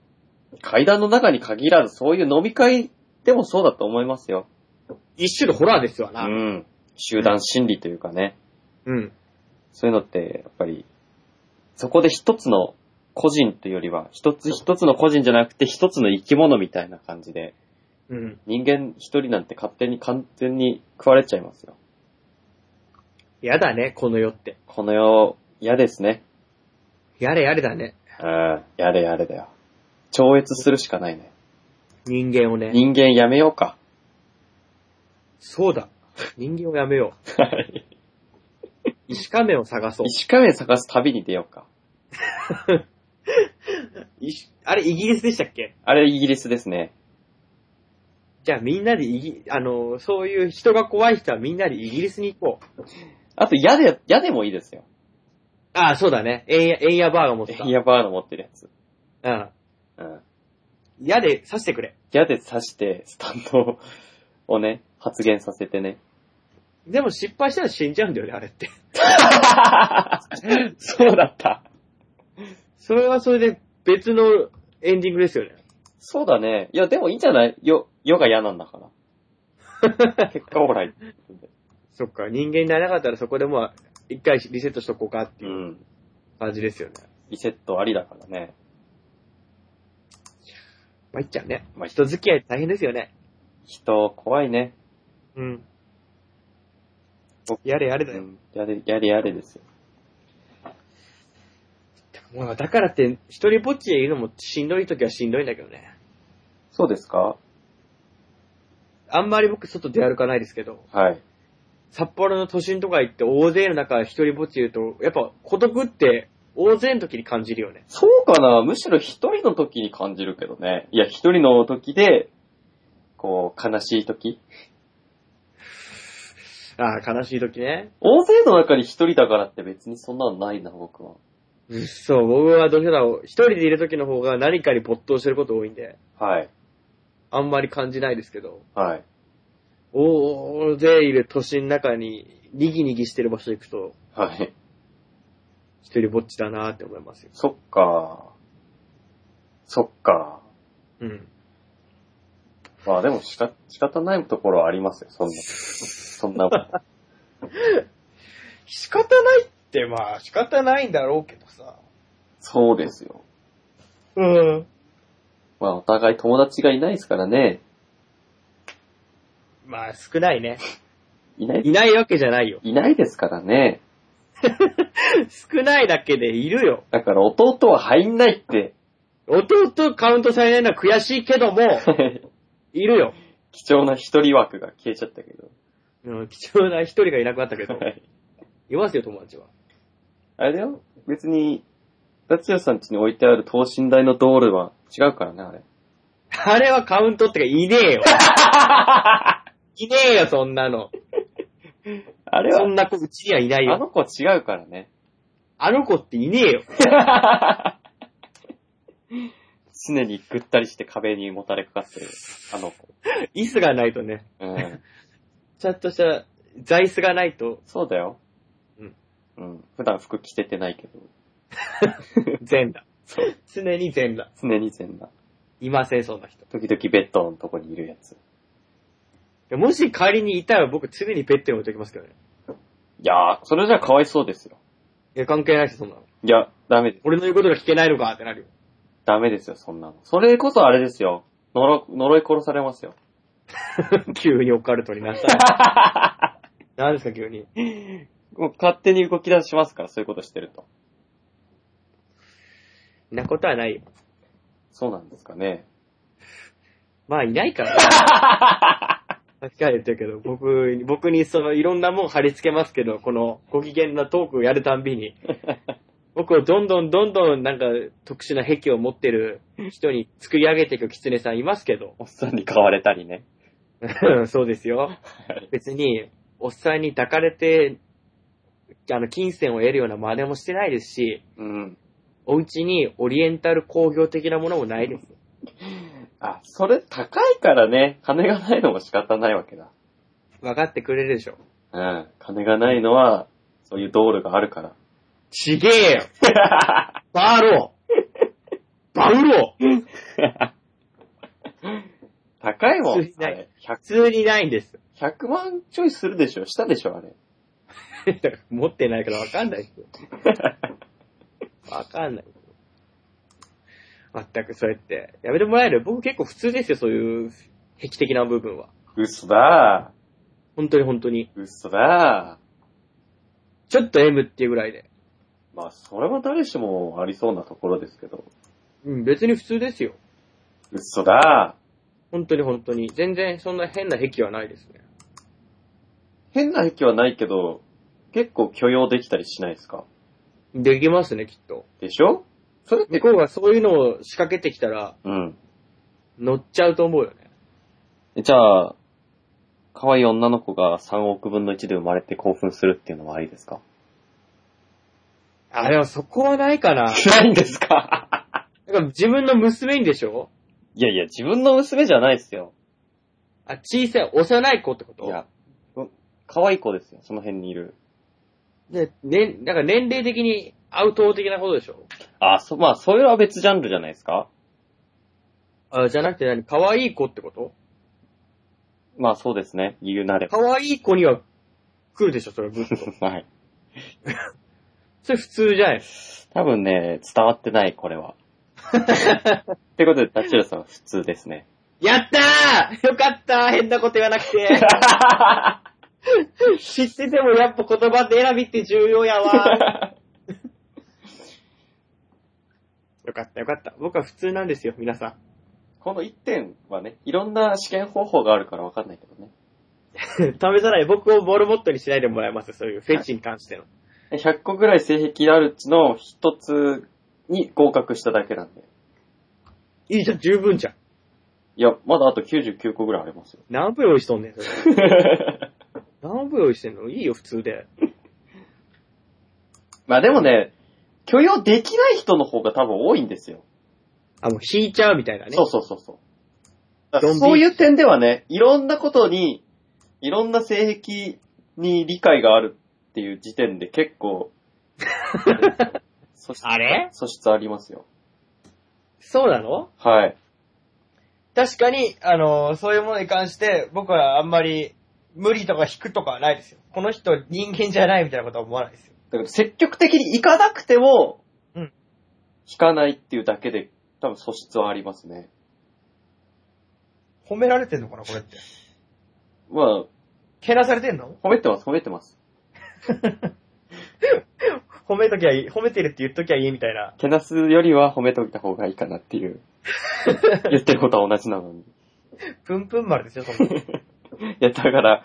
Speaker 3: 階段の中に限らず、そういう飲み会でもそうだと思いますよ。
Speaker 2: 一種のホラーですわ
Speaker 3: う
Speaker 2: な。
Speaker 3: ん。集団心理というかね。
Speaker 2: うん。
Speaker 3: そういうのって、やっぱり、そこで一つの個人というよりは、一つ一つの個人じゃなくて一つの生き物みたいな感じで、
Speaker 2: うん。
Speaker 3: 人間一人なんて勝手に完全に食われちゃいますよ。
Speaker 2: やだね、この世って。
Speaker 3: この世、嫌ですね。
Speaker 2: やれやれだね。
Speaker 3: うん。やれやれだよ。超越するしかないね。
Speaker 2: 人間をね。
Speaker 3: 人間やめようか。
Speaker 2: そうだ。人間をやめよ
Speaker 3: はい。
Speaker 2: う。石仮面を探そう。
Speaker 3: 石仮面探す旅に出ようか。
Speaker 2: 石あれ、イギリスでしたっけ
Speaker 3: あれイギリスですね。
Speaker 2: じゃあみんなでイギ、あの、そういう人が怖い人はみんなでイギリスに行こう。
Speaker 3: あと、屋で、屋でもいいですよ。
Speaker 2: ああ、そうだね。エンヤ、エンヤバーが持ってた。
Speaker 3: エアバーの持ってるやつ。
Speaker 2: うん。
Speaker 3: うん。
Speaker 2: 嫌で刺してくれ。
Speaker 3: 矢で刺して、スタンドをね、発言させてね。
Speaker 2: でも失敗したら死んじゃうんだよね、あれって。
Speaker 3: そうだった。
Speaker 2: それはそれで別のエンディングですよね。
Speaker 3: そうだね。いや、でもいいんじゃないよ、世が嫌なんだ から。結果オーライ。
Speaker 2: そっか、人間になれなかったらそこでもう一回リセットしとこうかって
Speaker 3: う。
Speaker 2: いうん感じですよね。
Speaker 3: リセットありだからね。
Speaker 2: まあ、いっちゃうね。
Speaker 3: まあ、人、
Speaker 2: 人付き合い大変ですよね。
Speaker 3: 人、怖いね。
Speaker 2: うん。やれやれ
Speaker 3: う
Speaker 2: だよ。
Speaker 3: ん。やれ、やれやれですよ。
Speaker 2: まあだからって、一人ぼっちでいるのもしんどい時はしんどいんだけどね。
Speaker 3: そうですか
Speaker 2: あんまり僕外出歩かないですけど、
Speaker 3: はい。
Speaker 2: 札幌の都心とか行って大勢の中一人ぼっちいると、やっぱ孤独って大勢の時に感じるよね。
Speaker 3: そうかなむしろ一人の時に感じるけどね。いや、一人の時で、こう、悲しい時。
Speaker 2: ああ、悲しい時ね。
Speaker 3: 大勢の中に一人だからって別にそんなのないな、僕は。
Speaker 2: そう、僕はどうせだろう。一人でいる時の方が何かに没頭してること多いんで、
Speaker 3: はい。
Speaker 2: あんまり感じないですけど、
Speaker 3: はい。
Speaker 2: 大勢いる都心の中に、にぎにぎしてる場所行くと、
Speaker 3: はい。
Speaker 2: 一人ぼっちだなって思いますよ。
Speaker 3: そっか。そっか。
Speaker 2: うん。
Speaker 3: まあでもしか、仕方ないところはありますよ、そん な。そんなもん。
Speaker 1: 仕方ないって、まあ、仕方ないんだろうけどさ。
Speaker 3: そうですよ。
Speaker 1: うん。
Speaker 3: まあお互い友達がいないですからね。
Speaker 2: まあ、少ないね。
Speaker 3: いない
Speaker 2: い、ないわけじゃないよ。
Speaker 3: いないですからね。
Speaker 2: 少ないだけでいるよ。
Speaker 3: だから弟は入んないって。
Speaker 2: 弟カウントされないのは悔しいけども、いるよ。
Speaker 3: 貴重な一人枠が消えちゃったけど。
Speaker 2: うん、貴重な一人がいなくなったけど
Speaker 3: は、い。
Speaker 2: いますよ、友達は。
Speaker 3: あれだよ、別に、達也さん家に置いてある等身大のドールは違うからね、あれ。
Speaker 2: あれはカウントってか、いねえよ。 いねえよ、そんなの。
Speaker 3: あれ
Speaker 2: そ
Speaker 3: は
Speaker 2: ん、な子、うちにはいない
Speaker 3: あ
Speaker 2: よ。
Speaker 3: の子は違うから ね。
Speaker 2: あの子っていねえよ。
Speaker 3: 常にぐったりして壁にもたれかかってる、あの子。
Speaker 2: 椅子がないとね、
Speaker 3: うん。
Speaker 2: ちゃんとした座椅子がないと、
Speaker 3: そうだよ。
Speaker 2: うん。
Speaker 3: うん。普段服着せてないけど、
Speaker 2: 全裸。
Speaker 3: そう
Speaker 2: 常に全裸。
Speaker 3: 常に全裸。
Speaker 2: いません、そんな人。
Speaker 3: 時々ベッドのとこにいるやつ。
Speaker 2: でもし仮にいたら僕常にペットに置いておきますけどね。
Speaker 3: いやー、それじゃかわいそうですよ。
Speaker 2: いや、関係ないし、そんなの。
Speaker 3: いや、ダメです。
Speaker 2: 俺の言うことが聞けないのかってなるよ。
Speaker 3: ダメですよ、そんなの。それこそあれですよ。呪、呪い殺されますよ。
Speaker 2: 急にオカルトになったら。 何ですか、急に。
Speaker 3: もう勝手に動き出しますから、そういうことしてると。
Speaker 2: んなことはないよ。
Speaker 3: そうなんですかね。
Speaker 2: まあ、いないから。さっきから言ってるけど、僕、僕にそのいろんなもん貼り付けますけど、このご機嫌なトークをやるたんびに、僕をどんどんどんどんなんか特殊な癖を持ってる人に作り上げていく狐さんいますけど、
Speaker 3: おっさんに買われたりね。
Speaker 2: そうですよ。
Speaker 3: はい。
Speaker 2: 別に、おっさんに抱かれて、あの、金銭を得るような真似もしてないですし、
Speaker 3: うん。
Speaker 2: お家にオリエンタル工業的なものもないです。
Speaker 3: あ、それ高いからね、金がないのも仕方ないわけだ。
Speaker 2: 分かってくれるでしょ。
Speaker 3: うん。金がないのは、そういう道路があるから。
Speaker 2: ちげえよ バーローバウロー
Speaker 3: 高いもん。
Speaker 2: 普通にない
Speaker 3: あれ 100,
Speaker 2: 普通にないんです。
Speaker 3: 100万ちょいするでしょしたでしょあれ。
Speaker 2: 持ってないから分かんないですよ。分かんない。まったくそうやって。やめてもらえる僕結構普通ですよ、そういう壁的な部分は。
Speaker 3: 嘘だ
Speaker 2: 本当に本当に。
Speaker 3: ー。嘘だー。
Speaker 2: ちょっと M っていうぐらいで。
Speaker 3: まあ、それは誰しもありそうなところですけど。
Speaker 2: うん、別に普通ですよ。
Speaker 3: 嘘だー。
Speaker 2: 本当に本当に。全然そんな変な癖はないですね。
Speaker 3: 変な癖はないけど、結構許容できたりしないですか
Speaker 2: できますね、きっと。
Speaker 3: でしょそれって
Speaker 2: 向こうがそういうのを仕掛けてきたら、
Speaker 3: うん。
Speaker 2: 乗っちゃうと思うよね。
Speaker 3: じゃあ、可愛い女の子が3億分の1で生まれて興奮するっていうのはありですか
Speaker 2: あ、でもそこはないかな。
Speaker 3: ないんですか
Speaker 2: なんか自分の娘にでしょ
Speaker 3: いやいや、自分の娘じゃないですよ。
Speaker 2: あ、小さい、幼い子ってこと
Speaker 3: いや、う可愛い子ですよ、その辺にいる。
Speaker 2: で、ね、なんか年齢的にアウト的なことでしょ
Speaker 3: あ、そ、まあ、それは別ジャンルじゃないですか
Speaker 2: あ、じゃなくて何可愛い子ってこと
Speaker 3: まあ、そうですね、言うなれば。
Speaker 2: 可愛い子には来るでしょそれグッ と。
Speaker 3: はい。
Speaker 2: それ普通じゃない
Speaker 3: 多分ね、伝わってない、これ は。ってことで、ダチュラさんは普通です ね。
Speaker 2: やったーよかったー変なこと言わなく て。知っててもやっぱ言葉で選びって重要やわ。 よかったよかった。僕は普通なんですよ、皆さん。
Speaker 3: この1点はね、いろんな試験方法があるからわかんないけどね。
Speaker 2: 試さない。僕をボルモットにしないでもらえますそういうフェチに関しての。
Speaker 3: 100個ぐらい性癖あるうちの一つに合格しただけなんで。
Speaker 2: いいじゃん、十分じゃん。
Speaker 3: いや、まだあと99個ぐらいあり ますよ。
Speaker 2: 何分用意しとんねん、それ。何分用意してんのいいよ、普通で。
Speaker 3: まあでもね、許容できない人の方が多分多いんですよ。
Speaker 2: あ、もう引いちゃうみたいなね。
Speaker 3: そうそうそうそう。だか
Speaker 2: ド
Speaker 3: ら
Speaker 2: ン引き
Speaker 3: そういう点ではね、いろんなことに、いろんな性癖に理解があるっていう時点で結 構、素質
Speaker 2: あれ
Speaker 3: 素質ありますよ。
Speaker 2: そうなの
Speaker 3: はい。
Speaker 1: 確かに、あの、そういうものに関して、僕はあんまり、無理とか引くとかはないですよ。この人人間じゃないみたいなことは思わないですよ。
Speaker 3: だから積極的に行かなくても、
Speaker 1: うん
Speaker 3: 引かないっていうだけで、多分素質はありますね。
Speaker 1: 褒められてんのかな、これって。
Speaker 3: ま
Speaker 1: けなされてんの
Speaker 3: あ、褒めてます、褒めてます。
Speaker 1: 褒めときゃいい、褒めてるって言っときゃいいみたいな。
Speaker 3: けなすよりは褒めておいた方がいいかなっ ていう。言ってることは同じなのに。
Speaker 1: プンプン丸ですよ、そ んな。
Speaker 3: いや、だから、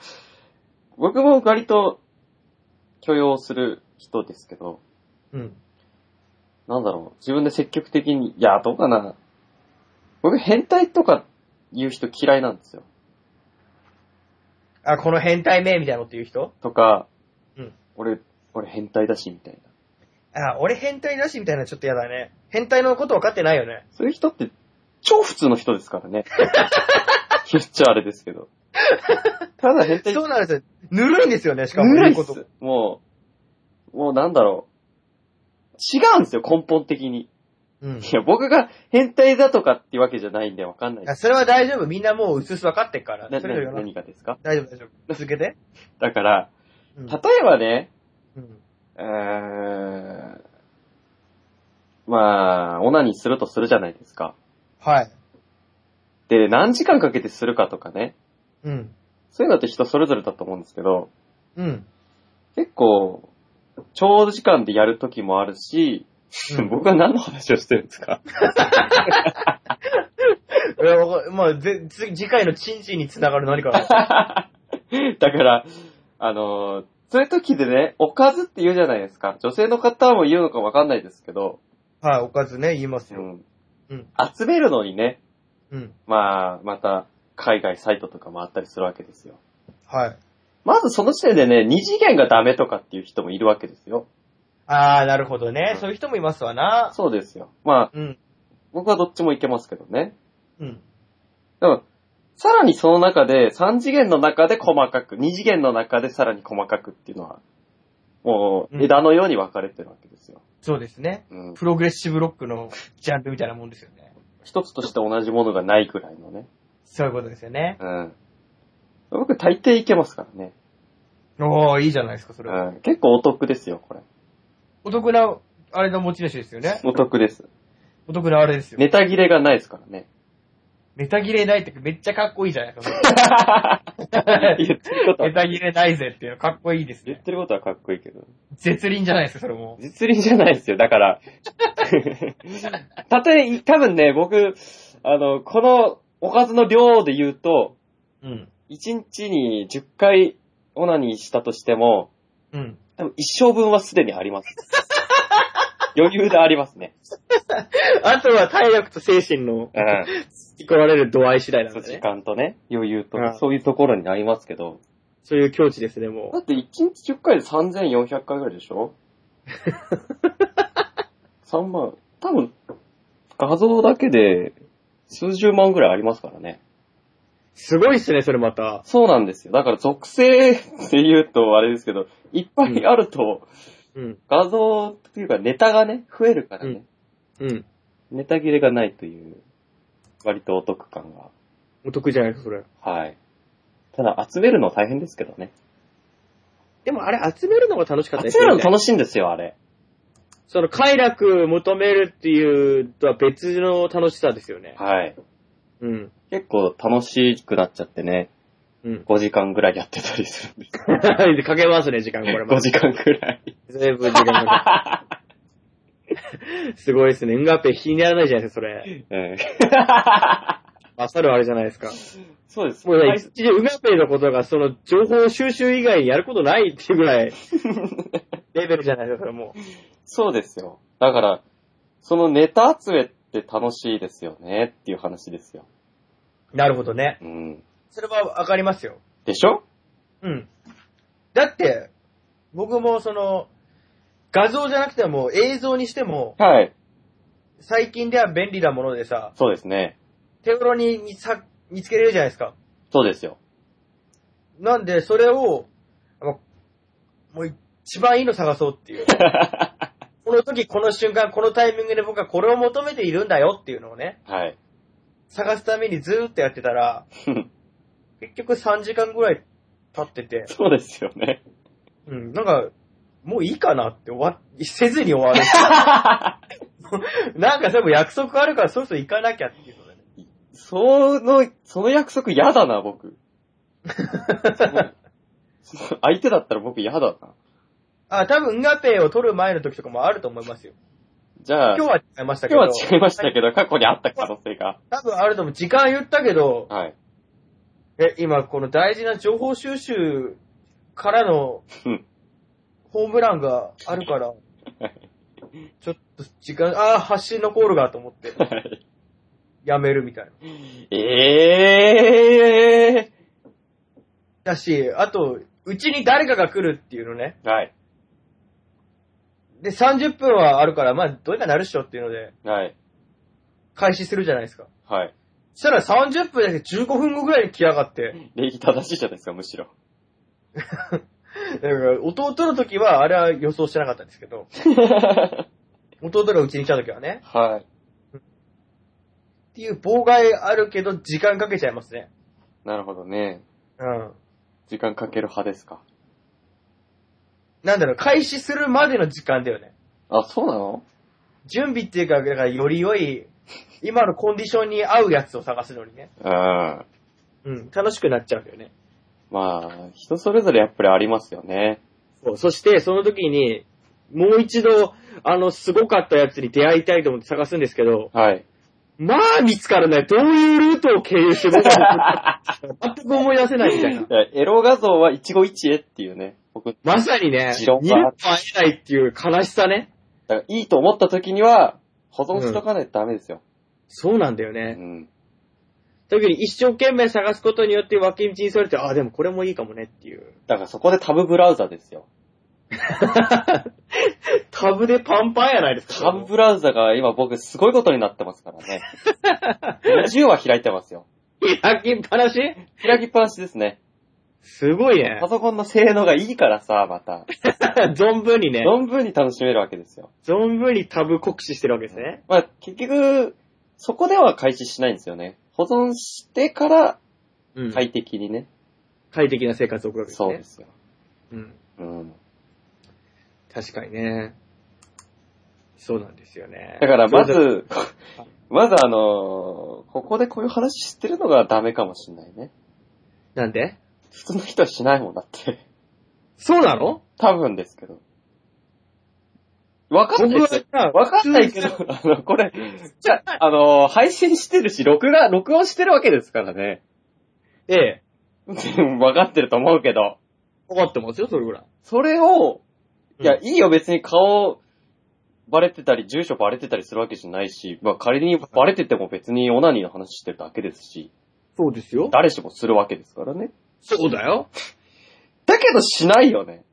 Speaker 3: 僕も割と許容する人ですけど、
Speaker 1: うん。
Speaker 3: なんだろう、自分で積極的に、いや、どうかな。僕、変態とか言う人嫌いなんですよ。
Speaker 1: あ、この変態名みたいなこと言う人
Speaker 3: とか、
Speaker 1: うん
Speaker 3: 俺、俺変態だし、みたいな。
Speaker 1: あ、俺変態だしみたいなのちょっと嫌だね。変態のこと分かってないよね。
Speaker 3: そういう人って、超普通の人で すからね。言っちゃあれですけど。ただ変態、
Speaker 1: そうなんですよ。ぬるいんですよね、しかも。
Speaker 3: ぬるいっ
Speaker 1: 言うこと
Speaker 3: す。もう、もうなんだろう。違うんですよ、根本的に。
Speaker 1: うん
Speaker 3: い。や、僕が変態だとかっていうわけじゃないんでわかんないで
Speaker 1: あ
Speaker 3: す。
Speaker 1: それは大丈夫。みんなもううすうす分かってっから。
Speaker 3: な
Speaker 1: それより
Speaker 3: な
Speaker 1: は
Speaker 3: 何がですか
Speaker 1: 大丈夫、大丈夫。続けて。
Speaker 3: だから、
Speaker 1: うん
Speaker 3: 例えばね、
Speaker 1: うん
Speaker 3: うーん、まあ、オナニーするとするじゃないですか。
Speaker 2: はい。
Speaker 3: で、何時間かけてするかとかね。
Speaker 2: うん。
Speaker 3: そういうのって人それぞれだと思うんですけど、
Speaker 2: うん。
Speaker 3: 結構、長時間でやる時もあるし、
Speaker 2: うん
Speaker 3: 僕は何の話をしてるんですか
Speaker 2: いや、わかまあ、ぜ、次次回のチンチンにつながる何か
Speaker 3: だ。から、あのーそういう時でね、おかずって言うじゃないですか。女性の方も言うのかわかんないですけど、
Speaker 2: はい、おかずね、言います
Speaker 3: う
Speaker 2: よ。
Speaker 3: ん
Speaker 2: うん。
Speaker 3: 集めるのにね、
Speaker 2: うん。
Speaker 3: まあ、また、海外サイトとかもあったりするわけですよ。
Speaker 2: はい。
Speaker 3: まずその時点でね、二次元がダメとかっていう人もいるわけですよ。
Speaker 2: あー、なるほどね
Speaker 3: う。ん
Speaker 2: そういう人もいますわな。
Speaker 3: そうですよ。まあ、
Speaker 2: うん。
Speaker 3: 僕はどっちもいけますけどね。
Speaker 2: うん。
Speaker 3: でも、さらにその中で、三次元の中で細かく、二次元の中でさらに細かくっていうのは、も
Speaker 2: うん
Speaker 3: う枝のように分かれてるわけですよ。
Speaker 2: そうですね。
Speaker 3: うん。
Speaker 2: プログレッシブロックのジャンルみたいなもんですよね。
Speaker 3: 一つとして同じものがないくらいのね。
Speaker 2: そういうことですよね。
Speaker 3: うん。僕大抵いけますからね。
Speaker 2: おー、いいじゃないですか、それは。
Speaker 3: うん。結構お得ですよ、これ。
Speaker 2: お得な、あれの持ち主ですよね。
Speaker 3: お得です。
Speaker 2: お得なあれですよ。
Speaker 3: ネタ切れがないですから ね。
Speaker 2: ネタ切れないってめっ ちゃかっこいいじゃないですか。
Speaker 3: 言ってること
Speaker 2: ネ
Speaker 3: は、
Speaker 2: タ切れないぜっていうのかっこいいです
Speaker 3: 言
Speaker 2: ね
Speaker 3: っ。てることはかっこいいけど。
Speaker 2: 絶倫じゃないですか、それも。
Speaker 3: 実輪じゃないですよ。だから、たとえ、多分ね、僕、あの、このおかずの量で言うと、
Speaker 2: うん。
Speaker 3: 1日に10回オナニーしたとしても、
Speaker 2: うん。
Speaker 3: 多分一生分はすでにあります。余裕でありますね。
Speaker 2: あとは体力と精神の
Speaker 3: うん。
Speaker 2: 引き込まれる度合い次第なん
Speaker 3: そう
Speaker 2: で
Speaker 3: 時
Speaker 2: ね。
Speaker 3: 間とね、余裕と
Speaker 2: うん、
Speaker 3: そういうところになりますけど。
Speaker 2: そういう境地ですね、も
Speaker 3: だって1日10回で3400回ぐらいでし ょ ?3 万。多分、画像だけで数十万ぐらいありますからね。
Speaker 2: う。すごいっすね、それまた。
Speaker 3: そうなんですよ。だから属性って言うとあれですけど、いっぱいあると
Speaker 2: うん。
Speaker 3: 画像っていうかネタがね、増えるからね。
Speaker 2: うん。
Speaker 3: ネタ切れがないという、割とお得感が。
Speaker 2: お得じゃないですか、それ。
Speaker 3: はい。ただ集めるの大変ですけどね。
Speaker 2: でもあれ、集めるのが楽しかったで
Speaker 3: 集
Speaker 2: す
Speaker 3: め
Speaker 2: よ
Speaker 3: るの
Speaker 2: ね。
Speaker 3: 楽しいんですよ、あれ。
Speaker 2: その快楽求めるっていうとは別の楽しさですよね。
Speaker 3: はい。
Speaker 2: うん。
Speaker 3: 結構楽しくなっちゃってね、
Speaker 2: うん。
Speaker 3: 5時間ぐらいやってたりするんです。
Speaker 2: かけますね、時間これ
Speaker 3: 5時間ぐらい。
Speaker 2: 全部時 間かけるすごいですね。うんがっぺ気にならないじゃないですか、それ。
Speaker 3: うん
Speaker 2: あさるあれじゃないですか。
Speaker 3: そうです。
Speaker 2: もうね、一日うがぺのことが、その情報収集以外にやることないっていうぐらい、レベルじゃないですか、それもう。
Speaker 3: そうですよ。だから、そのネタ集めって楽しいですよねっていう話ですよ。
Speaker 2: なるほどね。
Speaker 3: うん。
Speaker 2: それはわかりますよ。
Speaker 3: でしょ
Speaker 2: うん。だって、僕もその、画像じゃなくても映像にしても、
Speaker 3: はい。
Speaker 2: 最近では便利なものでさ、
Speaker 3: そうですね。
Speaker 2: 手頃に見さ見つけれるじゃないですか。
Speaker 3: そうですよ。
Speaker 2: なんで、それを、あのもう一番いいの探そうっていう。この時、この瞬間、このタイミングで僕はこれを求めているんだよっていうのをね、
Speaker 3: はい。
Speaker 2: 探すためにずーっとやってたら、結局3時間ぐらい経ってて、
Speaker 3: そうですよね。
Speaker 2: うん、なんか、もういいかなって終わ、せずに終わ る。なんかそれも約束あるからそろそろ行かなきゃっていうのでね。
Speaker 3: その、その約束嫌だな、僕。その相手だったら僕嫌だな。
Speaker 2: あ、多分、ガペイを取る前の時とかもあると思いますよ。
Speaker 3: じゃあ、
Speaker 2: 今日は違いましたけど。
Speaker 3: 今日は違いましたけど、過去にあった可能性が。
Speaker 2: 多分あると思う。時間言ったけど、
Speaker 3: はい。
Speaker 2: え、今この大事な情報収集からの
Speaker 3: うん
Speaker 2: ホームランがある から、ちょっと時間、ああ、発信のコールがと思って、
Speaker 3: はい
Speaker 2: やめるみたいな。
Speaker 3: ええ
Speaker 2: だし、あと、うちに誰かが来るっていうのね。
Speaker 3: ー。はい。
Speaker 2: で、30分はあるから、まあ、どうにかなるっしょっていうので、
Speaker 3: はい。
Speaker 2: 開始するじゃないですか。
Speaker 3: はい。
Speaker 2: そしたら30分だけ15分後ぐらいに来やがって、
Speaker 3: 礼儀正しいじゃないですか、むし ろ。
Speaker 2: だから弟の時は、あれは予想してなかったんですけど、弟がうちに来た時はね、
Speaker 3: はい。
Speaker 2: っていう妨害あるけど、時間かけちゃいますね。
Speaker 3: なるほどね。
Speaker 2: うん。
Speaker 3: 時間かける派ですか。
Speaker 2: なんだろう、開始するまでの時間だよね。
Speaker 3: あ、そうなの
Speaker 1: 準備っていうか、だからより良い、今のコンディションに合うやつを探すのにね。
Speaker 3: うん。
Speaker 1: うん、楽しくなっちゃうんだよね。
Speaker 3: まあ、人それぞれやっぱりありますよね。
Speaker 2: そうそして、その時に、もう一度、あの、すごかったやつに出会いたいと思って探すんですけど、
Speaker 3: はい。
Speaker 2: まあ見つからない。どういうルートを経由して僕は全く思い出せないみ たいな。
Speaker 3: エロ画像は一期一会っていうね。僕、だ
Speaker 2: まさにね、
Speaker 3: 持
Speaker 2: 二
Speaker 3: 論
Speaker 2: 度
Speaker 3: が
Speaker 2: と会えないっていう悲しさね。
Speaker 3: からいいと思った時には、保存しとかないとダメですよ。
Speaker 2: そうなんだよ
Speaker 3: う
Speaker 2: ね。
Speaker 3: ん。
Speaker 2: 特に一生懸命探すことによって脇道にそれて、あ、でもこれもいいかもねっていう。
Speaker 3: だからそこでタブブラウザですよ。
Speaker 2: タブでパンパンやないです
Speaker 3: タ
Speaker 2: か。
Speaker 3: ブブラウザが今僕すごいことになってますから ね。50は開いてますよ。
Speaker 2: 開きっぱなし
Speaker 3: 開きっぱなしですね。
Speaker 2: すごいね
Speaker 3: パ。ソコンの性能がいいからさ、また。
Speaker 2: 存分にね、
Speaker 3: 存分に楽しめるわけですよ。
Speaker 2: 存分にタブ酷使してるわけですね。
Speaker 3: まあ、結局、そこでは開始しないんですよね。保存してから
Speaker 2: うん。
Speaker 3: 快適にね。
Speaker 2: 快適な生活を送るわけです
Speaker 3: そう
Speaker 2: ね
Speaker 3: で。すよ。
Speaker 2: うん。
Speaker 3: うん。
Speaker 2: 確かにね。そうなんですよね。
Speaker 3: だから、ま
Speaker 2: そ
Speaker 3: ず、
Speaker 2: う
Speaker 3: まずあのーここでこういう話してるのがダメかもしんないね。
Speaker 2: だなんで
Speaker 3: 普通の人はしないもんだって。
Speaker 2: そうなの
Speaker 3: 多分ですけど。わかんない
Speaker 2: 僕
Speaker 3: で
Speaker 2: は
Speaker 3: すよ。
Speaker 2: さ
Speaker 3: わかんないけど、あの、これ、じゃあ、あのー配信してるし、録画、録音してるわけですからね。
Speaker 2: ええ、
Speaker 3: わかってると思うけど。
Speaker 2: 分かってますよ、それぐらい。
Speaker 3: それを、いや、
Speaker 2: う
Speaker 3: いいよ、別に顔、バレてたり、住所バレてたりするわけじゃないし、まあ仮にバレてても別にオナニーの話してるだけですし、
Speaker 2: そうですよ。
Speaker 3: 誰しもするわけですからね。
Speaker 2: そうだよ。
Speaker 3: だけどしないよ ね。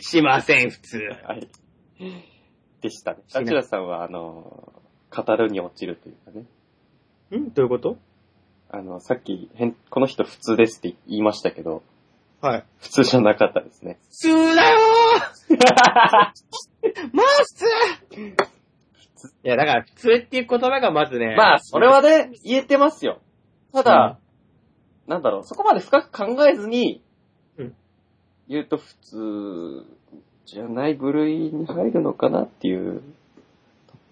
Speaker 2: しません、普通。
Speaker 3: はい。でしたね。
Speaker 2: しな
Speaker 3: あ
Speaker 2: い
Speaker 3: ちらさんは、あの、語るに落ちるというかね。
Speaker 2: んどういうこと
Speaker 3: あの、さっき、へんこの人普通ですって言いましたけど、
Speaker 2: はい。
Speaker 3: 普通じゃなかったです ね。
Speaker 2: 普通だよーまあ普通いや、だから、普通っていう言葉がまずね。
Speaker 3: まあ、それはね、言えてますよ。ただ、なんだろう、そこまで深く考えずに
Speaker 2: うん、
Speaker 3: 言うと普通じゃない部類に入るのかなっていう。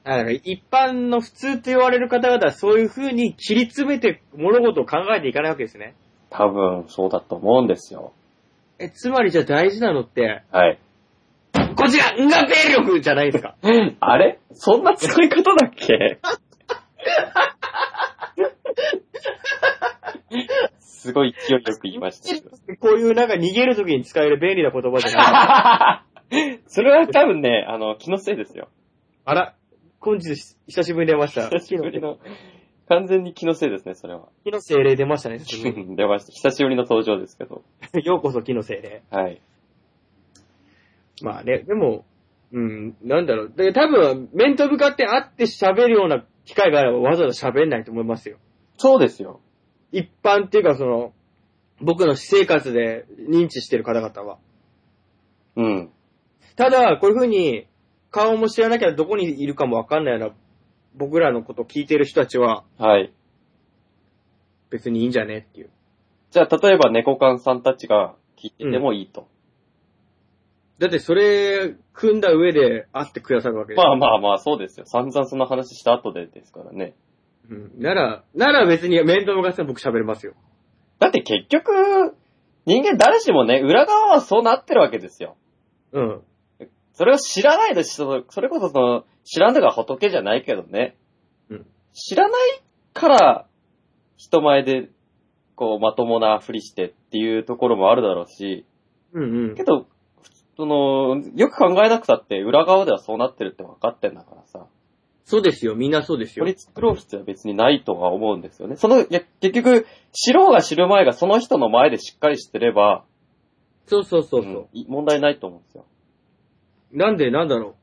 Speaker 2: あだから一般の普通と言われる方々はそういう風に切り詰めて物事を考えていかないわけですね。
Speaker 3: 多分、そうだと思うんですよ。
Speaker 2: え、つまりじゃあ大事なのって、
Speaker 3: はい。
Speaker 2: こちら、が兵力じゃないですか。
Speaker 3: あれそんな使い方だっけすごい勢いよく言いましたけど。
Speaker 2: こういうなんか逃げるときに使える便利な言葉 じゃない。
Speaker 3: それは多分ね、あの、気のせいですよ。
Speaker 2: あら、今日久しぶりに出ました。
Speaker 3: 久しぶりの、完全に気のせいですね、それは。
Speaker 2: 木の精霊出ました ね。久しぶり
Speaker 3: 出ました。久しぶりの登場ですけど。
Speaker 2: にようこそ木の精霊。
Speaker 3: はい。
Speaker 2: まあね、でも、うん、なんだろう。で多分、面と向かって会って喋るような機会があればわざわざ喋んないと思いますよ。
Speaker 3: そうですよ。
Speaker 2: 一般っていうかその、僕の私生活で認知してる方々は。
Speaker 3: うん。
Speaker 2: ただ、こういう風に、顔も知らなきゃどこにいるかもわかんないような、僕らのことを聞いてる人たちは、
Speaker 3: はい。
Speaker 2: 別にいいんじゃねっていう。
Speaker 3: じゃあ、例えば猫缶さんたちが聞いててもいいと。
Speaker 2: だってそれ、組んだ上で会ってくださるわけで。
Speaker 3: まあまあまあ、そうですよ。散々その話した後でですからね。
Speaker 2: うん。なら、なら別に面と向かって僕喋れますよ。
Speaker 3: だって結局、人間誰しもね、裏側はそうなってるわけですよ。
Speaker 2: うん。
Speaker 3: それを知らないでし、そのそれこそその、知らんのが仏じゃないけどね。
Speaker 2: うん
Speaker 3: 知らないから、人前で、こう、まともなふりしてっていうところもあるだろうし、
Speaker 2: うんうん
Speaker 3: け。ど、その、よく考えなくたって、裏側ではそうなってるって分かってんだからさ、
Speaker 2: そうですよ、みんなそうですよ
Speaker 3: 取。り繕う必要は別にないとは思うんですよね。その、いや、結局、知ろうが知る前がその人の前でしっかりしてれば、
Speaker 2: そうそうそうそうう、
Speaker 3: んい問題ないと思うんですよ。
Speaker 2: なんで、なんだろう。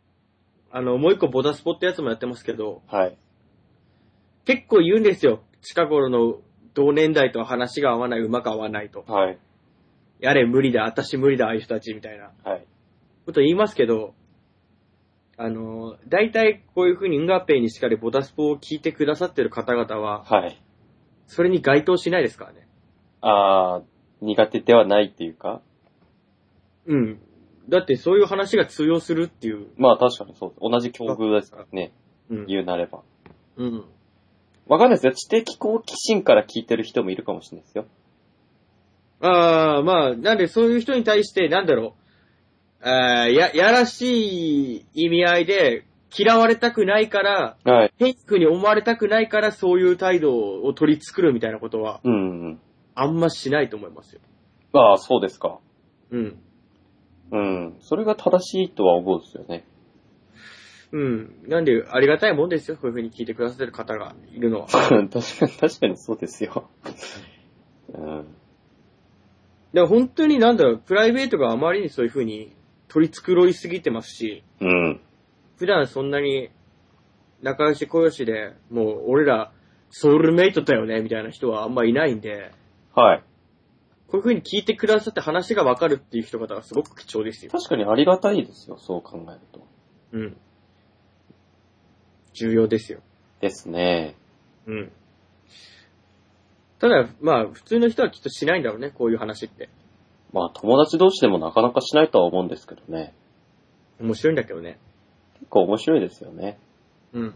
Speaker 2: あの、もう一個ボタスポってやつもやってますけど、
Speaker 3: はい。
Speaker 2: 結構言うんですよ。近頃の同年代とは話が合わない、うまく合わないと。
Speaker 3: はい。
Speaker 2: やれ、無理だ、私無理だ、ああいう人たちみたいな
Speaker 3: はい。
Speaker 2: こと言いますけど、あの、大体こういうふうにンガペイにしかりボタスポを聞いてくださってる方々は、
Speaker 3: はい。
Speaker 2: それに該当しないですからね。
Speaker 3: あー、苦手ではないっていうか、
Speaker 2: うん。だってそういう話が通用するっていう。
Speaker 3: まあ確かにそう。同じ境遇ですからね。
Speaker 2: うん。
Speaker 3: 言うなれば。
Speaker 2: うん。
Speaker 3: わかんないですよ。知的好奇心から聞いてる人もいるかもしれないですよ。
Speaker 2: ああ、まあ、なんでそういう人に対して、なんだろう。あーや、やらしい意味合いで、嫌われたくないから、
Speaker 3: はい。
Speaker 2: 変クに思われたくないから、そういう態度を取り作るみたいなことは、
Speaker 3: うんうん。
Speaker 2: あんましないと思いますよ。
Speaker 3: まあそうですか。
Speaker 2: うん。
Speaker 3: うん。それが正しいとは思うんですよね。
Speaker 2: うん。なんで、ありがたいもんですよ。こういう風に聞いてくださってる方がいるのは。
Speaker 3: 確かに、確かにそうですよ。うん。
Speaker 2: でも本当になんだろう、プライベートがあまりにそういう風に取り繕いすぎてますし、
Speaker 3: うん。
Speaker 2: 普段そんなに仲良し小良しで、もう俺らソウルメイトだよね、みたいな人はあんまいないんで、
Speaker 3: はい。
Speaker 2: こういう風に聞いてくださって話がわかるっていう人方がすごく貴重ですよ。
Speaker 3: 確かにありがたいですよ。そう考えると。
Speaker 2: うん。重要ですよ。
Speaker 3: ですね。
Speaker 2: うん。ただ、まあ、普通の人はきっとしないんだろうね、こういう話って。
Speaker 3: まあ友達同士でもなかなかしないとは思うんですけどね。
Speaker 2: 面白いんだけどね。
Speaker 3: 結構面白いですよね。
Speaker 2: うん。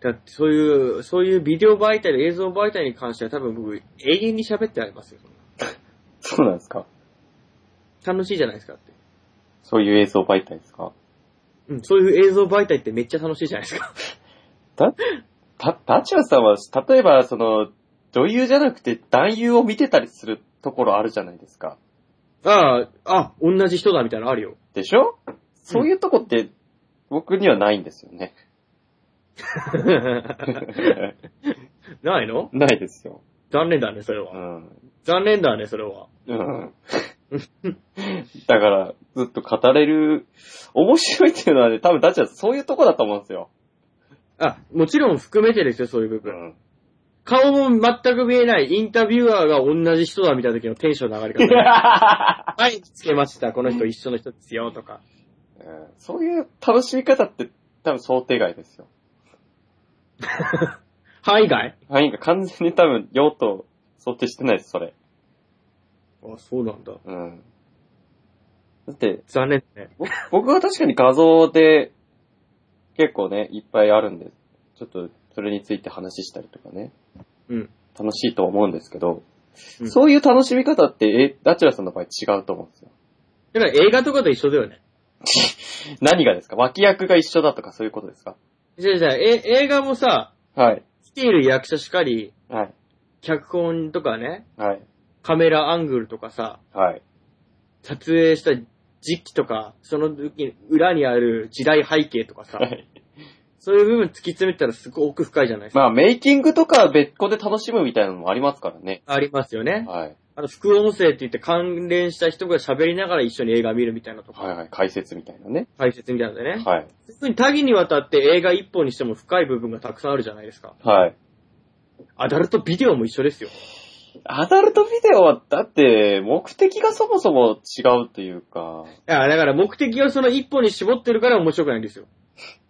Speaker 2: だってそういう、そういうビデオ媒体、映像媒体に関しては多分僕、永遠に喋ってありますよ。
Speaker 3: そうなんですか。
Speaker 2: 楽しいじゃないですかって。
Speaker 3: そういう映像媒体ですか。
Speaker 2: うん、そういう映像媒体ってめっちゃ楽しいじゃないですか。
Speaker 3: だ、た、ダチュラさんは、例えば、その、女優じゃなくて男優を見てたりするところあるじゃないですか。
Speaker 2: ああ、あ、同じ人だみたいなのある よ。
Speaker 3: でしょそういうとこって、僕にはないんですよね。
Speaker 2: ないの
Speaker 3: ないですよ。
Speaker 2: 残念だね、それ
Speaker 3: う
Speaker 2: は。
Speaker 3: ん。
Speaker 2: 残念だね、それは。
Speaker 3: うん。だから、ずっと語れる、面白いっていうのはね、多分ダチュラさんそういうとこだと思うんですよ。
Speaker 2: あ、もちろん含めてですよ、そういう部
Speaker 3: う
Speaker 2: 分。
Speaker 3: ん。
Speaker 2: 顔も全く見えないインタビュアーが同じ人だ見た時のテンションの上がり方、 ね。はい、つけました。この人一緒の人ですよ、とか。
Speaker 3: うんそういう楽しみ方って、多分想定外ですよ。
Speaker 2: 範囲外
Speaker 3: はい、なんか完全に多分用途想定してないです、それ。
Speaker 2: あ、そうなんだ。
Speaker 3: うん。だって、
Speaker 2: 残念ね。
Speaker 3: ぼ僕は確かに画像で結構ね、いっぱいあるんで、ちょっとそれについて話したりとかね、
Speaker 2: うん。
Speaker 3: 楽しいと思うんですけど、
Speaker 2: うん
Speaker 3: そういう楽しみ方って、え、ダチュラさんの場合違うと思うんですよ。
Speaker 2: だから映画とかと一緒だよね。
Speaker 3: 何がですか脇役が一緒だとかそういうことですか
Speaker 2: じゃあじゃあえ、映画もさ、
Speaker 3: はい。
Speaker 2: 来ている役者しかり、
Speaker 3: はい。
Speaker 2: 脚本とかね、
Speaker 3: はい。
Speaker 2: カメラアングルとかさ、
Speaker 3: はい。
Speaker 2: 撮影した時期とか、その時裏にある時代背景とかさ
Speaker 3: は、い。
Speaker 2: そういう部分突き詰めたらすごく奥深いじゃないですか。
Speaker 3: まあ、メイキングとか別個で楽しむみたいなのもありますからね。
Speaker 2: ありますよね。
Speaker 3: はい。
Speaker 2: あの、副音声って言って関連した人が喋りながら一緒に映画見るみたいなと
Speaker 3: はい
Speaker 2: か、
Speaker 3: はい。解説みたいなね。
Speaker 2: 解説みたいなのでね。
Speaker 3: はい。
Speaker 2: 特に多岐にわたって映画一本にしても深い部分がたくさんあるじゃないですか。
Speaker 3: はい。
Speaker 2: アダルトビデオも一緒ですよ。
Speaker 3: アダルトビデオは、だって、目的がそもそも違うというか、
Speaker 2: いや、だから目的をその一本に絞ってるから面白くないんですよ。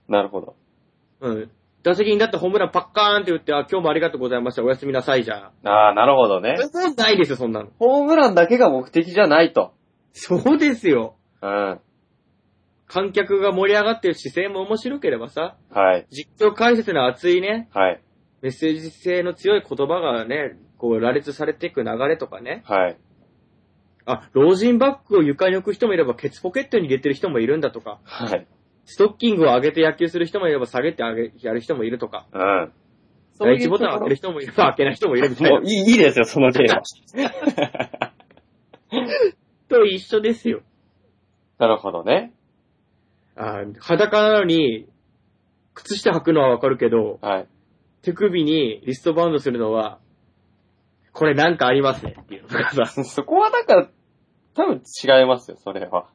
Speaker 3: なるほど。
Speaker 2: うん。打席に立ってホームランパッカーンって打って、あ、今日もありがとうございました、おやすみなさいじゃん。
Speaker 3: ああ、なるほどね
Speaker 2: そ。うないですよ、そんなの。
Speaker 3: ホームランだけが目的じゃないと。
Speaker 2: そうですよ。
Speaker 3: うん。
Speaker 2: 観客が盛り上がってる姿勢も面白ければさ、
Speaker 3: はい。
Speaker 2: 実況解説の熱いね、
Speaker 3: はい。
Speaker 2: メッセージ性の強い言葉がね、こう羅列されていく流れとかね。
Speaker 3: はい。
Speaker 2: あ、老人バッグを床に置く人もいれば、ケツポケットに入れてる人もいるんだとか、
Speaker 3: はい。
Speaker 2: ストッキングを上げて野球する人もいれば、下げてあげやる人もいるとか、
Speaker 3: うん。
Speaker 2: 第一ボタンを開ける人もいれば、開けない人もいるみたい
Speaker 3: もう。
Speaker 2: な
Speaker 3: いい、いいですよ、その例は。
Speaker 2: と一緒ですよ。
Speaker 3: なるほどね。
Speaker 2: あ裸なのに、靴下履くのはわかるけど、
Speaker 3: はい。
Speaker 2: 手首にリストバウンドするのは、これなんかありますねっていうのがさ。
Speaker 3: そこはだから、多分違いますよ、それは。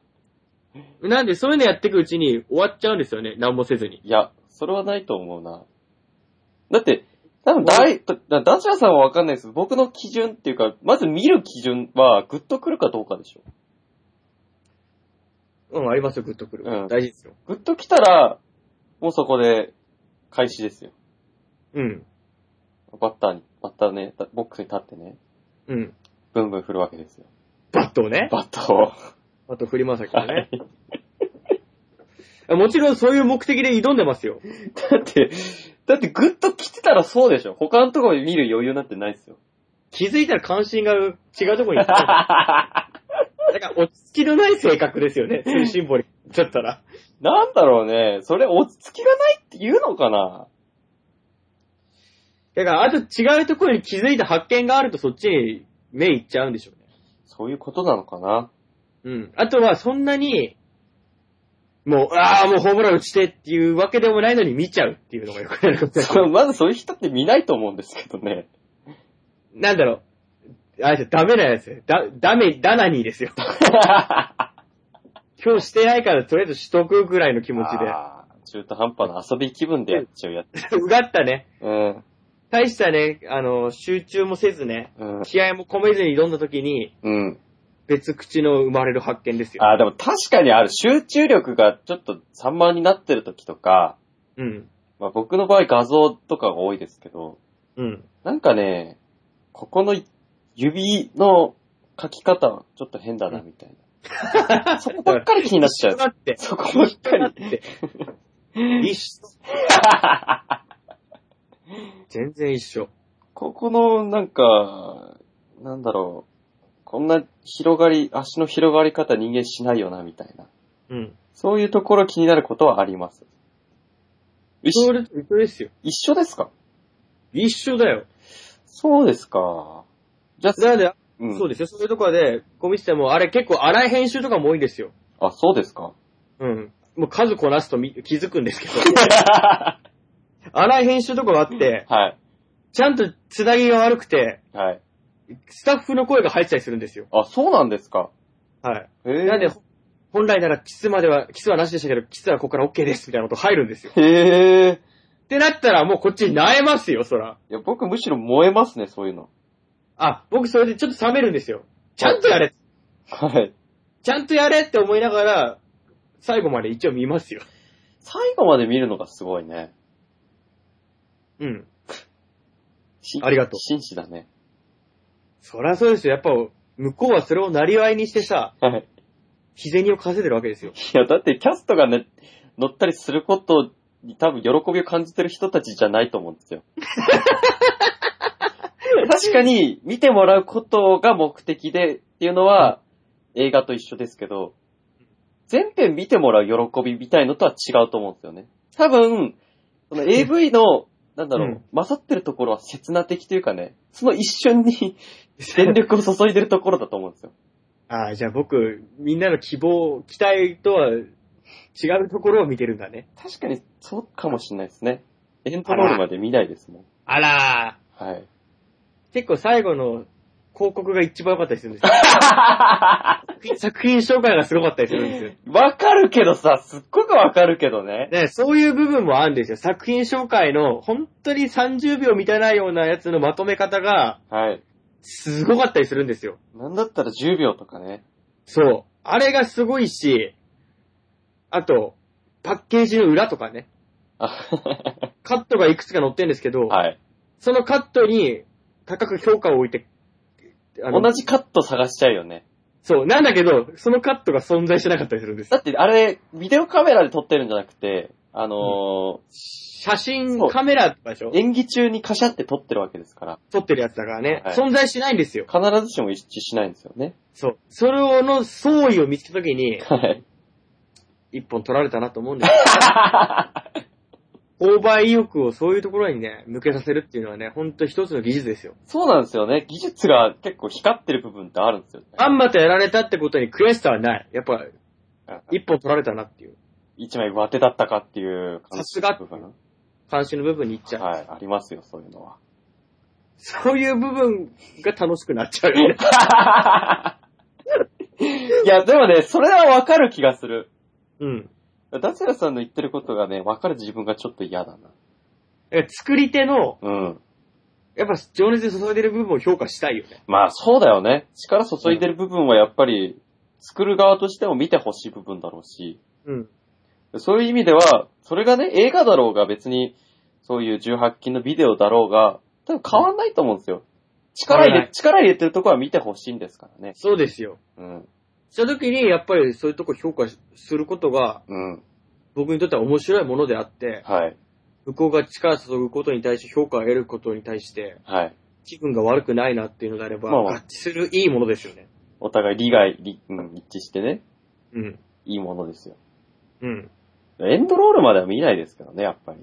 Speaker 2: なんでそういうのやっていくうちに終わっちゃうんですよね、何もせずに。
Speaker 3: いや、それはないと思うな。だって、多分大、だダチュラさんはわかんないです。僕の基準っていうか、まず見る基準は、グッとくるかどうかでしょ。
Speaker 2: うん、ありますよ、グッとくる。
Speaker 3: うん
Speaker 2: 大事ですよ。
Speaker 3: グッと来たら、もうそこで、開始ですよ。
Speaker 2: うん。
Speaker 3: バッターに、バッターね、ボックスに立ってね、
Speaker 2: うん。
Speaker 3: ブンブン振るわけですよ。
Speaker 2: バットをね。
Speaker 3: バットを。
Speaker 2: あと、振りまさきも
Speaker 3: はい
Speaker 2: ね。もちろんそういう目的で挑んでますよ。
Speaker 3: だって、だってグッと来てたらそうでしょ。他のところ見る余裕なんてないですよ。
Speaker 2: 気づいたら関心が違うところに行って る。だから、落ち着きのない性格ですよね。通信簿に。ちゃったら。
Speaker 3: なんだろうね。それ落ち着きがないって言うのかな
Speaker 2: だから、あと違うところに気づいた発見があると、そっちに目いっちゃうんでしょうね。
Speaker 3: そういうことなのかな
Speaker 2: うん。あとは、そんなに、もう、ああ、もうホームラン打ちてっていうわけでもないのに見ちゃうっていうのがよくないことだ
Speaker 3: そうまずそういう人って見ないと思うんですけどね。
Speaker 2: なんだろう。あれですよダメなやつですよ。だ、ダメ、ダナニーですよ。今日してないからとりあえずしとくぐらいの気持ち
Speaker 3: あー中途半端な遊び気分でやっちゃうやつ。
Speaker 2: で。うがったね。
Speaker 3: うん。
Speaker 2: 大したね、あの、集中もせずね、
Speaker 3: うん。
Speaker 2: 気合も込めずに挑んだ時に、
Speaker 3: うん。
Speaker 2: 別口の生まれる発見ですよ。
Speaker 3: あー、でも確かにある。集中力がちょっと散漫になってる時とか、
Speaker 2: うん。
Speaker 3: まあ僕の場合画像とかが多いですけど、
Speaker 2: うん。
Speaker 3: なんかね、ここの指の書き方、ちょっと変だな、みたいな。そこばっかり気になっちゃう。
Speaker 2: だって、
Speaker 3: そこばっか
Speaker 2: だっ
Speaker 3: り。
Speaker 2: て、一緒。全然一緒。
Speaker 3: ここの、なんか、なんだろう。こんな広がり、足の広がり方人間しないよな、みたいな。
Speaker 2: うん。
Speaker 3: そういうところ気になることはあります。
Speaker 2: そ
Speaker 3: 一緒
Speaker 2: れと一緒ですよ。
Speaker 3: 一緒ですか
Speaker 2: 一緒だよ。
Speaker 3: そうですか。じゃあ、
Speaker 2: なので、
Speaker 3: うん
Speaker 2: そうですよ。そういうところで、ゴミ捨ても、あれ結構荒い編集とかも多いんですよ。
Speaker 3: あ、そうです か
Speaker 2: うん。もう数こなすとみ気づくんです けど、荒い編集とかもあって、
Speaker 3: はい。
Speaker 2: ちゃんとつなぎが悪くて、
Speaker 3: はい。
Speaker 2: スタッフの声が入ってたりするんですよ。
Speaker 3: あ、そうなんですか。
Speaker 2: はい。
Speaker 3: へえ。
Speaker 2: なんで、ほ本来ならキスまでは、キスはなしでしたけど、キスはここから OK ですみたいなこと入るんですよ。
Speaker 3: へえ。
Speaker 2: ってなったらもうこっちに萎えますよ、そら。
Speaker 3: いや、僕むしろ燃えますね、そういうの。
Speaker 2: あ、僕それでちょっと冷めるんですよ。ちゃんとやれ
Speaker 3: はい。
Speaker 2: ちゃんとやれって思いながら、最後まで一応見ますよ。
Speaker 3: 最後まで見るのがすごいね。
Speaker 2: うん。
Speaker 3: し
Speaker 2: ありがとう
Speaker 3: 紳士だね。
Speaker 2: そりゃそうですよ。やっぱ、向こうはそれをなりわいにしてさ、
Speaker 3: はい。
Speaker 2: 日銭を稼いでるわけですよ。
Speaker 3: いや、だってキャストがね、乗ったりすることに多分喜びを感じてる人たちじゃないと思うんですよ。確かに、見てもらうことが目的でっていうのは、映画と一緒ですけど、全編見てもらう喜びみたいのとは違うと思うんですよね。多分、その AV の、なんだろう、
Speaker 2: うん
Speaker 3: 勝ってるところは刹那的というかね、その一瞬に 全力を注いでるところだと思うんですよ。
Speaker 2: ああ、じゃあ僕、みんなの希望、期待とは違うところを見てるんだね。
Speaker 3: 確かにそうかもしれないですね。エントロールまで見ないですもん。
Speaker 2: あら
Speaker 3: はい。
Speaker 2: ー結構最後の広告が一番良かったりするんです よ。作品紹介がすごかったりするんですよ。
Speaker 3: わかるけどさ、すっごくわかるけどね。
Speaker 2: ね、そういう部分もあるんですよ。作品紹介の本当に30秒満たないようなやつのまとめ方が
Speaker 3: はい。
Speaker 2: すごかったりするんですよ。
Speaker 3: なんだったら10秒とかね。
Speaker 2: そう。あれがすごいし、あと、パッケージの裏とかね、
Speaker 3: あ
Speaker 2: カットがいくつか載ってるんですけど、
Speaker 3: はい。
Speaker 2: そのカットに高く評価を置いて、あの
Speaker 3: 同じカット探しちゃうよね。
Speaker 2: そう、なんだけど、そのカットが存在してなかったりするんです
Speaker 3: だ。ってあれ、ビデオカメラで撮ってるんじゃなくて、あの
Speaker 2: 写真
Speaker 3: そう、
Speaker 2: カメラとかでしょ
Speaker 3: ー、演技中にカシャって撮ってるわけですから、
Speaker 2: 撮ってるやつだからね、
Speaker 3: はい
Speaker 2: 存在しないんですよ。
Speaker 3: 必ずしも一致しないんですよね。
Speaker 2: そう。それをの総意を見つけたときに、
Speaker 3: はい。
Speaker 2: 一本取られたなと思うんですよ。購買意欲をそういうところにね、向けさせるっていうのはね、ほんと一つの技術ですよ。
Speaker 3: そうなんですよね。技術が結構光ってる部分ってあるんですよね。
Speaker 2: あんまとやられたってことに悔しさはない。やっぱ、一本取られたなっていう。
Speaker 3: 一枚上手だったかっていう感
Speaker 2: さ
Speaker 3: じ
Speaker 2: すが
Speaker 3: 部分。
Speaker 2: 関心の部分にいっちゃう。
Speaker 3: はい、ありますよ、そういうのは。
Speaker 2: そういう部分が楽しくなっちゃうよね。
Speaker 3: いや、でもね、それはわかる気がする。
Speaker 2: うん。
Speaker 3: ダツラさんの言ってることがね、わかる自分がちょっと嫌だな。
Speaker 2: だから作り手の、
Speaker 3: うん。
Speaker 2: やっぱ情熱に注いでる部分を評価したいよね。
Speaker 3: まあ、そうだよね。力注いでる部分はやっぱり、作る側としても見てほしい部分だろうし、
Speaker 2: うん。
Speaker 3: そういう意味では、それがね、映画だろうが別に、そういう18禁のビデオだろうが、多分変わんないと思うんですよ。力入
Speaker 2: 変わらな
Speaker 3: れ、力入れてるところは見てほしいんですからね。
Speaker 2: そうですよ。
Speaker 3: うん。
Speaker 2: した時に、やっぱりそういうとこ評価しすることが、
Speaker 3: うん。
Speaker 2: 僕にとっては面白いものであって、
Speaker 3: はい。
Speaker 2: 向こうが力を注ぐことに対して評価を得ることに対して、
Speaker 3: はい。
Speaker 2: 気分が悪くないなっていうのであれば、
Speaker 3: まあまあ
Speaker 2: 合致するいいものですよね。
Speaker 3: お互い利害、利うん、一致してね、
Speaker 2: うん。
Speaker 3: いいものですよ。
Speaker 2: うん。
Speaker 3: エンドロールまでは見ないですからね、やっぱり。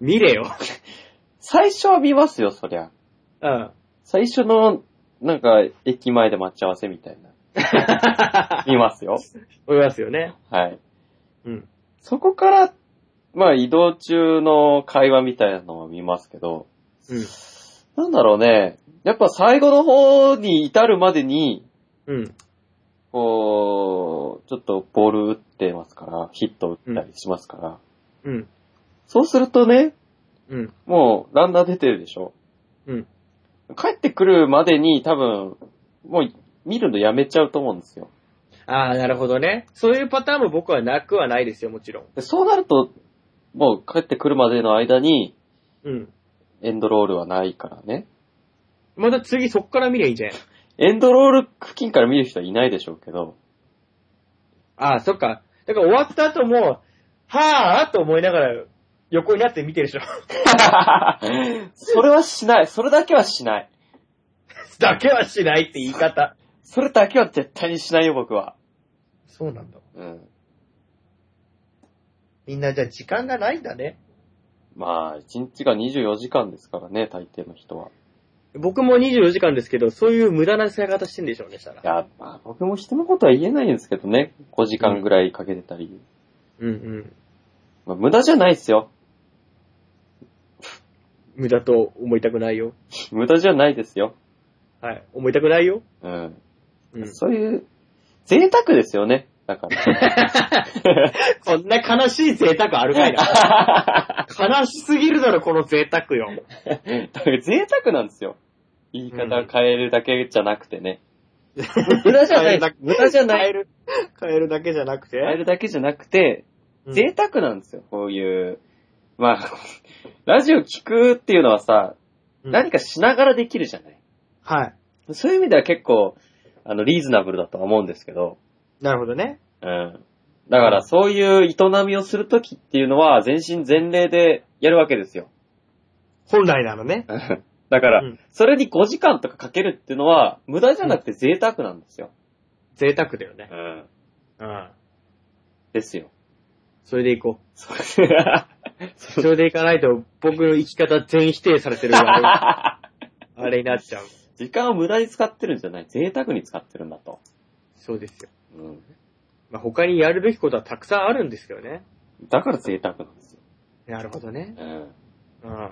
Speaker 2: 見れよ。
Speaker 3: 最初は見ますよ、そりゃ。
Speaker 2: うん。
Speaker 3: 最初の、なんか、駅前で待ち合わせみたいな。 見ますよ。
Speaker 2: 思いますよね。
Speaker 3: はい。
Speaker 2: うん。
Speaker 3: そこから、まあ移動中の会話みたいなのを見ますけど、
Speaker 2: うん。
Speaker 3: なんだろうね。やっぱ最後の方に至るまでに、
Speaker 2: うん。
Speaker 3: こう、ちょっとボール打ってますから、ヒット打ったりしますから。
Speaker 2: うん。
Speaker 3: そうするとね、
Speaker 2: うん。
Speaker 3: もうランナー出てるでしょ。
Speaker 2: うん。
Speaker 3: 帰ってくるまでに多分、もう見るのやめちゃうと思うんですよ。
Speaker 2: ああ、なるほどね。そういうパターンも僕はなくはないですよ、もちろん。
Speaker 3: でそうなると、もう帰ってくるまでの間に
Speaker 2: うん。
Speaker 3: エンドロールはないからね。
Speaker 2: また次そっから見りゃいいじゃん。
Speaker 3: エンドロール付近から見る人はいないでしょうけ ど、
Speaker 2: ああ、そっか。だから終わった後も、はあと思いながら横になって見てるでしょ。
Speaker 3: それはしない。それだけはしない。
Speaker 2: だけはしないって言い方。
Speaker 3: それだけは絶対にしないよ、僕は。
Speaker 1: そうなんだ。
Speaker 3: うん。
Speaker 1: みんなじゃあ時間がないんだね。
Speaker 3: まあ、1日が24時間ですからね、大抵の人は。
Speaker 2: 僕も24時間ですけど、そういう無駄な使い方してんでしょうね、したら
Speaker 3: い。や、まあ、僕も人のことは言えないんですけどね。5時間ぐらいかけてたり。
Speaker 2: うんうん。
Speaker 3: まあ、無駄じゃないですよ。
Speaker 2: 無駄と思いたくないよ。
Speaker 3: 無駄じゃないですよ。
Speaker 2: はい。思いたくないよ。
Speaker 3: うん。
Speaker 2: うん。
Speaker 3: そういう、贅沢ですよね。だ から。
Speaker 2: そんな悲しい贅沢あるかい な。悲しすぎるだろ、この贅沢よ。
Speaker 3: だから贅沢なんですよ。言い方変えるだけじゃなくてね。 無駄じゃない。無駄じゃない
Speaker 2: 変え。る、変えるだけじゃなくて。
Speaker 3: 変えるだけじゃなくて、
Speaker 2: うん
Speaker 3: 贅沢なんですよ、こういう。まあ、 ラジオ聞くっていうのはさ、
Speaker 2: うん
Speaker 3: 何かしながらできるじゃない。
Speaker 2: はい。
Speaker 3: そういう意味では結構、あの、リーズナブルだとは思うんですけど、
Speaker 2: なるほどね。
Speaker 3: うん。だから、そういう営みをするときっていうのは、全身全霊でやるわけですよ。
Speaker 2: 本来なのね。
Speaker 3: うんだから、
Speaker 2: うん
Speaker 3: それに5時間とかかけるっていうのは、無駄じゃなくて贅沢なんですよ。
Speaker 2: 贅沢だよね。
Speaker 3: ん。
Speaker 2: うん。
Speaker 3: ですよ。
Speaker 2: それでいこう。
Speaker 3: そう
Speaker 2: それでいかないと、僕の生き方全否定されてる あれあれになっちゃう。
Speaker 3: 時間を無駄に使ってるんじゃない、贅沢に使ってるんだと。
Speaker 2: そうですよ。
Speaker 3: うん。
Speaker 2: まあ、他にやるべきことはたくさんあるんですけどね。
Speaker 3: だから贅沢なんですよ。
Speaker 2: なるほどね。
Speaker 3: うん。
Speaker 2: うん。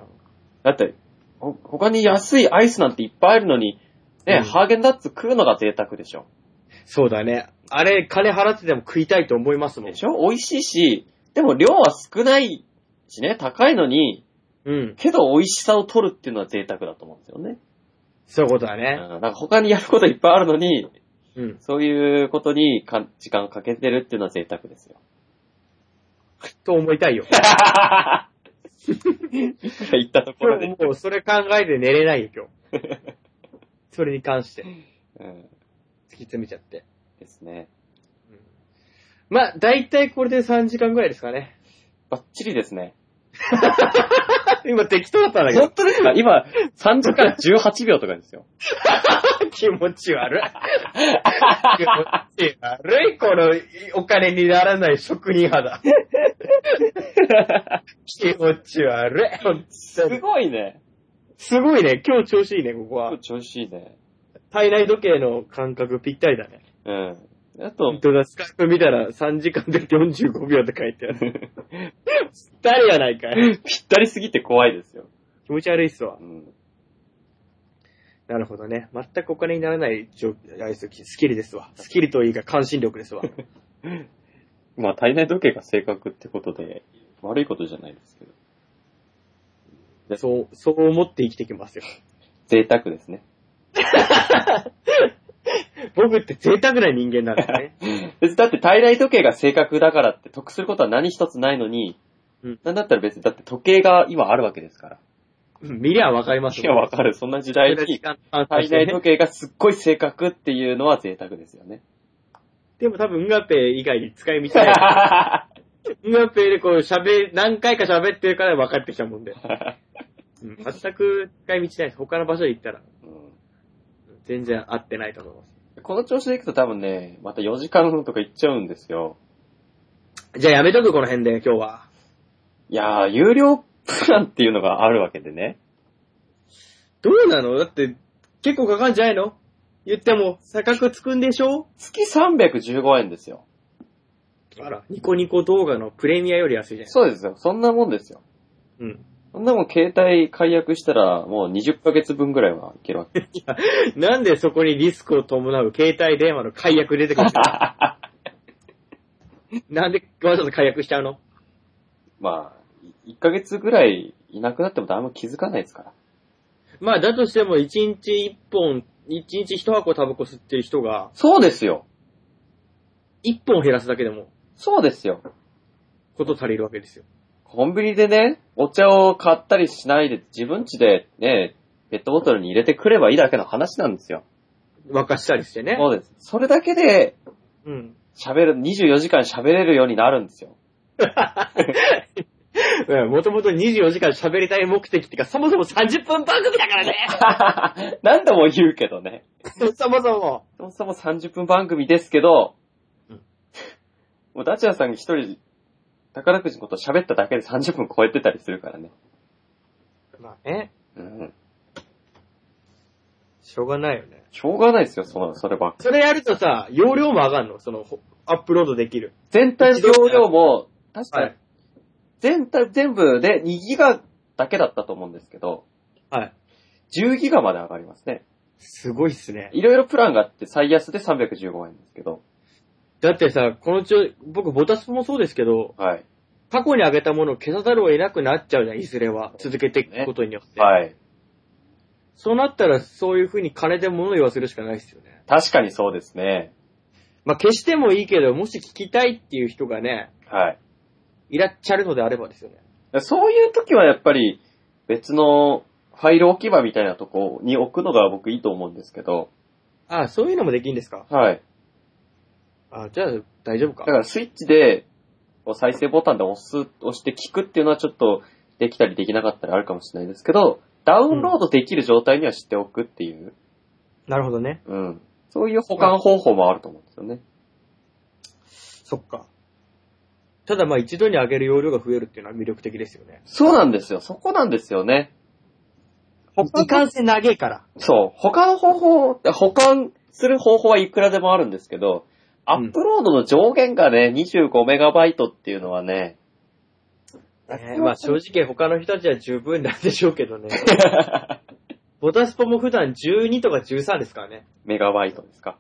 Speaker 3: だって、ほ、他に安いアイスなんていっぱいあるのに、ね、
Speaker 2: うん
Speaker 3: ハーゲンダッツ食うのが贅沢でしょ。
Speaker 2: そうだね。あれ、金払ってでも食いたいと思いますもん
Speaker 3: で。しょ美味しいし、でも量は少ないしね、高いのに、
Speaker 2: うん。
Speaker 3: けど美味しさを取るっていうのは贅沢だと思うんですよね。
Speaker 2: そういうことだ
Speaker 3: うん。
Speaker 2: ね。
Speaker 3: なんか他にやることいっぱいあるのに、
Speaker 2: うん。
Speaker 3: そういうことにか時間をかけてるっていうのは贅沢ですよ。
Speaker 2: と思いた いよ。
Speaker 3: いくら言ったとこ
Speaker 2: 今
Speaker 3: ろ
Speaker 2: 日
Speaker 3: で。
Speaker 2: もうそれ考えて寝れないよ、今日。 それに関して。
Speaker 3: うん。
Speaker 2: 突き詰めちゃって。
Speaker 3: ですね。
Speaker 2: まあ、だいたいこれで3時間ぐらいですかね。
Speaker 3: バッチリですね。
Speaker 2: 今適当だったんだけ
Speaker 3: 本
Speaker 2: ど。
Speaker 3: 当ですか今、3時間18秒とかですよ。
Speaker 2: 気持ち悪い。気持ち悪い、このお金にならない職人肌。気持ち悪い。本当
Speaker 3: す
Speaker 2: に
Speaker 3: ごいね。
Speaker 2: すごいね。今日調子いいね、ここ
Speaker 3: 今
Speaker 2: は
Speaker 3: 日。調子いいね。
Speaker 2: 体内時計の感覚ぴったりだね。
Speaker 3: うん。あ
Speaker 2: 本
Speaker 3: と、
Speaker 2: 当だ、スカイプ見たら3時間で45秒って書いてある。誰やないかい。
Speaker 3: ぴったりすぎて怖いですよ。
Speaker 2: 気持ち悪いっすわ
Speaker 3: う。ん。
Speaker 2: なるほどね。全くお金にならない状況、あれですよスキルですわ。スキルというか関心力ですわ。
Speaker 3: まあ、体内時計が正確ってことで、悪いことじゃないですけど。
Speaker 2: そう、そう思って生きてきますよ。
Speaker 3: 贅沢ですね。
Speaker 2: 僕って贅沢な人間なんです ね。
Speaker 3: 別にだって体内時計が正確だからって得することは何一つないのに、
Speaker 2: うん
Speaker 3: なんだったら別にだって時計が今あるわけですから。
Speaker 2: 見りゃわかります
Speaker 3: いや、わかる。そんな時代に、体内時計がすっごい正確っていうのは贅沢ですよね。
Speaker 2: でも多分、ンガペ以外に使い 道ない。ンガペでこう喋、何回か喋ってるから分かってきたもんで。うん全く使い道ないです。他の場所で行ったら、
Speaker 3: うん
Speaker 2: 全然合ってないと思いま
Speaker 3: この調子でいくと多分ね、また4時間とか行っちゃうんですよ。
Speaker 2: す。じゃあやめとく、この辺で、今日は。
Speaker 3: いやー、有料プランっていうのがあるわけでね。
Speaker 2: どうなのだって、結構かかんじゃないの言っても、差額つくんでしょ
Speaker 3: 月315円ですよ。
Speaker 2: あら、ニコニコ動画のプレミアより安いじゃない
Speaker 3: そうですよ。そんなもんですよ。
Speaker 2: うん。
Speaker 3: そんなもん携帯解約したらもう20ヶ月分ぐらいはいける わけ。
Speaker 2: なんでそこにリスクを伴う携帯電話の解約出てく るんだなんでわざわざ解約しちゃうの
Speaker 3: まあ、1ヶ月ぐらいいなくなっても誰も気づかないですから。
Speaker 2: まあ、だとしても、一日一本、一日一箱タバコ吸ってる人が、
Speaker 3: そうですよ。
Speaker 2: 一本減らすだけでも、
Speaker 3: そうですよ。
Speaker 2: こと足りるわけですよ。
Speaker 3: コンビニでね、お茶を買ったりしないで自分家でね、ペットボトルに入れてくればいいだけの話なんですよ。
Speaker 2: 沸かしたりしてね。
Speaker 3: そうです。それだけで
Speaker 2: うん。
Speaker 3: 喋る、24時間喋れるようになるんです よ。
Speaker 2: もともと24時間喋りたい目的ってか、そもそも30分番組だからね
Speaker 3: 何度も言うけどね。
Speaker 2: そもそも。
Speaker 3: そもそも30分番組ですけど、
Speaker 2: うん
Speaker 3: もうダチアさんが一人、宝くじのことを喋っただけで30分超えてたりするからね。
Speaker 2: まあね、
Speaker 3: うん。
Speaker 2: しょうがないよね。
Speaker 3: しょうがないですよ、その、そればっか
Speaker 2: それやるとさ、容量も上がんのその、ほアップロードできる。
Speaker 3: 全体の容量も、確か
Speaker 2: は
Speaker 3: に
Speaker 2: い。
Speaker 3: 全体、全部で2ギガだけだったと思うんですけど、
Speaker 2: はい。
Speaker 3: 10ギガまで上がりますね。
Speaker 2: すごいっすね。
Speaker 3: いろいろプランがあって最安で315円ですけど、
Speaker 2: だってさ、このちょ、僕、ボタスポもそうですけど、
Speaker 3: はい。
Speaker 2: 過去に上げたものを消さざるを得なくなっちゃうじゃん、いずれは。続けていくことによって。
Speaker 3: はい。
Speaker 2: そうなったら、そういう風に金で物を言わせるしかないですよね。
Speaker 3: 確かにそうですね。
Speaker 2: まあ、消してもいいけど、もし聞きたいっていう人がね、
Speaker 3: はい。
Speaker 2: いらっしゃるのであればですよね。
Speaker 3: そういう時はやっぱり別のファイル置き場みたいなとこに置くのが僕いいと思うんですけど、
Speaker 2: ああ、そういうのもできんですか
Speaker 3: はい。
Speaker 2: ああ、じゃあ、大丈夫か
Speaker 3: だ。からスイッチで再生ボタンで押す、押して聞くっていうのはちょっとできたりできなかったりあるかもしれないですけど、ダウンロードできる状態にはしておくっていう、
Speaker 2: なるほどね。
Speaker 3: うん。そういう保管方法もあると思うんですよね。
Speaker 2: そっか。ただまあ一度に上げる容量が増えるっていうのは魅力的ですよね。
Speaker 3: そうなんですよ。そこなんですよね。
Speaker 2: 時間性長いから。
Speaker 3: そう。保管方法、保管する方法はいくらでもあるんですけど、アップロードの上限がね、25メガバイトっていうのは ね、
Speaker 2: ねまあ正直他の人たちは十分なんでしょうけどね。ボタスポも普段12とか13ですからね。
Speaker 3: メガバイトですか。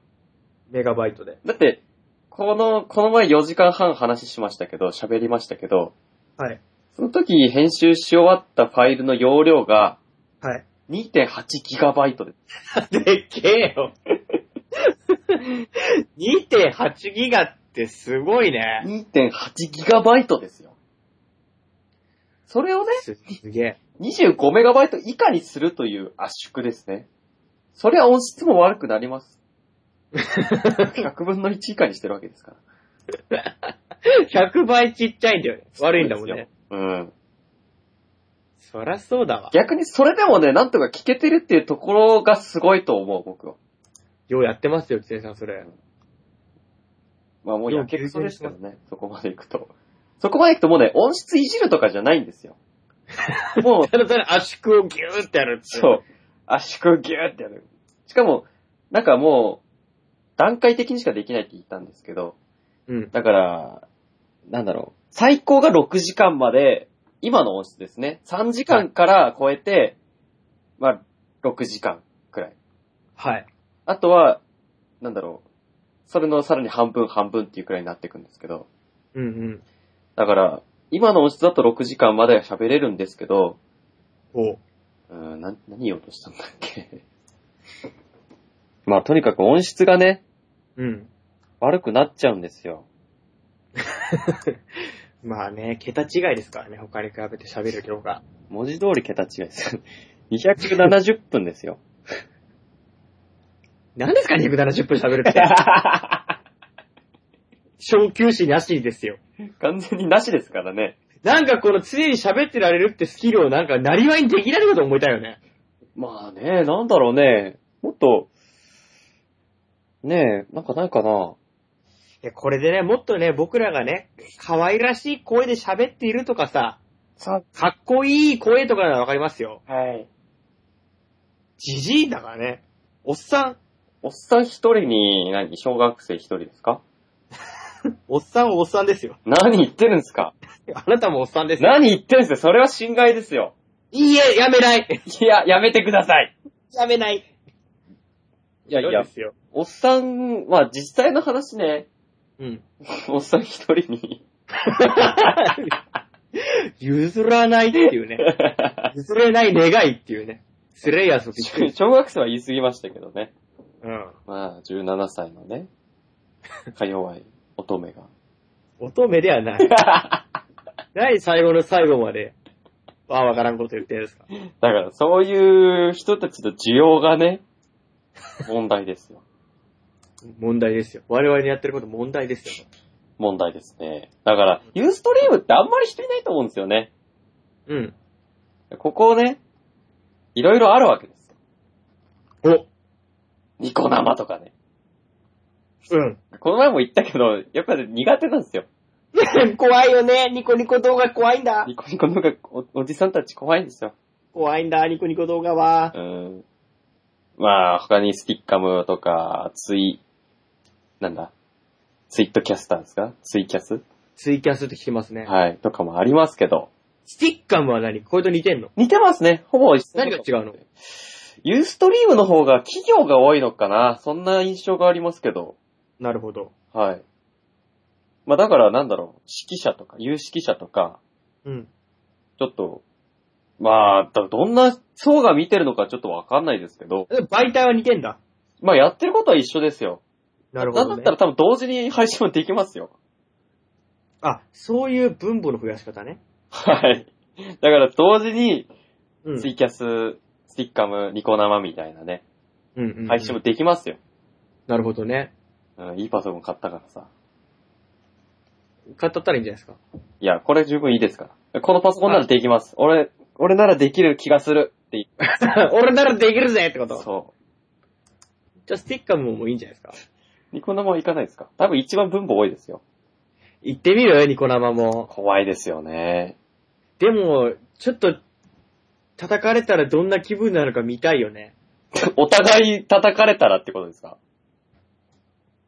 Speaker 2: メガバイトで。
Speaker 3: だって、この、この前4時間半話しましたけど、喋りましたけど、
Speaker 2: はい。
Speaker 3: その時編集し終わったファイルの容量が
Speaker 2: はい。
Speaker 3: 2.8ギガバイトです。
Speaker 2: でっけえよ。2.8ギガってすごいね。
Speaker 3: 2.8ギガバイトですよ。それをね、
Speaker 2: すすげえ。
Speaker 3: 25メガバイト以下にするという圧縮ですね。それは音質も悪くなり ます。100分の1以下にしてるわけですから。
Speaker 2: 100倍ちっちゃいんだよね。悪いんだもんね。
Speaker 3: うん。
Speaker 2: そらそうだわ。
Speaker 3: 逆にそれでもね、なんとか聞けてるっていうところがすごいと思う、僕は。
Speaker 2: ようやってますよ、キセさん、それ。
Speaker 3: まあもう
Speaker 2: いや
Speaker 3: やけくそですけどね、そこまで行くと。そこまで行くともうね、音質いじるとかじゃないんですよ。 もう、
Speaker 2: ただただ圧縮をギューってやるって。
Speaker 3: そう。圧縮ギューってやる。しかも、なんかもう、段階的にしかできないって言ったんですけど、
Speaker 2: う。うん。
Speaker 3: だから、なんだろう。最高が6時間まで、今の音質ですね。3時間から超えて、まあ、6時間くらい。
Speaker 2: はい。
Speaker 3: あとは、なんだろう。それのさらに半分半分っていうくらいになっていくんですけど。
Speaker 2: うんうん。
Speaker 3: だから、今の音質だと6時間まで喋れるんですけど、
Speaker 2: お
Speaker 3: うーん、な、何言おうとしたんだっけ。 まあ、とにかく音質がね、
Speaker 2: うん。
Speaker 3: 悪くなっちゃうんですよ。
Speaker 2: まあね、桁違いですからね、他に比べて喋る量が。
Speaker 3: 文字通り桁違いです。270分です よ。
Speaker 2: 何ですか、270分喋る って。小休止なしですよ。
Speaker 3: 完全になしですからね。
Speaker 2: なんかこの常に喋ってられるってスキルをなんか、なりわいにできないこと思いたいよね。
Speaker 3: まあね、なんだろうね。もっと、ねえ、なんかないかな。
Speaker 2: いや、これでね、もっとね、僕らがね、可愛らしい声で喋っているとかさ、
Speaker 3: さ、
Speaker 2: かっこいい声とかならわかりますよ。
Speaker 3: はい。
Speaker 2: じじいだからね。おっさん、
Speaker 3: おっさん一人に、何小学生一人ですか
Speaker 2: おっさんはおっさんですよ。
Speaker 3: 何言ってるんですか
Speaker 2: あなたもおっさんですよ。
Speaker 3: 何言ってるんですかそれは侵害ですよ。
Speaker 2: いいえ、やめない。
Speaker 3: いや、やめてください。
Speaker 2: やめない。
Speaker 3: いやいや
Speaker 2: で、すよ。
Speaker 3: おっさんは実際の話ね、
Speaker 2: うん。
Speaker 3: おっさん一人に。
Speaker 2: 譲らないっていうね。譲れない願いっていうね。スレイヤーズと一緒
Speaker 3: 小学生は言い過ぎましたけどね。
Speaker 2: うん。
Speaker 3: まあ、17歳のね、か弱い乙女
Speaker 2: 乙女ではな い。
Speaker 3: が。
Speaker 2: 何最後の最後まで、わあわからんこと言ってるんですか。
Speaker 3: だから、そういう人たちの需要がね、問題ですよ。
Speaker 2: 問題ですよ。我々にやってること問題ですよ。
Speaker 3: 問題ですね。だから、ユーストリームってあんまり人いないと思うんですよね。
Speaker 2: うん。
Speaker 3: ここをね、いろいろあるわけですよ。
Speaker 2: お
Speaker 3: ニコ生とかね。
Speaker 2: うん。
Speaker 3: この前も言ったけど、やっぱり苦手なんですよ。
Speaker 2: 怖いよね。ニコニコ動画怖いんだ。
Speaker 3: ニコニコのがおおじさんたち怖いんですよ。
Speaker 2: 怖いんだ、ニコニコ動画は
Speaker 3: う。ーん。まあ、他にスティッカムとか、ツイ、なんだ、ツイットキャスターですかツイキャス
Speaker 2: ツイキャスって聞きますね。
Speaker 3: はい、とかもありますけど。
Speaker 2: スティッカムは何これと似てんの
Speaker 3: 似てますね。ほぼ一緒
Speaker 2: 何が違うの
Speaker 3: ユーストリームの方が企業が多いのかなそんな印象がありますけど。
Speaker 2: なるほど。
Speaker 3: はい。まあだからなんだろう、指揮者とか、有識者とか、
Speaker 2: うん。
Speaker 3: ちょっと、まあ、だどんな層が見てるのかちょっとわかんないですけど、
Speaker 2: 媒体は似てんだ。
Speaker 3: まあやってることは一緒ですよ。
Speaker 2: なるほ
Speaker 3: な
Speaker 2: ど、
Speaker 3: ん
Speaker 2: ね。
Speaker 3: だったら多分同時に配信もできますよ。
Speaker 2: あ、そういう分母の増やし方ね。
Speaker 3: はい。だから同時に、
Speaker 2: うん。
Speaker 3: ツイキャス、スティッカム、ニコ生みたいなね、
Speaker 2: うんうんうん
Speaker 3: 配信もできますよ。
Speaker 2: なるほどね。
Speaker 3: うん、いいパソコン買ったからさ。
Speaker 2: 買ったったらいいんじゃないですか。
Speaker 3: いや、これ十分いいですから。このパソコンならできます。俺、俺ならできる気がするって言っ
Speaker 2: 俺ならできるぜってこ
Speaker 3: た。
Speaker 2: と。
Speaker 3: そ
Speaker 2: じゃあスティッカーももういいんじゃないですか。
Speaker 3: う。ニコ生はいかないですか多分一番分母多いですよ。
Speaker 2: 行ってみろよ、ニコ生も。
Speaker 3: 怖いですよね。
Speaker 2: でも、ちょっと、叩かれたらどんな気分なのか見たいよね。
Speaker 3: お互い叩かれたらってことですか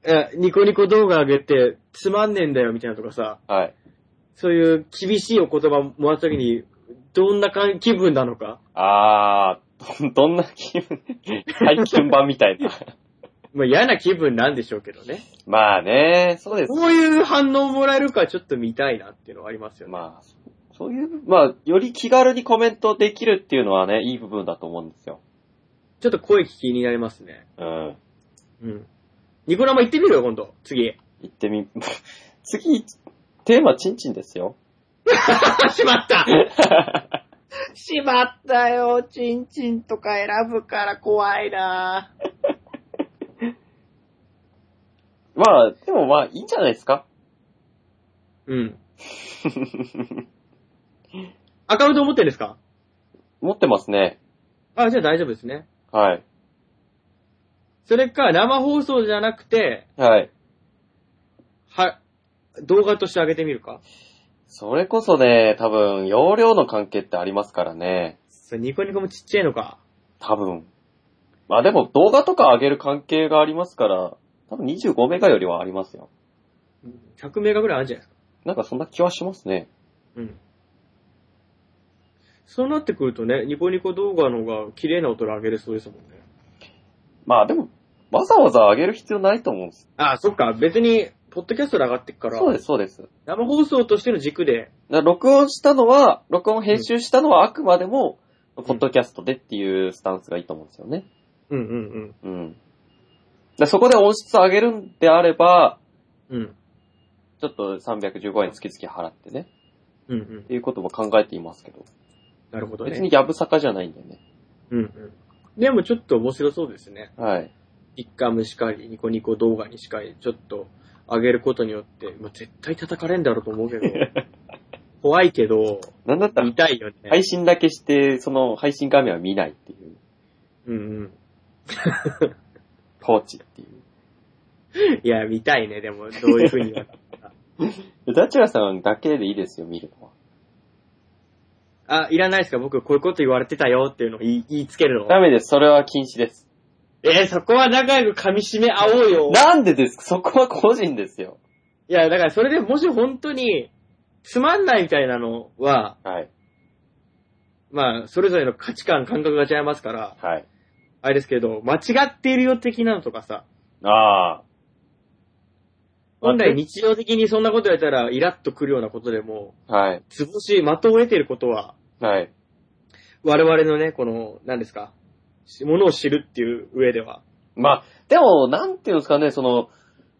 Speaker 2: え、ニコニコ動画上げて、つまんねえんだよ、みたいなとかさ、
Speaker 3: はい。
Speaker 2: そういう厳しいお言葉もらった時に、どんなかん気分なのか。
Speaker 3: あー、どどんな気分、体験版みたいな。
Speaker 2: まあ嫌な気分なんでしょうけどね。
Speaker 3: まあね、そうです。
Speaker 2: こういう反応もらえるかちょっと見たいなっていうのはありますよね。
Speaker 3: まあ、そういう、まあ、より気軽にコメントできるっていうのはね、いい部分だと思うんですよ。
Speaker 2: ちょっと声聞きになりますね。
Speaker 3: うん。
Speaker 2: うん。ニコ生行ってみるよ、今度。次。
Speaker 3: 行ってみ、 次、テーマチンチンですよ。
Speaker 2: しまったしまったよ、チンチンとか選ぶから怖いな
Speaker 3: まあ、でもまあ、いいんじゃないですか
Speaker 2: うん。アカウント持ってるんですか
Speaker 3: 持ってますね。
Speaker 2: あ、じゃあ大丈夫ですね。
Speaker 3: はい。
Speaker 2: それか、生放送じゃなくて、
Speaker 3: はい。
Speaker 2: は、動画として上げてみるか
Speaker 3: それこそね、多分、容量の関係ってありますからね。
Speaker 2: それニコニコもちっちゃいのか。
Speaker 3: 多分。まあでも、動画とか上げる関係がありますから、多分25メガよりはありますよ。
Speaker 2: 100メガぐらいあるんじゃないですか
Speaker 3: なんかそんな気はしますね。
Speaker 2: うん。そうなってくるとね、ニコニコ動画の方が綺麗な音で上げれそうですもんね。
Speaker 3: まあでも、わざわざ上げる必要ないと思うんです。
Speaker 2: あそっか。別に、ポッドキャストで上がってっから。
Speaker 3: そうです、そうです。だか
Speaker 2: 生放送としての軸で、
Speaker 3: ら録音したのは、録音編集したのはあくまでも、ポッドキャストでっていうスタンスがいいと思うんですよね。
Speaker 2: うんうん
Speaker 3: うん。だからそこで音質上げるんであれば、
Speaker 2: うん。うん。
Speaker 3: ちょっと315円月々払ってね、
Speaker 2: うんうん
Speaker 3: っ。ていうことも考えていますけど、
Speaker 2: なるほど
Speaker 3: 別
Speaker 2: ね。
Speaker 3: にやぶさかじゃないんだよね。
Speaker 2: うんうん。でもちょっと面白そうですね。
Speaker 3: はい。
Speaker 2: 一回ムしかり、ニコニコ動画にしかり、ちょっと上げることによって、もう絶対叩かれんだろうと 思うけど、怖いけど、
Speaker 3: なんだったら
Speaker 2: 見、たいよね。
Speaker 3: 配信だけして、その配信画面は見ないっていう、
Speaker 2: うん
Speaker 3: 放置っていう。
Speaker 2: うん。いや、見たいね、でも、どういうふうには。
Speaker 3: ダチュラさんだけでいいですよ、見るのは。
Speaker 2: あ、いらないですか僕、こういうこと言われてたよっていうのを言い言いつけるの。
Speaker 3: ダメです、それは禁止です。
Speaker 2: えーそこは仲良く噛み締め合おうよ。
Speaker 3: なんでですかそこは個人ですよ。
Speaker 2: いや、だからそれでもし本当に、つまんないみたいなのは、
Speaker 3: はい。
Speaker 2: まあ、それぞれの価値観、感覚が違いますから、
Speaker 3: はい。
Speaker 2: あれですけど、間違っているよ的なのとかさ、
Speaker 3: ああ。
Speaker 2: 本来日常的にそんなこと言われたら、イラッとくるようなことでも、
Speaker 3: はい。
Speaker 2: 図星、的を得ていることは、
Speaker 3: はい。
Speaker 2: 我々のね、この、何ですか、しものを知るっていう上では。
Speaker 3: まあ、でも、なんていうんですかね、その、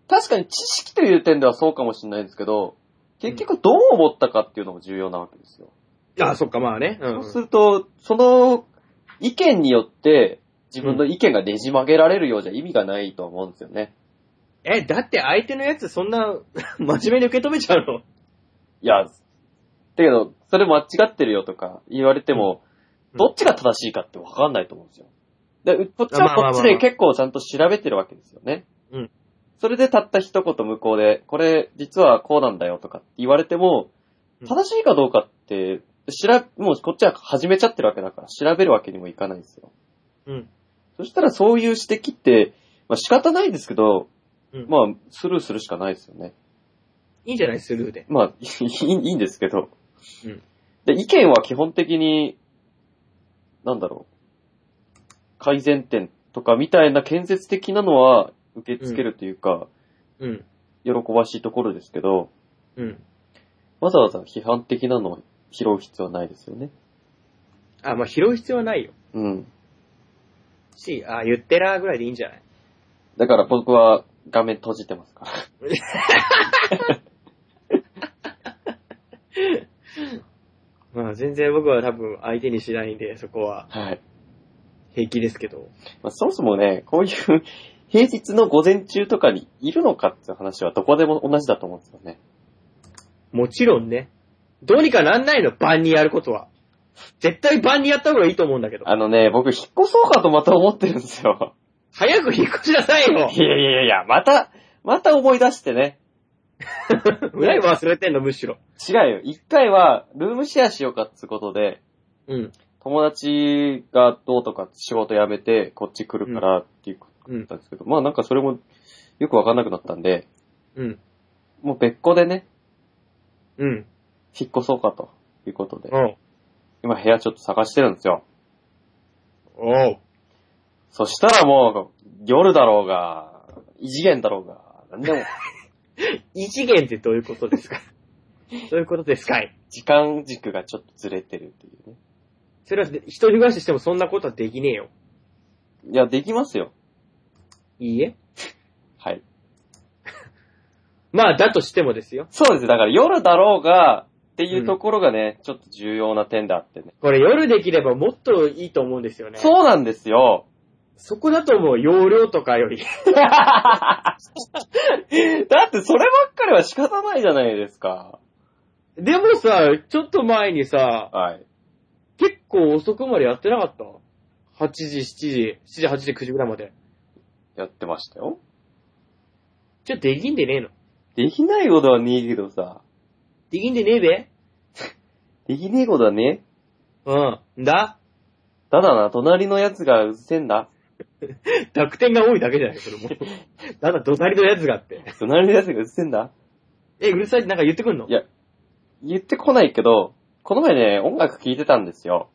Speaker 3: 確かに知識という点ではそうかもしれないですけど、結局どう思ったかっていうのも重要なわけですよ。
Speaker 2: あそっか、まあね。う
Speaker 3: そ
Speaker 2: ん
Speaker 3: うすると、その意見によって、自分の意見がねじ曲げられるようじゃ意味がないとは思うんですよね。
Speaker 2: え、だって相手のやつそんな、 真面目に受け止めちゃうの
Speaker 3: いや、だけど、それ間違ってるよとか言われても、
Speaker 2: うん
Speaker 3: どっちが正しいかってわかんないと思うんですよ。で、こっち
Speaker 2: ま
Speaker 3: は
Speaker 2: あまあま
Speaker 3: こ
Speaker 2: あ
Speaker 3: っちで結構ちゃんと調べてるわけですよね。
Speaker 2: うん
Speaker 3: それでたった一言向こうで、これ実はこうなんだよとかって言われても
Speaker 2: う、ん
Speaker 3: 正しいかどうかって、しら、もうこっちは始めちゃってるわけだから、調べるわけにもいかないんですよ。
Speaker 2: うん。
Speaker 3: そしたらそういう指摘って、まあ仕方ないですけど、
Speaker 2: うん
Speaker 3: まあスルーするしかないですよね。
Speaker 2: いいんじゃないスルーで。
Speaker 3: まあ、 いいいいんですけど。
Speaker 2: うん
Speaker 3: で、意見は基本的に、なんだろう、改善点とかみたいな建設的なのは受け付けるというか、
Speaker 2: うん。
Speaker 3: 喜ばしいところですけど、
Speaker 2: うん。
Speaker 3: わざわざ批判的なのを拾う必要はないですよね。
Speaker 2: あ、まあ拾う必要はないよ。
Speaker 3: うん。
Speaker 2: し、あ、言ってらーぐらいでいいんじゃない
Speaker 3: だから僕は画面閉じてますから。
Speaker 2: まあ全然僕は多分相手にしないんで、そこは
Speaker 3: はい。
Speaker 2: 平気ですけど。
Speaker 3: まあ、そもそもね、こういう平日の午前中とかにいるのかっていう話はどこでも同じだと思うんですよね。
Speaker 2: もちろんね。どうにかなんないの、晩にやることは。絶対晩にやった方がいいと思うんだけど。
Speaker 3: あのね、僕引っ越そうかとまた思ってるんですよ。
Speaker 2: 早く引っ越しなさい よ
Speaker 3: いやいやいやいや、また、また思い出してね。
Speaker 2: ぐらい忘れてんの、むしろ。
Speaker 3: 違うよ。一回は、ルームシェアしようかってことで、
Speaker 2: うん。
Speaker 3: 友達がどうとか仕事辞めて、こっち来るからっていうことだったんですけど、まあなんかそれもよくわかんなくなったんで、
Speaker 2: うん。
Speaker 3: もう別個でね、
Speaker 2: うん。
Speaker 3: 引っ越そうかということで、
Speaker 2: うん。
Speaker 3: 今部屋ちょっと探してるんですよ。
Speaker 2: おう。
Speaker 3: そしたらもう、夜だろうが、異次元だろうが、なんでも、
Speaker 2: 異次元ってどういうことですか どういうことですかい
Speaker 3: 時間軸がちょっとずれてるっていうね。
Speaker 2: それは一人暮らししてもそんなことはできねえよ。
Speaker 3: いや、できますよ。
Speaker 2: いいえ。
Speaker 3: はい。
Speaker 2: まあ、だとしてもですよ。
Speaker 3: そうですね。だから夜だろうが、っていうところがね、ちょっと重要な点であってね。
Speaker 2: これ夜できればもっといいと思うんですよね。
Speaker 3: そうなんですよ。
Speaker 2: そこだと思う、容量とかより。
Speaker 3: だってそればっかりは仕方ないじゃないですか。
Speaker 2: でもさ、ちょっと前にさ、
Speaker 3: はい。
Speaker 2: 結構遅くまでやってなかった ?8 時、7時、7時、8時、9時ぐらいまで。
Speaker 3: やってましたよ。
Speaker 2: ちょ、できんでねえの。
Speaker 3: できないことはねえけどさ。
Speaker 2: できんでねえべ
Speaker 3: できねえことはね、
Speaker 2: うん。んだ
Speaker 3: ただな、隣のやつがうっせんだ。
Speaker 2: 濁点が多いだけじゃないそれも。 ただ、怒鳴りのやつがあって。
Speaker 3: 隣のやつがうっせんだ。
Speaker 2: え、うるさいってなんか言ってくんの
Speaker 3: いや、言ってこないけど、この前ね、音楽聴いてたんですよ。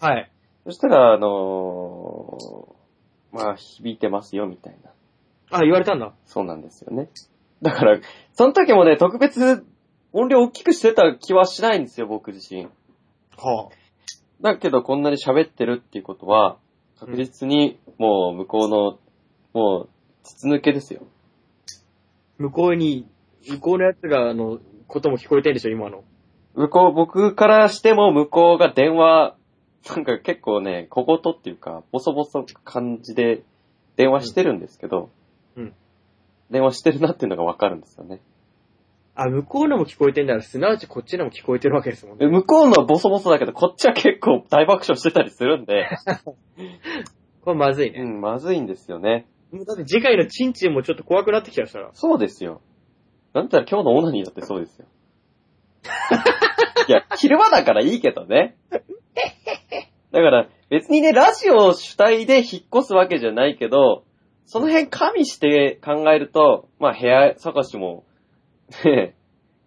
Speaker 2: はい。
Speaker 3: そしたら、あのーまあ、響いてますよ、みたいな。
Speaker 2: あ、言われたんだ。
Speaker 3: そうなんですよね。だから、その時もね、特別音量大きくしてた気はしないんですよ、僕自身。
Speaker 2: は
Speaker 3: だけど、こんなに喋ってるっていうことは、確実に、もう、向こうの、もう、筒抜けですよ。
Speaker 2: 向こうに向こうの奴らのことも聞こえてるでしょ、今の。
Speaker 3: 向こう、僕からしても向こうが電話、なんか結構ね、小言っていうか、ボソボソ感じで電話してるんですけど、
Speaker 2: うんうん
Speaker 3: 電話してるなっていうのがわかるんですよね。
Speaker 2: あ、向こうのも聞こえてんだら、すなわちこっちのも聞こえてるわけですもん
Speaker 3: で
Speaker 2: ね。
Speaker 3: 向こうのはボソボソだけど、こっちは結構大爆笑してたりするんで、
Speaker 2: これまずいうね。
Speaker 3: ん、まずいんですよね。
Speaker 2: もうだって次回のチンチンもちょっと怖くなってきちゃうしたら。
Speaker 3: そうですよ。なんだったら今日のオナニーだってそうです よ。いや、昼間だからいいけどね。だから、別にね、ラジオ主体で引っ越すわけじゃないけど、その辺加味して考えると、まあ部屋探しも、ね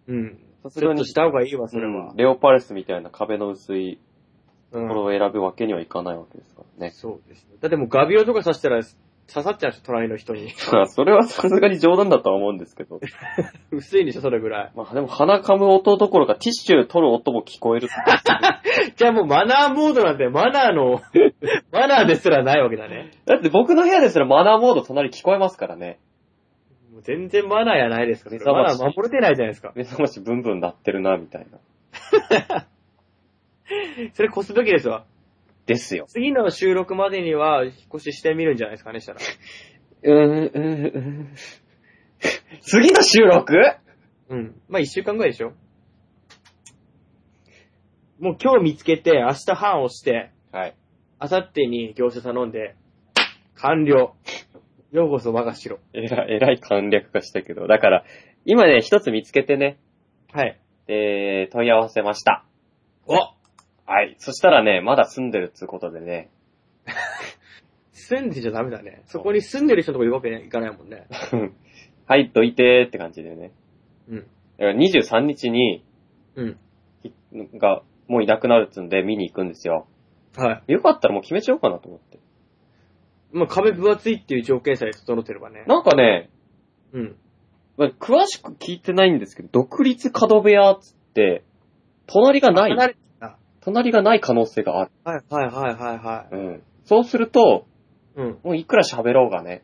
Speaker 2: うん。
Speaker 3: さす
Speaker 2: ちょ
Speaker 3: が
Speaker 2: っ
Speaker 3: に
Speaker 2: と、した方がいいわ、それ
Speaker 3: う
Speaker 2: は
Speaker 3: ん。レオパレスみたいな壁の薄い
Speaker 2: う
Speaker 3: と
Speaker 2: ん
Speaker 3: ころを選ぶわけにはいかないわけですからね。
Speaker 2: そうですね。だってもう画鋲とか刺したら刺さっちゃうでしょ、隣の人 に。
Speaker 3: まあそれはさすがに冗談だとは思うんですけど。
Speaker 2: 薄いんでしょ、それぐらい。
Speaker 3: まあでも鼻噛む音どころかティッシュ取る音も聞こえる。
Speaker 2: じゃあもうマナーモードなんて、マナー の、マナーですらないわけだね。
Speaker 3: だって僕の部屋ですらマナーモード隣聞こえますからね。
Speaker 2: もう全然マナーやないですから、それマナー守れてないじゃないですか。
Speaker 3: 目覚ましブンブン鳴ってるな、みたいな。
Speaker 2: それ越すべきですわ。
Speaker 3: ですよ。
Speaker 2: 次の収録までには引っ越ししてみるんじゃないですかね、したら。
Speaker 3: うーん、うーん、うーん。 次の収録
Speaker 2: うん。まあ一週間ぐらいでしょ。もう今日見つけて、明日半押して、
Speaker 3: はい。
Speaker 2: 明後日に業者頼んで、完了。ようこそ我が城。
Speaker 3: えら、えらい簡略化したけど。だから、今ね、一つ見つけてね、
Speaker 2: はい。
Speaker 3: えー、問い合わせました。
Speaker 2: お
Speaker 3: はい。そしたらね、まだ住んでるっつうことでね、
Speaker 2: 住んでちゃダメだね。そこに住んでる人のとこ行くわけにいかないもんね。
Speaker 3: はい、どいてーって感じでね。
Speaker 2: うん。
Speaker 3: だから23日に、
Speaker 2: うん。
Speaker 3: ひが、もういなくなるっつうんで見に行くんですよ。
Speaker 2: はい。
Speaker 3: よかったらもう決めちゃおうかなと思って。
Speaker 2: まあ壁分厚いっていう条件さえ整ってればね。
Speaker 3: なんかね、
Speaker 2: うん。
Speaker 3: まあ詳しく聞いてないんですけど、独立角部屋っつって、隣がない、
Speaker 2: れあ
Speaker 3: 隣がない可能性がある。
Speaker 2: はいはいはいはいは
Speaker 3: うん。そうすると、
Speaker 2: い。うん。
Speaker 3: もういくら喋ろうがね、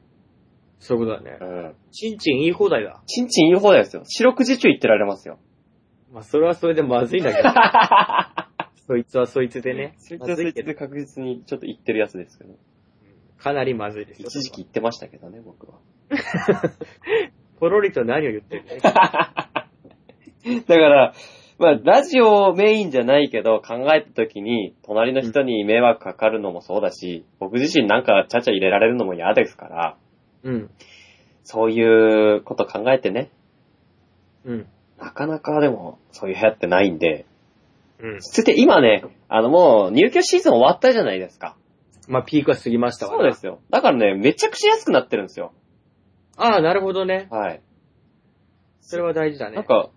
Speaker 2: そういうことだね
Speaker 3: う。ん。
Speaker 2: ちんちん言い放題だ。
Speaker 3: ちんちん言う方ですよ。四六時中言ってられますよ。
Speaker 2: まあそれはそれでまずいんだけど。そいつはそい つで ね。
Speaker 3: そいつ
Speaker 2: ま
Speaker 3: は
Speaker 2: ず
Speaker 3: そい
Speaker 2: い
Speaker 3: つ
Speaker 2: けど
Speaker 3: で確実にちょっと言ってるやつですけど。
Speaker 2: かなりまずいですよ。
Speaker 3: 一時期言ってましたけどね、僕は。
Speaker 2: ポロリと何を言って るね。
Speaker 3: だから、まあ、ラジオメインじゃないけど、考えた時に、隣の人に迷惑かかるのもそうだし、僕自身なんかちゃちゃ入れられるのも嫌ですから、
Speaker 2: うん。
Speaker 3: そういうこと考えてね、
Speaker 2: うん。
Speaker 3: なかなかでも、そういう部屋ってないんで、
Speaker 2: うん。
Speaker 3: つって今ね、あのもう入居シーズン終わったじゃないですか。
Speaker 2: まあピークは過ぎましたわ
Speaker 3: そう
Speaker 2: な
Speaker 3: ですよ。だからね、めちゃくちゃ安くなってるんですよ。
Speaker 2: ああ、なるほどね。
Speaker 3: はい。
Speaker 2: それは大事だね。
Speaker 3: なんか、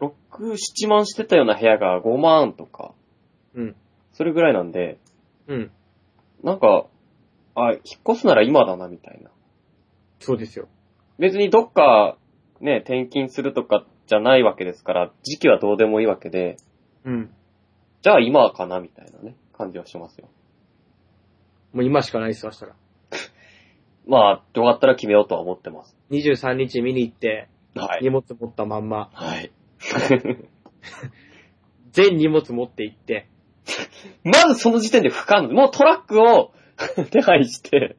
Speaker 3: 6、7万してたような部屋が5万とか、
Speaker 2: うん。
Speaker 3: それぐらいなんで、
Speaker 2: うん。
Speaker 3: なんか、あ、引っ越すなら今だな、みたいな。
Speaker 2: そうですよ。
Speaker 3: 別にどっか、ね、転勤するとかじゃないわけですから、時期はどうでもいいわけで、
Speaker 2: うん。
Speaker 3: じゃあ今かな、みたいなね、感じはしますよ。
Speaker 2: もう今しかないっすわ、そしたら。
Speaker 3: まあ、どうやったら決めようとは思ってます。
Speaker 2: 23日見に行って、
Speaker 3: は
Speaker 2: 荷。物持ったまんま、
Speaker 3: はい。
Speaker 2: 全荷物持って行って、
Speaker 3: まずその時点で不可能。もうトラックを 手配して。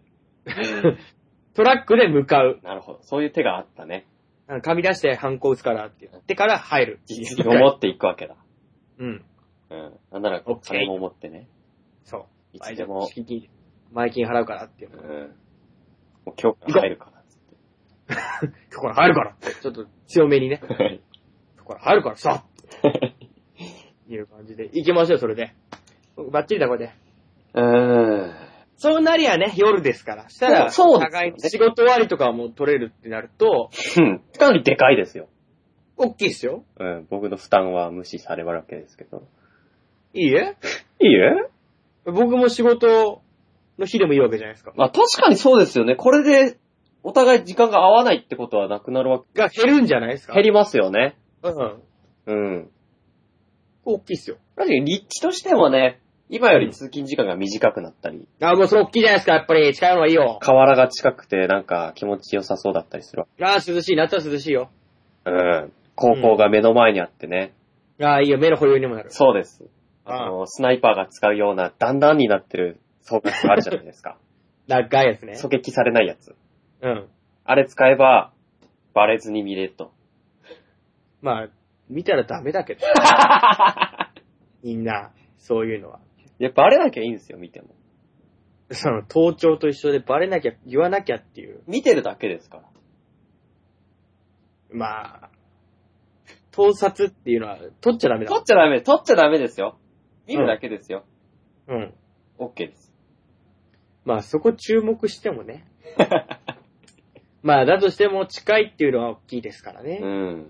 Speaker 2: トラックで向かう。
Speaker 3: なるほど。そういう手があったね。
Speaker 2: あの紙出してハンコ打つからって言ってから入る。
Speaker 3: 実績を持っていくわけだ。
Speaker 2: うん。
Speaker 3: うん。なんなら、
Speaker 2: オッケー
Speaker 3: 金も持ってね。
Speaker 2: そう。
Speaker 3: い
Speaker 2: あ
Speaker 3: つ
Speaker 2: じ
Speaker 3: で
Speaker 2: ゃあ
Speaker 3: も、
Speaker 2: 敷金、前金払うからっていうう。
Speaker 3: ん。もう今日から入るからっつって。
Speaker 2: そこから入るからちょっと強めにね。
Speaker 3: はい
Speaker 2: そこから入るから さいう感じで。行きましょう、それで。バッチリだ、これで。
Speaker 3: う
Speaker 2: そうなりゃね、夜ですから。したら、
Speaker 3: そうそうですよね
Speaker 2: 互いに仕事終わりとかはもう取れるってなると、
Speaker 3: ーん。 かなりでかいですよ。
Speaker 2: 大きいっすよ。
Speaker 3: うん。僕の負担は無視されるわけですけど。
Speaker 2: いいえ
Speaker 3: いいえ
Speaker 2: 僕も仕事の日でもいいわけじゃないですか。
Speaker 3: まあ確かにそうですよね。これで、お互い時間が合わないってことはなくなるわけ。
Speaker 2: が減るんじゃないですか。
Speaker 3: 減りますよね。
Speaker 2: うん。
Speaker 3: うん。
Speaker 2: 大きいっすよ。
Speaker 3: 確かに立地としてもね、今より通勤時間が短くなったり、
Speaker 2: あ、もうそれ大きいじゃないですか、やっぱり。近いのはいいよ。
Speaker 3: 河原が近くてなんか気持ちよさそうだったりするわ
Speaker 2: ああ、涼しい。夏は涼しいよ。
Speaker 3: うん。高校が目の前にあってね。
Speaker 2: ああ、いいよ、目の保養にもなる。
Speaker 3: そうです。
Speaker 1: あ
Speaker 3: あ
Speaker 1: あ
Speaker 3: の、スナイパーが使うような段々になってる装甲があるじゃないですか。
Speaker 2: 長いやつね。
Speaker 3: 狙撃されないやつ。
Speaker 2: うん。
Speaker 3: あれ使えば、バレずに見れると。
Speaker 2: まあ、見たらダメだけど。 みんな、そういうのは。
Speaker 3: いや、バレなきゃいいんですよ、見ても。
Speaker 2: その、盗聴と一緒でバレなきゃ、言わなきゃっていう。
Speaker 3: 見てるだけですから。
Speaker 2: まあ、盗撮っていうのは、取っちゃダメ
Speaker 3: 撮
Speaker 2: だ
Speaker 3: っ。ちゃダメ、撮っちゃダメですよ。見るだけですよ。
Speaker 2: うん。
Speaker 3: オッケーです。
Speaker 2: まあ、そこ注目して もね。まあ、だとしても近いっていうのは大きいですから
Speaker 3: う
Speaker 2: ね。
Speaker 3: ん。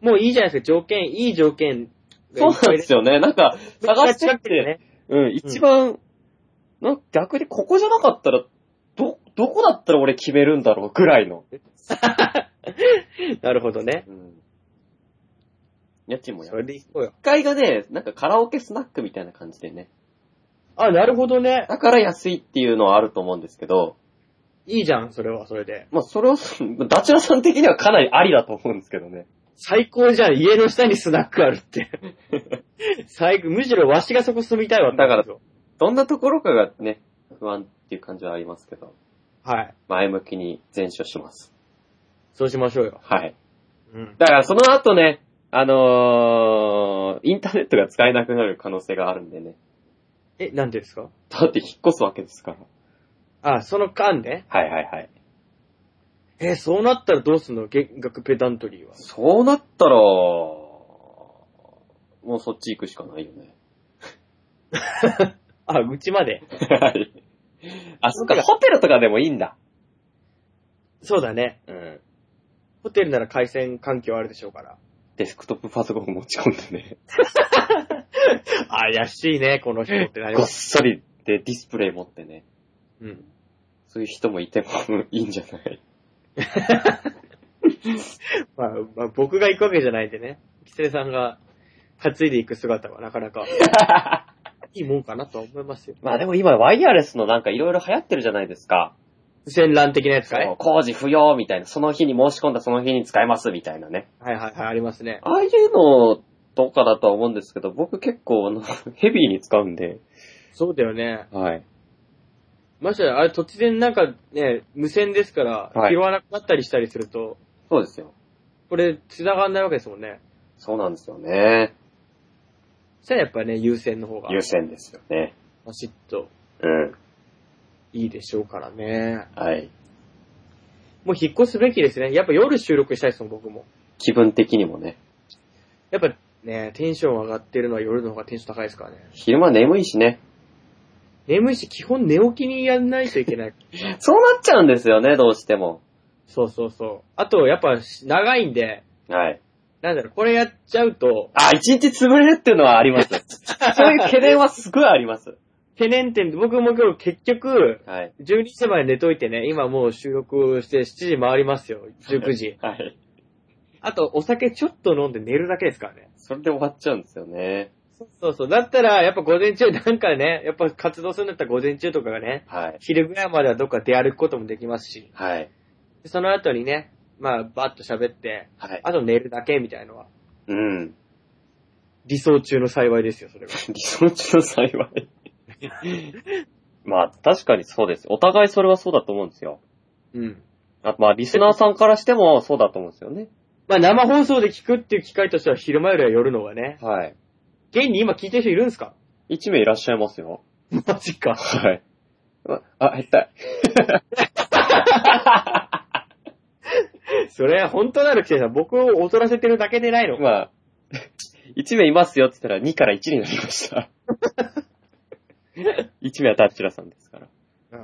Speaker 2: もういいじゃないですか、条件、いい条件
Speaker 3: そう
Speaker 2: がいっぱい
Speaker 3: なんですよね。なんか、探して
Speaker 2: 近
Speaker 3: っ
Speaker 2: くで
Speaker 3: て、
Speaker 2: ね。
Speaker 3: うん、一番、なんか逆にここじゃなかったら、ど、どこだったら俺決めるんだろうぐらいの。
Speaker 2: なるほどね。
Speaker 3: うん。家賃もや
Speaker 2: それでいこうよ。
Speaker 3: 1階がね、なんかカラオケスナックみたいな感じでね。
Speaker 2: あ、なるほどね。
Speaker 3: だから安いっていうのはあると思うんですけど、
Speaker 2: いいじゃん、それは、それで。
Speaker 3: まあそれを、 ダチュラさん的にはかなりありだと思うんですけどね。
Speaker 2: 最高じゃん、家の下にスナックある って。最高、むしろわしがそこ住みたいわ。
Speaker 3: だからどんなところかがね、不安っていう感じはありますけど、
Speaker 2: はい。
Speaker 3: 前向きに前処します。
Speaker 2: そうしましょうよ。
Speaker 3: はい。
Speaker 2: うん。
Speaker 3: だからその後ね、あのー、インターネットが使えなくなる可能性があるんでね。
Speaker 2: え、なんでですか
Speaker 3: だって引っ越すわけですから。
Speaker 2: あ、その間ね。
Speaker 3: はいはいはい。
Speaker 2: え、そうなったらどうすんの弦楽ペダントリーは。
Speaker 3: そうなったら、もうそっち行くしかないよね。
Speaker 2: あ、うちまで。
Speaker 3: はい。あ、そっか、ホテルとかでもいいんだ。
Speaker 2: そうだね。
Speaker 3: うん。
Speaker 2: ホテルなら回線環境あるでしょう から。
Speaker 3: デスクトップパソコン持ち込んでね、
Speaker 2: 怪しいね、この人ってなり
Speaker 3: ご
Speaker 2: ま
Speaker 3: っ
Speaker 2: す。
Speaker 3: そりでディスプレイ持ってね、
Speaker 2: うん。
Speaker 3: そういう人もいても いいんじゃない
Speaker 2: まあ、まあ、僕が行くわけじゃないんでね。キツネさんが担いでいく姿はなかな かいいもんかなとは思いますよ。
Speaker 3: まあでも今ワイヤレスのなんかいろいろ流行ってるじゃないですか。
Speaker 2: 戦乱的なやつかい
Speaker 3: そう工事不要みたいな、その日に申し込んだその日に使えますみたいなね。
Speaker 2: はいはいはい、ありますね。
Speaker 3: ああいうのとかだとは思うんですけど、僕結構あの ヘビーに使うんで。
Speaker 2: そうだよね。
Speaker 3: はい。
Speaker 2: ましてやあれ突然なんかね、無線ですから、
Speaker 3: はい
Speaker 2: 拾わなくなったりしたりすると、
Speaker 3: そうですよ。
Speaker 2: これ繋がんないわけですもんね。
Speaker 3: そうなんですよね。
Speaker 2: そしたらやっぱね、優先の方が、
Speaker 3: 優先ですよね。
Speaker 2: バシッと
Speaker 3: うん。
Speaker 2: いいでしょうからね。
Speaker 3: はい。
Speaker 2: もう引っ越すべきですね。やっぱ夜収録したいですもん、僕も。
Speaker 3: 気分的にもね。
Speaker 2: やっぱね、テンション上がってるのは夜の方がテンション高いですからね。
Speaker 3: 昼間眠いしね。
Speaker 2: 眠いし、基本寝起きにやんないといけない。
Speaker 3: そうなっちゃうんですよね、どうしても。
Speaker 2: そうそうそう。あと、やっぱ長いんで、
Speaker 3: はい。
Speaker 2: なんだろう、これやっちゃうと、
Speaker 3: あ、一日潰れるっていうのはあり ます。そういう懸念はすごいあります。
Speaker 2: 懸念点で、僕も今日結局、
Speaker 3: はい。
Speaker 2: 12時まで寝といてね、今もう収録して7時回りますよ、19時。
Speaker 3: はい。
Speaker 2: あと、お酒ちょっと飲んで寝るだけですからね。
Speaker 3: それで終わっちゃうんですよね。
Speaker 2: そうそうそう。だったら、やっぱ午前中なんかね、やっぱ活動するんだったら午前中とかがね、
Speaker 3: はい。
Speaker 2: 昼ぐらいまではどっか出歩くこともできますし、
Speaker 3: はい。
Speaker 2: その後にね、まあ、バッと喋って、
Speaker 3: はい。
Speaker 2: あと寝るだけみたいのは、
Speaker 3: うん。
Speaker 2: 理想中の幸いですよ、それは。
Speaker 3: 理想中の幸い。 まあ、確かにそうです。お互いそれはそうだと思うんですよ。
Speaker 2: うん。
Speaker 3: あまあ、リスナーさんからしてもそうだと思うんですよね。
Speaker 2: まあ、生放送で聞くっていう機会としては昼間よりは夜の方がね。
Speaker 3: はい。
Speaker 2: 現に今聞いてる人いるんですか
Speaker 3: 一名いらっしゃいますよ。
Speaker 2: マジか。
Speaker 3: はい。あ、減った。
Speaker 2: それ、本当なる規定さん、僕を劣らせてるだけでないの。
Speaker 3: ま あ、1名いますよって言ったら2から1になりま した。1名はタッチラさんですから。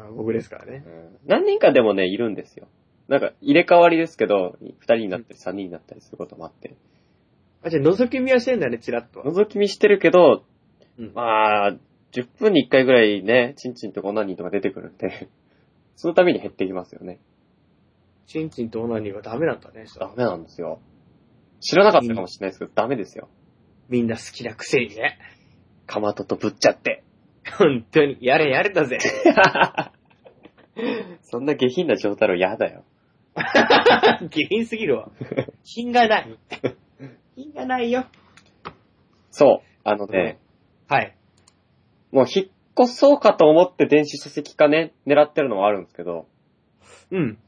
Speaker 2: うん僕ですからね。
Speaker 3: 何人かでもね、いるんですよ。なんか、入れ替わりですけど、2人になったり3人になったりすることもあって。
Speaker 2: あ、じゃあ、覗き見はしてんだね、チラッとは。
Speaker 3: 覗き見してるけど、
Speaker 2: うん
Speaker 3: まあ、10分に1回ぐらいね、チンチンとこ何人とか出てくるんで、 そのために減ってきますよね。
Speaker 2: チンチンとオナニーはダメなんだね、そした
Speaker 3: ダ
Speaker 2: ら
Speaker 3: メなんですよ。知らなかったかもしれないですけど、ダメですよ。
Speaker 2: みんな好きなくせにね。
Speaker 3: かまととぶっちゃ って。
Speaker 2: 本当に、 やれやれだぜ。
Speaker 3: そんな下品な状態は嫌だよ。
Speaker 2: 下品すぎるわ。品がない。 品がないよ。
Speaker 3: そう。あのね、
Speaker 2: はい。
Speaker 3: もう引っ越そうかと思って電子書籍化ね、狙ってるのはあるんですけど、
Speaker 2: うん。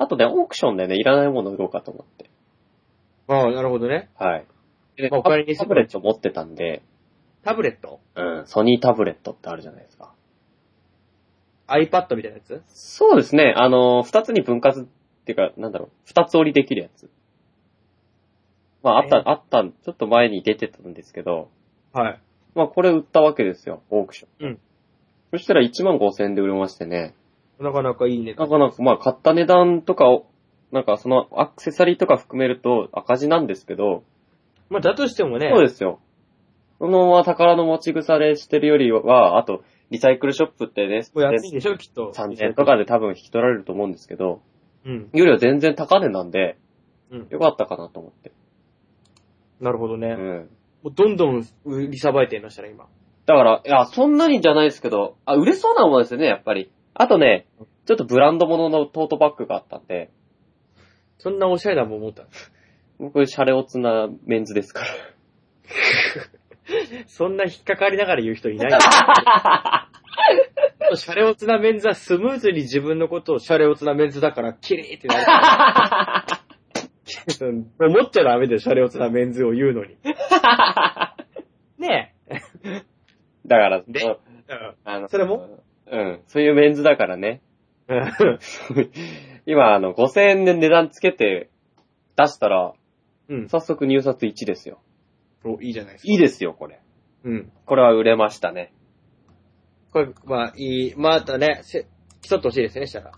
Speaker 3: あとね、オークションでね、いらないもの売ろうかと思って。
Speaker 2: ああ、なるほどね。
Speaker 3: はい。でね
Speaker 2: まあお金にす
Speaker 3: タ
Speaker 2: る
Speaker 3: ブレット持ってたんで、
Speaker 2: タブレット
Speaker 3: うん、ソニータブレットってあるじゃないですか。
Speaker 2: ?iPad みたいなやつ
Speaker 3: そうですね、あのー二つに分割っていうか、なんだろう、二つ折りできるやつ。まあ、あった、
Speaker 2: えー
Speaker 3: あった、ちょっと前に出てたんですけど、
Speaker 2: はい。
Speaker 3: まあ、これ売ったわけですよ、オークション。
Speaker 2: うん。
Speaker 3: そしたら1万5千円で売れましてね、
Speaker 2: なかなかいいね。
Speaker 3: なかなか、まあ、買った値段とかを、なんかそのアクセサリーとか含めると赤字なんですけど、
Speaker 2: まあ、だとしてもね。
Speaker 3: そうですよ。このまま宝の持ち腐れしてるよりは、あと、リサイクルショップってね、
Speaker 2: もう安いんでしょ、きっと。
Speaker 3: 3000円とかで多分引き取られると思うんですけど、
Speaker 2: うん。
Speaker 3: よりは全然高値なんで、
Speaker 2: うん。
Speaker 3: よかったかなと思って。
Speaker 2: なるほどね。
Speaker 3: うん。
Speaker 2: もうどんどん売りさばいていましたね、今。
Speaker 3: だから、いや、そんなにじゃないですけど、あ、売れそうなものですよね、やっぱり。あとね、ちょっとブランド物のトートバッグがあったんで、
Speaker 2: そんなおしゃれなもん持ったの
Speaker 3: 僕、シャレオツなメンズですから。
Speaker 2: そんな引っかかりながら言う人いない よ。シャレオツなメンズはスムーズに自分のことをシャレオツなメンズだから、キレーってなる。うん思っちゃダメだよ、シャレオツなメンズを言う のに。ね
Speaker 3: だから、
Speaker 2: で
Speaker 3: そう
Speaker 2: え。うん
Speaker 3: あの
Speaker 2: それも
Speaker 3: うん、そういうメンズだからね。
Speaker 2: うん
Speaker 3: 今、あの、5000円で値段つけて出したら、
Speaker 2: うん。
Speaker 3: 早速入札1ですよ。
Speaker 2: お、いいじゃないですか。
Speaker 3: いいですよ、これ。
Speaker 2: うん。
Speaker 3: これは売れましたね。
Speaker 2: これ、まあ、いい、またね、せ競ってほしいですね、したら。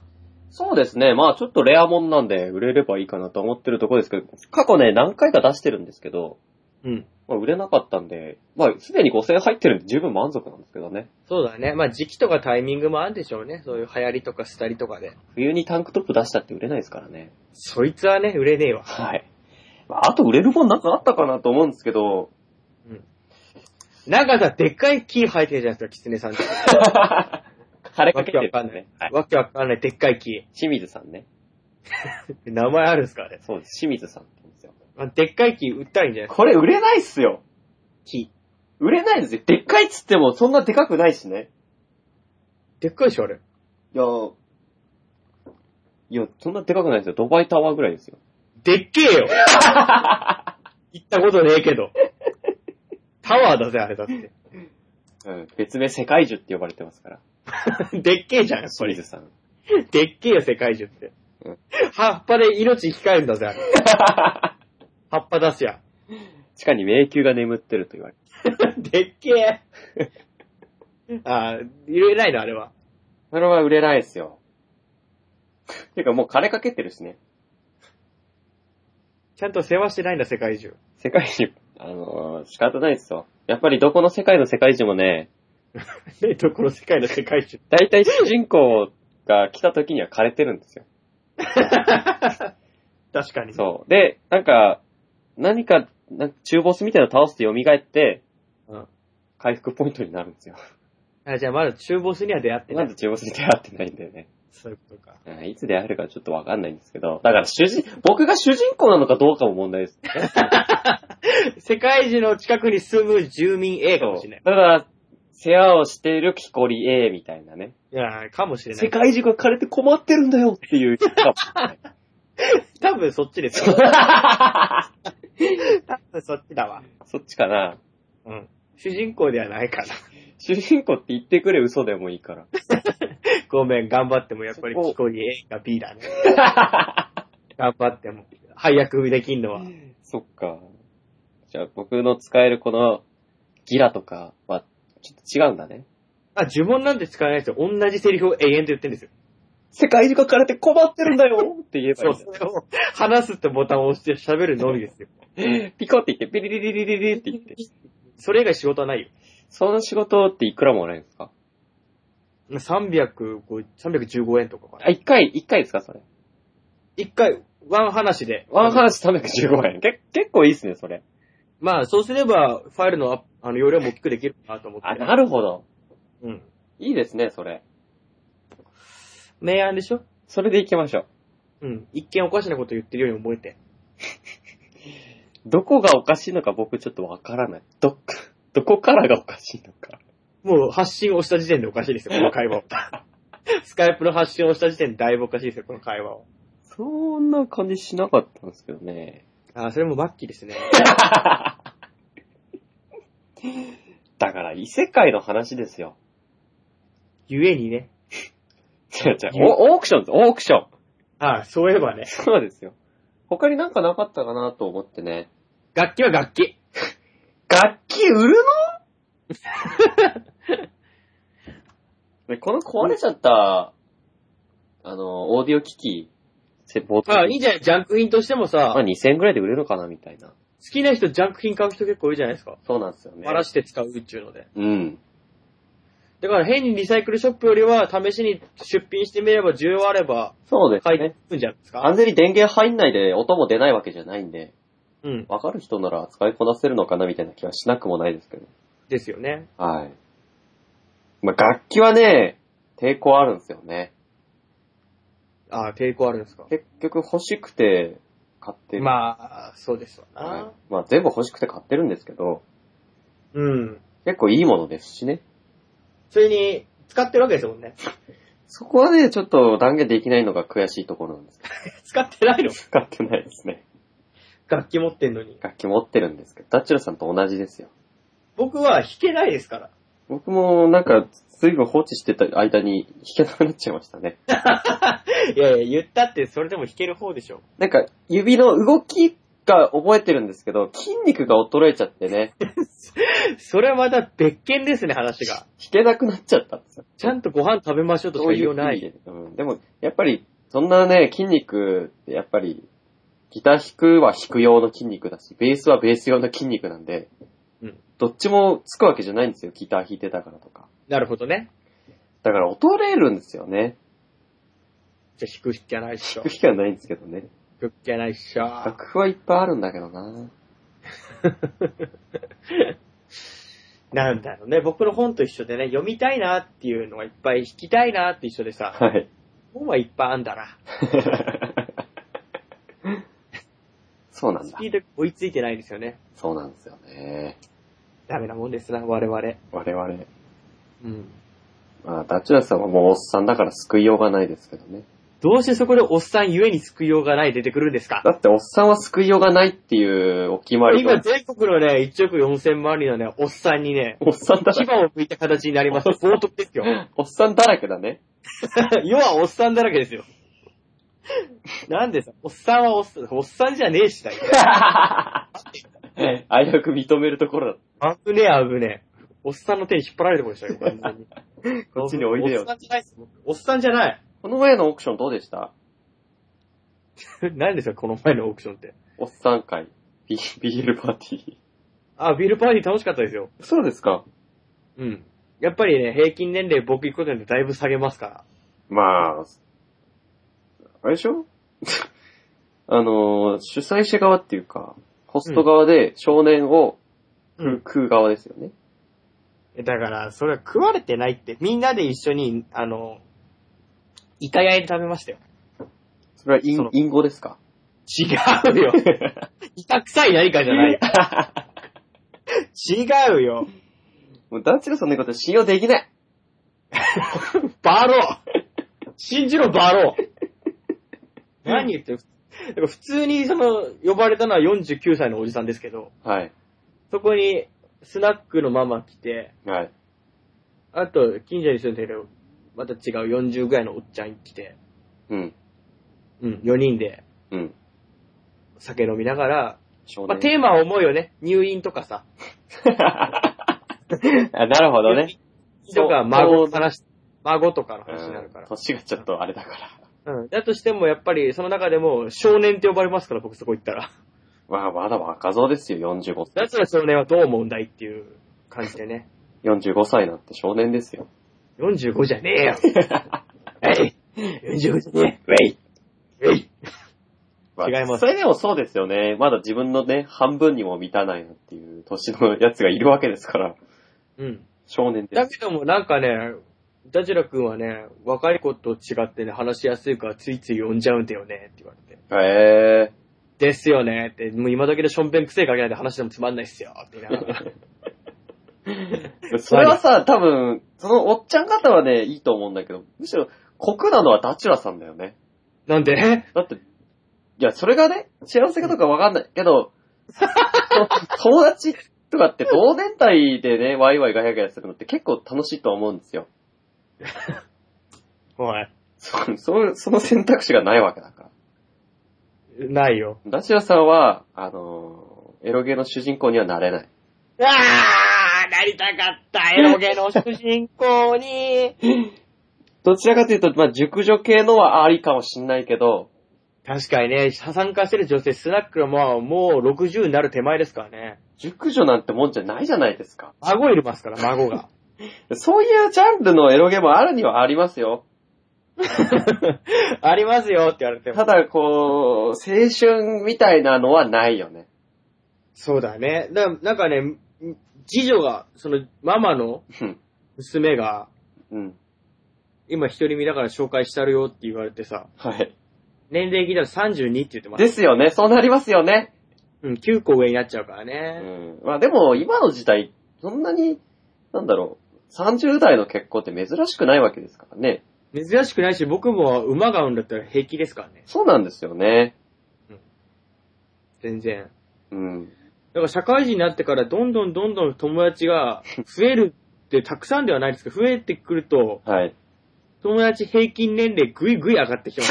Speaker 3: そうですね。まあちょっとレアもんなんで売れればいいかなと思ってるところですけど、過去ね、何回か出してるんですけど、
Speaker 2: うん。
Speaker 3: まあ売れなかったんで、まあすでに5000円入ってるんで十分満足なんですけどね。
Speaker 2: そうだね。まあ、時期とかタイミングもあるんでしょうね。そういう流行りとか廃りとかで。
Speaker 3: 冬にタンクトップ出したって売れないですからね。
Speaker 2: そいつはね、売れねえわ。
Speaker 3: はい。まああと売れるもんなんかあったかなと思うんですけど、
Speaker 2: なんかさ、でっかい木生えてるじゃないですか、キツネさんって。
Speaker 3: 枯れか
Speaker 2: わ
Speaker 3: け
Speaker 2: け
Speaker 3: て
Speaker 2: わ
Speaker 3: る
Speaker 2: かんない
Speaker 3: ね。はい。
Speaker 2: わけわかんない、でっかい木。
Speaker 3: 清水さんね。
Speaker 2: 名前あるんすか、あれ。
Speaker 3: そうです。清水さんって言うんですよ。
Speaker 2: まあでっかい木売ったらいいんじゃないですか、
Speaker 3: これ売れないっすよ。
Speaker 2: 木。
Speaker 3: 売れないですよ。でっかいっつってもそんなでかくないしね。
Speaker 2: でっかいでしょ、あれ。
Speaker 3: いや、いや、そんなでかくないですよ。ドバイタワーぐらいですよ。
Speaker 2: でっけえよ行ったことねえけど。タワーだぜ、あれだって。
Speaker 3: うん。別名世界樹って呼ばれてますから。
Speaker 2: でっけえじゃん、
Speaker 3: 清水さん。
Speaker 2: でっけえよ、世界中って
Speaker 3: うん。
Speaker 2: 葉っぱで命生き返るんだぜ、あれ。葉っぱ出すや。
Speaker 3: 地下に迷宮が眠ってると言われて。
Speaker 2: でっけえ。あー、言えないの、あれは。
Speaker 3: それは売れないですよ。てかもう枯れかけてるしね。
Speaker 2: ちゃんと世話してないんだ、世界中。
Speaker 3: 世界樹、あのー仕方ないですよ。やっぱりどこの世界の世界樹もね、
Speaker 2: ねどこの世界の世界中。
Speaker 3: 大体主人公が来た時には枯れてるんですよ。
Speaker 2: 確かに。
Speaker 3: そう。で、なんか、何か、なんか中ボスみたいなの倒して蘇って、
Speaker 2: うん
Speaker 3: 回復ポイントになるんですよ。
Speaker 2: あじゃあまだ中ボスには出会ってな
Speaker 3: ま
Speaker 2: い。
Speaker 3: だ中ボスに出会ってないんだよね。
Speaker 2: そういうことか。
Speaker 3: うんいつ出会えるかちょっとわかんないんですけど、だから主人、僕が主人公なのかどうかも問題です。
Speaker 2: 世界中の近くに住む住民 A かもしれない。
Speaker 3: ただ、世話をしている木こり A みたいなね。
Speaker 2: いやーかもしれな
Speaker 3: 世
Speaker 2: い。
Speaker 3: 界中が枯れて困ってるんだよって いう人かもしれない
Speaker 2: 多分そっちですよ。多分そっちだわ。
Speaker 3: そっちかな。
Speaker 2: うん。主人公ではないから。
Speaker 3: 主人公って言ってくれ嘘でもいいから。
Speaker 2: ごめん、頑張ってもやっぱり
Speaker 3: そこ
Speaker 2: 気候に A か B だね。 頑張っても。配役できんのは。
Speaker 3: そっか。じゃあ僕の使えるこのギラとかはちょっと違うんだね。
Speaker 2: あ、呪文なんて使わないですよ。同じセリフを永遠と言ってるんですよ。
Speaker 3: 世界中が枯れて困ってるんだよって言えば
Speaker 2: そ
Speaker 3: いういんだ
Speaker 2: そう。話すってボタンを押して喋るのみですよ。
Speaker 3: ピコって言って、ピリリリリリリって言って。
Speaker 2: それ以外仕事はないよ。
Speaker 3: その仕事っていくらもらえるんですか
Speaker 2: 305 315円とかかな。
Speaker 3: あ、一回、一回ですかそれ。
Speaker 2: 一回、ワン話で。
Speaker 3: ワンハウス315円。け結構いいっすね、それ。
Speaker 2: まあ、そうすれば、ファイルのアップあの容量も大きくできるかなと思って。
Speaker 3: あ、なるほど。
Speaker 2: うん。
Speaker 3: いいですね、それ。
Speaker 2: 明暗でしょ
Speaker 3: それで行きましょう。
Speaker 2: うん。一見おかしなこと言ってるように思えて。
Speaker 3: どこがおかしいのか僕ちょっとわからない。どっ か、どこからがおかしいのか。
Speaker 2: もう発信をした時点でおかしいですよ、こ の会話を。スカイプの発信をした時点でだいぶおかしいですよ、この会話を。
Speaker 3: そんな感じしなかったんですけどね。
Speaker 2: あーそれも末期ですね。
Speaker 3: だから異世界の話ですよ。
Speaker 2: ゆえにね。
Speaker 3: 違う違う。おオークションです、オークション。
Speaker 2: あーそういえばね。
Speaker 3: そうですよ。他になんかなかったかなと思ってね。
Speaker 2: 楽器は楽器。
Speaker 3: 楽器売るのね この壊れちゃった、あの、オーディオ機器、せボード
Speaker 2: あーいいじゃん、ジャンク品としてもさ、
Speaker 3: まあ、
Speaker 2: 好
Speaker 3: 2000円くらいで売れるのかなみたいな。
Speaker 2: きな人ジャンク品買う人結構いるじゃないですか。
Speaker 3: そうなんですよね。
Speaker 2: ばらして使うっちゅうので。
Speaker 3: うん。
Speaker 2: だから変にリサイクルショップよりは試しに出品してみれば需要あれば
Speaker 3: そうです
Speaker 2: 買い
Speaker 3: ね
Speaker 2: に。行くんじゃないですか。
Speaker 3: 完全に電源入んないで音も出ないわけじゃないんで、
Speaker 2: うん。
Speaker 3: わかる人なら使いこなせるのかなみたいな気はしなくもないですけど。
Speaker 2: ですよね。
Speaker 3: はい。まあ、楽器はね、抵抗あるんですよね。
Speaker 2: ああ、抵抗あるんですか。
Speaker 3: 結局欲しくて買ってる。
Speaker 2: まあ、そうですわな。
Speaker 3: はいまあ、全部欲しくて買ってるんですけど、
Speaker 2: うん。
Speaker 3: 結構いいものですしね。
Speaker 2: それに、使ってるわけですもんね。
Speaker 3: そこはね、ちょっと断言できないのが悔しいところなんですけど。
Speaker 2: 使ってない の
Speaker 3: 使ってないですね。
Speaker 2: 楽器持ってんのに。
Speaker 3: 楽器持ってるんですけど、ダッチュラさんと同じですよ。
Speaker 2: 僕は弾けないですから。
Speaker 3: 僕もなんか、随分放置してた間に弾けなくなっちゃいましたね。
Speaker 2: いやいや、言ったってそれでも弾ける方でしょ。
Speaker 3: なんか、指の動きが覚えてるんですけど、筋肉が衰えちゃってね、
Speaker 2: それはまた別件ですね、話が。
Speaker 3: 弾けなくなっちゃったんですよ。
Speaker 2: ちゃんとご飯食べましょうとしか言いようない。
Speaker 3: そういう意味でうん。でも、やっぱり、そんなね、筋肉ってやっぱり、ギター弾くは弾く用の筋肉だし、ベースはベース用の筋肉なんで、
Speaker 2: うん
Speaker 3: どっちもつくわけじゃないんですよ、ギター弾いてたからとか。
Speaker 2: なるほどね。
Speaker 3: だから衰えるんですよね。
Speaker 2: じゃあ弾くしかないっしょ
Speaker 3: 弾く。気はないんですけどね。
Speaker 2: 弾くしかないっしょ。
Speaker 3: 楽譜はいっぱいあるんだけどな
Speaker 2: なんだろうね、僕の本と一緒でね、読みたいなっていうのがいっぱい、弾きたいなって一緒でさ、
Speaker 3: はい。
Speaker 2: 本はいっぱいあんだな。
Speaker 3: そうなん
Speaker 2: ス
Speaker 3: だ。
Speaker 2: ピード追いついてないですよね。
Speaker 3: そうなんですよね。
Speaker 2: ダメなもんですな、我々。
Speaker 3: 我々。
Speaker 2: うん。
Speaker 3: まあ、ダチュラさんはもうおっさんだから救いようがないですけどね。
Speaker 2: どうしてそこでおっさんゆえに救いようがない出てくるんですか
Speaker 3: だっておっさんは救いようがないっていうお決まり
Speaker 2: 今
Speaker 3: が。
Speaker 2: 全国のね、1億4000万人のね、おっさんにね、
Speaker 3: おっさんだ
Speaker 2: 牙
Speaker 3: らけ。
Speaker 2: を向いた形になります。冒涜ですよ。
Speaker 3: おっさんだらけだね。
Speaker 2: 世はおっさんだらけですよ。なんでさ、おっさんはおっさん、おっさんじゃねえしだよ。
Speaker 3: あやく認めるところ
Speaker 2: 危ねえ、危ねえ。おっさんの手に引っ張られてこいでしたよ、完全に。
Speaker 3: だ。こっちにおいで
Speaker 2: お
Speaker 3: よ
Speaker 2: っさ。んじゃないです、僕おっさんじゃない。
Speaker 3: この前のオークションどうでした
Speaker 2: 何ですか、この前のオークションって。
Speaker 3: おっさん会。ビビールパーティー。
Speaker 2: あ、ビールパーティー楽しかったですよ。
Speaker 3: そうですか
Speaker 2: うん。やっぱりね、平均年齢僕行くことによってだいぶ下げますから。
Speaker 3: まあ、あれでしょ あの、主催者側っていうか、ホスト側で少年を食う,、
Speaker 2: うん
Speaker 3: 側ですよね。
Speaker 2: だから、それは食われてないって、みんなで一緒に、あの、イカヤイで食べましたよ。
Speaker 3: それはイ
Speaker 2: そ
Speaker 3: ン
Speaker 2: の
Speaker 3: インゴですか
Speaker 2: 違 うよ。イカ臭い何かじゃ ない。違うよ。
Speaker 3: もうダッチがそんなこと信用できない
Speaker 2: バロー信じろ、バロー何言ってるだから普通にその、呼ばれたのは49歳のおじさんですけど、
Speaker 3: はい。
Speaker 2: そこに、スナックのママ来て、
Speaker 3: はい。
Speaker 2: あと、近所に住んでる、また違う40ぐらいのおっちゃん来て、
Speaker 3: うん。
Speaker 2: うん、4人で
Speaker 3: うん。
Speaker 2: 酒飲みながら、
Speaker 3: 少
Speaker 2: まあ、
Speaker 3: 年。
Speaker 2: テーマは思うよね。入院とかさ。
Speaker 3: あなるほどね。
Speaker 2: とか、孫の話、孫とかの話になるか
Speaker 3: う
Speaker 2: ら
Speaker 3: ん。年がちょっとあれだから。
Speaker 2: うん。だとしても、やっぱり、その中でも、少年って呼ばれますから、僕そこ行った ら。
Speaker 3: まあ、まだ若造ですよ、45歳。
Speaker 2: だったら少年はどう思うんだいっていう感じでね。
Speaker 3: 45歳なんて少年ですよ。
Speaker 2: 45じゃねえ よ。はい。45じゃね
Speaker 3: ウェイ
Speaker 2: え。えい。
Speaker 3: まあ
Speaker 2: 違います
Speaker 3: それでもそうですよね。まだ自分のね、半分にも満たないなっていう年のやつがいるわけですから、
Speaker 2: うん。
Speaker 3: 少年で
Speaker 2: だ
Speaker 3: す。
Speaker 2: けども、なんかね、ダジラ君はね、若い子と違ってね、話しやすいからついつい呼んじゃうんだよねって言われて。
Speaker 3: ええ
Speaker 2: ですよねって、もう今時のしょんべん癖かけないで話してもつまんないっすよって言いなが ら。
Speaker 3: それはさ、多分、そのおっちゃん方はね、いいと思うんだけど、むしろ、酷なのはダチュラさんだよね。
Speaker 2: なんで
Speaker 3: だって、いや、それがね、幸せかどうかわかんないけど、友達とかって同年代でね、ワイワイガヤガヤするのって結構楽しいと思うんですよ。
Speaker 2: おい、
Speaker 3: そ、そ、その選択肢がないわけだから。
Speaker 2: ないよ。
Speaker 3: ダチュラさんは、あのーエロゲの主人公にはなれない。
Speaker 2: あー、なりたかった、エロゲの主人公に。
Speaker 3: どちらかというと、まあ、熟女系のはありかもしんないけど、
Speaker 2: 確かにね、参加してる女性、スナックのまあ、もう60になる手前ですからね。
Speaker 3: 熟女なんてもんじゃないじゃないですか。
Speaker 2: 孫いりますから、孫 が。
Speaker 3: そういうジャンルのエロゲもあるにはありますよ。
Speaker 2: ありますよって言われても
Speaker 3: た。だ、こう、青春みたいなのはないよね。
Speaker 2: そうだね。だなんかね、次女が、その、ママの
Speaker 3: うん
Speaker 2: 娘が、
Speaker 3: うん。
Speaker 2: 今一人身だから紹介したるよって言われてさ、
Speaker 3: はい。
Speaker 2: 年齢聞いたら32って言ってます。
Speaker 3: ですよね。そうなりますよね。
Speaker 2: うん、9個上になっちゃうから
Speaker 3: う
Speaker 2: ね。
Speaker 3: ん。まあでも、今の時代、そんなに、なんだろう、30代の結婚って珍しくないわけですからね。
Speaker 2: 珍しくないし、僕も馬が産んだったら平気ですからね。
Speaker 3: そうなんですよね。
Speaker 2: 全然。
Speaker 3: うん。
Speaker 2: だから社会人になってからどんどんどんどん友達が増えるってたくさんではないですけど、増えてくると、
Speaker 3: はい。
Speaker 2: 友達平均年齢ぐいぐい上がってき てま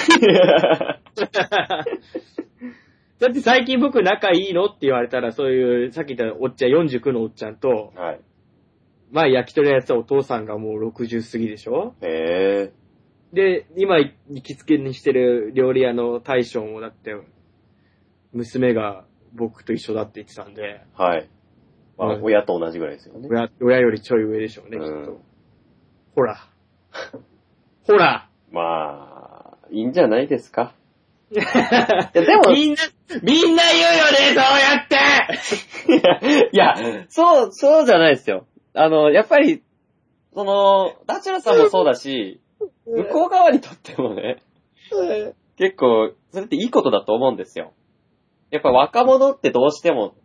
Speaker 2: す。だって最近僕仲いいのって言われたら、そういう、さっき言ったおっちゃん、49のおっちゃんと、
Speaker 3: はい。
Speaker 2: 前焼き鳥のやつはお父さんがもう60過ぎでしょ
Speaker 3: へえ。
Speaker 2: で、今行きつけにしてる料理屋の大将もだって、娘が僕と一緒だって言ってたんで、
Speaker 3: はい。まあ
Speaker 2: う、ん
Speaker 3: 親と同じぐらいですよね。
Speaker 2: 親親よりちょい上でしょうね、きっ
Speaker 3: う
Speaker 2: と
Speaker 3: ん。
Speaker 2: ほら。 ほら。
Speaker 3: まあ、いいんじゃないです か。
Speaker 2: いや、
Speaker 3: でも
Speaker 2: みんな、みんな言うよね、そうやって
Speaker 3: いや、いやそう、そうじゃないですよ。あの、やっぱり、その、ダチュラさんもそうだし、向こう側にとってもね、結構、それっていいことだと思うんですよ。やっぱ若者ってどうしても、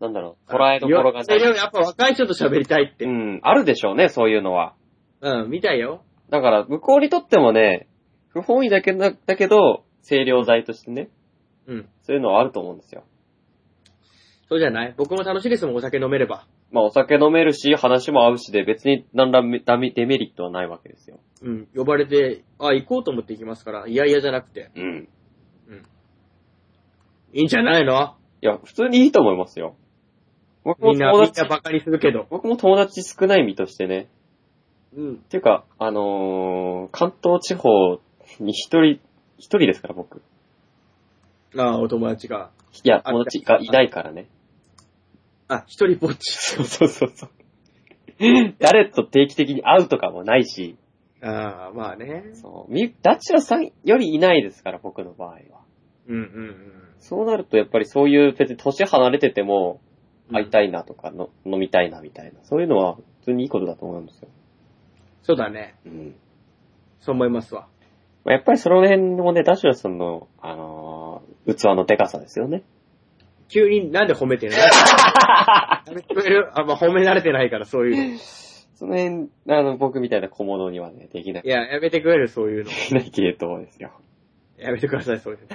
Speaker 3: なんだろう、捉えどころがない。
Speaker 2: やっぱ若い人と喋りたいっ
Speaker 3: う
Speaker 2: て。
Speaker 3: ん、あるでしょうね、そういうのは。
Speaker 2: うん、見たいよ。
Speaker 3: だから、向こうにとってもね、不本意だけな、だけど、清涼剤としてね、
Speaker 2: うん。
Speaker 3: そういうのはあると思うんですよ。
Speaker 2: そうじゃない僕も楽しいですもん、お酒飲めれば。
Speaker 3: まあ、お酒飲めるし、話も合うしで、別に何らめダメデメリットはないわけですよ。
Speaker 2: うん、呼ばれて、あ、行こうと思って行きますから、いやいやじゃなくて。
Speaker 3: うん。
Speaker 2: いいんじゃないの
Speaker 3: いや、普通にいいと思いますよ。僕も
Speaker 2: みんな、み
Speaker 3: 友
Speaker 2: んな
Speaker 3: 達、
Speaker 2: バカにするけど。
Speaker 3: 僕も友達少ない身としてね。
Speaker 2: うん。
Speaker 3: っていうか、あのー関東地方に一人、一人ですから僕。
Speaker 2: ああ、お友達が。
Speaker 3: いや、友達がいないからね。
Speaker 2: あ、一人ぼっち。
Speaker 3: そうそうそうそう。誰と定期的に会うとかもないし、
Speaker 2: ああ、まあね。
Speaker 3: そう、み、ダチュラさんよりいないですから、僕の場合は。
Speaker 2: うんうん
Speaker 3: そうなると、やっぱりそういう、別に年離れてても、
Speaker 2: うん。
Speaker 3: 会いたいなとかの、飲みたいなみたいな、そういうのは、普通にいいことだと思うんですよ。
Speaker 2: そうだね。
Speaker 3: うん。
Speaker 2: そう思いますわ。
Speaker 3: まあやっぱりその辺もね、ダチュラさんの、あのー器のデカさですよね。
Speaker 2: 急になんで褒めてないあれ聞こえるあんま褒め慣れてないから、そういうの。い
Speaker 3: その辺、あの、僕みたいな小物にはね、できない、で
Speaker 2: や、やめてくれる、そういうの。
Speaker 3: きない系統ですよ。
Speaker 2: やめてください、そういうの。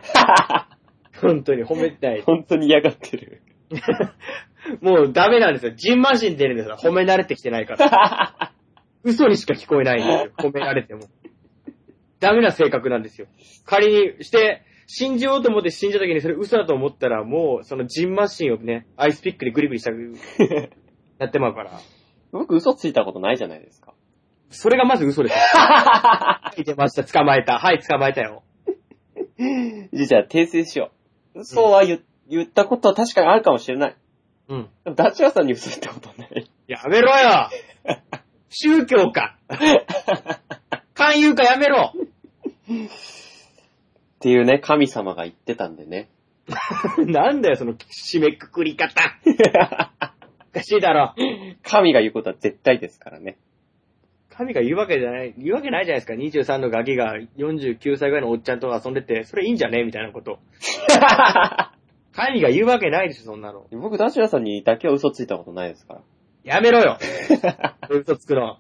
Speaker 2: 本当に褒めてない。
Speaker 3: 本当に嫌がってる。
Speaker 2: もうダメなんですよ。ジンマシン出るんですよ。褒め慣れてきてないから。嘘にしか聞こえないんですよ。褒められても。ダメな性格なんですよ。仮にして、信じようと思って信じた時にそれ嘘だと思ったら、もう、そのジンマシンをね、アイスピックでグリグリしたく、やってまうから。
Speaker 3: 僕嘘ついたことないじゃないですか。
Speaker 2: それがまず嘘 ですよ。はい、出ました。捕まえた。はい、捕まえたよ。
Speaker 3: じゃあ、訂正しよう。嘘は言,、言ったことは確かにあるかもしれない。
Speaker 2: うん。
Speaker 3: でもダチュラさんに嘘言ったことはない。
Speaker 2: やめろ よ宗教か勧誘かやめろ
Speaker 3: っていうね、神様が言ってたんでね。
Speaker 2: なんだよ、その締めくくり方。 おかしいだろ。
Speaker 3: 神が言うことは絶対ですからね。
Speaker 2: 神が言うわけじゃない、言うわけないじゃないですか。23のガキが49歳ぐらいのおっちゃんと遊んでて、それいいんじゃねみたいな こと。神が言うわけないでしょ、そんなの。
Speaker 3: 僕、ダッシュラさんにだけは嘘ついたことないですから。
Speaker 2: やめろ よ嘘つく の。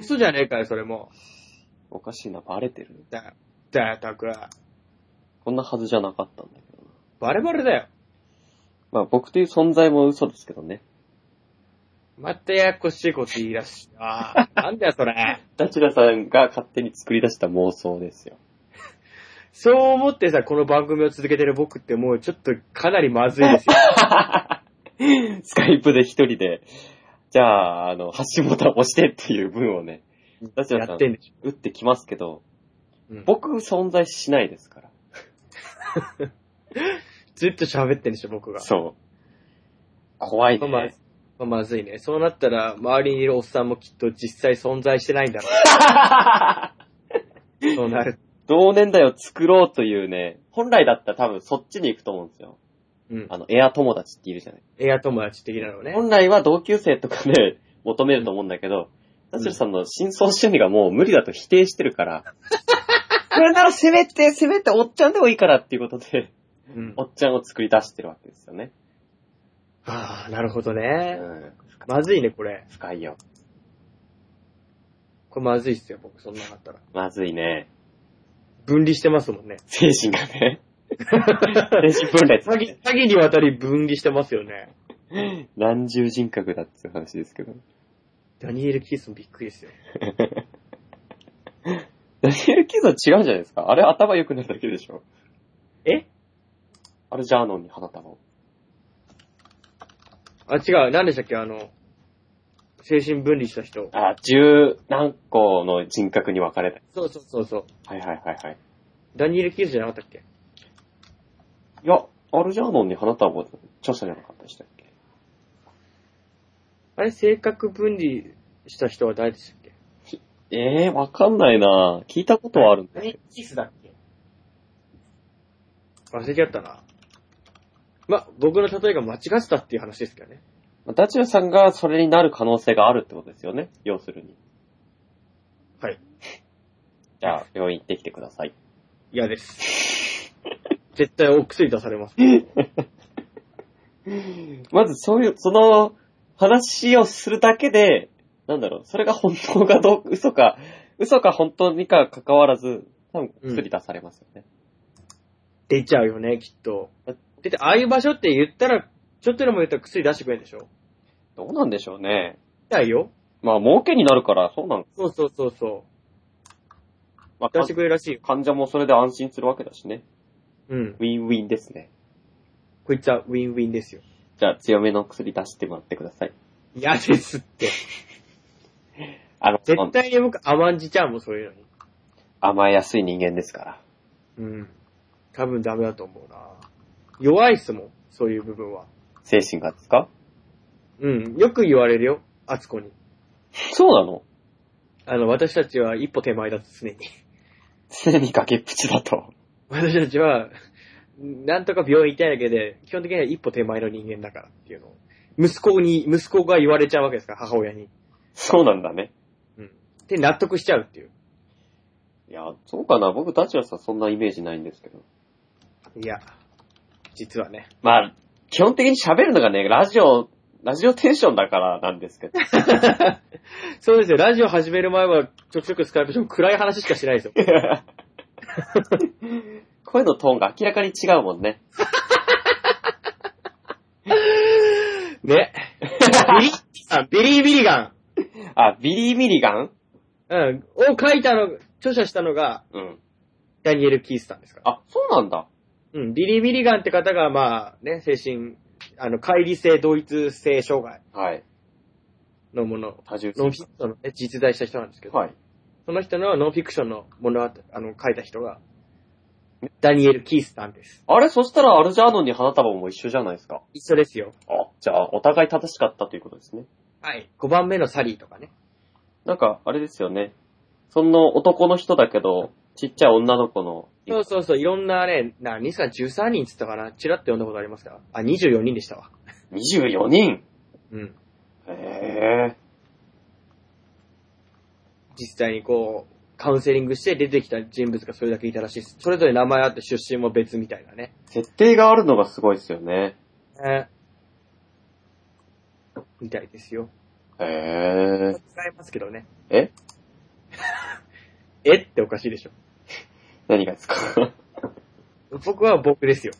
Speaker 2: 嘘じゃねえかよ、それも。
Speaker 3: おかしいな、バレてる。
Speaker 2: だ、だよ、たくら。
Speaker 3: こんなはずじゃなかったんだけどな。
Speaker 2: バレバレだよ。
Speaker 3: まあ、僕という存在も嘘ですけどね。
Speaker 2: またややこしいこと言い出すし。ああ、なんだよ、それ。
Speaker 3: ダチュラさんが勝手に作り出した妄想です よ。
Speaker 2: そう思ってさ、この番組を続けてる僕ってもうちょっとかなりまずいですよ。
Speaker 3: スカイプで一人で、じゃあ、あの、ハッシュボタン押してっていう文をね、ダチュラ
Speaker 2: や
Speaker 3: さん
Speaker 2: ってんでし
Speaker 3: 打ってきますけど、
Speaker 2: ょ。うん
Speaker 3: 僕存在しないですから。
Speaker 2: ずっと喋ってんでしょ、僕が。
Speaker 3: そう。怖い
Speaker 2: まあまあ
Speaker 3: ね。
Speaker 2: まあまずいね。そうなったら、周りにいるおっさんもきっと実際存在してないんだろう。そうなる。
Speaker 3: 同年代を作ろうというね、本来だったら多分そっちに行くと思うんですよ。
Speaker 2: うん
Speaker 3: あ。の、エア友達っているじゃない。
Speaker 2: エア友達的なのね。
Speaker 3: 本来は同級生とかで 求めると思うんだけど、ダチュラさんの真相趣味がもう無理だと否定してるから、 これならせめて、せめておっちゃんでもいいからっていうことで、
Speaker 2: うん。
Speaker 3: おっちゃんを作り出してるわけですよね。
Speaker 2: ああ、なるほど
Speaker 3: う
Speaker 2: ね。
Speaker 3: ん。
Speaker 2: まずいね、これ。
Speaker 3: 深いよ。
Speaker 2: これまずいっすよ、僕、そんなのあったら。
Speaker 3: まずいね。
Speaker 2: 分離してますもんね。
Speaker 3: 精神が ね。精神分裂。
Speaker 2: 詐欺、詐欺にわたり分離してますよね。
Speaker 3: 何重人格だっていう話ですけど。
Speaker 2: ダニエル・キースもびっくりですよ。
Speaker 3: ダニエル・キーズは違うんじゃないですかあれ頭良くなるだけでしょ
Speaker 2: え
Speaker 3: あれジャーノンに花束を。
Speaker 2: あ、違う。何でしたっけあの、精神分離した人。
Speaker 3: あ、十何個の人格に分かれた。
Speaker 2: そうそうそうそう。
Speaker 3: はいはいはいはい。
Speaker 2: ダニエル・キースじゃなかったっけ
Speaker 3: いや、アルジャーノンに花束を著者じゃなかったでしたっけ
Speaker 2: あれ、性格分離した人は誰でしたっけ
Speaker 3: ええー、わかんないな聞いたことはあるんだけど。
Speaker 1: キスだっけ
Speaker 2: 忘れちゃったな。ま、僕の例えが間違ってたっていう話ですけどね。
Speaker 3: まあダチュラさんがそれになる可能性があるってことですよね。要するに。
Speaker 2: はい。
Speaker 3: じゃあ、病院行ってきてください。
Speaker 2: 嫌です。 絶対お薬出され ます。
Speaker 3: まずそういう、その話をするだけで、なんだろう、それが本当かどう、嘘か、嘘か本当にか関わらず、多分薬出されますよね。
Speaker 2: 出ちゃうよね、きっと
Speaker 3: え。
Speaker 2: 出て、ああいう場所って言ったら、ちょっとでも言ったら薬出してくれるんでしょ
Speaker 3: どうなんでしょうね。
Speaker 2: 出ないよ。
Speaker 3: まあ、儲けになるから、そうなん
Speaker 2: そうそうそうそ
Speaker 3: まあ、
Speaker 2: う。出してくれるらしいよ。
Speaker 3: 患者もそれで安心するわけだしね。
Speaker 2: うん。
Speaker 3: ウィンウィンですね。
Speaker 2: こいつはウィンウィンですよ。
Speaker 3: じゃあ、強めの薬出してもらってください。
Speaker 2: 嫌ですって。
Speaker 3: あの、
Speaker 2: 絶対に僕甘んじちゃうもん、そういうのに。
Speaker 3: 甘えやすい人間ですから。
Speaker 2: うん。多分ダメだと思うな。弱いっすもん、そういう部分は。
Speaker 3: 精神がですか
Speaker 2: うん。よく言われるよ、あつこに。
Speaker 3: そうなの
Speaker 2: あの、私たちは一歩手前だと常に。
Speaker 3: 常に崖っぷちだと。
Speaker 2: 私たちは、なんとか病院行きたいだけで、基本的には一歩手前の人間だからっていうのを。息子に、息子が言われちゃうわけですから、母親に。
Speaker 3: そうなんだね。
Speaker 2: うん。で、納得しちゃうっていう。
Speaker 3: いや、そうかな。僕、ダチュラさんそんなイメージないんですけど。
Speaker 2: いや、実はね。
Speaker 3: まあ、基本的に喋るのがね、ラジオ、ラジオテンションだからなんです けど。
Speaker 2: そうですよ、ラジオ始める前は、ちょくちょくスカイプしても暗い話しかしないですよ。
Speaker 3: 声のトーンが明らかに違うもんね。
Speaker 2: ね。ビリ あビリービリガ
Speaker 3: あ、ビリー・ミリガン
Speaker 2: ン。うん。を書いたの、著者したのが、
Speaker 3: うん。
Speaker 2: ダニエル・キースさんですから。
Speaker 3: あ、そうなんだ。
Speaker 2: うん。ビリービリガンって方が、まあ、ね、精神、あの、乖離性同一性障害
Speaker 3: はい。
Speaker 2: のもの
Speaker 3: 多重
Speaker 2: ノンフィクションの、ね、実在した人なんですけど、
Speaker 3: はい。
Speaker 2: その人のノンフィクションの物語、あの、書いた人が、ダニエル・キースさんです。
Speaker 3: あれ、そしたらアルジャーノンに花束も一緒じゃないですか。
Speaker 2: 一緒ですよ。
Speaker 3: あ、じゃあ、お互い正しかったということですね。
Speaker 2: はい。5番目のサリーとかね。
Speaker 3: なんか、あれですよね。その男の人だけど、ちっちゃい女の子の、
Speaker 2: そうそうそう、いろんなね、何人か13人っつったかな、チラッと読んだことありますかあ、24人でしたわ。
Speaker 3: 24人
Speaker 2: うん。
Speaker 3: へえ。
Speaker 2: 実際にこう、カウンセリングして出てきた人物がそれだけいたらしいです。それぞれ名前あって出身も別みたいなね。
Speaker 3: 設定があるのがすごいですよね。
Speaker 2: ねみたいですよ。
Speaker 3: へえ。
Speaker 2: 使いますけどね。
Speaker 3: え
Speaker 2: えっておかしいでしょ。
Speaker 3: 何がですか
Speaker 2: 僕は僕ですよ。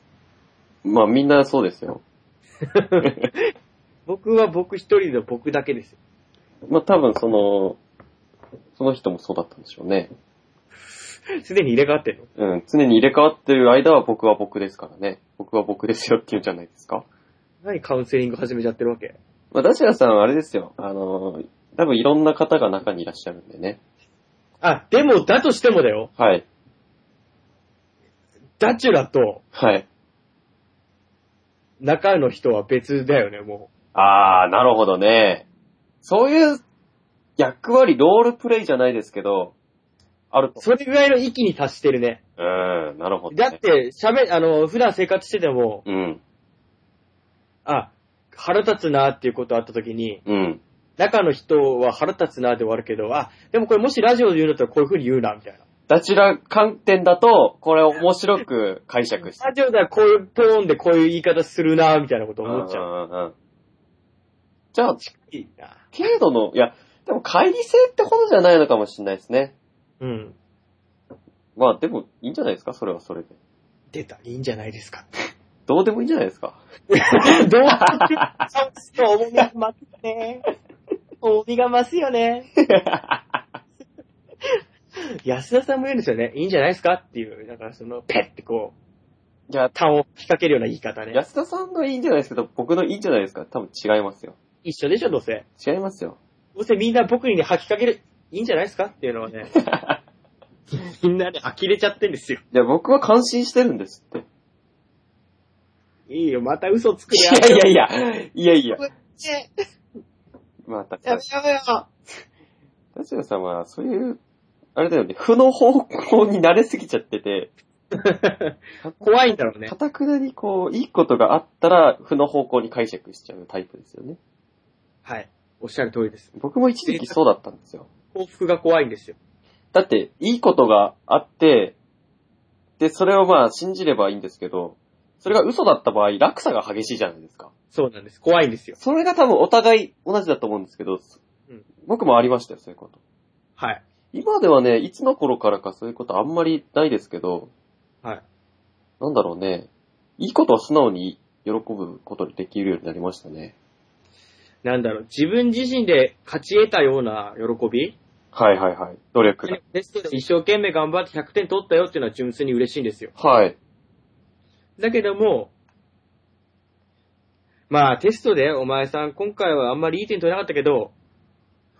Speaker 3: まあみんなそうですよ。
Speaker 2: 僕は僕一人の僕だけですよ。
Speaker 3: まあ多分その、その人もそうだったんでしょうね。
Speaker 2: すでに入れ替わってんの
Speaker 3: うん、常に入れ替わってる間は僕は僕ですからね。僕は僕ですよって言うんじゃないですか。
Speaker 2: 何カウンセリング始めちゃってるわけ
Speaker 3: まあダシアさんあれですよ。あの、多分いろんな方が中にいらっしゃるんでね。
Speaker 2: あ、でも、だとしてもだよ。
Speaker 3: はい。
Speaker 2: ダチュラと
Speaker 3: はい。
Speaker 2: 中の人は別だよね、も
Speaker 3: あー、なるほどね。そういう役割、ロールプレイじゃないですけど、ある
Speaker 2: う。
Speaker 3: と。
Speaker 2: それぐらいの域に達してるね。
Speaker 3: うん、なるほど、ね。
Speaker 2: だっ、て、喋、あの、普段生活してても、
Speaker 3: うん、
Speaker 2: あ、腹立つなっていうことあった時に、
Speaker 3: うん。
Speaker 2: 中の人は腹立つなで終わるけど、あ、でもこれもしラジオで言うんだったらこういう風に言うな、みたいな。
Speaker 3: ダチら観点だと、これを面白く解釈して。
Speaker 2: ラジオではこういうトーンでこういう言い方するな、みたいなこと思っちゃう。
Speaker 3: んんんじゃあ、
Speaker 2: いいな。
Speaker 3: 軽度の、いや、でも、乖離性ってほどじゃないのかもしれないですね。
Speaker 2: うん。
Speaker 3: まあ、でも、いいんじゃないですかそれはそれで。
Speaker 2: 出た。いいんじゃないですか。
Speaker 3: どうでもいいんじゃないですか
Speaker 2: どうそうすると重みが増すね。重みが増すよね。安田さんも言うんですよね。いいんじゃないですかっていう、なんかその、ペッてこう、
Speaker 3: いや、
Speaker 2: 単を引っ掛けるような言い方ね。
Speaker 3: 安田さんのいいんじゃないですけど、僕のいいんじゃないですか多分違いますよ。
Speaker 2: 一緒でしょ、どうせ。
Speaker 3: 違います よ。
Speaker 2: どうせみんな僕にね、吐きかける、いいんじゃないですかっていうのはね、 みんなね、呆れちゃってんですよ。
Speaker 3: いや、僕は感心してるんですって。
Speaker 2: いいよ、また嘘つくね。
Speaker 3: いやいやいや、いやいや。
Speaker 2: ね
Speaker 3: また、
Speaker 2: やめやめよ。
Speaker 3: 田代さんは、そういう、あれだよね、負の方向に慣れすぎちゃってて、
Speaker 2: 怖いんだろうね。
Speaker 3: かたくなにこう、いいことがあったら、負の方向に解釈しちゃうタイプですよね。
Speaker 2: はい。おっしゃる通りです。
Speaker 3: 僕も一時期そうだったんですよ。
Speaker 2: 幸福が怖いんですよ。
Speaker 3: だって、いいことがあって、で、それをまあ、信じればいいんですけど、それが嘘だった場合、落差が激しいじゃないですか。
Speaker 2: そうなんです。怖いんですよ。
Speaker 3: それが多分お互い同じだと思うんですけど、
Speaker 2: うん
Speaker 3: 僕もありましたよ、そういうこと。
Speaker 2: はい。
Speaker 3: 今ではね、いつの頃からかそういうことあんまりないですけど、
Speaker 2: はい。
Speaker 3: なんだろうね、いいことは素直に喜ぶことにできるようになりましたね。
Speaker 2: なんだろう、自分自身で勝ち得たような喜び
Speaker 3: はいはいはい。努力が。
Speaker 2: テストで一生懸命頑張って100点取ったよっていうのは純粋に嬉しいんですよ。
Speaker 3: はい。
Speaker 2: だけども、まあテストでお前さん今回はあんまりいい点取れなかったけど、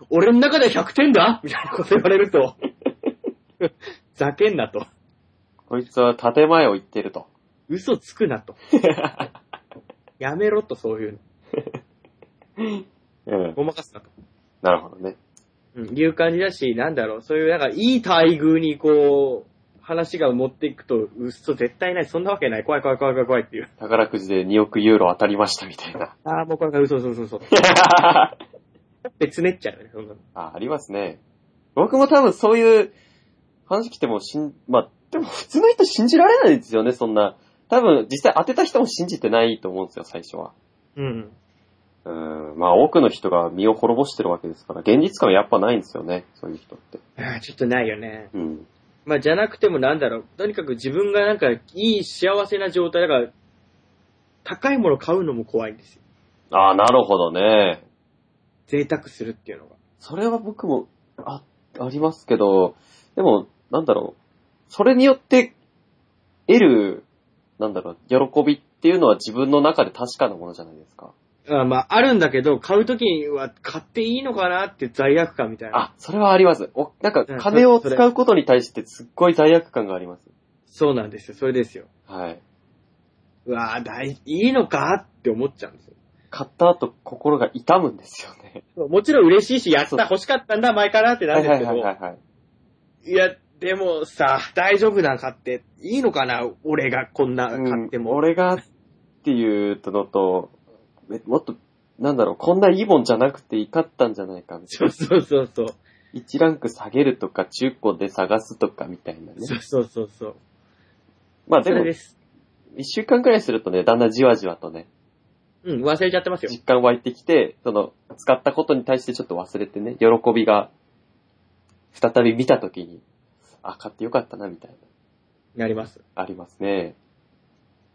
Speaker 2: 俺の中で100点だみたいなこと言われると、ざけんなと、
Speaker 3: こいつは建前を言ってる と。
Speaker 2: 嘘つくなと、やめろとそういうの、
Speaker 3: うん。
Speaker 2: ごまかすなと、
Speaker 3: なるほどね。
Speaker 2: うん、いう感じだし、なんだろう、そういうなんかいい待遇にこう、話が持っていくと、嘘絶対ない、そんなわけない、怖い怖い怖い怖い怖いっていう。
Speaker 3: 宝くじで2億ユーロ当たりましたみたい な。
Speaker 2: ああ、もうこれから嘘嘘嘘嘘。別ねっちゃうよね、そんなの。
Speaker 3: あ、ありますね。僕も多分そういう話来てもしん、まあ、でも普通の人信じられないですよね、そんな。多分実際当てた人も信じてないと思うんですよ、最初は。
Speaker 2: うん。
Speaker 3: うん、まあ多くの人が身を滅ぼしてるわけですから、現実感はやっぱないんですよね、そういう人って。
Speaker 2: ああ、ちょっとないよね。
Speaker 3: うん。
Speaker 2: まあ、じゃなくてもなんだろう。とにかく自分がなんか、いい幸せな状態だから、高いもの買うのも怖いんですよ。
Speaker 3: ああ、なるほどね。
Speaker 2: 贅沢するっていうのが。
Speaker 3: それは僕も、あ、ありますけど、でも、なんだろう。それによって、得る、なんだろう、喜びっていうのは自分の中で確かなものじゃないですか。
Speaker 2: ああまあ、あるんだけど、買うときには買っていいのかなって罪悪感みたいな。
Speaker 3: あ、それはあります。お、なんか、
Speaker 2: うん
Speaker 3: 金を
Speaker 2: それ
Speaker 3: 使うことに対してすっごい罪悪感があります。
Speaker 2: そうなんですよ。それですよ。
Speaker 3: はい。
Speaker 2: うわあ、大、いいのかって思っちゃうんですよ。
Speaker 3: 買った後、心が痛むんですよね。
Speaker 2: もちろん嬉しいし、やっ
Speaker 3: そ
Speaker 2: た、
Speaker 3: う
Speaker 2: 欲しかったんだ、前からってな
Speaker 3: は
Speaker 2: る
Speaker 3: い
Speaker 2: んで
Speaker 3: は
Speaker 2: す
Speaker 3: い
Speaker 2: け
Speaker 3: はい
Speaker 2: ど、
Speaker 3: はいはい。
Speaker 2: いや、でもさ、大丈夫なんかって、いいのかな俺がこんな買っても。
Speaker 3: うん、俺がっていうのと、えもっと、なんだろう、こんないいもんじゃなくて怒ったんじゃないかみたい
Speaker 2: そうそうそうそう。
Speaker 3: 1ランク下げるとか、中古で探すとかみたいなね。
Speaker 1: そうそうそうそう。
Speaker 3: まあ
Speaker 1: そ
Speaker 3: でも
Speaker 1: れ、です。
Speaker 3: 1週間くらいするとね、だんだんじわじわとね、
Speaker 2: うん、忘れちゃってますよ。
Speaker 3: 実感湧いてきて、その、使ったことに対してちょっと忘れてね、喜びが、再び見たときに、あ、買ってよかったな、みたい
Speaker 2: なります。
Speaker 3: な、ありますね。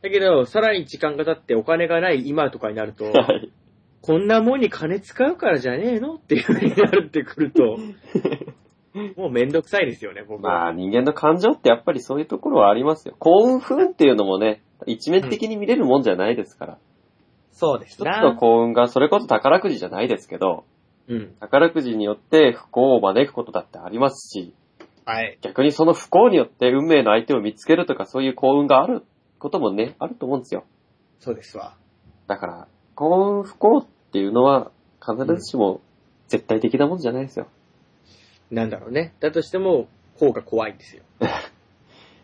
Speaker 2: だけど、さらに時間が経ってお金がない今とかになる と、
Speaker 3: はい。
Speaker 2: こんなもんに金使うからじゃねえのっていう風になってくる と、もうめんどくさいですよね、僕は。
Speaker 3: まあ、人間の感情ってやっぱりそういうところはありますよ。幸運不運っていうのもね、一面的に見れるもんじゃないですから。
Speaker 1: そうです
Speaker 3: 一つ
Speaker 1: な。
Speaker 3: の幸運が、それこそ宝くじじゃないですけど、
Speaker 2: うん。
Speaker 3: 宝くじによって不幸を招くことだってありますし、
Speaker 1: はい。
Speaker 3: 逆にその不幸によって運命の相手を見つけるとかそういう幸運があることもね、あると思うんですよ。
Speaker 1: そうですわ。
Speaker 3: だから、幸運不幸っていうのは必ずしも絶対的なもんじゃないですよ。
Speaker 2: なんだろうね。だとしても、こうが怖いんですよ。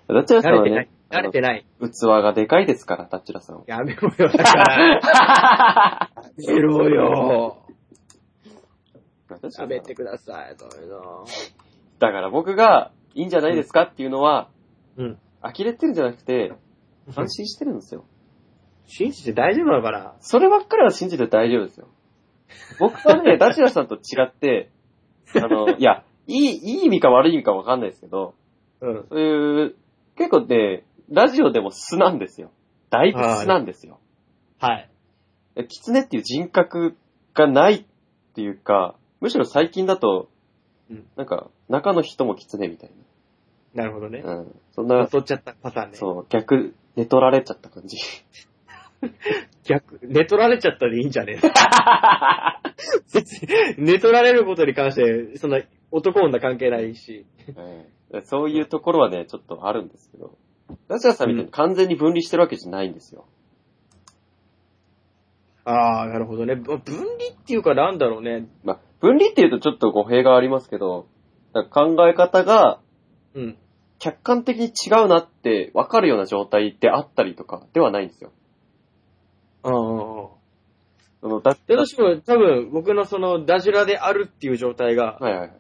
Speaker 3: ダッチュラさん
Speaker 2: 慣
Speaker 3: は
Speaker 2: れてない
Speaker 3: ね。、
Speaker 2: 慣れてない。
Speaker 3: あの器がでかいですから、ダッチュラさんは。
Speaker 2: やめろよ、だ から。やめろ よ。やめてください、そういうの。
Speaker 3: だから僕がいいんじゃないですかっていうのは、
Speaker 2: うん。
Speaker 3: 呆れてるんじゃなくて、安心してるんですよ。
Speaker 2: 信じて大丈夫なのかな
Speaker 3: そればっかりは信じて大丈夫ですよ。僕はね、ダチュラさんと違って、あの、いや、いい、いい意味か悪い意味かわかんないですけど、
Speaker 2: うん。
Speaker 3: そういう、結構ね、ラジオでも素なんですよ。だいぶ素なんですよ。
Speaker 1: はい。
Speaker 3: キツネっていう人格がないっていうか、むしろ最近だと
Speaker 2: うん、
Speaker 3: なんか、中の人もキツネみたい
Speaker 2: なるほどね。
Speaker 3: な。うん。そんな、
Speaker 2: 取っちゃったパターンね。
Speaker 3: そう、逆、寝取られちゃった感じ。
Speaker 2: 逆、寝取られちゃったでいいんじゃね え別に、寝取られることに関して、そんな男女関係ないし。
Speaker 3: ええそういうところはね、ちょっとあるんですけど、ダチュラさんみたいに完全に分離してるわけじゃないんですよ。
Speaker 2: ああ、なるほどね。ぶ分離っていうかなんだろうね。
Speaker 3: まあ、分離っていうとちょっと語弊がありますけど、なんか考え方が
Speaker 2: うん。
Speaker 3: 客観的に違うなって分かるような状態であったりとかではないんですよ。
Speaker 2: ああ。
Speaker 3: そのだ
Speaker 2: で、私も多分僕のそのダジュラであるっていう状態が、
Speaker 3: はいはいはい。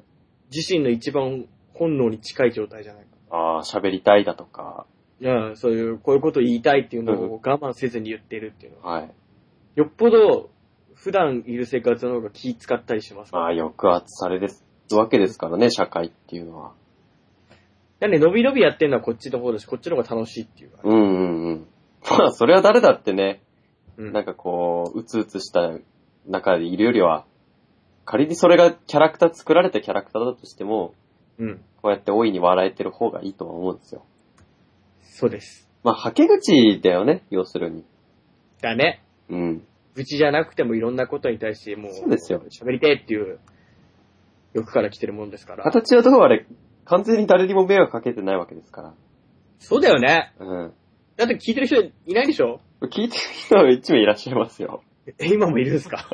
Speaker 2: 自身の一番本能に近い状態じゃないか。
Speaker 3: ああ、喋りたいだとか、
Speaker 2: うん、そういう、こういうことを言いたいっていうのを我慢せずに言ってるっていうのは。
Speaker 3: はい。
Speaker 2: よっぽど、普段いる生活の方が気使ったりしますから。
Speaker 3: まあ、抑圧されですわけですからね、社会っていうのは。
Speaker 2: なんで、伸び伸びやってるのはこっちの方だし、こっちの方が楽しいっていうか。
Speaker 3: うんうんうん。 まあ、それは誰だってね、
Speaker 2: うん
Speaker 3: なんかこう、うつうつした中でいるよりは、仮にそれがキャラクター作られたキャラクターだとしても、
Speaker 2: うん。
Speaker 3: こうやって大いに笑えてる方がいいとは思うんですよ。
Speaker 2: そうです。
Speaker 3: まあ、はけ口だよね、要するに。
Speaker 2: だね。
Speaker 3: うん。
Speaker 2: 愚痴じゃなくてもいろんなことに対して、もう、
Speaker 3: そうですよ
Speaker 2: 喋りてえっていう、欲から来てるもんですから。
Speaker 3: 形はどうあれ、完全に誰にも迷惑かけてないわけですか
Speaker 2: そうだよね。
Speaker 3: ら。うん。
Speaker 2: だって聞いてる人いないでしょ
Speaker 3: 聞いてる人は一名いらっしゃいますよ。
Speaker 2: え、今もいるんで すか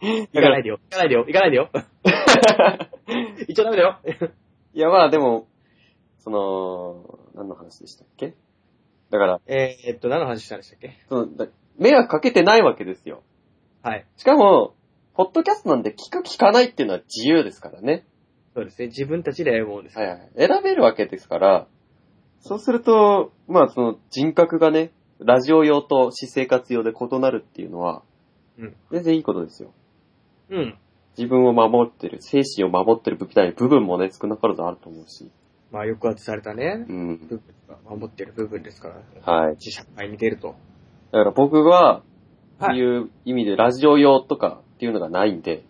Speaker 2: 行
Speaker 3: だか
Speaker 2: かな
Speaker 3: ら
Speaker 2: い、でよ。行かないでよ。行かない でよ。行っちゃダメだよ。
Speaker 3: いやまあでも、その、何の話でしたっけだから、
Speaker 2: えーっと、何の話したんでしたっけ
Speaker 3: そのだ迷惑かけてないわけですよ。
Speaker 2: はい。
Speaker 3: しかも、ポッドキャストなんで聞く聞かないっていうのは自由ですからね。
Speaker 2: そうですね。自分たちで思うんです。
Speaker 3: はいはい。選べるわけですから、そうすると、まあその人格がね、ラジオ用と私生活用で異なるっていうのは
Speaker 2: うん、
Speaker 3: 全然いいことですよ。
Speaker 2: うん。
Speaker 3: 自分を守ってる、精神を守ってるみたいな部分もね、少なからずあると思うし。
Speaker 2: まあ、抑圧されたね、
Speaker 3: うん。
Speaker 2: 部分が守ってる部分ですから、
Speaker 3: はい。
Speaker 2: 自社会に出ると。
Speaker 3: だから僕は、そ
Speaker 2: は
Speaker 3: う
Speaker 2: い
Speaker 3: いう意味でラジオ用とかっていうのがないんで、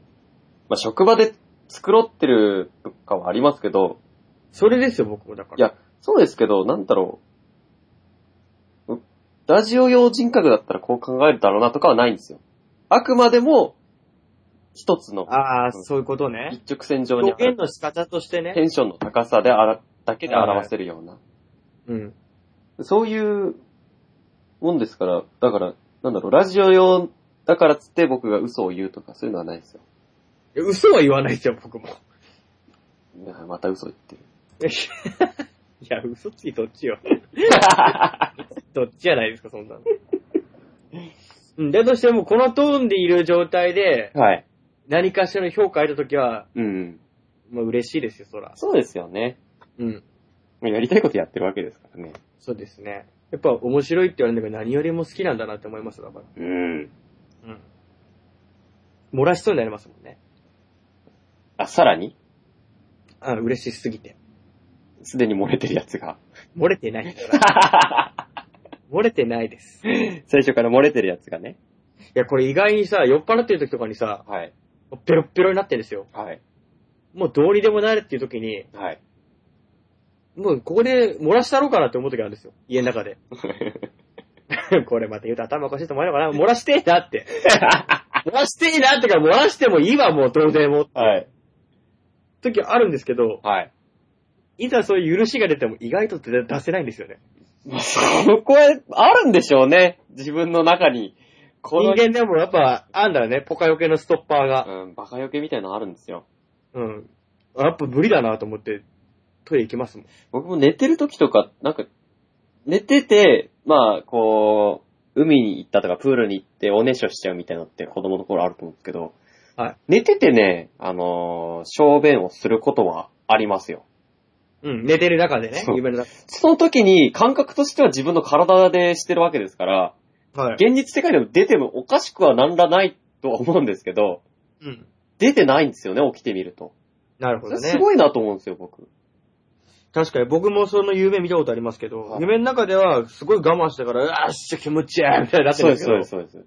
Speaker 3: まあ職場で作ろってるとかはありますけど、
Speaker 2: それですよ、僕もだから。
Speaker 3: いや、そうですけど、なんだろう。うラジオ用人格だったらこう考えるだろうなとかはないんですよ。あくまでも、一つの
Speaker 2: ああ、そういうことね。
Speaker 3: 一直線上にあ
Speaker 2: 表
Speaker 3: る
Speaker 2: 現の仕方として
Speaker 3: テ
Speaker 2: ね。
Speaker 3: ンションの高さであら、だけで表せるような。
Speaker 2: うん。
Speaker 3: そういうもんですから、だから、なんだろう、ラジオ用だからっつって僕が嘘を言うとかそういうのはないですよ。
Speaker 2: 嘘は言わないですよ、僕も。
Speaker 3: いやまた嘘言ってる。
Speaker 2: いや、嘘つきどっちよ。 どっちじゃないですか、そんなの。うん、だとしても、このトーンでいる状態で、
Speaker 3: はい。
Speaker 2: 何かしらの評価を得たときは、
Speaker 3: うん。
Speaker 2: まあ嬉しいですよ、そら。
Speaker 3: そうですよね。
Speaker 2: うん。
Speaker 3: もうやりたいことやってるわけですからね。
Speaker 2: そうですね。やっぱ面白いって言われるんだけど何よりも好きなんだなって思います、だか
Speaker 3: うん。
Speaker 2: ら。うん。漏らしそうになりますもんね。
Speaker 3: あ、さらに
Speaker 2: あ嬉しすぎて。
Speaker 3: すでに漏れてるや つが。
Speaker 2: 漏れてない。 漏れてないです。い
Speaker 3: 最初から漏れてるやつがね。
Speaker 2: や、これ意外にさ、酔っ払ってる時とかにさ、
Speaker 3: はい。
Speaker 2: ペロッペロになってるんですよ。
Speaker 3: はい。
Speaker 2: もうどうにでもなるっていう時に、
Speaker 3: はい。
Speaker 2: もうここで漏らしたろうかなって思う時あるんですよ。家の中で。 これまた言うと頭おかしいと思われるのかな漏らしてえなって。漏らしてえなってか、漏らしてもいいわ、もうどうでも。
Speaker 3: はい。
Speaker 2: 時あるんですけど、
Speaker 3: はい。
Speaker 2: いざそういう許しが出ても意外と出出せないんですよね。
Speaker 3: そこは、あるんでしょうね。自分の中に。こ
Speaker 2: 人
Speaker 3: の、
Speaker 2: 間でもやっぱ、あんだよね、ポカヨケのストッパーが。
Speaker 3: うん、バカよけみたいなのあるんですよ。
Speaker 2: うん。あやっぱ無理だなと思って、トイレ行きますもん。
Speaker 3: 僕も寝てる時とか、なんか、寝てて、まあ、こう、海に行ったとか、プールに行って、おねしょしちゃうみたいなのって子供の頃あると思うんですけど、
Speaker 2: はい
Speaker 3: 寝ててね、あのー、小便をすることはありますよ。
Speaker 2: うん、寝てる中でね、
Speaker 3: そう
Speaker 2: 夢の中
Speaker 3: その時に、感覚としては自分の体でしてるわけですから、
Speaker 2: はい。
Speaker 3: 現実世界でも出てもおかしくはなんらないとは思うんですけど、
Speaker 2: うん。
Speaker 3: 出てないんですよね、起きてみると。
Speaker 2: なるほどね。
Speaker 3: すごいなと思うんですよ、僕。
Speaker 2: 確かに僕もその夢見たことありますけど
Speaker 3: は、い
Speaker 2: 夢の中ではすごい我慢してから、うわっしゃ気持ちいいみたいになって
Speaker 3: そう
Speaker 2: るんで
Speaker 3: ですす、そ
Speaker 2: け
Speaker 3: う
Speaker 2: ど
Speaker 3: です、。そうです。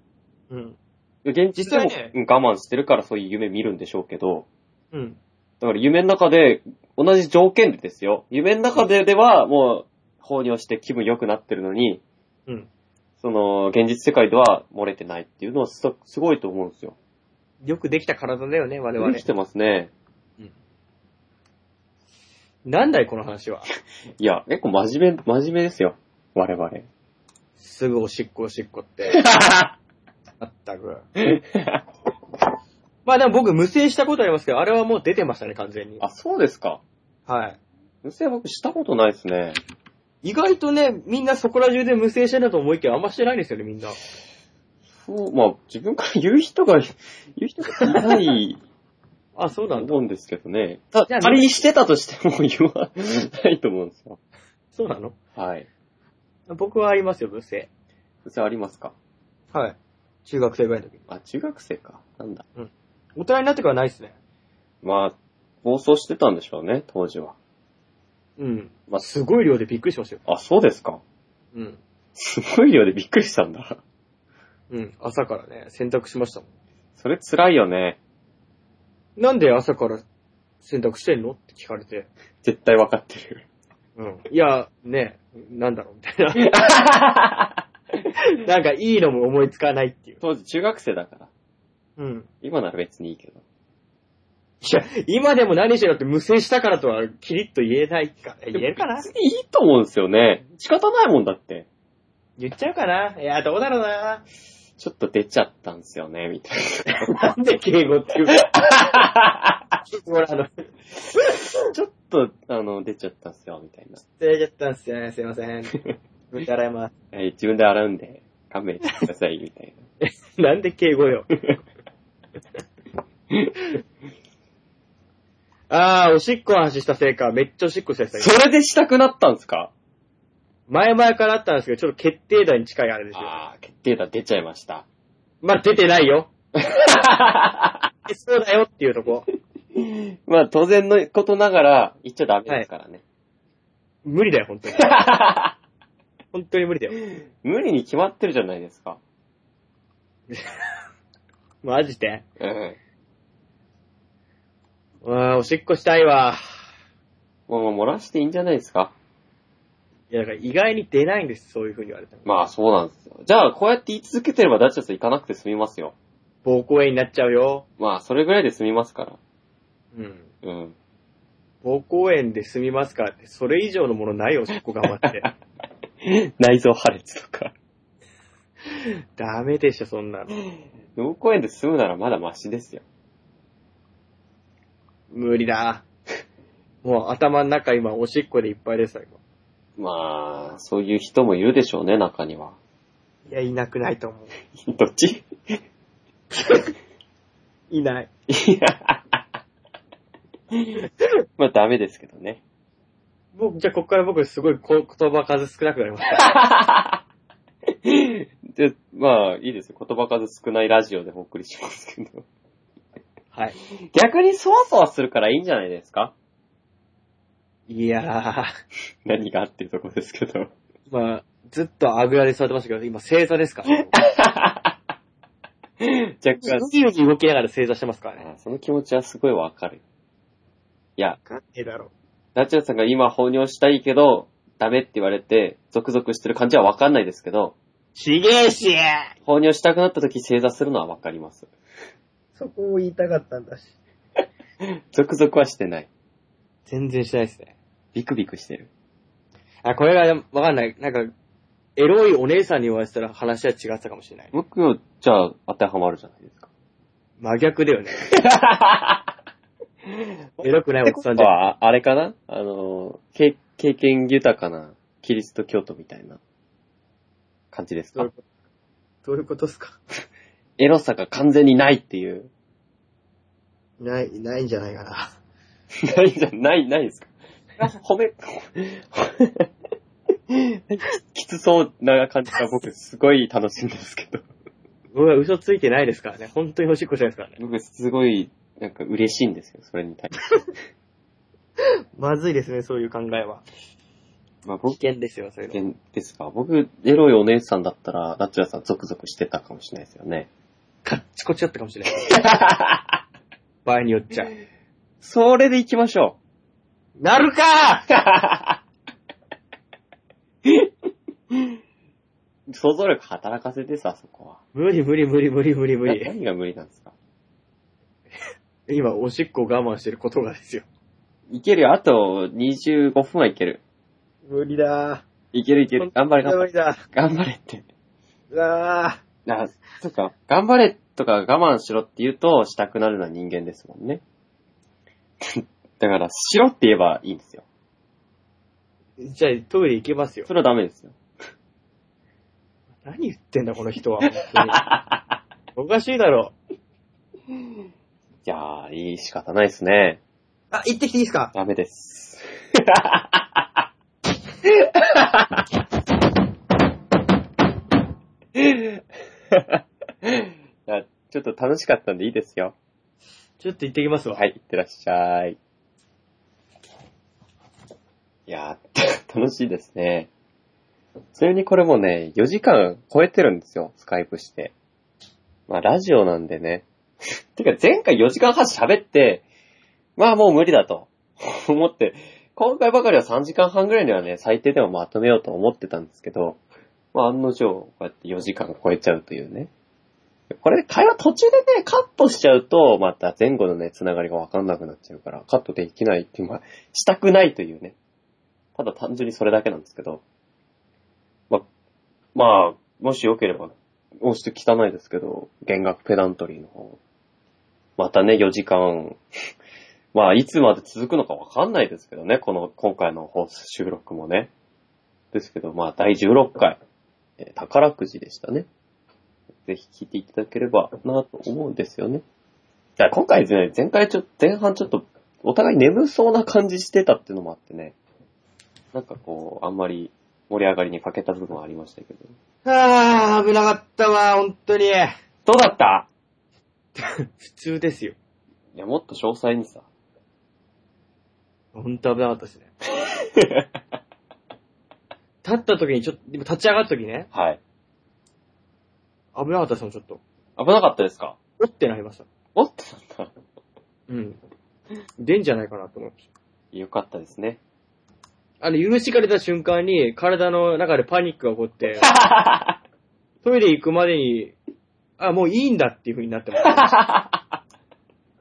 Speaker 2: うん。
Speaker 3: 現実でも
Speaker 2: 実際ね
Speaker 3: うん我慢してるからそういう夢見るんでしょうけど、
Speaker 2: うん。
Speaker 3: だから夢の中で、同じ条件でですよ。夢の中ででは、もう、放尿して気分良くなってるのに、
Speaker 2: うん。
Speaker 3: その、現実世界では漏れてないっていうのはすすごいと思うんですよ。
Speaker 2: よくできた体だよね、我々
Speaker 3: 生き。てますね。
Speaker 2: なんだい、この話は。
Speaker 3: いや、結構真面目、真面目ですよ。我 々。
Speaker 2: すぐおしっこおしっこって。まったく。まあでも僕無制したことありますけど、あれはもう出てましたね、完全に。
Speaker 3: あ、そうですか。
Speaker 2: はい。
Speaker 3: 無声僕したことないですね。
Speaker 2: 意外とね、みんなそこら中で無制してると思いきや、あんましてないんですよね、みんな。
Speaker 3: そう、まあ、自分から言う人が、言う人がいない
Speaker 2: あ、そう
Speaker 3: と
Speaker 2: なんだ。
Speaker 3: 思うんですけどね。
Speaker 2: あ じゃあ
Speaker 3: 仮にしてたとしても言わないと思うんですよ。
Speaker 2: そうなの
Speaker 3: はい。
Speaker 2: 僕はありますよ、無制。
Speaker 3: 無声ありますか
Speaker 2: はい。中学生ぐらいの時。
Speaker 3: あ、中学生か。なんだ。
Speaker 2: 大人になってからないですね。
Speaker 3: まあ、暴走してたんでしょうね、当時は。
Speaker 2: うん。
Speaker 3: まあ、す、
Speaker 2: すごい量でびっくりしましたよ。
Speaker 3: あ、そうですか。
Speaker 2: うん。
Speaker 3: すごい量でびっくりしたんだ。
Speaker 2: うん。朝からね、洗濯しましたも
Speaker 3: それ辛いよね。
Speaker 2: ん。なんで朝から洗濯してんのって聞かれて。
Speaker 3: 絶対わかってる。
Speaker 2: うん。いや、ね、なんだろう、みたい な。なんかいいのも思いつかないっていう。
Speaker 3: 当時中学生だから。
Speaker 2: うん。
Speaker 3: 今なら別にいいけど。
Speaker 2: いや、今でも何しろって無制したからとはキリッと言えないか、言えるかな
Speaker 3: 別にいいと思うんですよね。仕方ないもんだって。
Speaker 2: 言っちゃうかないや、どうだろうな。
Speaker 3: ちょっと出ちゃったんですよね、みたい
Speaker 2: なんで敬語っていうか。ほら、あの、
Speaker 3: な。 ちょっと、あの、出ちゃったんすよ、みたいな。
Speaker 2: 失礼だったんすよね、すいませ ん。ぶっ払います。
Speaker 3: はい、自分で洗うんで、勘弁してください、みたい
Speaker 2: なんで敬語よ。 あー、おしっこの話したせいか、めっちゃおしっこした
Speaker 3: な。
Speaker 2: 人
Speaker 3: それでしたくなったんすか
Speaker 2: 前々からあったんですけど、ちょっと決定打に近いあれですよ。
Speaker 3: あー、決定打出ちゃいま した。
Speaker 2: まあ、出てないよ。そうだよっていうとこ。
Speaker 3: まあ、当然のことながら、言っちゃダメですからね。
Speaker 2: 無理だよ、本当 に。本当に無理だよ。
Speaker 3: 無理に決まってるじゃないですか。
Speaker 2: マジで。
Speaker 3: うん。
Speaker 2: うわーおしっこしたいわ。
Speaker 3: もう、もう漏らしていいんじゃないですか。
Speaker 2: いや、だから意外に出ないんです、そういう風に言われたら。
Speaker 3: まあ、そうなんですよ。じゃあ、こうやって言い続けてれば、ダッチャス行かなくて済みますよ。
Speaker 2: 膀胱炎になっちゃうよ。
Speaker 3: まあ、それぐらいで済みますから。
Speaker 2: うん。
Speaker 3: うん。
Speaker 2: 膀胱炎で済みますからって、それ以上のものないよ、おしっこ頑張 って。
Speaker 3: 内臓破裂とか。
Speaker 2: ダメでしょ、そんなの。
Speaker 3: 脳公園で済むならまだマシですよ。
Speaker 2: 無理だ。もう頭の中今、おしっこでいっぱいですよ、今
Speaker 3: まあ、そういう人もいるでしょうね、中には。
Speaker 2: いや、いなくないと思う。
Speaker 3: どっち
Speaker 2: いない。
Speaker 3: いや、 まあダメですけどね。
Speaker 2: 僕、じゃあ、ここから僕、すごいこ言葉数少なくなりました。
Speaker 3: で、まあいいですよ。言葉数少ないラジオでほっくりしますけど。
Speaker 2: はい。
Speaker 3: 逆にそわそわするからいいんじゃないですか
Speaker 2: いやー、
Speaker 3: 何がっていうとこですけど。
Speaker 2: まあ、ずっとあぐらで座ってましたけど、今、正座ですから。
Speaker 3: 若干
Speaker 2: う、じうじ動きながら正座してますからね。
Speaker 3: あその気持ちはすごいわかる。いや、
Speaker 1: えだろ。
Speaker 3: ナチュラさんが今放尿したいけど、ダメって言われて、ゾクゾクしてる感じはわかんないですけど、
Speaker 2: ちげえし
Speaker 3: 放尿したくなった時正座するのはわかります。
Speaker 1: そこを言いたかったんだし。
Speaker 3: ゾクゾクはしてない。
Speaker 2: 全然しないですね。
Speaker 3: ビクビクしてる。
Speaker 2: あ、これがわかんない。なんか、エロいお姉さんに言われてたら話は違ってたかもしれない。
Speaker 3: 僕は、じゃあ、当てはまるじゃないですか。
Speaker 2: 真逆だよね。 エロくないおっさんじゃん。
Speaker 3: ああれかなあのー、経経験豊かなキリスト教徒みたいな感じです
Speaker 1: どうい
Speaker 3: か
Speaker 1: うことどういうことっすか
Speaker 3: エロさが完全にないっていう。
Speaker 1: ない、ないんじゃないかな。
Speaker 3: ないじゃん、ない、ないですか褒め、 きつそうな感じが僕すごい楽しいんですけど。
Speaker 2: 僕は嘘ついてないですからね。本当に欲しっこしないですからね。
Speaker 3: 僕すごい、なんか嬉しいんですよ、それに対して。
Speaker 2: まずいですね、そういう考えは。
Speaker 3: まあ
Speaker 2: 危
Speaker 3: 僕
Speaker 2: 険ですよ、それは。
Speaker 3: ですが、僕、エロいお姉さんだったら、ナチュラさんゾクゾクしてたかもしれないですよ ね。
Speaker 2: カッチコチだったかもしれない。場合によっち ゃ。
Speaker 3: それで行きましょ
Speaker 2: なるか
Speaker 3: う 想像力働かせてさ、そこは。
Speaker 2: 無理無理無理無理無理無
Speaker 3: な
Speaker 2: 理。
Speaker 3: 何が無理なんですか
Speaker 2: 今、おしっこ我慢してることがですよ。
Speaker 3: いけるよ、あと25分はいける。
Speaker 1: 無理だ
Speaker 3: いけるいける。頑張れ、頑張
Speaker 1: 無
Speaker 3: れ。
Speaker 1: 理だ
Speaker 3: 頑張れって。
Speaker 1: うわぁ。
Speaker 3: あ、そっか、頑張れとか我慢しろって言うと、したくなるのは人間ですもんね。 だから、しろって言えばいいんですよ。
Speaker 2: じゃあ、トイレ行けますよ
Speaker 3: そ。れはダメですよ。
Speaker 2: 何言ってんだ、この人は。本 当におかしいだろ。
Speaker 3: いやー、いい仕方ないですね。
Speaker 1: あ、行ってきていいですか
Speaker 3: ダメです。 いやちょっと楽しかったんでいいですよ。
Speaker 2: ちょっと行ってきますわ。
Speaker 3: はい、いってらっしゃい。いやー、 楽しいですね。それにこれもね、4時間超えてるんですよ、スカイプして。まあ、ラジオなんでね。 てか、前回4時間半喋って、まあもう無理だと 思って、今回ばかりは3時間半ぐらいにはね、最低でもまとめようと思ってたんですけど、まあ案の定、こうやって4時間超えちゃうというね。これ、会話途中でね、カットしちゃうと、また前後のね、つながりがわかんなくなっちゃうから、カットできないっていう、まあ、したくないというね。ただ単純にそれだけなんですけど。ま、まあ、もしよければ、もうちょっと汚いですけど、弦楽ペダントリーの方。またね、4時間、 まあ、いつまで続くのかわかんないですけどね、この、今回の放送収録もね。ですけど、まあ、第16回、えー宝くじでしたね。ぜひ聞いていただければなと思うんですよね。だから今回ですね、前回ちょっと、前半ちょっと、お互い眠そうな感じしてたっていうのもあってね、なんかこう、あんまり盛り上がりに欠けた部分はありましたけど。
Speaker 1: あー、危なかったわ、本当に。
Speaker 3: どうだった
Speaker 2: 普通ですよ。
Speaker 3: いや、もっと詳細にさ。
Speaker 2: ほんと危なかったですね。立った時にちょっと、でも立ち上がった時ね、
Speaker 3: はい。
Speaker 2: 危なかったですもん、ちょっと。
Speaker 3: 危なかったですか
Speaker 2: おってなりました。
Speaker 3: おっとなんだ。
Speaker 2: うん。出んじゃないかなと思いまし
Speaker 3: よかったですね。
Speaker 2: た。あの、U 字が出た瞬間に、体の中でパニックが起こって、トイレ行くまでに、あ、もういいんだっていう風になってました。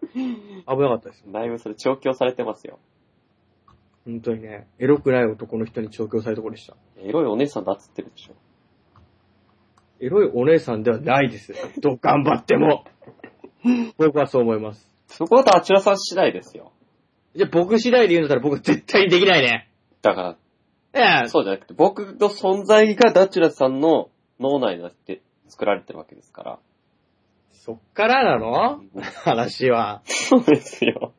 Speaker 2: 危なかったです。
Speaker 3: だいぶそれ調教されてますよ。
Speaker 2: 本当にね、エロくない男の人に調教されたところでした。
Speaker 3: エロいお姉さんだっつってるでしょ。
Speaker 2: エロいお姉さんではないです。どう頑張っても。僕はそう思います。
Speaker 3: そこはあちらさん次第ですよ。
Speaker 2: じゃあ僕次第で言うんだったら僕は絶対にできないね。
Speaker 3: だから、
Speaker 2: ええ、
Speaker 3: そうじゃなくて、僕の存在がダチュラさんの脳内になって作られてるわけですから。
Speaker 2: そっからなの話は。
Speaker 3: そうですよ。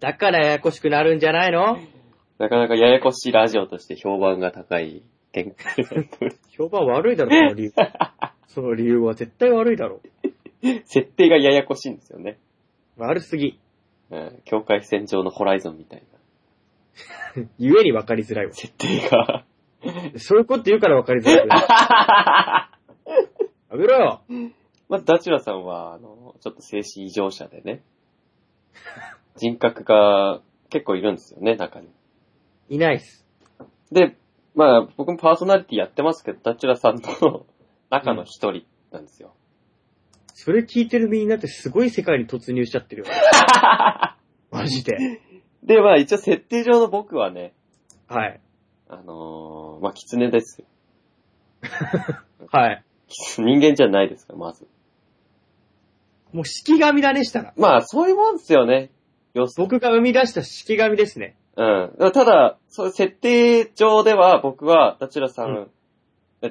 Speaker 2: だからややこしくなるんじゃないの
Speaker 3: なかなかややこしいラジオとして評判が高い展開だと思いま
Speaker 2: 評判悪いだろ、その理由。その理由は絶対悪いだろ。
Speaker 3: す 設定がややこしいんですよね。
Speaker 2: 悪すぎ。
Speaker 3: うん。境界線上のホライゾンみたいな。
Speaker 2: ゆえに分かりづらい わ。
Speaker 3: 設定 が。
Speaker 2: そういうこと言うから分かりづ らい。やめろよ
Speaker 3: まず、ダチュラさんは、あの、ちょっと精神異常者でね。人格が結構いるんですよね、中に。
Speaker 2: いないっす。
Speaker 3: で、まあ、僕もパーソナリティやってますけど、ダチュラさんと中の一人なんですよ。
Speaker 2: それ聞いてるみんなってすごい世界に突入しちゃって るよ。マジで。
Speaker 3: で、まあ、一応設定上の僕はね、
Speaker 2: はい。
Speaker 3: あのー、まあ、狐ですよ。
Speaker 2: はい。
Speaker 3: 人間じゃないですから、まず。
Speaker 2: もう式神だねしたら。
Speaker 3: まあ、そういうもんですよね。要するに
Speaker 2: 僕が生み出した式神ですね。
Speaker 3: うん。ただ、そういう設定上では、僕は、ダチュラさん、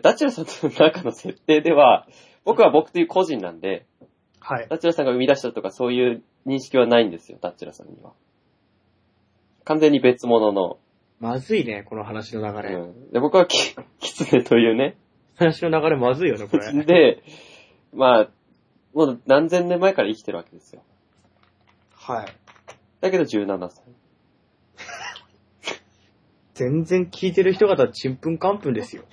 Speaker 3: ダチュラさんとの中の設定では、僕は僕という個人なんで、
Speaker 2: はい。
Speaker 3: ダチュラさんが生み出したとかそういう認識はないんですよ、ダチュラさんには。完全に別物の。
Speaker 2: まずいね、この話の流れ。
Speaker 3: うん、で僕は キ、キツネというね。
Speaker 2: 話の流れまずいよね、これ。
Speaker 3: で、まあ、もう何千年前から生きてるわけですよ。
Speaker 2: はい。
Speaker 3: だけど17歳。
Speaker 2: 全然聞いてる人方はちんぷんかんぷんですよ。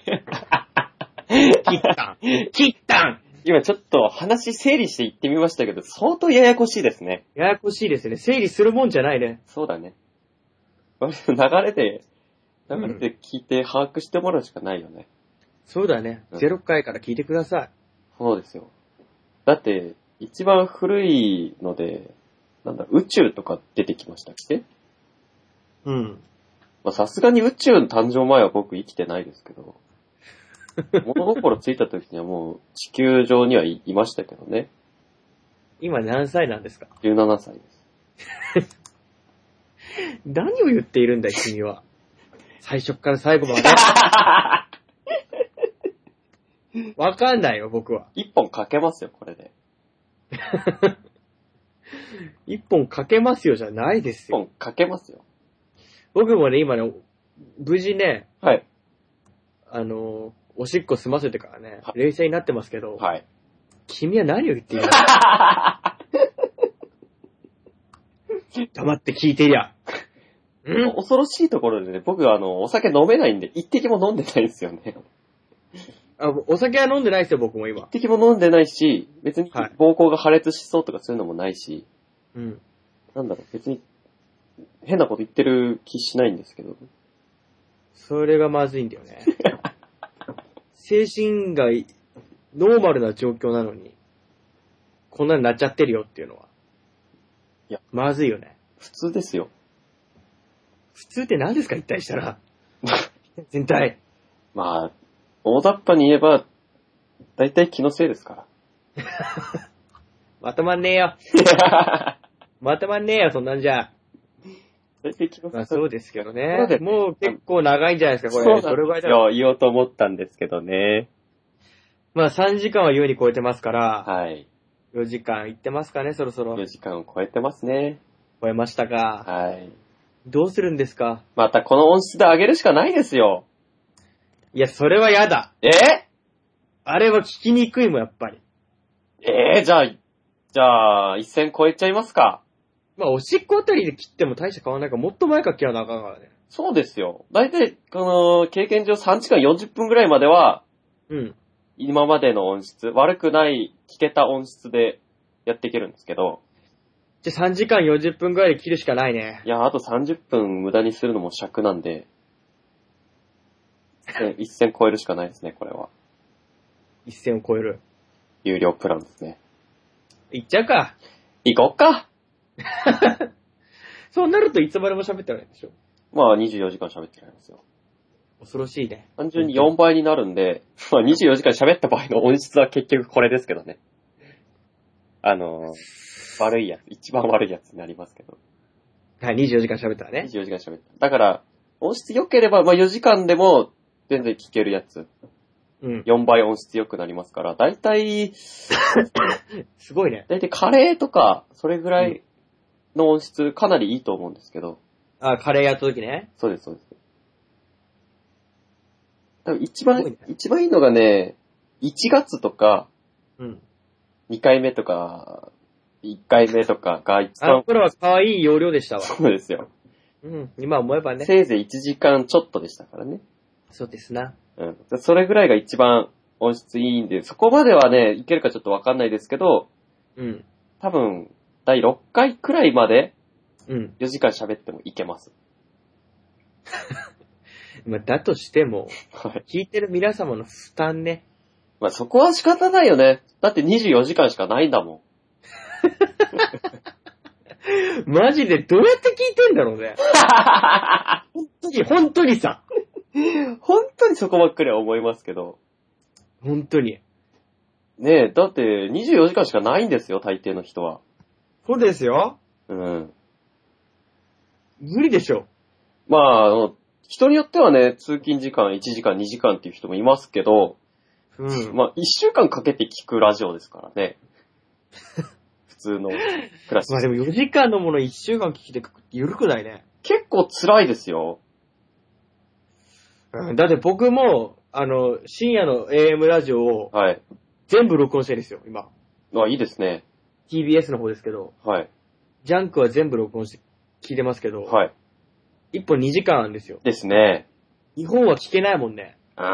Speaker 2: 切ったん切ったん
Speaker 3: 今ちょっと話整理して言ってみましたけど、相当ややこしいですね。
Speaker 2: ややこしいですね。整理するもんじゃないね。
Speaker 3: そうだね。割と流れで、流れで聞いて把握してもらうしかないよね。
Speaker 2: そうだね。
Speaker 3: うん
Speaker 2: 0回から聞いてください。
Speaker 3: そうですよ。だって、一番古いので、なんだ、宇宙とか出てきましたっけ
Speaker 2: うん。
Speaker 3: まあさすがに宇宙の誕生前は僕生きてないですけ ど、物心ついた時にはもう地球上にはいいましたけどね。
Speaker 2: 今何歳なんですか
Speaker 3: 17歳です。
Speaker 2: 何を言っているんだい、君は。最初から最 後まで。わかんないよ、僕は。
Speaker 3: 一本かけますよ、これで。
Speaker 2: 一本かけますよじゃないで
Speaker 3: 一
Speaker 2: すよ。
Speaker 3: 本かけますよ。
Speaker 2: 僕もね、今ね、無事ね、
Speaker 3: はい。
Speaker 2: あのー、おしっこ済ませてからね、冷静になってますけど、
Speaker 3: はい。
Speaker 2: 君は何を言っている 黙って聞いてりゃ。ん
Speaker 3: 恐ろしいところでね、僕あの、お酒飲めないんで、一滴も飲んでないんですよね。
Speaker 2: あお酒は飲んでないですよ、僕も今
Speaker 3: 一。滴も飲んでないし、別に
Speaker 2: はい
Speaker 3: 膀胱が破裂しそうとかそういうのもないし、
Speaker 2: うん。
Speaker 3: なんだろう、別に変なこと言ってる気しないんですけど。
Speaker 2: それがまずいんだよね。精神がいノーマルな状況なのに、こんなになっちゃってるよっていうのは。
Speaker 3: いや。
Speaker 2: まずいよね。
Speaker 3: 普通ですよ。
Speaker 2: 普通って何ですか一体したら。全体。
Speaker 3: まあ、大雑把に言えば、大体気のせいですか
Speaker 2: まとまんねえよ。
Speaker 3: ら。
Speaker 2: まとまんねえよ、そんなんじゃ。
Speaker 3: 大体気のせ
Speaker 2: ま
Speaker 3: い
Speaker 2: あそうですけど
Speaker 3: そ
Speaker 2: ね
Speaker 3: うだ。よ
Speaker 2: もう結構長いんじゃないですか、こ
Speaker 3: そう
Speaker 2: れ。それぐ
Speaker 3: なん
Speaker 2: らい
Speaker 3: です
Speaker 2: だろ。
Speaker 3: よ。言おうと思ったんですけどね。
Speaker 2: まあ3時間は優に超えてますから、
Speaker 3: はい。
Speaker 2: 4時間いってますかね、そろそろ
Speaker 3: 4。時間を超えてますね。
Speaker 2: 超えましたか。
Speaker 3: はい。
Speaker 2: どうするんですか
Speaker 3: またこの音質で上げるしかないですよ。
Speaker 2: いや、それはやだ。
Speaker 3: え
Speaker 2: あれは聞きにくいもん、やっぱり。
Speaker 3: えー、じゃあ、じゃあ、一線超えちゃいますか。
Speaker 2: まあ、おしっこあたりで切っても大した変わんないから、もっと前から切らなあかんからね。
Speaker 3: そうですよ。だいたい、この、経験上3時間40分ぐらいまでは、
Speaker 2: うん。
Speaker 3: 今までの音質、悪くない、聞けた音質でやっていけるんですけど、
Speaker 2: じゃあ3時間40分ぐらいで切るしかないね。
Speaker 3: いや、あと30分無駄にするのも尺なんで、ね一線超えるしかないですね、これは。
Speaker 2: 一線を超える。
Speaker 3: 有料プランですね。
Speaker 2: いっちゃうか。
Speaker 3: 行こっか
Speaker 2: そうなるといつまでも喋ってられるでしょ。
Speaker 3: まあ、24時間喋ってられますよ。
Speaker 2: 恐ろしいね。
Speaker 3: 単純に4倍になるんで、まあ、24時間喋った場合の音質は結局これですけどね。あのー、悪いやつ、一番悪いやつになりますけど。
Speaker 2: はい、24時間喋ったらね。
Speaker 3: 24時間喋った。だから、音質良ければ、まあ、4時間でも全然聞けるやつ。
Speaker 2: うん。
Speaker 3: 4倍音質良くなりますから、だいたい、
Speaker 2: すごいね。
Speaker 3: だいたいカレーとか、それぐら
Speaker 2: う
Speaker 3: いの音質かなりいいと思うんですけど、
Speaker 2: あ、カレーやった時ね。
Speaker 3: そうです、そうです。多分一
Speaker 2: すごい
Speaker 3: 番
Speaker 2: ね、
Speaker 3: 一番いいのがね、1月とか、
Speaker 2: うん。
Speaker 3: 2回目とか、1回目とかが一
Speaker 2: あの
Speaker 3: 番、
Speaker 2: 頃は可愛い容量でしたわ。
Speaker 3: そうですよ。
Speaker 2: うん。今思えばね。
Speaker 3: せいぜい1時間ちょっとでしたからね。
Speaker 2: そうですな。
Speaker 3: うん。それぐらいが一番音質いいんで、そこまではね、いけるかちょっとわかんないですけど、
Speaker 2: うん。
Speaker 3: 多分、第6回くらいまで
Speaker 2: うん。
Speaker 3: 4時間喋ってもいけます。
Speaker 2: まあ、だとしても、
Speaker 3: はい。
Speaker 2: 聞いてる皆様の負担ね。
Speaker 3: まあそこは仕方ないよね。だって24時間しかないんだもん。
Speaker 2: マジでどうやって聞いてんだろうね。本当に、本当にさ。
Speaker 3: 本当にそこばっかりは思いますけど。
Speaker 2: 本当に。
Speaker 3: ねえ、だって24時間しかないんですよ、大抵の人は。
Speaker 2: そうですよ。
Speaker 3: うん。
Speaker 2: 無理でしょ。
Speaker 3: まあ、あの、人によってはね、通勤時間1時間2時間っていう人もいますけど、
Speaker 2: うん。
Speaker 3: まあ1週間かけて聞くラジオですから ね。普通のクラス
Speaker 2: まあでも4時間のもの1週間聞きてくって緩くないね。
Speaker 3: 結構辛いですよ。
Speaker 2: うん。だって僕も、あの、深夜の AM ラジオを
Speaker 3: はい。
Speaker 2: 全部録音してるんですよ、今。
Speaker 3: まあいいですね。
Speaker 2: TBS の方ですけど、
Speaker 3: はい。
Speaker 2: ジャンクは全部録音して聞いてますけど、
Speaker 3: はい。
Speaker 2: 一本2時間あるんですよ。
Speaker 3: ですね。
Speaker 2: 日本は聞けないもんね。
Speaker 3: うー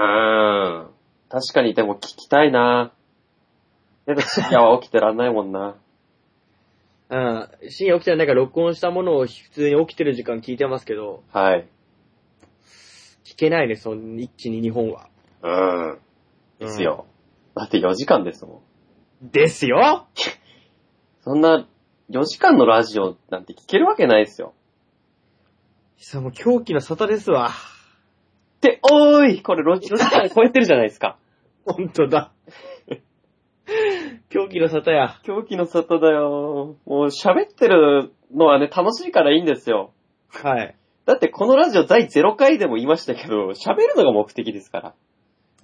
Speaker 3: ん。確かにでも聞きたいな。やだ、深夜は起きてらんないもんな。
Speaker 2: うん。深夜起きたらなんか録音したものを普通に起きてる時間聞いてますけど、
Speaker 3: はい。
Speaker 2: 聞けないね、その一気に日本は。
Speaker 3: うん。ですよ。だって4時間ですもん。
Speaker 2: ですよ
Speaker 3: そんな、4時間のラジオなんて聞けるわけないですよ。
Speaker 2: さもう狂気の沙汰ですわ。
Speaker 3: って、おーいこれ 4, 時間超えてるじゃないですか。
Speaker 2: ほんとだ。 狂気の沙汰や。
Speaker 3: 狂気の沙汰だよ。もう喋ってるのはね、楽しいからいいんですよ。
Speaker 2: はい。
Speaker 3: だってこのラジオ第0回でも言いましたけど、喋るのが目的ですから。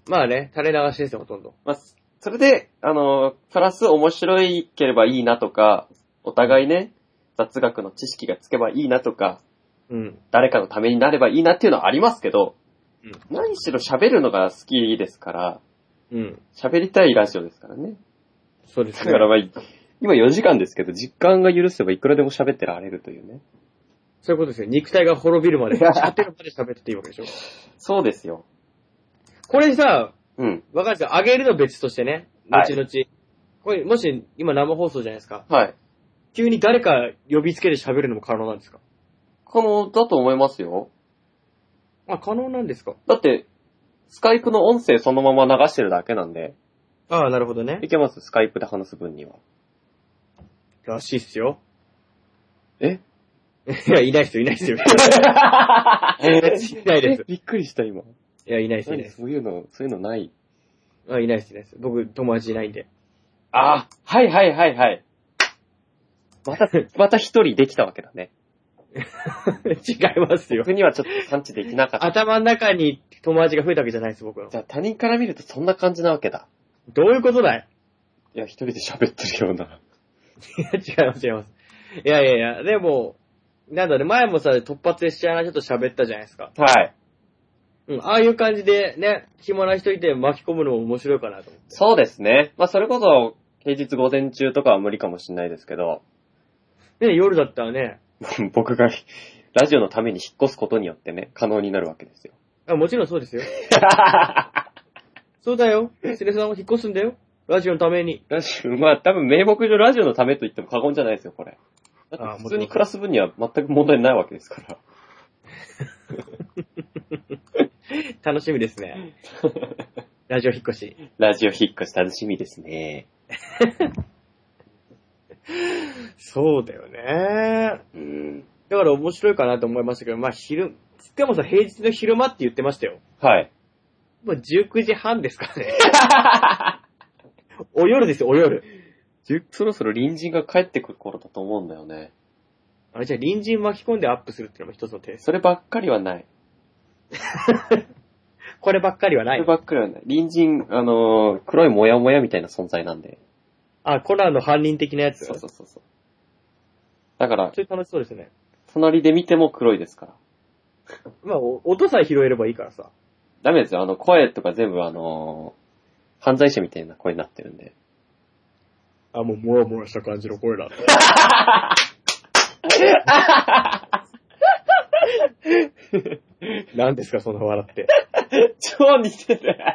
Speaker 2: まあね、垂れ流しですよ、ほとんど。
Speaker 3: まあ、そそれで、あの、プラス面白いければいいなとか、お互いね、雑学の知識がつけばいいなとか、
Speaker 2: うん。
Speaker 3: 誰かのためになればいいなっていうのはありますけど、
Speaker 2: うん
Speaker 3: 何しろ喋るのが好きですから、
Speaker 2: うん。
Speaker 3: 喋りたいラジオですからね。
Speaker 2: そうです
Speaker 3: だ
Speaker 2: ね
Speaker 3: か。らまあ、今4時間ですけど、時間が許せばいくらでも喋ってられるというね。
Speaker 2: そういうことですよ。肉体が滅びるまで、勝てるまで喋ってていいわけでしょ。
Speaker 3: そうですよ。
Speaker 2: これさ、
Speaker 3: うん。
Speaker 2: わかるんですよ。あげるの別としてね。
Speaker 3: はい
Speaker 2: 後々。これ、もし、今生放送じゃないですか。
Speaker 3: はい。
Speaker 2: 急に誰か呼びつけて喋るのも可能なんですか
Speaker 3: 可能だと思いますよ。
Speaker 2: あ、可能なんですか
Speaker 3: だって、スカイプの音声そのまま流してるだけなんで、
Speaker 2: ああ、なるほどね
Speaker 3: い。けます、スカイプで話す分には。
Speaker 2: らしいっすよ。
Speaker 3: え
Speaker 2: いや、いないっすよ、いないっす よ。いないです
Speaker 3: え びっくりした今。
Speaker 2: いや、いないっす、いないっす。
Speaker 3: そういうの、そういうのない。
Speaker 2: あ、いないっす、いないっす。僕、友達いないんで。
Speaker 3: あはいはいはいはい。また、また一人できたわけだね。
Speaker 2: 違いますよ
Speaker 3: 僕。にはちょっと感知できなかった。
Speaker 2: 頭の中に友達が増えたわけじゃないです、僕は
Speaker 3: じ。ゃあ他人から見るとそんな感じなわけだ。
Speaker 2: どういうことだい
Speaker 3: いや、一人で喋ってるような。
Speaker 2: いや、 違います、違います。いやいやいや、でも、なんだね、前もさ、突発で知らない人と喋ったじゃないですか。
Speaker 3: はい。
Speaker 2: うん、ああいう感じでね、暇な人いて巻き込むのも面白いかなと思って。
Speaker 3: そうですね。まあそれこそ、平日午前中とかは無理かもしれないですけど、
Speaker 2: ね、夜だったらね、
Speaker 3: 僕がラジオのために引っ越すことによってね、可能になるわけ ですよ。
Speaker 2: あもちろんそうですよ。そうだよ。セレさんを引っ越すんだよ。ラジオのために。
Speaker 3: ラジオ、まあ多分名目上ラジオのためと言っても過言じゃないですよ、これ。だって普通に暮らす分には全く問題ないわけですから。
Speaker 2: 楽しみですね。ラジオ引っ越し。
Speaker 3: ラジオ引っ越し楽しみですね。
Speaker 2: そうだよね。
Speaker 3: うん。
Speaker 2: だから面白いかなと思いましたけど、まあ昼、つってもさ、平日の昼間って言ってましたよ。
Speaker 3: はい。
Speaker 2: もう19時半ですからね。 お夜ですよ、お夜。
Speaker 3: そろそろ隣人が帰ってくる頃だと思うんだよね。
Speaker 2: あれじゃあ隣人巻き込んでアップするっていうのも一つの手です。
Speaker 3: そればっかりはない。
Speaker 2: こればっかりはな
Speaker 3: それ
Speaker 2: い。
Speaker 3: ばっかりはない。隣人、あのー黒いモヤモヤみたいな存在なんで。
Speaker 2: あ、コナンの犯人的なやつ。
Speaker 3: そうそうそうそう。だから、
Speaker 2: ちょい楽しそうですね。
Speaker 3: 隣で見ても黒いですから。
Speaker 2: まあ、お音さえ拾えればいいからさ。
Speaker 3: ダメですよ。あの、声とか全部あのー犯罪者みたいな声になってるんで。
Speaker 2: あ、もう、もろもろした感じの声だって。何ですか、そんな笑って。
Speaker 3: 超似てる。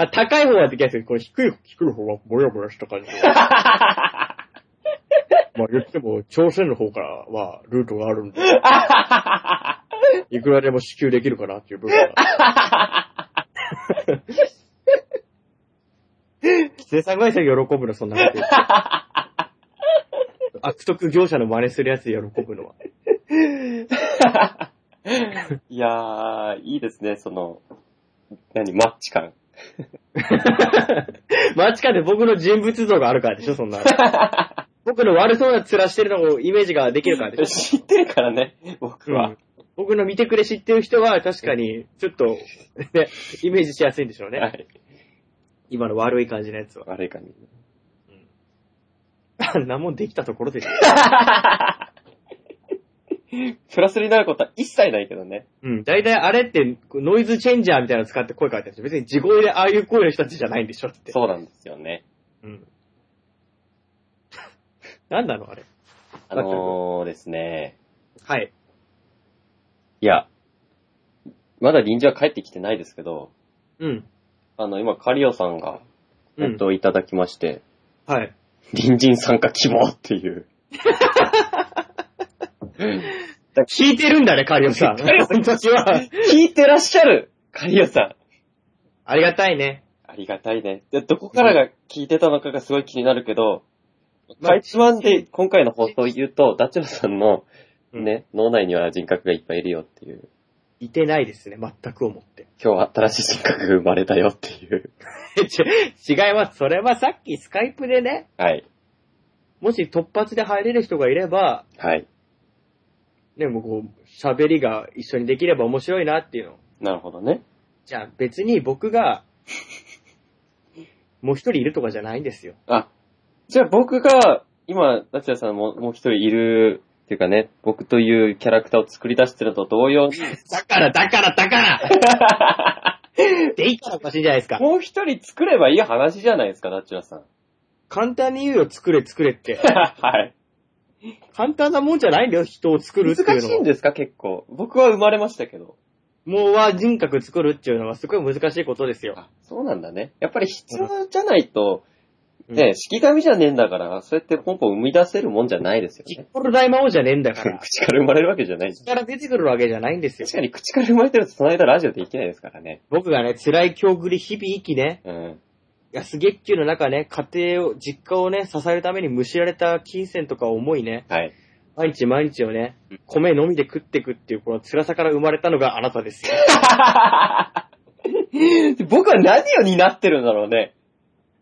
Speaker 2: あ、高い方はできないですけど、これ低い、低い方はもやもやした感じ。まあ言っても、朝鮮の方からはルートがあるんで、いくらでも支給できるかなっていう部分が。規制産会社喜ぶの、そんなこと言って。悪徳業者の真似するやつで喜ぶのは。
Speaker 3: いやー、いいですね、その、何、マッチ感。
Speaker 2: マチカで僕の人物像があるからでしょ、そんな。僕の悪そうな面してるのをイメージができるからでしょ。
Speaker 3: 知ってるからね、僕は。
Speaker 2: うん僕の見てくれ知ってる人は確かに、ちょっと、ね、イメージしやすいんでしょう
Speaker 3: はい。
Speaker 2: ね。今の悪い感じのや つは。
Speaker 3: 悪い感じ。
Speaker 2: あんなもんできたところでしょ。
Speaker 3: プラスになることは一切ないけどね。
Speaker 2: うん。だいたいあれって、ノイズチェンジャーみたいなの使って声変えてるんでしょ。別に地声でああいう声の人たちじゃないんでしょって。
Speaker 3: そうなんですよね。
Speaker 2: うん。なんなのあれ。
Speaker 3: あのーですね。
Speaker 2: はい。
Speaker 3: いや、まだ臨時は帰ってきてないですけど、
Speaker 2: うん。
Speaker 3: あの、今、カリオさんが、コ
Speaker 2: う
Speaker 3: メン
Speaker 2: ん。
Speaker 3: トをいただきまして、
Speaker 2: はい。
Speaker 3: 隣人参加希望って いう。
Speaker 2: 聞いてるんだね、カリオさん。本当には。
Speaker 3: 聞いてらっしゃるカリオさん。
Speaker 2: ありがたいね。
Speaker 3: ありがたいね。でどこからが聞いてたのかがすごい気になるけど、
Speaker 2: まあ
Speaker 3: かいつまんで今回の放送を言うと、ダチョウさんの、
Speaker 2: うん
Speaker 3: ね、脳内には人格がいっぱいいるよっていう、
Speaker 2: いてないですね、全く思って。
Speaker 3: 今日は新しい人格が生まれたよっていう。
Speaker 2: ち違います。それはさっきスカイプでね、
Speaker 3: はい。
Speaker 2: もし突発で入れる人がいれば、
Speaker 3: はい。
Speaker 2: ね、もうこう、喋りが一緒にできれば面白いなっていうの。
Speaker 3: なるほどね。
Speaker 2: じゃあ別に僕が、もう一人いるとかじゃないんですよ。
Speaker 3: あ、じゃあ僕が、今、ダチョウさんももう一人いる、っていうかね、僕というキャラクターを作り出してるのと同 様に、
Speaker 2: だから、だから、だからでいいからおかしいじゃないですか。
Speaker 3: もう一人作ればいい話じゃないですか、ダチュラさん。
Speaker 2: 簡単に言うよ、作れ、作れって。
Speaker 3: はい。
Speaker 2: 簡単なもんじゃないんだよ、人を作るっていう
Speaker 3: 難し
Speaker 2: の
Speaker 3: いん
Speaker 2: は。
Speaker 3: ですか、結構。僕は生まれましたけど。
Speaker 2: もうは人格作るっていうのはすごい難しいことです よ。
Speaker 3: あ、そうなんだね。やっぱり必要じゃないと、
Speaker 2: うん
Speaker 3: ね、式神じゃねえんだから、そうやってポンポン生み出せるもんじゃないですよ
Speaker 2: キッ
Speaker 3: ね。
Speaker 2: コロ大魔王じゃねえんだか ら。
Speaker 3: 口から生まれるわけじゃないし
Speaker 2: 口から出てくるわけじゃないんですよ
Speaker 3: 確。かに口から生まれてると、その間ラジオできないですからね。
Speaker 2: 僕がね、辛い今日繰り日々生きね、
Speaker 3: うん。
Speaker 2: 安月給の中ね、家庭を、実家をね、支えるためにむしられた金銭とか思いね、
Speaker 3: はい。
Speaker 2: 毎日毎日をね
Speaker 3: うん、
Speaker 2: 米のみで食っていくっていう、この辛さから生まれたのがあなたですよ。
Speaker 3: 僕は何を担ってるんだろうね。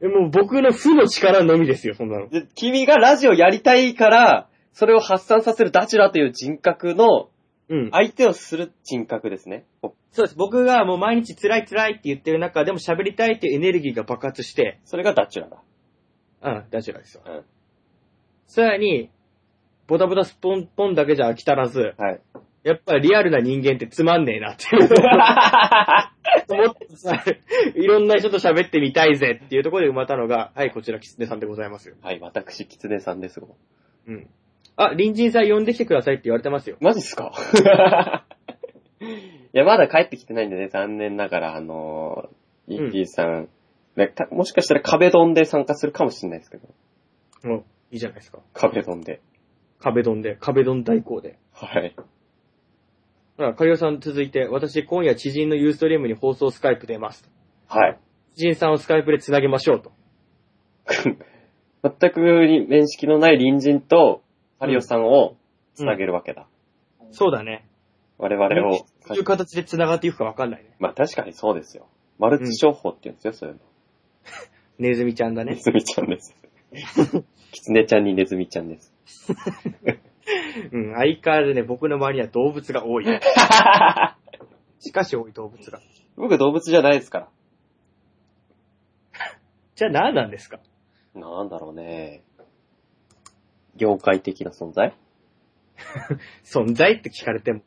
Speaker 2: えもう僕の負の力のみですよ、そんなの。
Speaker 3: で君がラジオやりたいから、それを発散させるダチュラという人格の、
Speaker 2: うん。
Speaker 3: 相手をする人格ですね。お
Speaker 2: そうです。僕がもう毎日辛い辛いって言ってる中でも喋りたいっていうエネルギーが爆発して、
Speaker 3: それがダチュラだ。
Speaker 2: うん、大丈夫ですよ。
Speaker 3: うん。
Speaker 2: さらに、ボタボタスポンポンだけじゃ飽き足らず、
Speaker 3: はい。
Speaker 2: やっぱりリアルな人間ってつまんねえなって いう。もっとさ、いろんな人と喋ってみたいぜっていうところで埋まったのが、はい、こちら、キツネさんでございますよ。
Speaker 3: はい、私、キツネさんですが。
Speaker 2: うん。あ、隣人さん呼んできてくださいって言われてますよ。
Speaker 3: マジっすか いや、まだ帰ってきてないんでね、残念ながら、あのー、イッキーさん、ねたもしかしたら壁ドンで参加するかもしれないですけど、
Speaker 2: もう、いいじゃないですか。
Speaker 3: 壁ドンで。
Speaker 2: 壁ドンで、壁ドン代行で。
Speaker 3: はい。
Speaker 2: だから、かりおさん続いて、私今夜知人のユーストリームに放送スカイプ出ます。
Speaker 3: はい。
Speaker 2: 知人さんをスカイプで繋げましょうと。
Speaker 3: 全く面識のない隣人と、パリオさんを繋げるわけだ。
Speaker 2: そうだね。
Speaker 3: 我々を。
Speaker 2: どういう形で繋がっていくかわかんないね。
Speaker 3: まあ確かにそうですよ。マルチ商法って言うんですよ、そういうの。
Speaker 2: ネズミちゃんだ
Speaker 3: ネ
Speaker 2: ね。
Speaker 3: ズミちゃん です。キツネちゃんにネズミちゃんです。
Speaker 2: うん、相変わらずね、僕の周りには動物が 多い。しかし多い動物が。
Speaker 3: 僕動物じゃないですから。
Speaker 2: じゃあ何なんですか
Speaker 3: なんだろうね。業界的な存在
Speaker 2: 存在って聞かれても、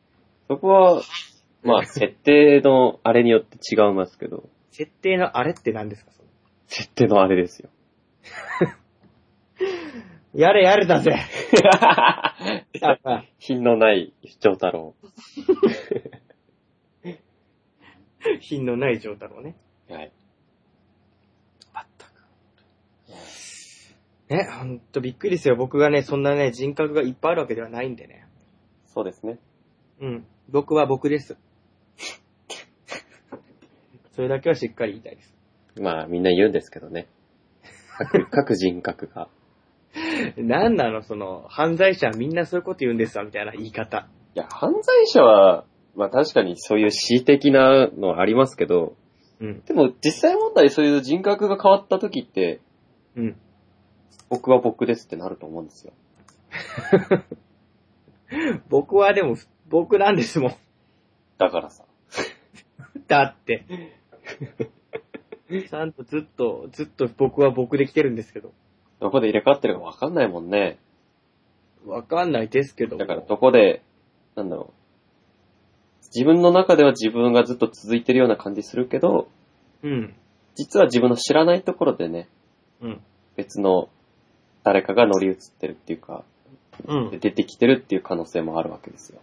Speaker 3: そこは、 まあ、設定のあれによって違いますけど、
Speaker 2: 設定のあれって何ですかその
Speaker 3: 設定のあれですよ。
Speaker 2: やれやれだぜあ あ
Speaker 3: 品のない長太郎。
Speaker 2: 品のない状態のね。
Speaker 3: はい。
Speaker 2: まったく。ね、ほんとびっくりですよ。僕がね、そんなね、人格がいっぱいあるわけではないんでね。
Speaker 3: そうですね。
Speaker 2: うん。僕は僕です。 それだけはしっかり言いたいです。
Speaker 3: まあ、みんな言うんですけどね。 各、各人格が。
Speaker 2: なんなの、その、犯罪者はみんなそういうこと言うんですわ、みたいな言い方。
Speaker 3: いや、犯罪者は、まあ確かにそういう恣意的なのはありますけど、
Speaker 2: うん。
Speaker 3: でも実際問題そういう人格が変わった時って、
Speaker 2: うん。
Speaker 3: 僕は僕ですってなると思うんですよ。
Speaker 2: 僕はでも、僕なんですもん。
Speaker 3: だからさ。
Speaker 2: だって。ちゃんとずっと、ずっと僕は僕で来てるんですけど。
Speaker 3: どこで入れ替わってるかわかんないもんね。
Speaker 2: わかんないですけど。
Speaker 3: だからどこで、なんだろう。自分の中では自分がずっと続いてるような感じするけど、
Speaker 2: うん。
Speaker 3: 実は自分の知らないところでね、
Speaker 2: うん。
Speaker 3: 別の誰かが乗り移ってるっていうか、
Speaker 2: うん
Speaker 3: で。出てきてるっていう可能性もあるわけですよ。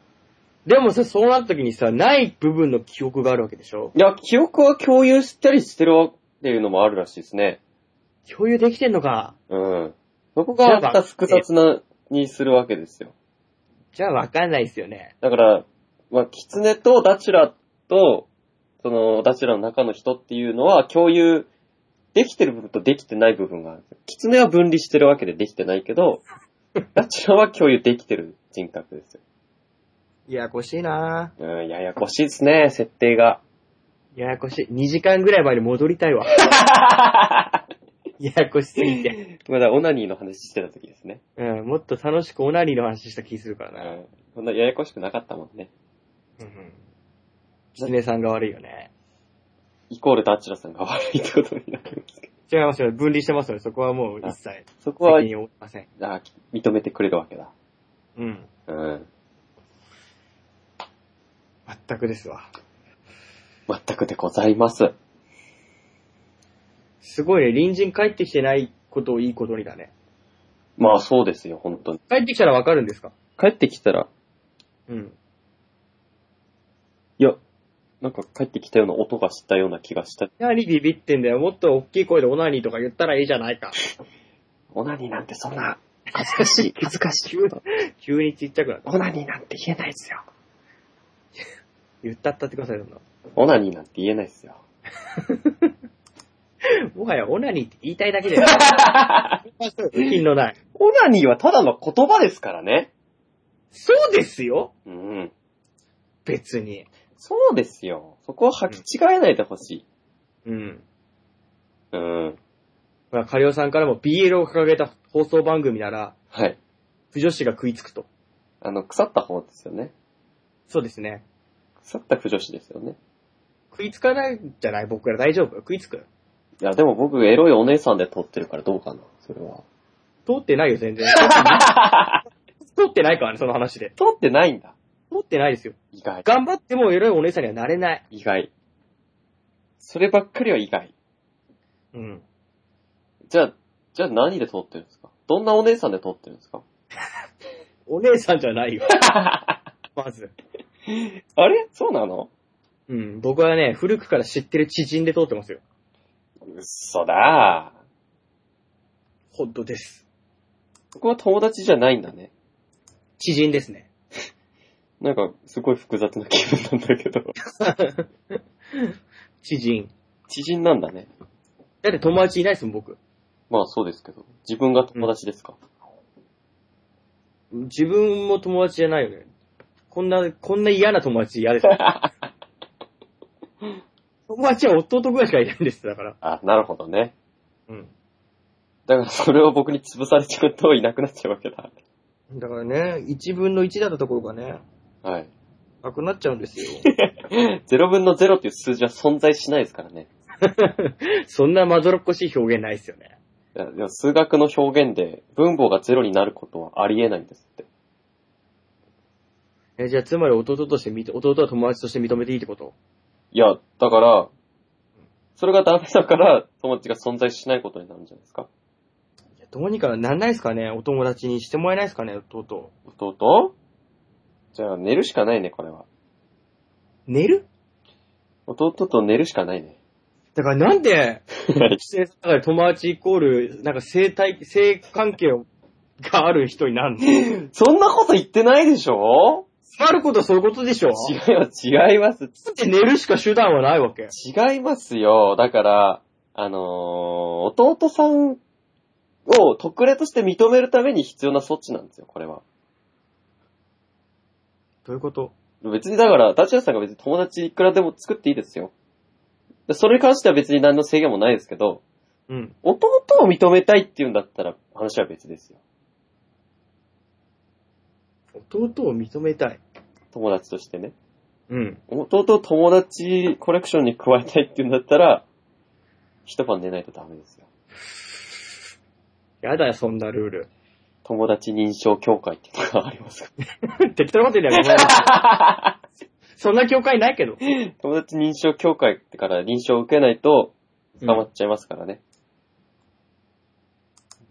Speaker 2: でもさ、そうなった時にさ、ない部分の記憶があるわけでしょ
Speaker 3: いや、記憶は共有したりしてるわっていうのもあるらしいですね。
Speaker 2: 共有できてんのか。
Speaker 3: うん。そこがまた複雑な、にするわけですよ。
Speaker 2: じゃあわかんないですよね。
Speaker 3: だから、まあ、キツネとダチュラと、その、ダチュラの中の人っていうのは共有できてる部分とできてない部分があるんですよ。キツネは分離してるわけでできてないけ ど、ダチュラは共有できてる人格ですよ。
Speaker 2: ややこしいな
Speaker 3: うん、ややこしいですね、設定が。
Speaker 2: ぁ。ややこしい。2時間ぐらい前に戻りたい わ。ややこしすぎて。
Speaker 3: まだオナニーの話してた時ですね。
Speaker 2: うん、もっと楽しくオナニーの話した気するから
Speaker 3: う
Speaker 2: な。うん
Speaker 3: ん。そんなややこしくなかったもんね。
Speaker 2: うん。キツネさんが悪いよね。
Speaker 3: イコールダチュラさんが悪いってことになるんですけど。
Speaker 2: 違いますよ。分離してますよ。そこはもう一切
Speaker 3: そこは
Speaker 2: 責、任を負いません。
Speaker 3: あ認めてくれるわけだ。
Speaker 2: うん。
Speaker 3: うん。
Speaker 2: 全くですわ。
Speaker 3: 全くでございます。
Speaker 2: すごいね。隣人帰ってきてないことをいいことにだね。
Speaker 3: まあそうですよ、本当に。
Speaker 2: 帰ってきたらわかるんですか
Speaker 3: 帰ってきたら、
Speaker 2: うん。
Speaker 3: いや、なんか帰ってきたような音がしたような気がした。
Speaker 2: 何ビビってんだよ。もっと大きい声でオナニーとか言ったらいいじゃないか。
Speaker 3: オナニーなんてそんな、恥ずかしい、恥ずかしい。
Speaker 2: 急にちっちゃくなっ た。
Speaker 3: オナニーなんて言えないですよ。
Speaker 2: 言ったったってください、そんな。
Speaker 3: オナニーなんて言えないですよ。
Speaker 2: もはやオナニーって言いたいだけだよ。 品のない。
Speaker 3: オナニーはただの言葉ですからね。
Speaker 2: そうですよ
Speaker 3: うん。
Speaker 2: 別に。
Speaker 3: そうですよ。そこは履き違えないでほしい。
Speaker 2: うん。
Speaker 3: うん。
Speaker 2: まあ、カリオさんからも BL を掲げた放送番組なら、
Speaker 3: はい。
Speaker 2: 不女子が食いつくと。
Speaker 3: あの、腐った方ですよね。
Speaker 2: そうですね。
Speaker 3: 腐った不女子ですよね。
Speaker 2: 食いつかないんじゃない僕ら大丈夫食いつく
Speaker 3: いや、でも僕、エロいお姉さんで撮ってるからどうかな、それは。
Speaker 2: 通ってないよ、全 然。通ってないからね、その話で。
Speaker 3: 撮ってないんだ。
Speaker 2: 通ってないですよ。
Speaker 3: 意外。
Speaker 2: 頑張ってもエロいお姉さんにはなれない。
Speaker 3: 意外。そればっかりは意外。
Speaker 2: うん。
Speaker 3: じゃあ、じゃあ何で撮ってるんですかどんなお姉さんで撮ってるんですか
Speaker 2: お姉さんじゃ ないよ。まず。
Speaker 3: あれそうなの
Speaker 2: うん、僕はね、古くから知ってる知人で通ってますよ。
Speaker 3: 嘘だー。
Speaker 2: 本当です。
Speaker 3: そこは友達じゃないんだね。
Speaker 2: 知人ですね。
Speaker 3: なんか、すごい複雑な気分なんだ けど。
Speaker 2: 知人。
Speaker 3: 知人なんだね。
Speaker 2: だって友達いないですもん、僕。
Speaker 3: まあそうですけど。自分が友達ですか、
Speaker 2: 自分も友達じゃないよね。こんな、こんな嫌な友達嫌 です。友達は弟ぐらいしかいないんです、だから。
Speaker 3: あ、なるほどね。
Speaker 2: うん。
Speaker 3: だからそれを僕に潰されちゃうといなくなっちゃうわけだ。
Speaker 2: だからね、1分の1だったところがね、
Speaker 3: はい。
Speaker 2: なくなっちゃうん ですよ。
Speaker 3: 0分の0っていう数字は存在しないですからね。
Speaker 2: そんなまどろっこしい表現ないですよね。
Speaker 3: いやでも数学の表現で分母がゼロになることはありえないんですって。
Speaker 2: え、じゃあ、つまり弟として認、弟は友達として認めていいってこと
Speaker 3: いや、だから、それがダメだから友達が存在しないことになるんじゃないですか
Speaker 2: いやどうにかなんないですかねお友達にしてもらえないですかね弟。
Speaker 3: 弟じゃあ寝るしかないね、これは。
Speaker 2: 寝る
Speaker 3: 弟と寝るしかないね。
Speaker 2: だからなんで、生産だから友達イコール、なんか生体、性関係をがある人になるの
Speaker 3: そんなこと言ってないでしょ
Speaker 2: あることはそういうことでしょだ
Speaker 3: 違います、違います。
Speaker 2: って寝るしか手段はないわけ。
Speaker 3: 違いますよ。だから、あのー弟さんを特例として認めるために必要な措置なんですよ、これは。
Speaker 2: どういうこと
Speaker 3: 別にだから、ダチュラさんが別に友達いくらでも作っていいですよ。でそれに関しては別に何の制限もないですけど、
Speaker 2: うん。
Speaker 3: 弟を認めたいっていうんだったら話は別ですよ。
Speaker 2: 弟を認めたい。
Speaker 3: 友達としてね。
Speaker 2: うん。
Speaker 3: 弟を友達コレクションに加えたいっていうんだったら、一晩寝ないとダメですよ。
Speaker 2: やだよ、そんなルール。
Speaker 3: 友達認証協会っていうのがありますか
Speaker 2: 適当なこと言うなよ、 そんな教会ないけど。
Speaker 3: ら友達認証協会ってから認証を受けないと捕まっちゃいますからね。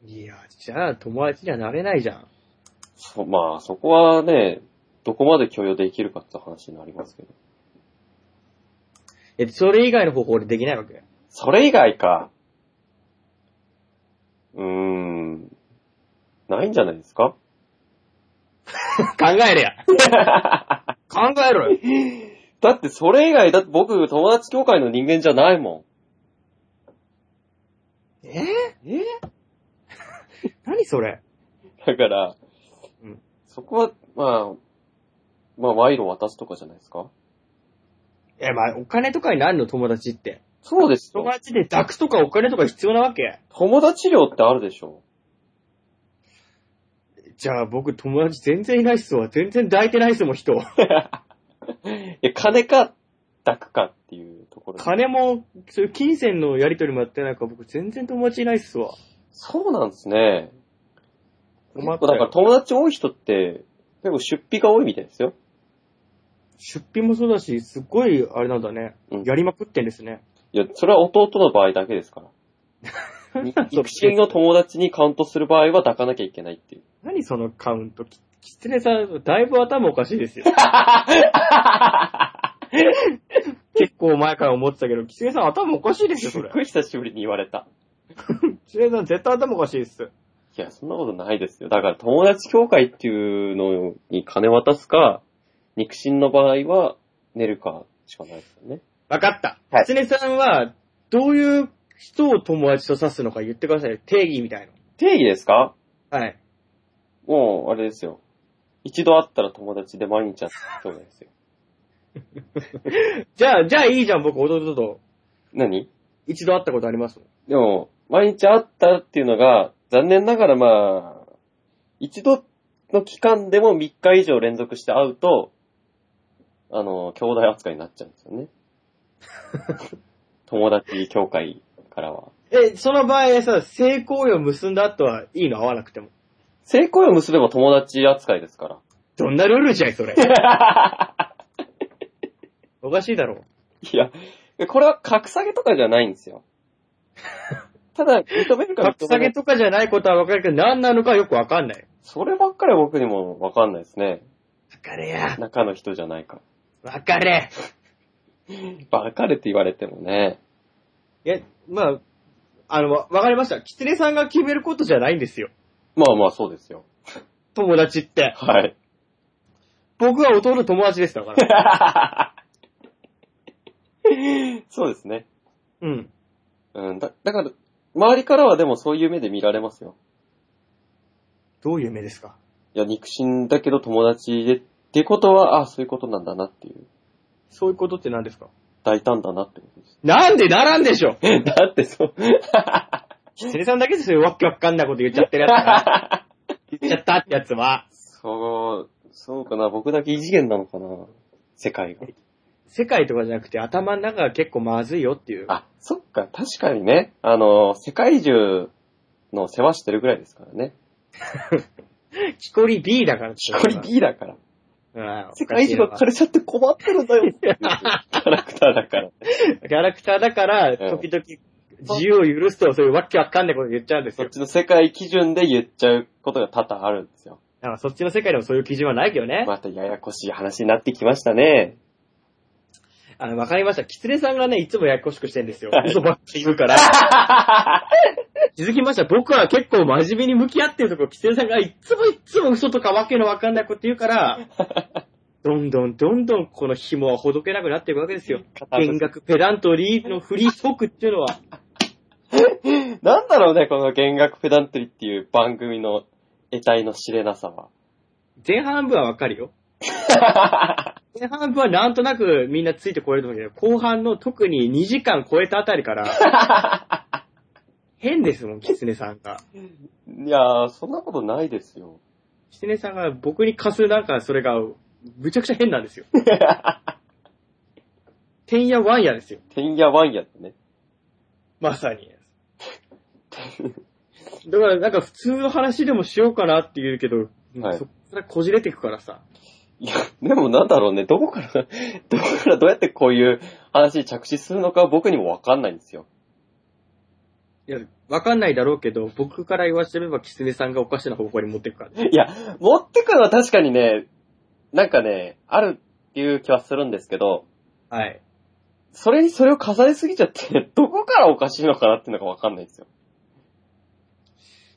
Speaker 2: いや、じゃあ友達にはなれないじゃん。
Speaker 3: そまあ、そこはね、どこまで許容できるかって話になりますけど。
Speaker 2: え、それ以外の方法でできないわけ
Speaker 3: それ以外か。うーん。ないんじゃないですか
Speaker 2: 考えれ や。考えろよ。
Speaker 3: だってそれ以外、だって僕友達協会の人間じゃないも
Speaker 2: え
Speaker 3: ん。え
Speaker 2: 何それ
Speaker 3: だから、
Speaker 2: うん
Speaker 3: そこは、まあ、まあ、賄賂を渡すとかじゃないですか
Speaker 2: え、まあ、お金とかになるの、友達って。
Speaker 3: そうですよ
Speaker 2: 友。達で抱くとかお金とか必要なわけ
Speaker 3: 友達料ってあるでし ょ
Speaker 2: じゃあ僕友達全然いないっすわ。全然抱いてないっすもん、人。
Speaker 3: いや、金か、抱くかっていうところ。
Speaker 2: 金も、そういう金銭のやり取りもやってないから僕全然友達いないっすわ。
Speaker 3: そうなんですね。結
Speaker 2: 困っ
Speaker 3: 構
Speaker 2: たよ
Speaker 3: だから友達多い人って、結構出費が多いみたいですよ。
Speaker 2: 出費もそうだし、すっごい、あれなんだね。
Speaker 3: うん
Speaker 2: やりまくってんですね。
Speaker 3: いや、それは弟の場合だけです から。に育親の友達にカウントする場合は抱かなきゃいけないっていう。
Speaker 2: 何そのカウント。ききつねさん、だいぶ頭おかしい ですよ。結構前から思ってたけど、きつねさん頭おかしいですよ、
Speaker 3: す
Speaker 2: そ
Speaker 3: っ
Speaker 2: れ。
Speaker 3: ごい久しぶりに言われた。
Speaker 2: きつねさん絶対頭おかしいっす。
Speaker 3: いや、そんなことないですよ。だから友達協会っていうのに金渡すか、肉親の場合は寝るかしかないですよね。
Speaker 2: わかった。
Speaker 3: はい
Speaker 2: きつねさんは、どういう人を友達と指すのか言ってくださいよ。定義みたい
Speaker 3: 定義ですか
Speaker 2: の。はい。
Speaker 3: もう、あれですよ。一度会ったら友達で毎日会った人がですよ。
Speaker 2: じゃあ、じゃあいいじゃん、僕、弟と
Speaker 3: 何
Speaker 2: 一度会ったことありますもん。
Speaker 3: でも、毎日会ったっていうのが、残念ながらまあ、一度の期間でも3日以上連続して会うと、あの、兄弟扱いになっちゃうんですよね。友達協会からは。
Speaker 2: え、その場合さ、性行為を結んだ後はいいの会わなくても。
Speaker 3: 性行為を結べば友達扱いですから。
Speaker 2: どんなルールじゃい、そ れ。 おかしいだろ。
Speaker 3: いや、これは格下げとかじゃないんです よ。ただ、認めるか認めないか
Speaker 2: 格下げとかじゃないことはわかるけど、何なのかよくわかんない。
Speaker 3: そればっかりは僕にもわかんないですね。
Speaker 2: わかれや。
Speaker 3: 中の人じゃないか。
Speaker 2: わかれ。
Speaker 3: バカれって言われてもね。
Speaker 2: え、まあ、あの、わわかりました。キツネさんが決めることじゃないんですよ。
Speaker 3: まあまあそうですよ。
Speaker 2: 友達って。
Speaker 3: はい。
Speaker 2: 僕は弟の友達ですだ から。
Speaker 3: そうですね。
Speaker 2: うん。
Speaker 3: うん、だ、だから、周りからはでもそういう目で見られますよ。
Speaker 2: どういう目ですか
Speaker 3: いや、肉親だけど友達で、っていうことは、あそういうことなんだなっていう。
Speaker 2: そういうことって何ですか
Speaker 3: 大胆だなってことです。
Speaker 2: なんでならんでしょ
Speaker 3: だってそう。
Speaker 2: キツネさんだけでそういうわけわかんないこと言っちゃってるやつ が。言っちゃったってやつは。
Speaker 3: そう、そうかな。僕だけ異次元なのかな。世界が。
Speaker 2: 世界とかじゃなくて頭の中が結構まずいよっていう。
Speaker 3: あ、そっか、確かにね。あの、世界中、の世話してるぐらいですからね。
Speaker 2: 木こり B だから、木
Speaker 3: これ B だから。
Speaker 2: うん。
Speaker 3: 世界中
Speaker 2: お
Speaker 3: の
Speaker 2: かしい
Speaker 3: 彼ちゃんって困ってるんだよっていうキャラクターだから。
Speaker 2: なキャラクターだから、
Speaker 3: うん
Speaker 2: 時々自由を許すと、そういうわけわかんないこと言っちゃうんです
Speaker 3: そ
Speaker 2: よ
Speaker 3: っ。ちの世界基準で言っちゃうことが多々あるんですよ。
Speaker 2: だからそっちの世界でもそういう基準はないけどね。
Speaker 3: またややこしい話になってきましたね。
Speaker 2: あの、わかりました。キツネさんがね、いつもややこしくしてんですよ
Speaker 3: は。い
Speaker 2: 嘘ばっかり言うから。 気づきました。僕は結構真面目に向き合ってるところ、キツネさんがいつもいつも嘘とかわけのわかんないこと言 うから、どんどんどんどんこの紐はほどけなくなっていくわけですよ。見学ペダントリーのフリートークっていうのは、
Speaker 3: なんだろうね、この弦楽ペダントリーっていう番組の得体の知れなさは。
Speaker 2: 前半部はわ かるよ。前半部はなんとなくみんなついてこれると思うけど、後半の特に2時間超えたあたりから、変ですもん、キツネさんが。
Speaker 3: いやー、そんなことないですよ。
Speaker 2: キツネさんが僕に貸すなんかそれが、むちゃくちゃ変なんですよ。てんやわんやですよ。
Speaker 3: てんやわんやってね。
Speaker 2: まさに。だからなんか普通の話でもしようかなって言うけど、
Speaker 3: はい
Speaker 2: そっからこじれていくからさ。
Speaker 3: いや、でもなんだろうね、どこから、 どこからどうやってこういう話に着地するのか僕にもわかんないんですよ。
Speaker 2: いや、わかんないだろうけど、僕から言わせればキツネさんがおかしな方向に持っていくから。
Speaker 3: いや、持ってくのは確かにね、なんかね、あるっていう気はするんですけど、
Speaker 2: はい。
Speaker 3: それにそれを重ねす ぎちゃって、どこからおかしいのかなっていうのがわかんないんですよ。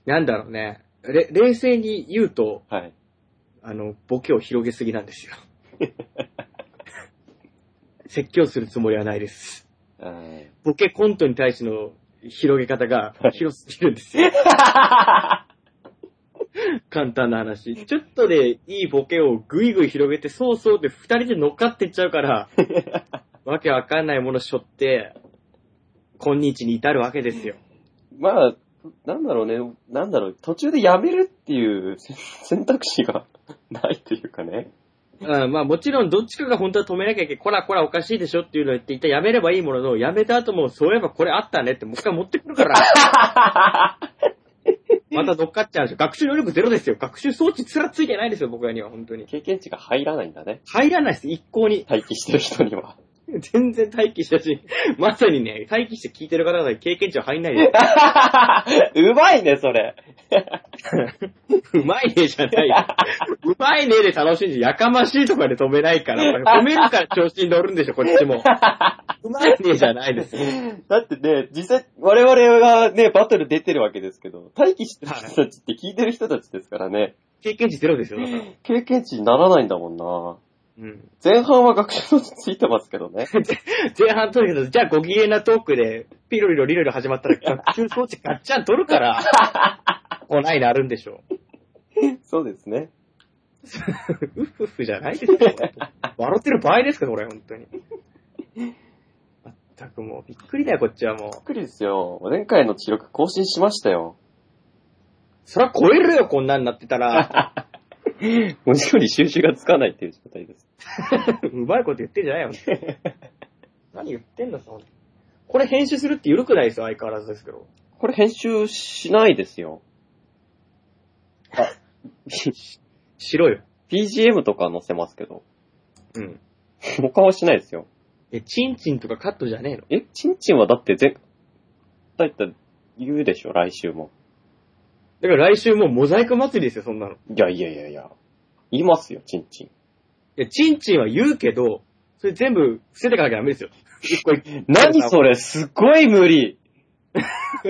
Speaker 2: なんだろうね。れ冷静に言うと、
Speaker 3: はい。
Speaker 2: あの、ボケを広げすぎなんですよ。説教するつもりはないです。
Speaker 3: うん
Speaker 2: ボケコントに対しての広げ方が広すぎるんですよ。簡単な話。ちょっとでいいボケをぐいぐい広げて、そうそうって二人で乗っかってっちゃうから、わけわかんないものしょって、今日に至るわけですよ。
Speaker 3: まあ、なんだろうね、なんだろう、途中でやめるっていう選選択肢が ないというかね。
Speaker 2: うん、まあもちろんどっちかが本当は止めなきゃいけない。こらこらおかしいでしょっていうのを言って、一旦やめればいいものの、やめた後もそういえばこれあったねってもう一回持ってくるから。また乗っかっちゃうんですよ。学習能力ゼロですよ。学習装置すらついてないですよ、僕らには本当に。
Speaker 3: 経験値が入らないんだね。
Speaker 2: 入らないです、一向に。
Speaker 3: 待機してる人には。
Speaker 2: 全然待機したし、まさにね、待機して聞いてる方々に経験値は入んないで
Speaker 3: うまいね、それ。
Speaker 2: す。うまいねじゃないよ。うまいねで楽しんじゃ、やかましいとかで止めないから、褒めるから調子に乗るんでしょ、こっちも。うまいねじゃないですよ。
Speaker 3: だってね、実際、我々がね、バトル出てるわけですけど、待機してる人たちって聞いてる人たちですからね、
Speaker 2: 経験値ゼロですよ、だから。
Speaker 3: 経験値にならないんだもんな。
Speaker 2: うん。
Speaker 3: 前半は学習のついてますけど ね。
Speaker 2: 前半とにかく、じゃあご機嫌なトークで、ピロリロリロリ始まったら、学習装置ガッチャン取るから、来ないなるんでしょ。
Speaker 3: そうですね。
Speaker 2: うふふじゃないですよ。これ笑ってる場合ですか、これ、本当に。まったくもう、びっくりだよ、こっちはもう。
Speaker 3: びっくりですよ。前回の記録更新しましたよ。
Speaker 2: そりゃ超えるよ、こんなんなってたら。
Speaker 3: 文字より収集がつかないっていう状態です。
Speaker 2: うまいこと言ってんじゃないよ。何言ってんだ、その。これ編集するって緩くないですよ、相変わらずですけど。
Speaker 3: これ編集しないです よ。
Speaker 2: しろよ。
Speaker 3: BGM とか載せますけど。
Speaker 2: うん。
Speaker 3: 他はしないですよ。
Speaker 2: え、チンチンとかカットじゃねえの
Speaker 3: え、チンチンはだって全、だいたい言うでしょ、来週も。
Speaker 2: だから来週もうモザイク祭りですよ、そんなの。い
Speaker 3: いやいやいやいや。言いますよ、チンチ
Speaker 2: や、チンチンは言うけど、それ全部伏せてかなきゃダメですよ。一個一
Speaker 3: ン。何それすごい無理
Speaker 2: 個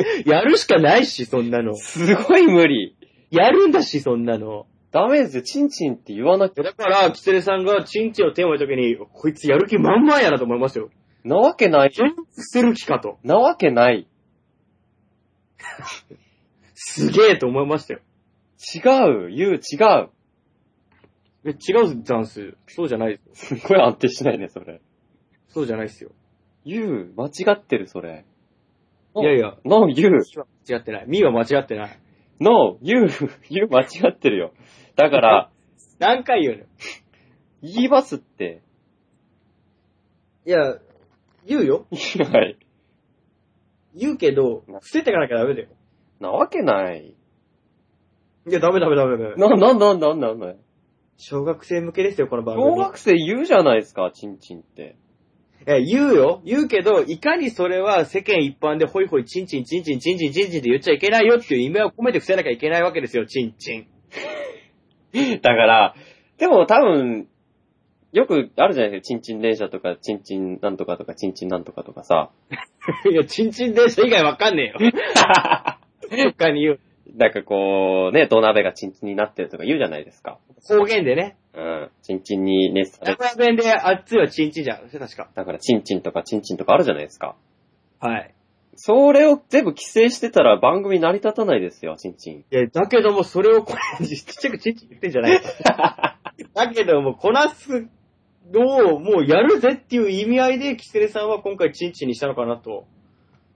Speaker 2: やるしかないし、そんなの。
Speaker 3: すごい無理
Speaker 2: やるんだし、そんなの。
Speaker 3: ダメですよ、チンチンって言わなきゃ。
Speaker 2: だから、キツネさんがチンチンを手を置いた時に、こいつやる気満々やなと思いますよ。
Speaker 3: なわけない。
Speaker 2: 全部伏せる気かと。
Speaker 3: なわけない。
Speaker 2: すげえと思いましたよ。
Speaker 3: 違う、言う、違う。
Speaker 2: え、違うダンス。そうじゃないですよ。
Speaker 3: すっごい安定しないね、それ。
Speaker 2: そうじゃないですよ。
Speaker 3: 言う、間違ってる、それ。
Speaker 2: いやいや。
Speaker 3: No, you.
Speaker 2: 間違ってない。ミーは間違ってない。
Speaker 3: No, you. you 間違ってるよ。だから、
Speaker 2: 何回言うの
Speaker 3: 言いますって。
Speaker 2: いや、言うよ。
Speaker 3: はい。
Speaker 2: 言うけど、伏せてかなきゃダメだよ。
Speaker 3: なわけない。
Speaker 2: いや、ダメダメダメダメ。
Speaker 3: な、なんなんなんなんなん
Speaker 2: 小学生向けですよ、この番
Speaker 3: 小
Speaker 2: 組。
Speaker 3: 学生言うじゃないですか、チンチンって。
Speaker 2: え、言うよ。言うけど、いかにそれは世間一般でホイホイチンチンチンチンチンチンチンチンって言っちゃいけないよっていう意味を込めて伏せなきゃいけないわけですよ、チンチン。
Speaker 3: だから、でも多分、よくあるじゃないですか、チンチン電車とか、チンチンなんとかとか、チンチンなんとかとかさ。
Speaker 2: いや、チンチン電車以外わかんねえよ。他に言う。
Speaker 3: なんかこう、ね、土鍋がチンチンになってるとか言うじゃないですか。
Speaker 2: 方言でね。
Speaker 3: うん。チンチンに熱さ
Speaker 2: 名
Speaker 3: れ
Speaker 2: 古屋弁であっついはチンチンじゃん。確か。
Speaker 3: だから、チンチンとかチンチンとかあるじゃないですか。
Speaker 2: はい。
Speaker 3: それを全部規制してたら番組成り立たないですよ、チンチン。
Speaker 2: いや、だけどもそれをこれ、ちっちゃくチンチン言ってんじゃ ない。だけども、こなすのをもうやるぜっていう意味合いで、キセレさんは今回チンチンにしたのかなと、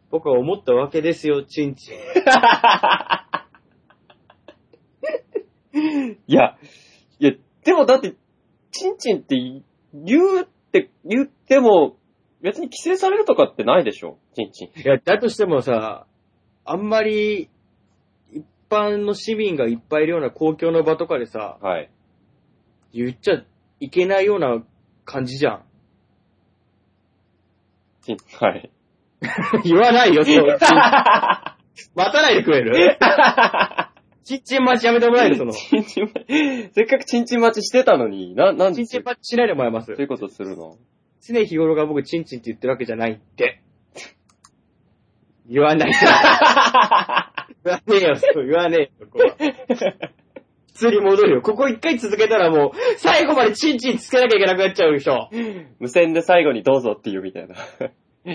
Speaker 2: 僕は思ったわけですよ、チンチン。
Speaker 3: いや、いや、でもだって、チンチンって言うって、言っても、別に規制されるとかってないでしょ、チンチン。
Speaker 2: いや、だとしてもさ、あんまり、一般の市民がいっぱいいるような公共の場とかでさ、
Speaker 3: はい。
Speaker 2: 言っちゃいけないような感じじゃん。
Speaker 3: チン、はい。
Speaker 2: 言わない よ、そう。待たないでくれる チンチン待ちやめてもらえる、その。チ
Speaker 3: チンチン待ち、せっかくチンチン待ちしてたのに、な、なんで
Speaker 2: ンチ
Speaker 3: そ
Speaker 2: ン待ちしないでもらえます
Speaker 3: う。いうことするの
Speaker 2: 常日頃が僕チンチンって言ってるわけじゃないって。言わ ない。言わねえよ、そう言わねえよ、そこは。普通に戻るよ。ここ一回続けたらもう、最後までチンチンつけなきゃいけなくなっちゃうでしょ。
Speaker 3: 無線で最後にどうぞっていうみ たいな。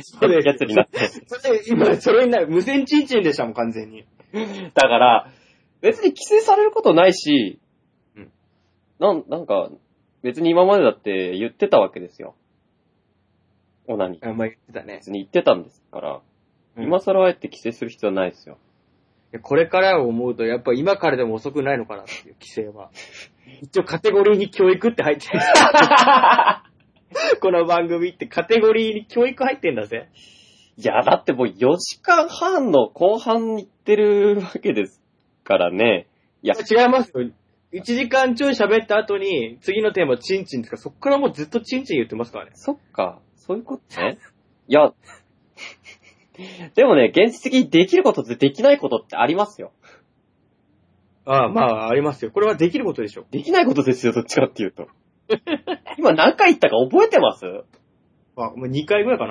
Speaker 2: そうです
Speaker 3: やつになって。
Speaker 2: それ、今、それになる。無線チンチンでしたもん、完全に。
Speaker 3: だから、別に規制されることないし、
Speaker 2: うん
Speaker 3: なん、なんか、別に今までだって言ってたわけですよ。オナニー。
Speaker 2: あんま言ってたね。
Speaker 3: 別に言ってたんですから、
Speaker 2: うん
Speaker 3: 今更あえて規制する必要はないですよ。
Speaker 2: これからを思うと、やっぱ今からでも遅くないのかなっていう規制は。一応カテゴリーに教育って入 ってる。この番組ってカテゴリーに教育入ってんだぜ。
Speaker 3: いや、だってもう4時間半の後半に行ってるわけですからね。いや、
Speaker 2: 違いますよ。1時間ちょい喋った後に、次のテーマ、チンチンですから、そっからもうずっとチンチン言ってますからね。
Speaker 3: そっか、そういうことね。いや、でもね、現実的にできることとできないことってありますよ。
Speaker 2: ああ、まあ、ありますよ。これはできることでしょ。
Speaker 3: できないことですよ、どっちかっていうと。今何回言ったか覚えて ます
Speaker 2: あ、もう2回ぐらいか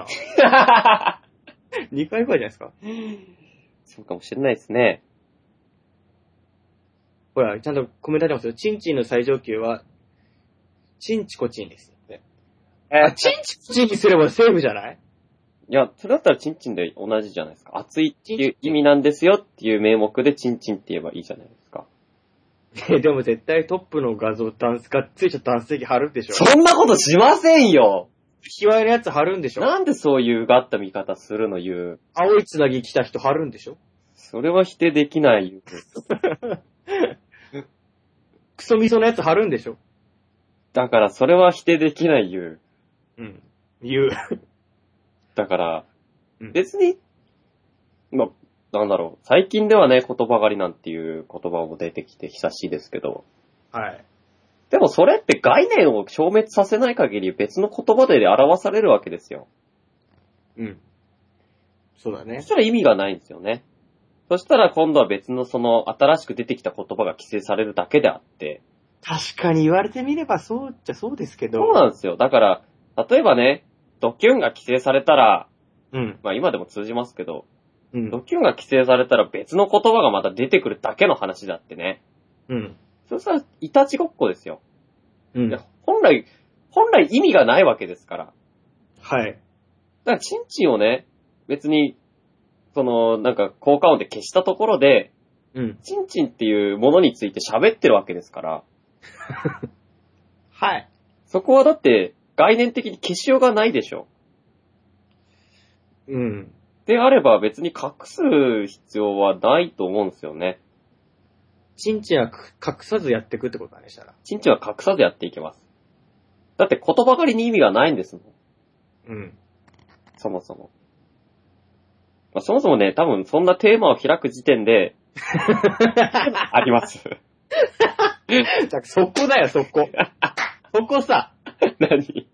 Speaker 2: な。2回ぐらいじゃないですか。
Speaker 3: そうかもしれないですね。
Speaker 2: ほら、ちゃんとコメントありますよ。チンチンの最上級は、チンチコチンです。
Speaker 3: え
Speaker 2: あ、チンチコチンにすればセーフじゃない
Speaker 3: いや、それだったらチンチンで同じじゃないですか。熱いっていう意味なんですよっていう名目でチンチンって言えばいいじゃないですか。
Speaker 2: えでも絶対トップの画像、ダンスがっついちゃダンス席貼るでしょ。
Speaker 3: そんなことしませんよ
Speaker 2: 卑猥のやつ貼るんでしょ。
Speaker 3: なんでそういうがった見方するの言う。
Speaker 2: 青いつなぎ来た人貼るんでしょ。
Speaker 3: それは否定できない言う。
Speaker 2: クソ味噌のやつ貼るんでしょ。
Speaker 3: だからそれは否定できない言う。
Speaker 2: うん。言う。
Speaker 3: だから
Speaker 2: うん、
Speaker 3: 別に、まあ、なんだろう、最近ではね、言葉狩りなんていう言葉も出てきて久しいですけど、
Speaker 2: はい。
Speaker 3: でもそれって概念を消滅させない限り別の言葉で表されるわけですよ。
Speaker 2: うん。そうだ
Speaker 3: そ
Speaker 2: ね
Speaker 3: し。たら意味がないんですよね。そしたら今度は別のその新しく出てきた言葉が規制されるだけであって。
Speaker 2: 確かに言われてみればそうっちゃそうですけど。
Speaker 3: そうなんですよ。だから、例えばね、ドキュンが規制されたら、
Speaker 2: うん。
Speaker 3: まあ今でも通じますけど、
Speaker 2: うん
Speaker 3: ド。キュンが規制されたら別の言葉がまた出てくるだけの話だってね。
Speaker 2: うん。
Speaker 3: そしたら、いたちごっこですよ。
Speaker 2: う
Speaker 3: いや
Speaker 2: ん。
Speaker 3: 本来、本来意味がないわけですから。だ
Speaker 2: はい。
Speaker 3: から、チンチンをね、別に、その、なんか、効果音で消したところで、
Speaker 2: うん。
Speaker 3: チンチンっていうものについて喋ってるわけですから、
Speaker 2: はい。
Speaker 3: そこはだって、概念的に消しようがないでしょ。
Speaker 2: うん。
Speaker 3: であれば別に隠す必要はないと思うんですよね。
Speaker 2: チンチンはく隠さずやってくってことだね、したら。
Speaker 3: チンチンは隠さずやっていけます。だって言葉狩りに意味がないんですもん。
Speaker 2: うん。
Speaker 3: そもそも。まあ、そもそもね、多分そんなテーマを開く時点で、あります。
Speaker 2: だから そこだよ、そこ。 そこさ、
Speaker 3: 何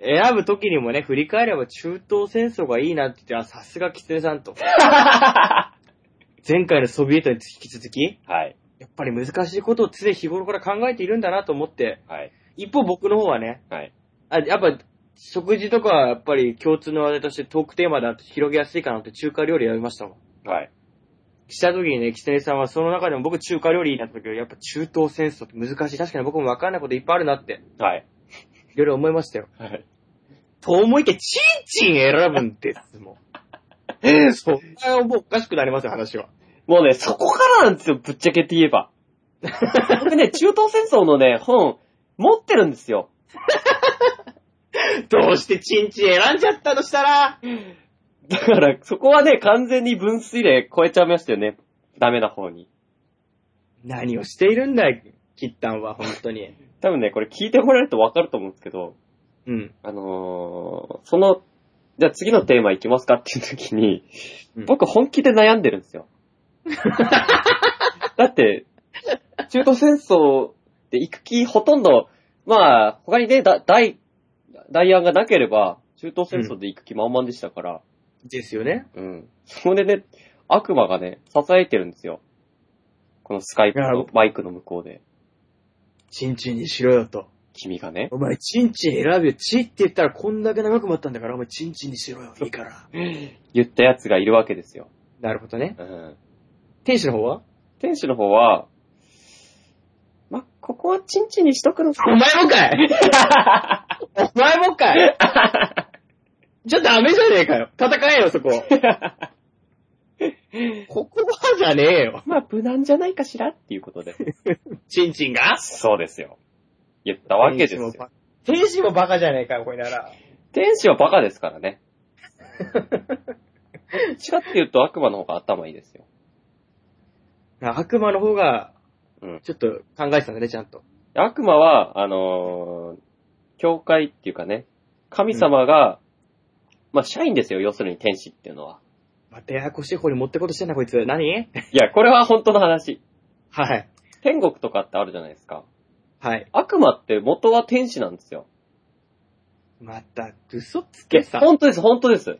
Speaker 2: 選ぶ時にもね、振り返れば中東戦争がいいなって言って、あ、さすがキツネさん と。前回のソビエトに引き続き、
Speaker 3: はい。
Speaker 2: やっぱり難しいことを常日頃から考えているんだなと思って、
Speaker 3: はい。
Speaker 2: 一方僕の方はね、
Speaker 3: はい。
Speaker 2: あやっぱ食事とかはやっぱり共通の話題としてトークテーマだと広げやすいかなって中華料理選びましたもん。
Speaker 3: はい。
Speaker 2: した時にね、キツネさんはその中でも僕中華料理になった時はやっぱ中東戦争って難しい。確かに僕もわかんないこといっぱいあるなって、
Speaker 3: はい。
Speaker 2: いろいろ思いましたよ。
Speaker 3: はい。
Speaker 2: と思いきや、チンチン選ぶんですもん。そう。あもうおかしくなりますよ、話は。
Speaker 3: もうね、そこからなんですよ、ぶっちゃけって言えば。僕ね、中東戦争のね、本、持ってるんですよ。
Speaker 2: どうしてチンチン選んじゃったとしたら、
Speaker 3: だから、そこはね、完全に分水嶺超えちゃいましたよね。ダメな方に。
Speaker 2: 何をしているんだい、キッタンは、本当に。
Speaker 3: 多分ね、これ聞いてもらえるとわかると思うんですけど、
Speaker 2: うん。
Speaker 3: あのー、その、じゃあ次のテーマいきますかっていう時に、
Speaker 2: うん
Speaker 3: 僕本気で悩んでるんです よ。だって、中東戦争で行く気ほとんど、まあ、他にね、だ大、大案がなければ、中東戦争で行く気満々でしたから、
Speaker 2: ですよね。
Speaker 3: うん。そこでね、悪魔がね、支えてるんですよ。このスカイプ
Speaker 2: なる
Speaker 3: の
Speaker 2: ほ
Speaker 3: マイクの向こうで。
Speaker 2: チンチンにしろよと。
Speaker 3: 君がね。
Speaker 2: お前、チンチン選ぶよ。チって言ったらこんだけ長く待ったんだから、お前、チンチンにしろよ。いいから。
Speaker 3: 言った奴がいるわけですよ。
Speaker 2: なるほどね。
Speaker 3: うん。
Speaker 2: 天使の方は
Speaker 3: 天使の方は、ま、ここはチンチンにしとくの
Speaker 2: お前もか いお前もかいじゃダメじゃねえかよ。戦えよ、そ こ。ここはじゃねえよ。
Speaker 3: まあ、無難じゃないかしらっていうことで。
Speaker 2: チンチンが
Speaker 3: そうですよ。言ったわけですよ。
Speaker 2: 天使もバカじゃねえかよ、これなら。
Speaker 3: 天使はバカですから ね。どっちかっていうと悪魔の方が頭いいですよ。
Speaker 2: 悪魔の方が
Speaker 3: うん、
Speaker 2: ちょっと考えてたんだね、ちゃんと。
Speaker 3: 悪魔は、あのー教会っていうかね、神様が、まあ、社員ですよ、要するに天使っていうのは。
Speaker 2: またややこしい方に持ってこうとしてんな、こいつ。 何
Speaker 3: いや、これは本当の話。
Speaker 2: はい。
Speaker 3: 天国とかってあるじゃないですか。
Speaker 2: はい。
Speaker 3: 悪魔って元は天使なんですよ。
Speaker 2: また、嘘つ
Speaker 3: いや
Speaker 2: けさ。
Speaker 3: 本当です、本当です。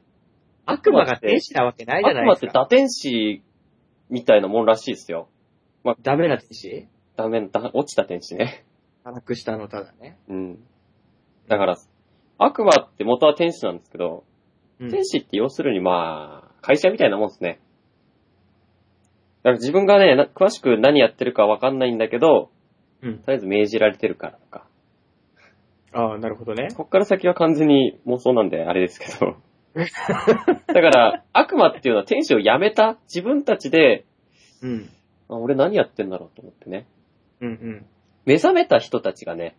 Speaker 2: 悪魔が天使なわけないじゃ
Speaker 3: 悪
Speaker 2: ない
Speaker 3: 魔っ
Speaker 2: です
Speaker 3: て
Speaker 2: か。
Speaker 3: 打天使みたいなもんらしいですよ。
Speaker 2: ダメな天使
Speaker 3: ダメ、だ落ちた天使ね。
Speaker 2: 堕落したの、ただね。
Speaker 3: うん。だから、悪魔って元は天使なんですけど、
Speaker 2: うん
Speaker 3: 天使って要するにまあ、会社みたいなもんですね。だから自分がね、な詳しく何やってるかわかんないんだけど、
Speaker 2: うん。
Speaker 3: とりあえず命じられてるからとか。
Speaker 2: ああ、なるほどね。
Speaker 3: こっから先は完全に妄想なんで、あれですけ ど。だから、悪魔っていうのは天使を辞めた自分たちで、
Speaker 2: うん。
Speaker 3: あ俺何やってんだろうと思ってね。
Speaker 2: うん
Speaker 3: 目覚めた人たちがね、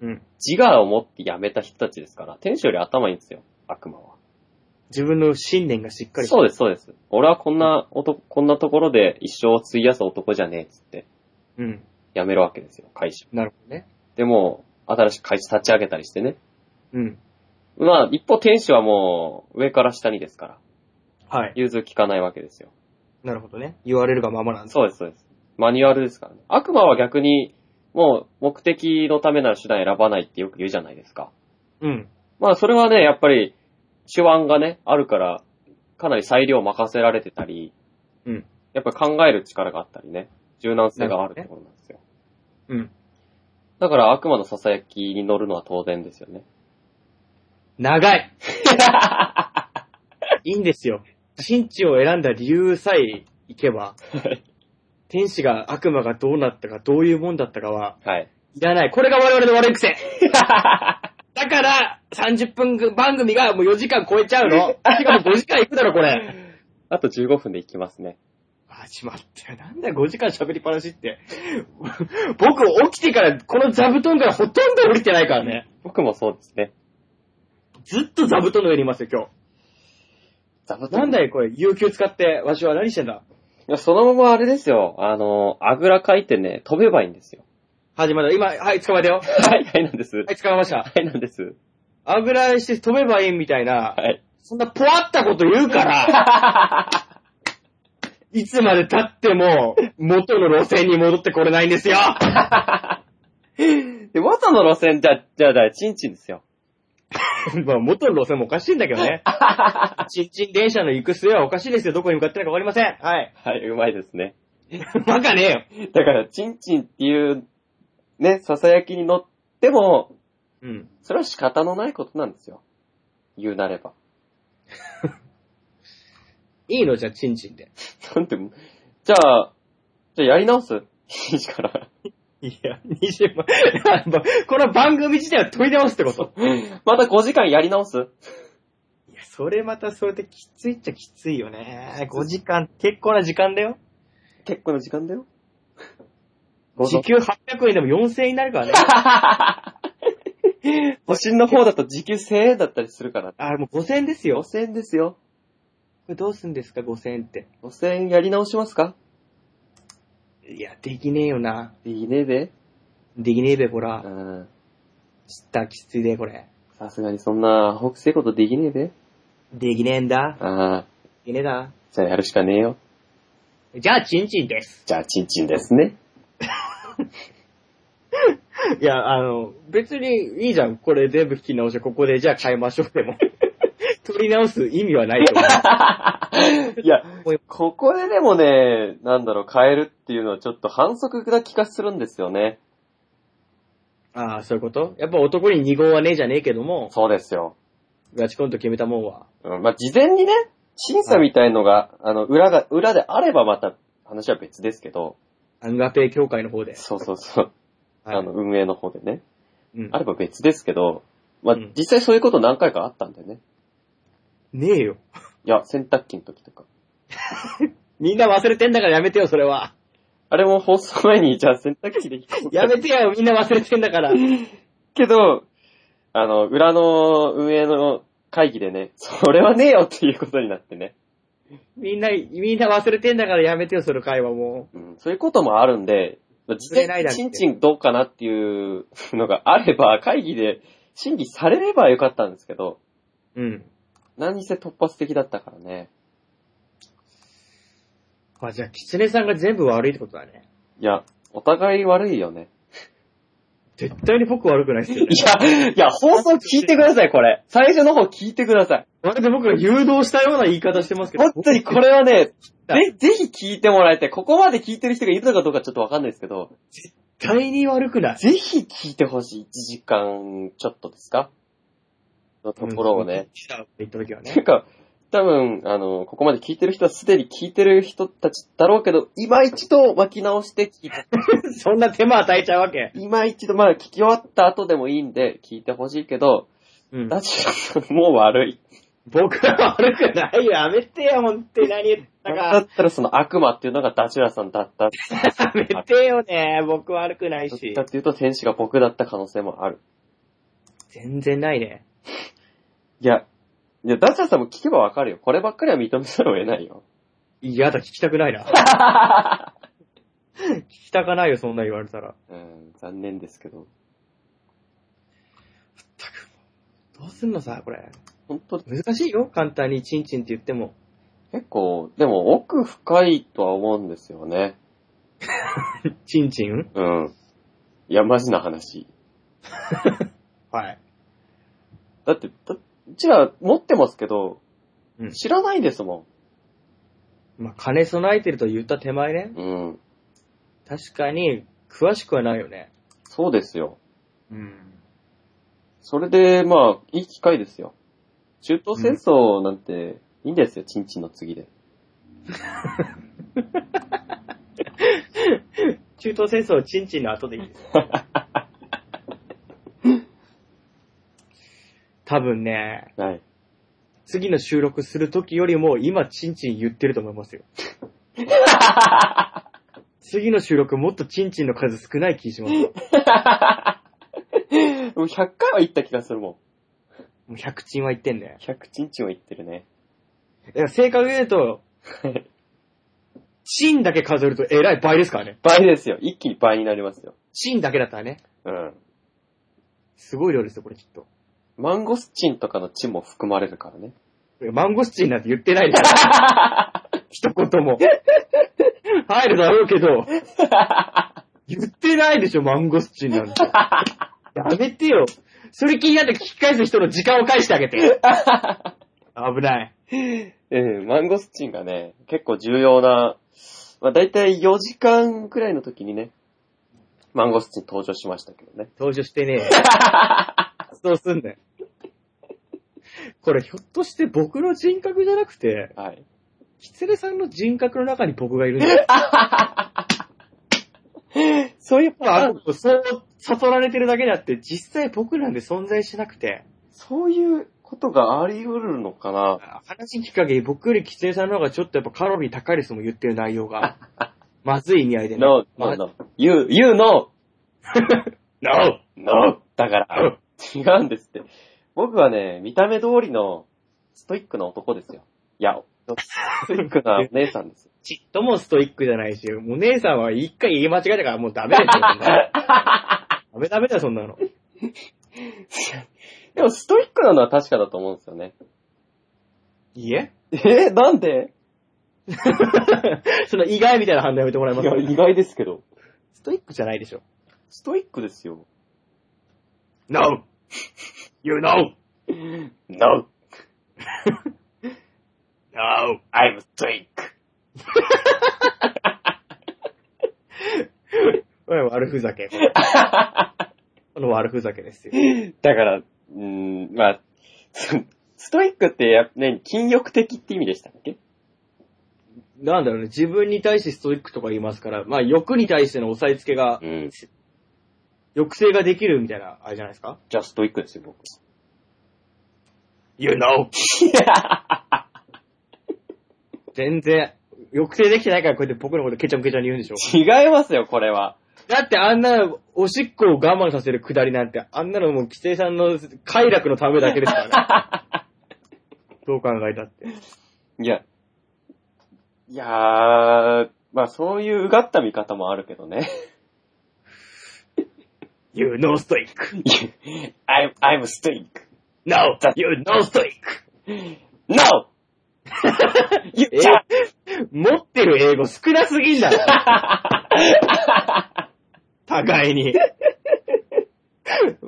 Speaker 2: うん。うん。
Speaker 3: 自我を持って辞めた人たちですから、天使より頭いいんですよ、悪魔は。
Speaker 2: 自分の信念がしっかり。
Speaker 3: そうです、そうです。俺はこんな男、こんなところで一生を費やす男じゃねえっつって、
Speaker 2: うん。
Speaker 3: 辞めるわけですよ、会社。
Speaker 2: なるほどね。
Speaker 3: でも、新しく会社立ち上げたりしてね。
Speaker 2: うん。
Speaker 3: まあ、一方天使はもう、上から下にですから、
Speaker 2: はい。
Speaker 3: 融通聞かないわけですよ。
Speaker 2: なるほどね。言われるがままなんだ。
Speaker 3: そうです、そうです。マニュアルですからね。悪魔は逆に、もう、目的のためなら手段選ばないってよく言うじゃないですか。
Speaker 2: うん。
Speaker 3: まあそれはね、やっぱり手腕がね、あるから、かなり裁量を任せられてたり、
Speaker 2: うん。
Speaker 3: やっぱり考える力があったりね、柔軟性があるところなんですよ。
Speaker 2: うん。
Speaker 3: だから悪魔の囁きに乗るのは当然ですよね。
Speaker 2: 長い いいんですよ。真知を選んだ理由さえいけば、天使が悪魔がどうなったか、どういうもんだったかは、
Speaker 3: はい。
Speaker 2: いらない。これが我々の悪い癖 だから、30分番組がもう4時間超えちゃう の。しかも5時間いくだろ、これ。
Speaker 3: あと15分で行きますね。
Speaker 2: あ、しまったよ。なんだよ、5時間喋りっぱなしって。 僕、起きてから、この座布団からほとんど降りてないからね。
Speaker 3: 僕もそうですね。
Speaker 2: ずっと座布団の上にいますよ、今日。
Speaker 3: 座布
Speaker 2: なんだよ、これ、有給使って、わしは何してんだ
Speaker 3: いやそのままあれですよ。あの、あぐらかいてね、飛べばいいんですよ。
Speaker 2: 始まる。今、はい、捕まえたよ。
Speaker 3: はい、はいなんです。は
Speaker 2: はい、捕まえました。
Speaker 3: い、なんです。
Speaker 2: あぐらして飛べばいいみたい な、
Speaker 3: はい。
Speaker 2: そんなぽわったこと言うから、いつまで経っても元の路線に戻ってこれないん ですよ。
Speaker 3: で、元の路線じゃ、じゃ、じゃ、チンチンですよ。
Speaker 2: まあ元の路線もおかしいんだけどね。ちんちん電車の行く末はおかしいですよ。どこに向かってるかわかりません。はい。
Speaker 3: はい、うまいですね。
Speaker 2: バカねえよ。
Speaker 3: だから、チンチンっていう、ね、ささやきに乗っても、
Speaker 2: うん。
Speaker 3: それは仕方のないことなんですよ。言うなれば。
Speaker 2: いいのじゃあ、ちんちんで。
Speaker 3: なんて、じゃあ、じゃあやり直すいいから。
Speaker 2: いや、20万。あのこの番組自体は問い直すってこと。
Speaker 3: また5時間やり直す
Speaker 2: いや、それまたそれできついっちゃきついよね。5時間、結構な時間だよ。
Speaker 3: 結構な時間だよ。
Speaker 2: 時給800円でも4000円になるからね。
Speaker 3: 都心の方だと時給1000円だったりするから。
Speaker 2: あ、もう5000円ですよ。こ
Speaker 3: 5000円ですよ。
Speaker 2: れどうすんですか、5000円って。
Speaker 3: 5000円やり直しますか
Speaker 2: いや、できねえよな。
Speaker 3: いいねべ。
Speaker 2: できねえべ、こ
Speaker 3: う
Speaker 2: ら。
Speaker 3: ん。
Speaker 2: 知った、きついで、これ。
Speaker 3: さすがにそんな、北西ことできねえべ。
Speaker 2: できねえんだ。
Speaker 3: ああ。
Speaker 2: できねえだ。
Speaker 3: じゃあやるしかねえよ。
Speaker 2: じゃあ、ちんちんです。
Speaker 3: じゃあ、チンチンです ね。
Speaker 2: いや、あの、別にいいじゃん。これ全部聞き直して、ここでじゃあ変えましょうでも。 取り直す意味はないと思う。
Speaker 3: いや、ここででもね、なんだろう、変えるっていうのはちょっと反則な気がするんですよね。
Speaker 2: ああ、そういうことやっぱ男に二号はねえじゃねえけども、
Speaker 3: そうですよ。
Speaker 2: ガチコント決めたもんは。
Speaker 3: うん、まあ、事前にね、審査みたいのが、あの、裏が、裏であればまた話は別ですけど、
Speaker 2: アンガペイ協会の方で。
Speaker 3: そうそうそう、
Speaker 2: はい、
Speaker 3: あの、運営の方でね、
Speaker 2: うん
Speaker 3: あれば別ですけど、まあ
Speaker 2: うん、
Speaker 3: 実際そういうこと何回かあったんだよね。
Speaker 2: ねえよ。
Speaker 3: いや、洗濯機の時とか。
Speaker 2: みんな忘れてんだからやめてよ、それは。
Speaker 3: あれも放送前に、じゃあ洗濯機で聞こうか
Speaker 2: やめてよ、みんな忘れてんだ から。
Speaker 3: けど、あの、裏の運営の会議でね、 それはねえよっていうことになってね。
Speaker 2: みんな、みんな忘れてんだからやめてよ、その会話も
Speaker 3: うん、そういうこともあるんで、まあ事
Speaker 2: 触れない
Speaker 3: 前
Speaker 2: だ
Speaker 3: に
Speaker 2: って
Speaker 3: ちんちんどうかなっていうのがあれば、 会議で審議されればよかったんですけど、
Speaker 2: う。うん。
Speaker 3: 何せ突発的だったからね。
Speaker 2: あ、じゃあ、キツネさんが全部悪いってことだね。
Speaker 3: いや、お互い悪いよね。
Speaker 2: 絶対に僕悪くないっすよね
Speaker 3: い。や、いや、放送聞いてください、これ。最初の方聞いてください。
Speaker 2: まるで僕が誘導したような言い方してますけど。
Speaker 3: 本当にこれはね、
Speaker 2: は
Speaker 3: ぜぜひ聞いてもらいたい。ここまで聞いてる人がいるのかどうかちょっとわかんないですけど、
Speaker 2: 絶対に悪くない。
Speaker 3: ぜひ聞いてほしい。1時間ちょっとですかのところをね。。
Speaker 2: 言った時は
Speaker 3: て
Speaker 2: ね。
Speaker 3: か、多分、あの、ここまで聞いてる人はすでに聞いてる人たちだろうけど、今一度巻き直して聞いて、
Speaker 2: そんな 手間与えちゃうわけ。
Speaker 3: 今一度まだ聞き終わった後でもいいんで、聞いてほしいけど、
Speaker 2: うん
Speaker 3: ダチさんもう悪い。
Speaker 2: 僕は悪くないよ。やめてよ、本当に何言った
Speaker 3: だっ
Speaker 2: か。
Speaker 3: たらその悪魔っていうのがダチュラさんだった。
Speaker 2: やめてよね。僕は悪くないし
Speaker 3: だ。っていうと天使が僕だった可能性もある。
Speaker 2: 全然ないね。
Speaker 3: いや、いや、ダチュラさんも聞けばわかるよ。こればっかりは認めざるを得ない よ。
Speaker 2: 嫌だ、聞きたくないな。聞きたかないよ、そんな言われたら。
Speaker 3: うん、残念ですけど。
Speaker 2: どうすんのさ、これ。
Speaker 3: 本当
Speaker 2: 難しいよ、簡単にチンチンって言っても。
Speaker 3: 結構、でも奥深いとは思うんですよね。
Speaker 2: チンチン
Speaker 3: うん。いや、マジな話。
Speaker 2: はい。
Speaker 3: だって、だうちら持ってますけど、
Speaker 2: うん
Speaker 3: 知らないですも
Speaker 2: まあ、金備えてると言った手前ね
Speaker 3: ん。。うん。
Speaker 2: 確かに、詳しくはないよね。
Speaker 3: そうですよ。
Speaker 2: うん。
Speaker 3: それで、まあ、いい機会ですよ。中東戦争なんて、いいんですよ、チンチンの次で。
Speaker 2: 中東戦争、チンチンの後でいいです。 多分ね、
Speaker 3: はい。
Speaker 2: 次の収録する時よりも今チンチン言ってると思い ますよ。次の収録もっとチンチンの数少ない気しますよ。も
Speaker 3: もう100回は行った気がするも
Speaker 2: う100チンは言ってん
Speaker 3: ん。。
Speaker 2: ね
Speaker 3: 100チンチンは行ってるね。
Speaker 2: だから正確に言うと、 チンだけ数えるとえらい倍ですからね。
Speaker 3: 倍ですよ。一気に倍になりますよ。
Speaker 2: チンだけだったらね。
Speaker 3: うん。
Speaker 2: すごい量ですよ、これきっと。
Speaker 3: マンゴスチンとかのチンも含まれるからね。
Speaker 2: マンゴスチンなんて言ってないですよ。一言も。入るだろうけど、言ってないでしょ、マンゴスチンなんて。やめてよ。それ気になって聞き返す人の時間を返してあげて。危ない。
Speaker 3: うん、マンゴスチンがね、結構重要な、まあ大体4時間くらいの時にね、マンゴスチン登場しましたけどね。
Speaker 2: 登場してねえよ。活動すんだよ。これひょっとして僕の人格じゃなくて、
Speaker 3: はい。
Speaker 2: キツネさんの人格の中に僕がいるんだよ。
Speaker 3: そういう
Speaker 2: まあ、あのそう悟られてるだけであって、実際僕なんで存在しなくて、
Speaker 3: そういうことがあり得るのかな
Speaker 2: 話聞く限り僕よりキツネさんの方がちょっとやっぱカロリー高いですもん言ってる内 容が。まずい意味合いでね。
Speaker 3: ?No, no, no. You, you know,
Speaker 2: No!
Speaker 3: no. だから、違うんですって。僕はね、見た目通りのストイックな男ですよ。いや、ストイックなお姉さんですよ。
Speaker 2: ちっともストイックじゃないし、もう姉さんは一回言い間違えたからもうダメだよ。そ んなダメダメだよ、そんなの。
Speaker 3: でもストイックなのは確かだと思うんですよね。
Speaker 2: いいえ
Speaker 3: えーなんで
Speaker 2: その意外みたいな判断やめてもらえま
Speaker 3: い
Speaker 2: す
Speaker 3: や
Speaker 2: か
Speaker 3: 意外ですけど。
Speaker 2: ストイックじゃないでしょ。
Speaker 3: ストイックですよ。
Speaker 2: No! You know!
Speaker 3: No,
Speaker 2: No!
Speaker 3: I'm stoic.
Speaker 2: これ悪ふざけ。この悪ふざけですよ。
Speaker 3: だから、うーん、まあ、スストイックってやっぱ、ね、禁欲的って意味でしたっけ
Speaker 2: なんだろうね、自分に対してストイックとか言いますから、まあ欲に対しての押さえつけが、
Speaker 3: うん。
Speaker 2: 抑制ができるみたいな、あれじゃないですか
Speaker 3: じゃあストイックですよ、僕。
Speaker 2: ?You know! 全然、抑制できてないからこうやって僕のことケチャンケチャンに言うんでしょ
Speaker 3: 違いますよ、これは。
Speaker 2: だってあんな、おしっこを我慢させるくだりなんて、あんなのもう、規制さんの快楽のためだけです からね。どう考えたって。
Speaker 3: いや。いやー、まあそういううがった見方もあるけどね。
Speaker 2: You no stoic.
Speaker 3: I'm, I'm stoic.
Speaker 2: No, you no stoic.
Speaker 3: No!
Speaker 2: え持ってる英語少なすぎんだろ。互いに。 伝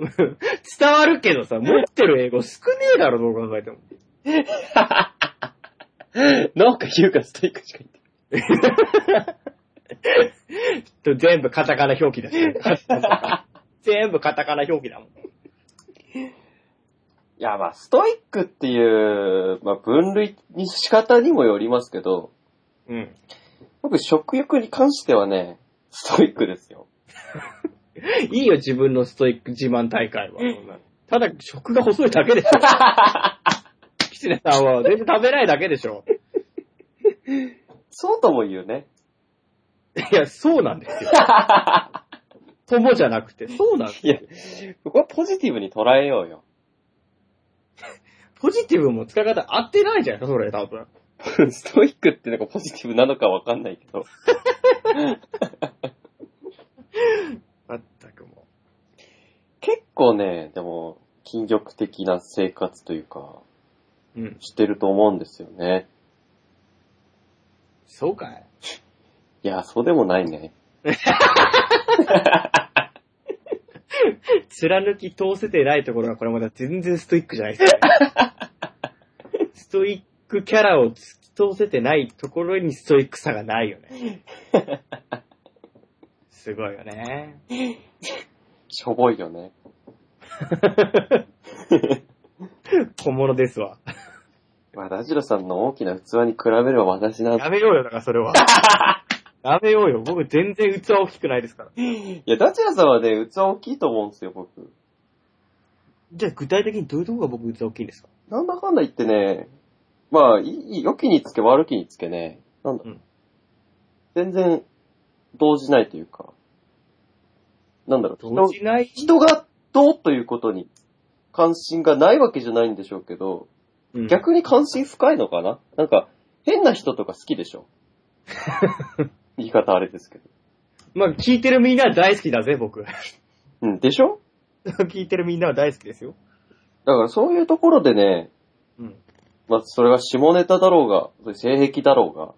Speaker 2: わるけどさ、持ってる英語少ねえだろ、どう考えて も。
Speaker 3: なんか言うかストイックしか言って
Speaker 2: 全部カタカナ表記 だし。全部カタカナ表記だもん。
Speaker 3: いや、まあ、ストイックっていう、まあ、分類に仕方にもよりますけど、
Speaker 2: うん。
Speaker 3: 僕、食欲に関してはね、ストイックです よ。
Speaker 2: いいよ、自分のストイック自慢大会は。そんなただ、食が細いだ けでしょ。キツネさんは全然食べないだけでしょ。
Speaker 3: そうとも言う ね。
Speaker 2: いや、そうなんですよ。友じゃなくて、そうなんです
Speaker 3: いや、ここはポジティブに捉えようよ。
Speaker 2: ポジティブも使い方合ってないじゃん、それ、多分。
Speaker 3: ストイックってなんかポジティブなのかわかんないけど。
Speaker 2: まったくも
Speaker 3: 結構ね、でも、禁欲的な生活というか、
Speaker 2: う。うん。
Speaker 3: してると思うんですよね。
Speaker 2: そうかい
Speaker 3: いや、そうでもない ね。
Speaker 2: 貫き通せてないところがこれまだ全然ストイックじゃないですか、 ね。ストイックキャラを突き通せてないところにストイックさがないよね。すごいよ ね。
Speaker 3: しょぼいよ ね。
Speaker 2: 小物ですわ。
Speaker 3: まあ、ラジロさんの大きな器に比べれば私なん
Speaker 2: やめようよ、だからそれは。 やめようよ。僕全然器大きくないですから。
Speaker 3: いや、ダチラさんはね、器大きいと思うんですよ、僕。
Speaker 2: じゃあ具体的にどういうとこが僕器大きいんですか
Speaker 3: なんだかんだ言ってね、まあ、いい良きにつけ悪きにつけね、なんだ、
Speaker 2: うん
Speaker 3: 全然、動じないというか、なんだろう、
Speaker 2: 動
Speaker 3: 人
Speaker 2: じない
Speaker 3: 人がどうということに関心がないわけじゃないんでしょうけど、
Speaker 2: うん
Speaker 3: 逆に関心深いのかななんか、変な人とか好きでし ょ言い方あれですけど。
Speaker 2: まあ聞いてるみんなは大好きだぜ、 僕。
Speaker 3: うん、でしょ
Speaker 2: 聞いてるみんなは大好きですよ。
Speaker 3: だからそういうところでね、
Speaker 2: うん。
Speaker 3: まあ、それが下ネタだろうが、そういう性癖だろうが、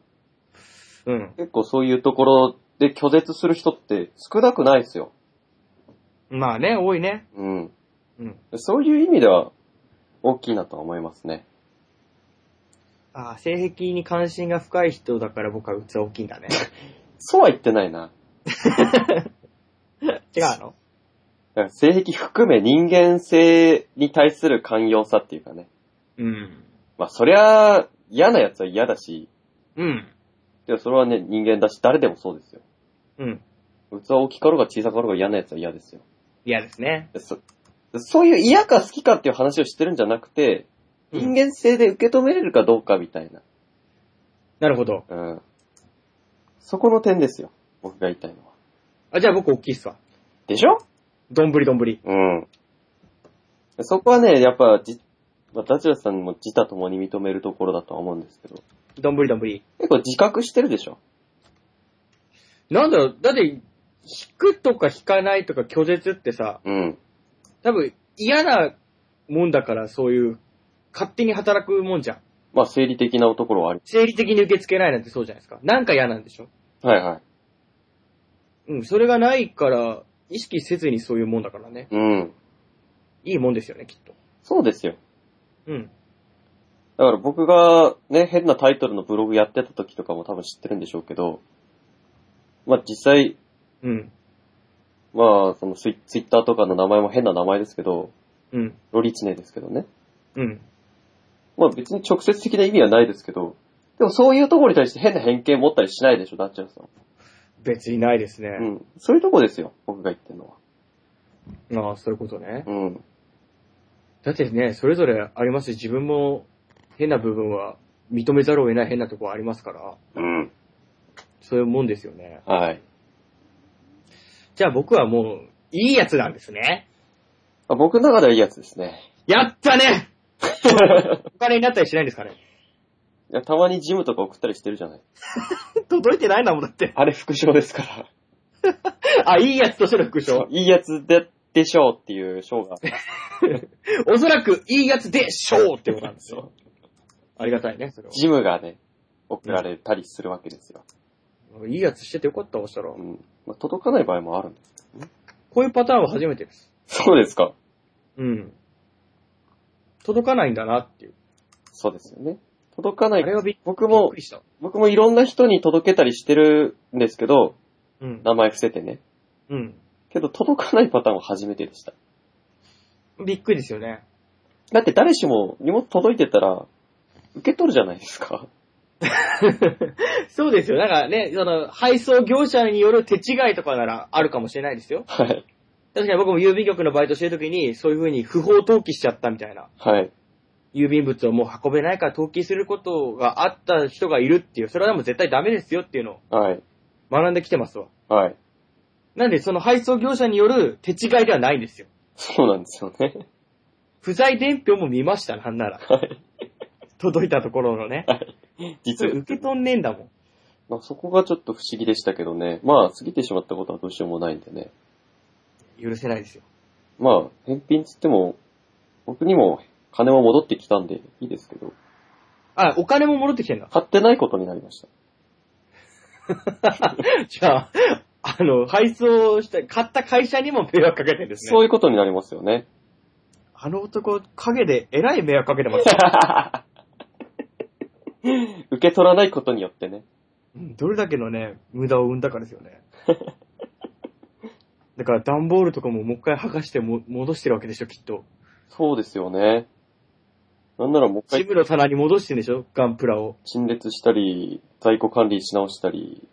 Speaker 2: うん。
Speaker 3: 結構そういうところで拒絶する人って少なくないですよ。
Speaker 2: まあね、多いね。
Speaker 3: うん。
Speaker 2: うん。
Speaker 3: そういう意味では、大きいなとは思いますね。
Speaker 2: ああ、性癖に関心が深い人だから僕は器大きいんだ ね。
Speaker 3: そうは言ってないな。
Speaker 2: 違うの
Speaker 3: だから性癖含め人間性に対する寛容さっていうかね。
Speaker 2: うん。
Speaker 3: まあ、そりゃあ、嫌な奴は嫌だし、
Speaker 2: うん。
Speaker 3: でもそれはね、人間だし、誰でもそうですよ。
Speaker 2: うん。
Speaker 3: 器大きかろうが小さかろうが嫌な奴は嫌ですよ。
Speaker 2: 嫌ですね。
Speaker 3: でそそういう嫌か好きかっていう話をしてるんじゃなくて、
Speaker 2: うん
Speaker 3: 人間性で受け止めれるかどうかみたいな。
Speaker 2: なるほど。
Speaker 3: うん。そこの点ですよ。僕が言いたいのは。
Speaker 2: あ、じゃあ僕大きいっすわ。
Speaker 3: でしょ
Speaker 2: どんぶりどんぶり。
Speaker 3: うん。そこはね、やっぱ、じ、まあ、ダチュラさんも自他ともに認めるところだとは思うんですけど、
Speaker 2: どんぶりどんぶり。
Speaker 3: 結構自覚してるでしょ
Speaker 2: なんだろう、だって、引くとか引かないとか拒絶ってさ、
Speaker 3: うん。
Speaker 2: 多分嫌なもんだからそういう、勝手に働くもんじゃん。
Speaker 3: まあ、生理的なところはあり。
Speaker 2: 生理的に受け付けないなんてそうじゃないですか。なんか嫌なんでしょ
Speaker 3: はいはい。
Speaker 2: うん、それがないから、意識せずにそういうもんだからね。
Speaker 3: うん。
Speaker 2: いいもんですよね、きっと。
Speaker 3: そうですよ。
Speaker 2: うん。
Speaker 3: だから僕がね、変なタイトルのブログやってた時とかも多分知ってるんでしょうけど、まあ実際、
Speaker 2: うん。
Speaker 3: まあそのツイツイッターとかの名前も変な名前ですけど、
Speaker 2: うん。
Speaker 3: ロリチネですけどね。
Speaker 2: うん。
Speaker 3: まあ別に直接的な意味はないですけど、でもそういうところに対して変な偏見持ったりしないでしょ、ダッチャンさん。
Speaker 2: 別にないですね。
Speaker 3: うん。そういうとこですよ、僕が言ってるのは。
Speaker 2: ああ、そういうことね。
Speaker 3: うん。
Speaker 2: だってね、それぞれありますし、自分も変な部分は認めざるを得ない変なとこありますから、
Speaker 3: うん。
Speaker 2: そういうもんですよね。
Speaker 3: はい。
Speaker 2: じゃあ僕はもう、いいやつなんですね。
Speaker 3: あ僕の中ではいいやつですね。
Speaker 2: やった ねお金になったりしないんですかね
Speaker 3: いやたまにジムとか送ったりしてるじゃない。
Speaker 2: 届いてないんだもんだって。
Speaker 3: あれ副賞ですから。
Speaker 2: あ、いいやつとしての副賞。
Speaker 3: いいやつで、でしょうっていう賞が。
Speaker 2: おそらくいいやつでしょうってことなんです
Speaker 3: そう
Speaker 2: よ。。ありがたいね、それは。
Speaker 3: ジムがね、送られたりするわけですよ。
Speaker 2: いいやつしててよかったわ、そしたら。
Speaker 3: う
Speaker 2: こ
Speaker 3: ん。まあ、届かない場合もあるんです。
Speaker 2: ういうパターンは初めてです。
Speaker 3: そうですか。
Speaker 2: うん。届かないんだなっていう。
Speaker 3: そうですよね。届かな。
Speaker 2: あれはいびっ
Speaker 3: 僕
Speaker 2: びっ
Speaker 3: も
Speaker 2: く、りした。
Speaker 3: 僕もいろんな人に届けたりしてるんですけど、
Speaker 2: うん。
Speaker 3: 名前伏せてね。
Speaker 2: うん。
Speaker 3: けど届かないパターンは初めてでした。
Speaker 2: びっくりですよ ね。
Speaker 3: だって誰しも荷物届いてたら、受け取るじゃないですか。
Speaker 2: そうですよ。なんかね、その、配送業者による手違いとかならあるかもしれないですよ。
Speaker 3: はい。
Speaker 2: 確かに僕も郵便局のバイトしてる時に、そういう風に不法投棄しちゃったみたいな。
Speaker 3: はい。
Speaker 2: 郵便物をもう運べないから投棄することがあった人がいるっていう、それはでも絶対ダメですよっていうのを
Speaker 3: はい。
Speaker 2: 学んできてますわ。
Speaker 3: はい。
Speaker 2: なんで、その配送業者による手違いではないんですよ。
Speaker 3: そうなんですよね。
Speaker 2: 不在伝票も見ました、なんなら。
Speaker 3: はい。
Speaker 2: 届いたところのね。
Speaker 3: 実
Speaker 2: それ
Speaker 3: は。
Speaker 2: 受け取んねえんだもん。
Speaker 3: まあ、そこがちょっと不思議でしたけどね。まあ、過ぎてしまったことはどうしようもないんでね。
Speaker 2: 許せないですよ。
Speaker 3: まあ、返品つっても、僕にも金は戻ってきたんでいいですけど、
Speaker 2: あ、お金も戻ってきてんだ。
Speaker 3: 買ってないことになりました。
Speaker 2: じゃあ、あの、配送した、買った会社にも迷惑かけてるんですね。
Speaker 3: そういうことになりますよね。
Speaker 2: あの男、影でえらい迷惑かけて ます。
Speaker 3: 受け取らないことによってね。
Speaker 2: うんどれだけのね、無駄を生んだかですよね。だから段ボールとかももう一回剥がしても戻してるわけでしょ、きっと。
Speaker 3: そうですよね。なんならもう
Speaker 2: チ
Speaker 3: 一
Speaker 2: ー
Speaker 3: 回
Speaker 2: ムの棚に戻してんでしょ、ガンプラを。
Speaker 3: 陳列したり、在庫管理し直したり、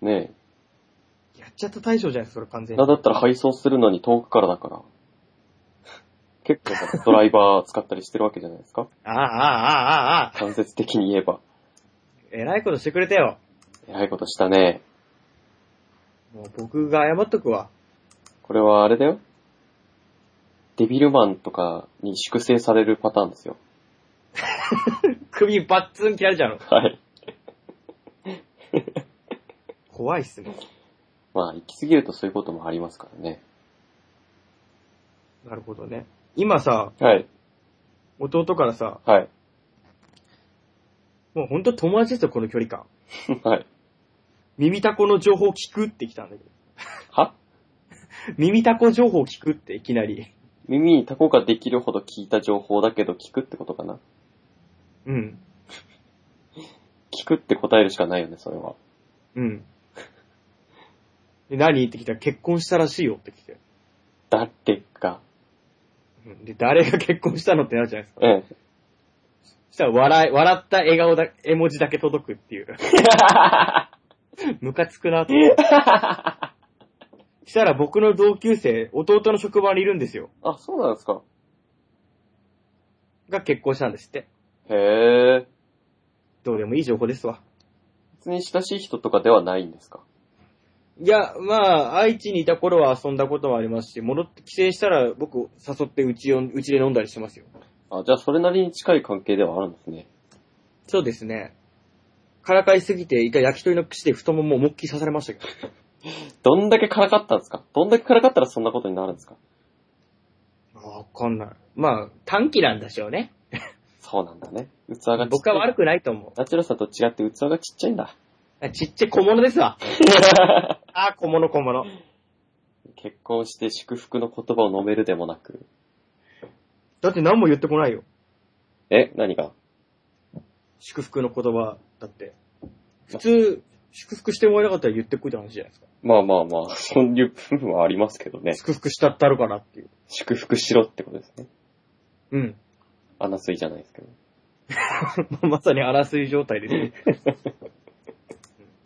Speaker 3: ね
Speaker 2: やっちゃった大将じゃないですか、それ完
Speaker 3: え。
Speaker 2: 全に
Speaker 3: なん。だったら配送するのに遠くからだから。結構さドライバー使ったりしてるわけじゃないですか。
Speaker 2: ああ、ああ、ああ、ああ。
Speaker 3: 間接的に言えば。
Speaker 2: えらいことしてくれたよ。
Speaker 3: えらいことしたね。
Speaker 2: もう僕が謝っとくわ。
Speaker 3: これはあれだよ。デビルマンとかに粛清されるパターンですよ。
Speaker 2: 首バッツン切られちゃうの。
Speaker 3: はい。
Speaker 2: 怖いっすね。
Speaker 3: まあ、行き過ぎるとそういうこともありますからね。
Speaker 2: なるほどね。今さ、
Speaker 3: はい。
Speaker 2: 弟からさ、
Speaker 3: はい。
Speaker 2: もうほんと友達ですよ、この距離感。
Speaker 3: はい。
Speaker 2: 耳たこの情報を聞くって来たんだけど。
Speaker 3: は
Speaker 2: 耳たこ情報を聞くっていきなり。
Speaker 3: 耳にタコができるほど聞いた情報だけど聞くってことかな。
Speaker 2: うん。
Speaker 3: 聞くって答えるしかないよね、それは。
Speaker 2: うん。で、何って来たら結婚したらしいよって来て。
Speaker 3: だってか。
Speaker 2: うんで、誰が結婚したのってなるじゃないですか。
Speaker 3: ええ。
Speaker 2: そしたら笑い、笑った笑顔だ、絵文字だけ届くって いう。ムカつくなと思って。したら僕の同級生、弟の職場にいるんですよ。
Speaker 3: あ、そうなんですか。
Speaker 2: が結婚したんですって。
Speaker 3: へえ。
Speaker 2: どうでもいい情報ですわ。
Speaker 3: 別に親しい人とかではないんですか。
Speaker 2: いや、まあ、愛知にいた頃は遊んだこともありますし、戻って帰省したら僕誘ってうちを、うちで飲んだりしてますよ。
Speaker 3: あ、じゃあそれなりに近い関係ではあるんですね。
Speaker 2: そうですね。からかいすぎて、一回焼き鳥の串で太ももを思いっきり刺されましたけど。
Speaker 3: どんだけからかったんですかどんだけからかったらそんなことになるんですか
Speaker 2: わかんない。まあ、短期なんでしょうね。
Speaker 3: そうなんだね。器がちっちゃい。
Speaker 2: 僕は悪くないと思
Speaker 3: ナチュラさんと違って器がちっちゃいん だ。
Speaker 2: う。あちっちゃい小物ですわ。あー、小物小物。
Speaker 3: 結婚して祝福の言葉を飲めるでもなく。
Speaker 2: だって何も言ってこないよ。
Speaker 3: え、何が
Speaker 2: 祝福の言葉だって。普通、祝福してもらえなかったら言ってくるって話じゃないですか。
Speaker 3: まあまあまあ、そういう部分はありますけどね。
Speaker 2: 祝福したったるからっていう。
Speaker 3: 祝福しろってことですね。
Speaker 2: うん。
Speaker 3: 穴水じゃないですけど。
Speaker 2: まさに争い状態です ね。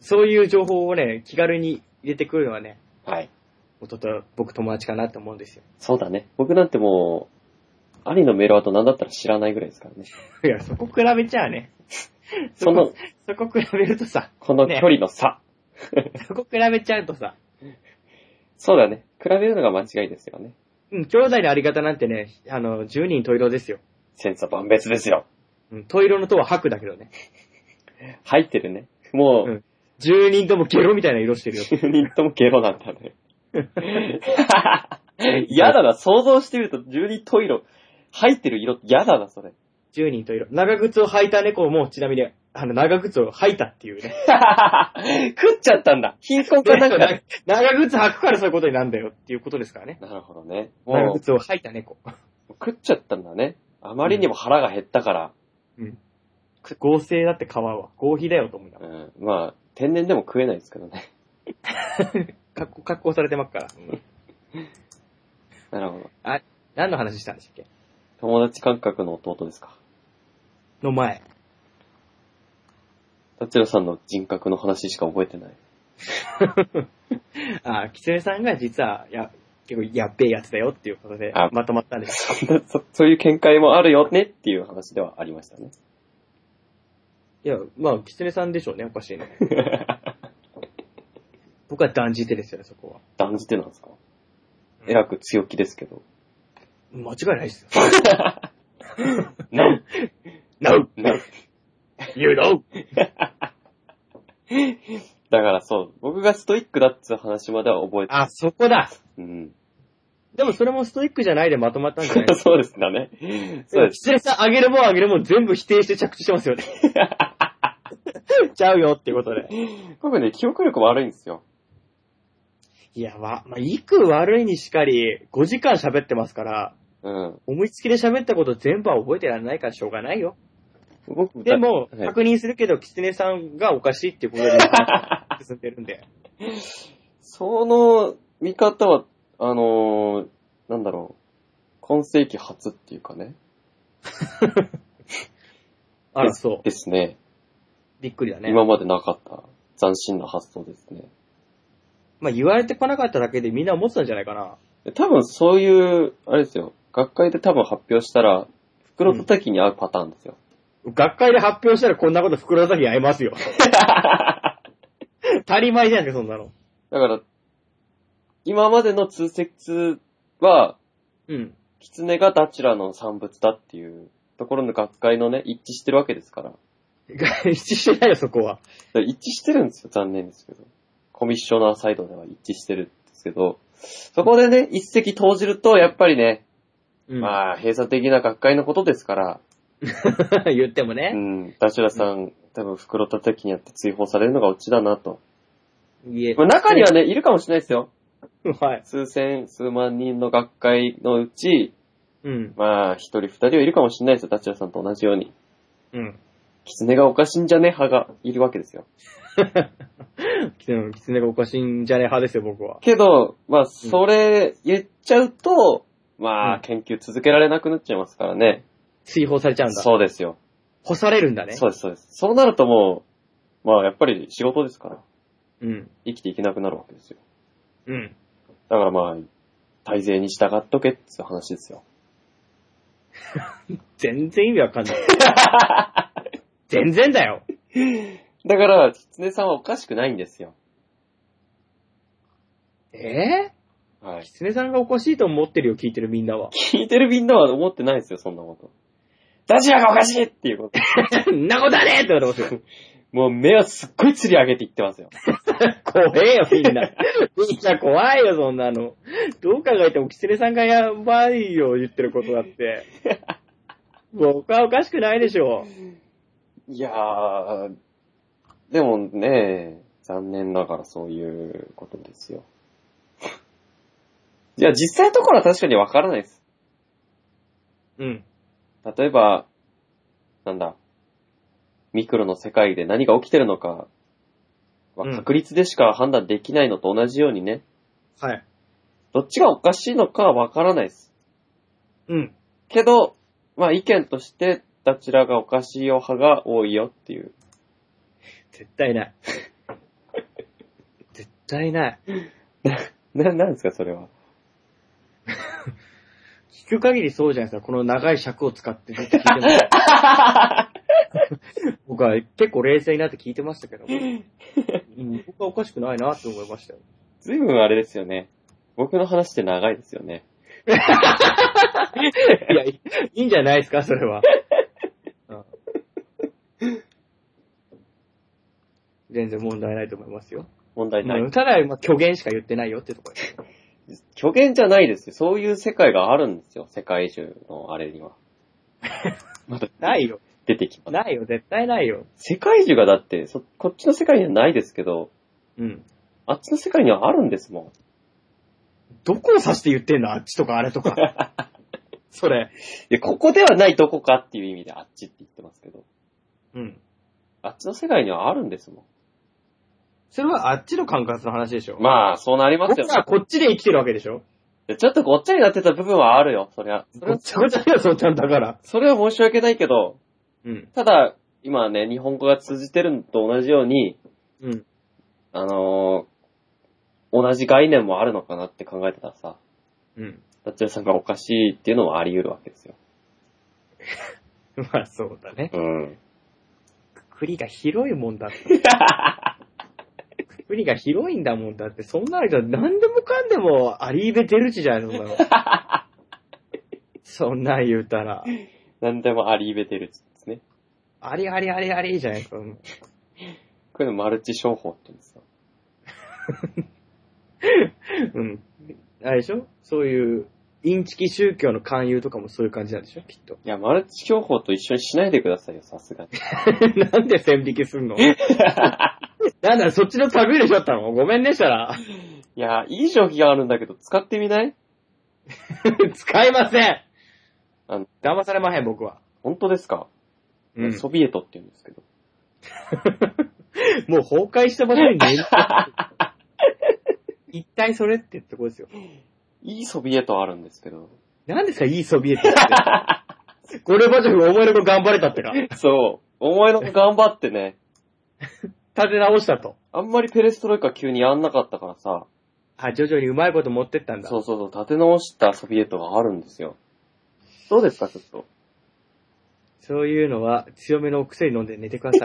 Speaker 2: そういう情報をね、気軽に入れてくるのはね、
Speaker 3: はい。
Speaker 2: 弟は僕友達かなって思うんですよ。
Speaker 3: そうだね。僕なんてもう、兄のメールアドなんだったら知らないぐらいですからね。
Speaker 2: いや、そこ比べちゃうね。
Speaker 3: その、
Speaker 2: そこ比べるとさ、
Speaker 3: この距離の差。
Speaker 2: そこ比べちゃうとさ、
Speaker 3: そうだね。比べるのが間違いですよね。
Speaker 2: うん、兄弟のあり方なんてね、あの、十人十色ですよ。
Speaker 3: 千差万別ですよ。
Speaker 2: うん、十色のとは白だけどね。
Speaker 3: 入ってるね。も
Speaker 2: う
Speaker 3: う、
Speaker 2: ん十人ともゲロみたいな色してるよ。
Speaker 3: 10人ともゲロなんだ ね。嫌だな。想像してみると10人トイロ、入ってる色って嫌だな、そ れ。
Speaker 2: 十人十色。長靴を履いた猫も、ちなみに、あの、長靴を履いたっていう ね。
Speaker 3: 食っちゃったんだ。貧困か
Speaker 2: で
Speaker 3: な
Speaker 2: なん
Speaker 3: んか
Speaker 2: か
Speaker 3: だ。
Speaker 2: な 長靴履くからそういうことになるんだよっていうことですからね。
Speaker 3: なるほどね。
Speaker 2: 長
Speaker 3: もう、
Speaker 2: 靴を履いた猫。
Speaker 3: 食っちゃったんだね。あまりにも腹が減ったから。
Speaker 2: うん。合成だって皮は。合皮だよと思いな
Speaker 3: う
Speaker 2: が
Speaker 3: ん。まあ、天然でも食えないですけどね。
Speaker 2: ら。格好、格好されてますから。
Speaker 3: なるほど。
Speaker 2: 何の話したんでしたっけ
Speaker 3: 友達感覚の弟ですか。
Speaker 2: の前。
Speaker 3: タチロさんの人格の話しか覚えてない。
Speaker 2: あ、キツネさんが実は、や、結構やっべえやつだよっていうことで
Speaker 3: あ、
Speaker 2: まとまったんです。
Speaker 3: そんなそそういう見解もあるよねっていう話ではありましたね。
Speaker 2: いや、まあ、キツネさんでしょうね、おかしいね。 僕は断じてですよね、そこは。
Speaker 3: 断じてなんですかえらく強気ですけど。
Speaker 2: 間違いないですよ。
Speaker 3: No!
Speaker 2: No!
Speaker 3: No!
Speaker 2: You know!
Speaker 3: だからそう、僕がストイックだっつう話までは覚えて
Speaker 2: あ、そこだ
Speaker 3: うん。
Speaker 2: でもそれもストイックじゃないでまとまったんじゃないです か。
Speaker 3: そうですだね。そうです。
Speaker 2: 失礼さん、あげるもんあげるもん全部否定して着地してます よね。ちゃうよっていうことで。
Speaker 3: 僕ね、記憶力悪いんですよ。
Speaker 2: いや、わ、まあ、いく悪いにしかり、5時間喋ってますから、
Speaker 3: うん。
Speaker 2: 思いつきで喋ったこと全部は覚えてられないからしょうがないよ。
Speaker 3: 僕、
Speaker 2: でも、
Speaker 3: はい
Speaker 2: 確認するけど、キツネさんがおかしいっていうこ とで、進んでるんで。
Speaker 3: その見方は、あのー、なんだろう、今世紀初っていうかね。
Speaker 2: あら、そ
Speaker 3: ですね。
Speaker 2: う。びっくりだね。
Speaker 3: 今までなかった斬新な発想ですね。
Speaker 2: まあ、言われてこなかっただけでみんな思ってたんじゃないかな。
Speaker 3: で多分そういう、あれですよ、学会で多分発表したら、袋叩きに合うパターンですよ。
Speaker 2: 学会で発表したらこんなこと袋叩き合いますよ。 当たり前じゃないですか、そんなの。
Speaker 3: だから、今までの通説は、
Speaker 2: うん。
Speaker 3: 狐がダチュラの産物だっていうところの学会のね、一致してるわけですから。
Speaker 2: 一致してないよ、そこは。
Speaker 3: で一致してるんですよ、残念ですけど。コミッショナーサイドでは一致してるんですけど、そこでね、一石投じると、やっぱりね、
Speaker 2: うん。
Speaker 3: まあ、閉鎖的な学会のことですから、
Speaker 2: 言っても
Speaker 3: う
Speaker 2: ね。
Speaker 3: ん。ダシュラさん、多分袋叩きにやって追放されるのがオチだなと。
Speaker 2: いえ
Speaker 3: まあ中にはね、いるかもしれないですよ。
Speaker 2: はい。
Speaker 3: 数千、数万人の学会のうち、
Speaker 2: うん。
Speaker 3: まあ、一人二人はいるかもしれないですよ。ダチュラさんと同じように。
Speaker 2: うん。
Speaker 3: 狐がおかしいんじゃね派がいるわけですよ。
Speaker 2: キツネキツネがおかしいんじゃねえ派ですよ、僕は。
Speaker 3: けど、まあ、それ言っちゃうと、ま
Speaker 2: う
Speaker 3: あ、
Speaker 2: ん
Speaker 3: 研究続けられなくなっちゃいますからね。
Speaker 2: 追放されちゃうんだ。
Speaker 3: そうですよ。
Speaker 2: 干されるんだね。
Speaker 3: そうです、そうです。そうなるともう、まあ、やっぱり仕事ですから、
Speaker 2: うん。
Speaker 3: 生きていけなくなるわけですよ。
Speaker 2: うん。
Speaker 3: だからまあ、大勢に従っとけっていう話ですよ。
Speaker 2: 全然意味わかん ない。全然だよ。
Speaker 3: だから、狐さんはおかしくないんですよ。
Speaker 2: え
Speaker 3: は
Speaker 2: ぇ
Speaker 3: い。
Speaker 2: キツネさんがおかしいと思ってるよ、聞いてるみんなは。
Speaker 3: 聞いてるみんなは思ってないですよ、そんなこと。ダチュラがおかしいっていうこと。
Speaker 2: んなことだねって言われますよ。
Speaker 3: もう目をすっごい釣り上げていってますよ。
Speaker 2: 怖えよ、みんな。みんな怖いよ、そんなの。どう考えても、キツネさんがやばいよ、言ってることだって。僕はおかしくないでしょ
Speaker 3: いやー、でもね、残念ながらそういうことですよ。 いや、実際のところは確かにわからないです。
Speaker 2: う。うん。
Speaker 3: 例えば、なんだ、ミクロの世界で何が起きてるのかは
Speaker 2: うん
Speaker 3: 確率でしか判断できないのと同じようにね、
Speaker 2: はい。
Speaker 3: どっちがおかしいのかはわからないです。
Speaker 2: うん。
Speaker 3: けど、まあ意見として、どちらがおかしいよ派が多いよっていう。
Speaker 2: 絶対ない。絶対ない。
Speaker 3: な、なんですかそれは。
Speaker 2: 聞く限りそうじゃないですか。この長い尺を使ってずっと聞いてます。 僕は結構冷静になって聞いてましたけど、うん僕はおかしくないなって思いましたよ。
Speaker 3: ずいぶんあれですよね。僕の話って長いですよね。
Speaker 2: いや、いいんじゃないですか、それは。うん全然問題ないと思いますよ。
Speaker 3: 問題ない。
Speaker 2: うんただ、まあ、虚言しか言ってないよってところです。
Speaker 3: 虚言じゃないですよ。そういう世界があるんですよ。世界中のあれには。まだ
Speaker 2: ないよ。
Speaker 3: 出てきます。
Speaker 2: ないよ。絶対ないよ。
Speaker 3: 世界中がだってそ、こっちの世界にはないですけど、
Speaker 2: うん。
Speaker 3: あっちの世界にはあるんですも
Speaker 2: どこを指して言ってんのあっちとかあれと か。そ
Speaker 3: ん。
Speaker 2: れ。
Speaker 3: いや、ここではないどこかっていう意味であっちって言ってますけど、
Speaker 2: うん。
Speaker 3: あっちの世界にはあるんですも
Speaker 2: それはあっちの管轄の話でしょ。
Speaker 3: ん。まあ、そうなります
Speaker 2: 僕
Speaker 3: よ
Speaker 2: はこっちで生きてるわけでしょ。
Speaker 3: ね。ちょっとごっちゃになってた部分はあるよ、そりゃ。それ
Speaker 2: ごっ
Speaker 3: は、
Speaker 2: ちゃごちゃだよ、そんなんだから。
Speaker 3: それは申し訳ないけど、
Speaker 2: うん。
Speaker 3: ただ、今ね、日本語が通じてるのと同じように、
Speaker 2: うん。
Speaker 3: あのー同じ概念もあるのかなって考えてたらさ、
Speaker 2: うん。
Speaker 3: ダッチャさんがおかしいっていうのもあり得るわけですよ。
Speaker 2: まあ、そうだね。
Speaker 3: うん。
Speaker 2: 栗が広いもんだって。国が広いんだもんだって、そんなのじゃ何でもかんでもアリーベ出るちじゃないのそんなん言うたら、
Speaker 3: なんでもあり得てるっつうんですね。
Speaker 2: アリアリアリアリじゃないですか。もう
Speaker 3: こういうのマルチ商法って言うんですよ。
Speaker 2: うん。あれでしょそういう、インチキ宗教の勧誘とかもそういう感じなんでしょきっと。
Speaker 3: いや、マルチ商法と一緒にしないでくださいよ、さすがに。
Speaker 2: なんで線引きすんのなんだ、そっちのタグ入れちゃったのごめんね、したら。
Speaker 3: いや、いい商品があるんだけど、使ってみない
Speaker 2: 使いません
Speaker 3: あの
Speaker 2: 騙されまへん、僕は。
Speaker 3: 本当ですか、
Speaker 2: うん、
Speaker 3: ソビエトって言うんですけど。
Speaker 2: もう崩壊した場所に 寝る。一体それってってことですよ。
Speaker 3: いいソビエトあるんですけど。
Speaker 2: 何ですか、いいソビエトって。ゴルバチョフ、お前の子頑張れたってか。
Speaker 3: そう。お前の子頑張ってね。
Speaker 2: 立て直したと。
Speaker 3: あんまりペレストロイカ急にやんなかったからさ。
Speaker 2: あ、徐々にうまいこと持ってったんだ。
Speaker 3: そうそうそう、立て直したソビエトがあるんですよ。どうですか、ちょっと。
Speaker 2: そういうのは、強めのお薬飲んで寝てくださ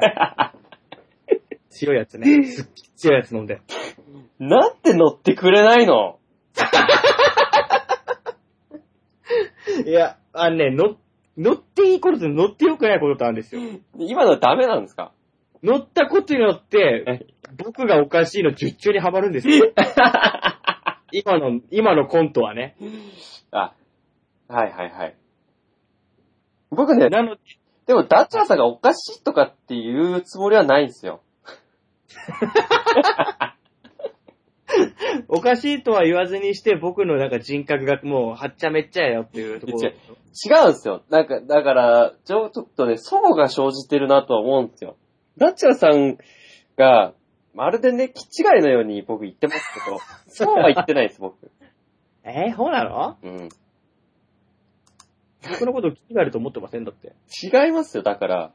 Speaker 2: い。 強いやつね。すっげえ強いやつ飲んで。
Speaker 3: なんて乗ってくれないの
Speaker 2: いや、あのね、の、乗っていいことと乗って良くないこととあるんですよ。
Speaker 3: 今のはダメなんですか
Speaker 2: 乗ったことによっ
Speaker 3: は
Speaker 2: て
Speaker 3: い、
Speaker 2: 僕がおかしいの十中にはまるんです よ。今の、今のコントはね。
Speaker 3: あ、はいはいはい。僕ね、
Speaker 2: なので、
Speaker 3: でも、ダッチャーさんがおかしいとかっていうつもりはないんですよ。
Speaker 2: おかしいとは言わずにして、僕のなんか人格がもう、はっちゃめっちゃやよっていうところ。
Speaker 3: 違うんですよ。なんか、だから、ちょ、ちょっとね、祖母が生じてるなとは思うんですよ。ダッチャーさんが、まるでね、気違いのように僕言ってますけ ど、そうは言ってないです、僕。
Speaker 2: えー、そうなの
Speaker 3: うん。
Speaker 2: 僕のこと気になると思ってませんだって。
Speaker 3: 違いますよ、だから。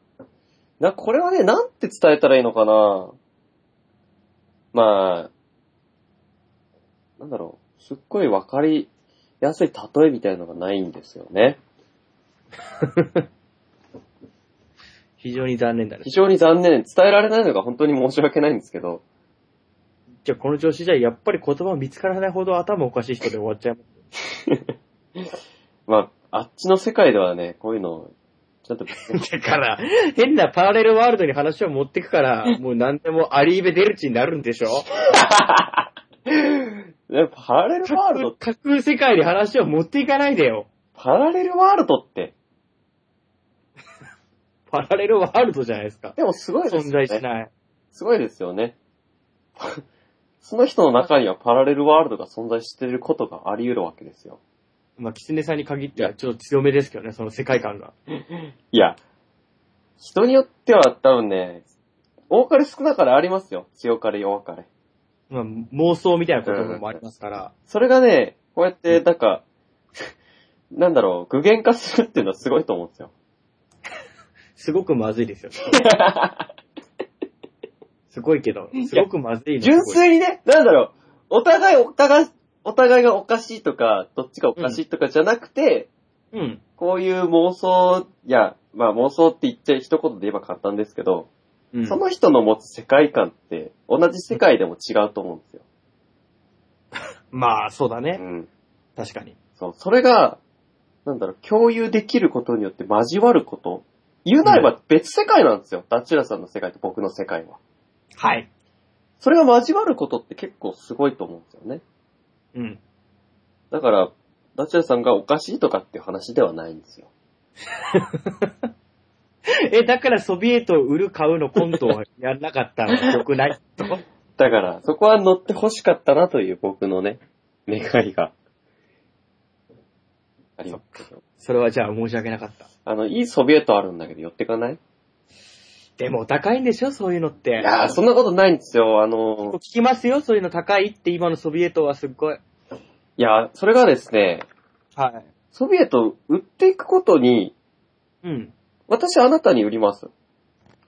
Speaker 3: な、これはね、なんて伝えたらいいのかなまあ、なんだろう、すっごいわかりやすい例えみたいのがないんですよね。
Speaker 2: 非常に残念だね
Speaker 3: 非。常に残念。伝えられないのが本当に申し訳ないんですけど。
Speaker 2: じゃあこの調子じゃ、やっぱり言葉を見つからないほど頭おかしい人で終わっちゃいます。
Speaker 3: まあ、あっちの世界ではね、こういうの、ちょっと、
Speaker 2: だから、変なパラレルワールドに話を持ってくから、もう何でもアリーベデルチになるんでし ょ
Speaker 3: ねパラレルワールド、
Speaker 2: 架空世界に話を持っていかないでよ。
Speaker 3: パラレルワールドって、
Speaker 2: パラレルワールドじゃないですか。
Speaker 3: でもすごいです
Speaker 2: 存
Speaker 3: よね。
Speaker 2: 在しない。
Speaker 3: すごいですよね。 その人の中にはパラレルワールドが存在していることがあり得るわけですよ。
Speaker 2: まあ、キツネさんに限ってはちょっと強めですけどね、その世界観が。
Speaker 3: いや、人によっては多分ね、多かれ少なかれありますよ。強かれ弱かれ。
Speaker 2: まあ、妄想みたいなこともありますから。
Speaker 3: それがね、こうやって、なんか、 なんだろう、具現化するっていうのはすごいと思うんです よ。
Speaker 2: すごくまずいですよ。すごいけど、すごくまずいの
Speaker 3: 純
Speaker 2: すごい
Speaker 3: 粋にね、なんだろう、お互いお互い、お互いがおかしいとか、どっちがおかしいとかじゃなくて、
Speaker 2: うん。
Speaker 3: こういう妄想、いや、まあ妄想って言っちゃ一言で言えば簡単ですけど、
Speaker 2: うん
Speaker 3: その人の持つ世界観って、同じ世界でも違うと思うんですよ。
Speaker 2: まあ、そうだ
Speaker 3: う
Speaker 2: ね。
Speaker 3: ん。
Speaker 2: 確かに。
Speaker 3: そう、それが、なんだろう、共有できることによって交わること。言うなれば別世界なんですよ。ダッチュラさんの世界と僕の世界は。
Speaker 2: はい。
Speaker 3: それが交わることって結構すごいと思うんですよね。
Speaker 2: うん。
Speaker 3: だから、ダッチュラさんがおかしいとかっていう話ではないんですよ。
Speaker 2: え、だからソビエトを売る買うのコントをやんなかったの良くないと
Speaker 3: だから、そこは乗って欲しかったなという僕のね、願いが。ありますけど。
Speaker 2: それはじゃあ申し訳なかった。
Speaker 3: あの、いいソビエトあるんだけど、寄ってかないい
Speaker 2: でもお高いんでしょそういうのって。
Speaker 3: やー、そんなことないんですよ。あの
Speaker 2: 聞、きますよそういうの高いって今のソビエトはすっごい。
Speaker 3: いやー、それがですね、
Speaker 2: はい。
Speaker 3: ソビエト売っていくことに、
Speaker 2: うん。
Speaker 3: 私あなたに売ります。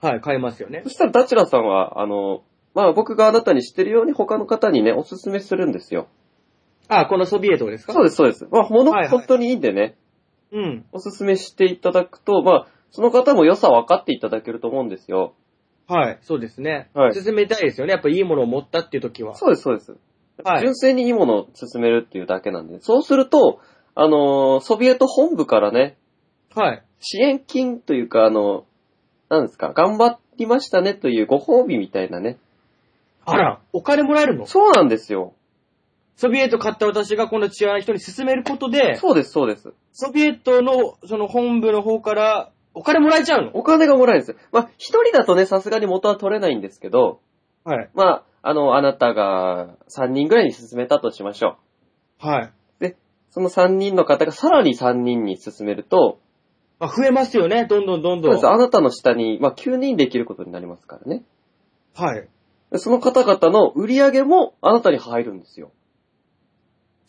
Speaker 2: はい、買えますよね
Speaker 3: そ。したらダチュラさんは、あの、まあ僕があなたにしてるように他の方にね、おすすめするんですよ。
Speaker 2: あ、このソビエトですか
Speaker 3: そうです、そうです。まあ物
Speaker 2: はいはい
Speaker 3: 本当にいいんでね、
Speaker 2: うん。
Speaker 3: おすすめしていただくと、まあ、その方も良さ分かっていただけると思うんですよ。
Speaker 2: はい、そうですね。
Speaker 3: はい
Speaker 2: 進めたいですよね。やっぱいいものを持ったっていう時は。
Speaker 3: そうです、そうです。
Speaker 2: はい
Speaker 3: 純。粋にいいものを進めるっていうだけなんで、そうすると、あのーソビエト本部からね、
Speaker 2: はい。
Speaker 3: 支援金というか、あのなんですか、頑張りましたねというご褒美みたいなね。
Speaker 2: あら、お金もらえるの
Speaker 3: そうなんですよ。
Speaker 2: ソビエト買った私がこの治安の人に勧めることで、
Speaker 3: そうです、そうです。
Speaker 2: ソビエトのその本部の方からお金もらえちゃうの
Speaker 3: お金がもらえるんですよ。まあ、一人だとね、さすがに元は取れないんですけど、
Speaker 2: はい。
Speaker 3: まあ、あの、あなたが3人ぐらいに進めたとしましょ
Speaker 2: はい。
Speaker 3: う。その3人の方がさらに3人に進めると、
Speaker 2: まあ、増えますよね。どんどんど
Speaker 3: そう
Speaker 2: んど
Speaker 3: です。
Speaker 2: ん。
Speaker 3: あなたの下に、まあ、9人できることになりますからね。
Speaker 2: はい。
Speaker 3: その方々の売り上げもあなたに入るんですよ。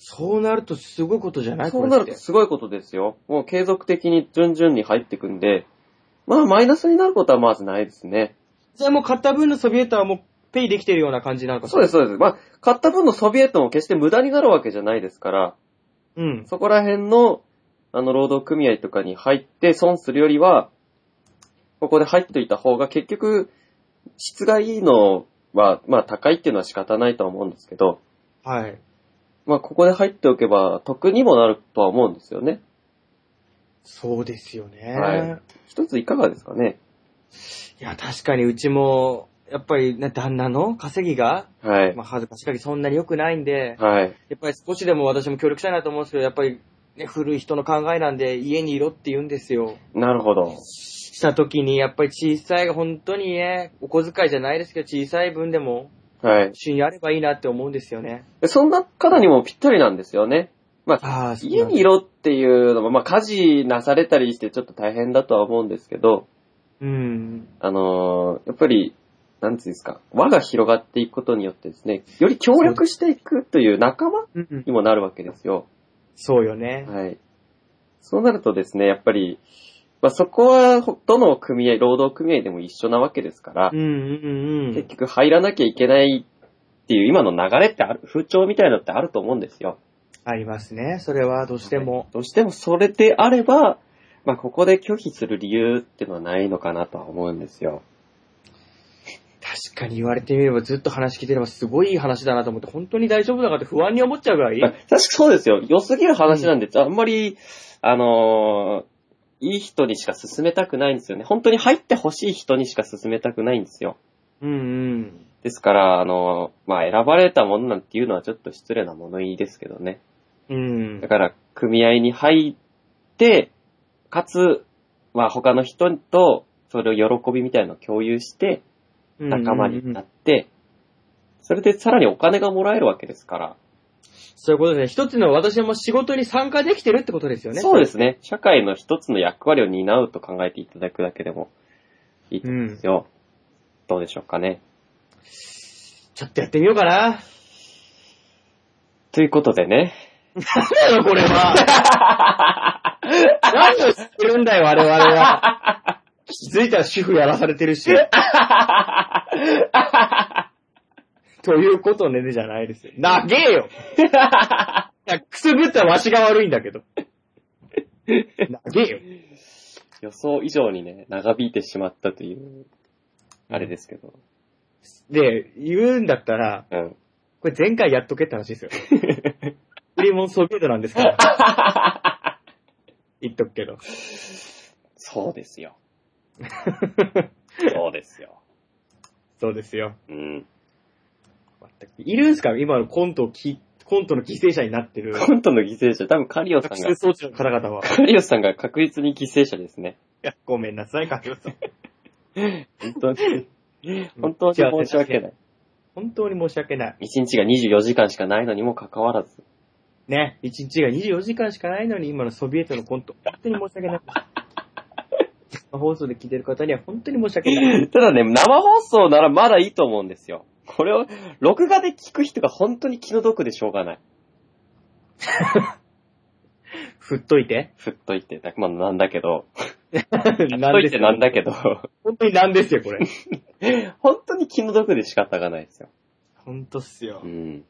Speaker 2: そうなるとすごいことじゃない
Speaker 3: そうなる
Speaker 2: こ
Speaker 3: と
Speaker 2: れって
Speaker 3: すごいことですよ。もう継続的に順々に入っていくんで、まあマイナスになることはまずないですね。
Speaker 2: じゃあもう買った分のソビエトはもうペイできてるような感じなのか。
Speaker 3: そうですす、そうです。まあ、買った分のソビエトも決して無駄になるわけじゃないですから、
Speaker 2: うん。
Speaker 3: そこら辺の、あの、労働組合とかに入って損するよりは、ここで入っていた方が結局、質がいいのは、まあ高いっていうのは仕方ないとは思うんですけど、
Speaker 2: はい。
Speaker 3: まあここで入っておけば得にもなるとは思うんですよね。
Speaker 2: そうですよね。
Speaker 3: はい一ついかがですかね
Speaker 2: いや、確かにうちも、やっぱりね、旦那の稼ぎが、
Speaker 3: はい。
Speaker 2: まあ、恥ずかしかりそんなに良くないんで、
Speaker 3: はい。
Speaker 2: やっぱり少しでも私も協力したいなと思うんですけど、やっぱり、ね、古い人の考えなんで、家にいろって言うんですよ。
Speaker 3: なるほど。
Speaker 2: した時に、やっぱり小さい、本当にね、お小遣いじゃないですけど、小さい分でも、
Speaker 3: はい。
Speaker 2: 収入あればいいなって思うんですよね。
Speaker 3: でそんな方にもぴったりなんですよね。まあ、
Speaker 2: ああ、
Speaker 3: 家にいろっていうのも、まあ、家事なされたりしてちょっと大変だとは思うんですけど、
Speaker 2: うん。
Speaker 3: あのーやっぱり、なんていうんですか、輪が広がっていくことによってですね、より協力していくという仲間
Speaker 2: うん。
Speaker 3: にもなるわけですよ。
Speaker 2: そうよね。
Speaker 3: はい。そうなるとですね、やっぱり、まあ、そこは、ほどの組合、労働組合でも一緒なわけですから
Speaker 2: う、んうんう
Speaker 3: 結
Speaker 2: ん。
Speaker 3: 局入らなきゃいけないっていう今の流れってある、風潮みたいなのってあると思うんですよ。
Speaker 2: ありますね。それはどうしても。
Speaker 3: どうしてもそれであれば、まあ、ここで拒否する理由っていうのはないのかなとは思うんですよ。
Speaker 2: 確かに言われてみればずっと話聞いてればすごいいい話だなと思って、本当に大丈夫だかって不安に思っちゃうぐらい。
Speaker 3: まあ確かそうですよ。良すぎる話なんで、あんまり、あのーいい人にしか進めたくないんですよね。本当に入ってほしい人にしか進めたくないんですよ。
Speaker 2: うんうん。
Speaker 3: ですから、あのーまあ、選ばれたものなんていうのはちょっと失礼な物言いですけどね。
Speaker 2: うん
Speaker 3: だ。から、組合に入って、かつ、まあ、他の人と、それを喜びみたいなのを共有して、仲間にな
Speaker 2: っ
Speaker 3: って、それでさらにお金がもらえるわけですから。
Speaker 2: そういうことですね。一つの私も仕事に参加できてるってことですよね。
Speaker 3: そうですね。社会の一つの役割を担うと考えていただくだけでもいいと思うんですよ。どうでしょうかね。
Speaker 2: ちょっとやってみようかな。
Speaker 3: ということでね。
Speaker 2: なんだよ、これは。何を知ってるんだよ、我々は。気づいたら主婦やらされてるし。ということね、じゃないですよ。なげえよいや、くすぐったらわしが悪いんだけど。なげえよ。
Speaker 3: 予想以上にね、長引いてしまったという、あれですけど。
Speaker 2: で、言うんだったら、
Speaker 3: うん。
Speaker 2: これ前回やっとけって話ですよ。フリーモンソビエトなんですから。言っとくけど。
Speaker 3: そうです よ。そうですよ。
Speaker 2: そうですよ。
Speaker 3: うん。
Speaker 2: 全くいるんすか今のコントをき、コントの犠牲者になって る。
Speaker 3: コントの犠牲者、多分カリオさん
Speaker 2: 学
Speaker 3: が
Speaker 2: 生、装置の方々は。い
Speaker 3: カリオさんが確実に犠牲者ですね。
Speaker 2: や、ごめんなさい、かけさん。
Speaker 3: 本当に、 本当に申し訳ない。
Speaker 2: 本当に申し訳ない。
Speaker 3: 一日が24時間しかないのにもかかわらず。
Speaker 2: ね、一日が24時間しかないのに今のソビエトのコント、本当に申し訳ない。生放送で聞いてる方には本当に申し訳ない。
Speaker 3: ただね、生放送ならまだいいと思うんですよ。これを、録画で聞く人が本当に気の毒でしょうがない。
Speaker 2: 振っといて。
Speaker 3: 振っといて、まあなんだけど、 振っ
Speaker 2: な
Speaker 3: と
Speaker 2: んで
Speaker 3: い
Speaker 2: す
Speaker 3: て
Speaker 2: よ
Speaker 3: なんだけど、
Speaker 2: 本当になんですよ、これ。
Speaker 3: 本当に気の毒で仕方がないですよ。
Speaker 2: 本当っすよ
Speaker 3: う。ん。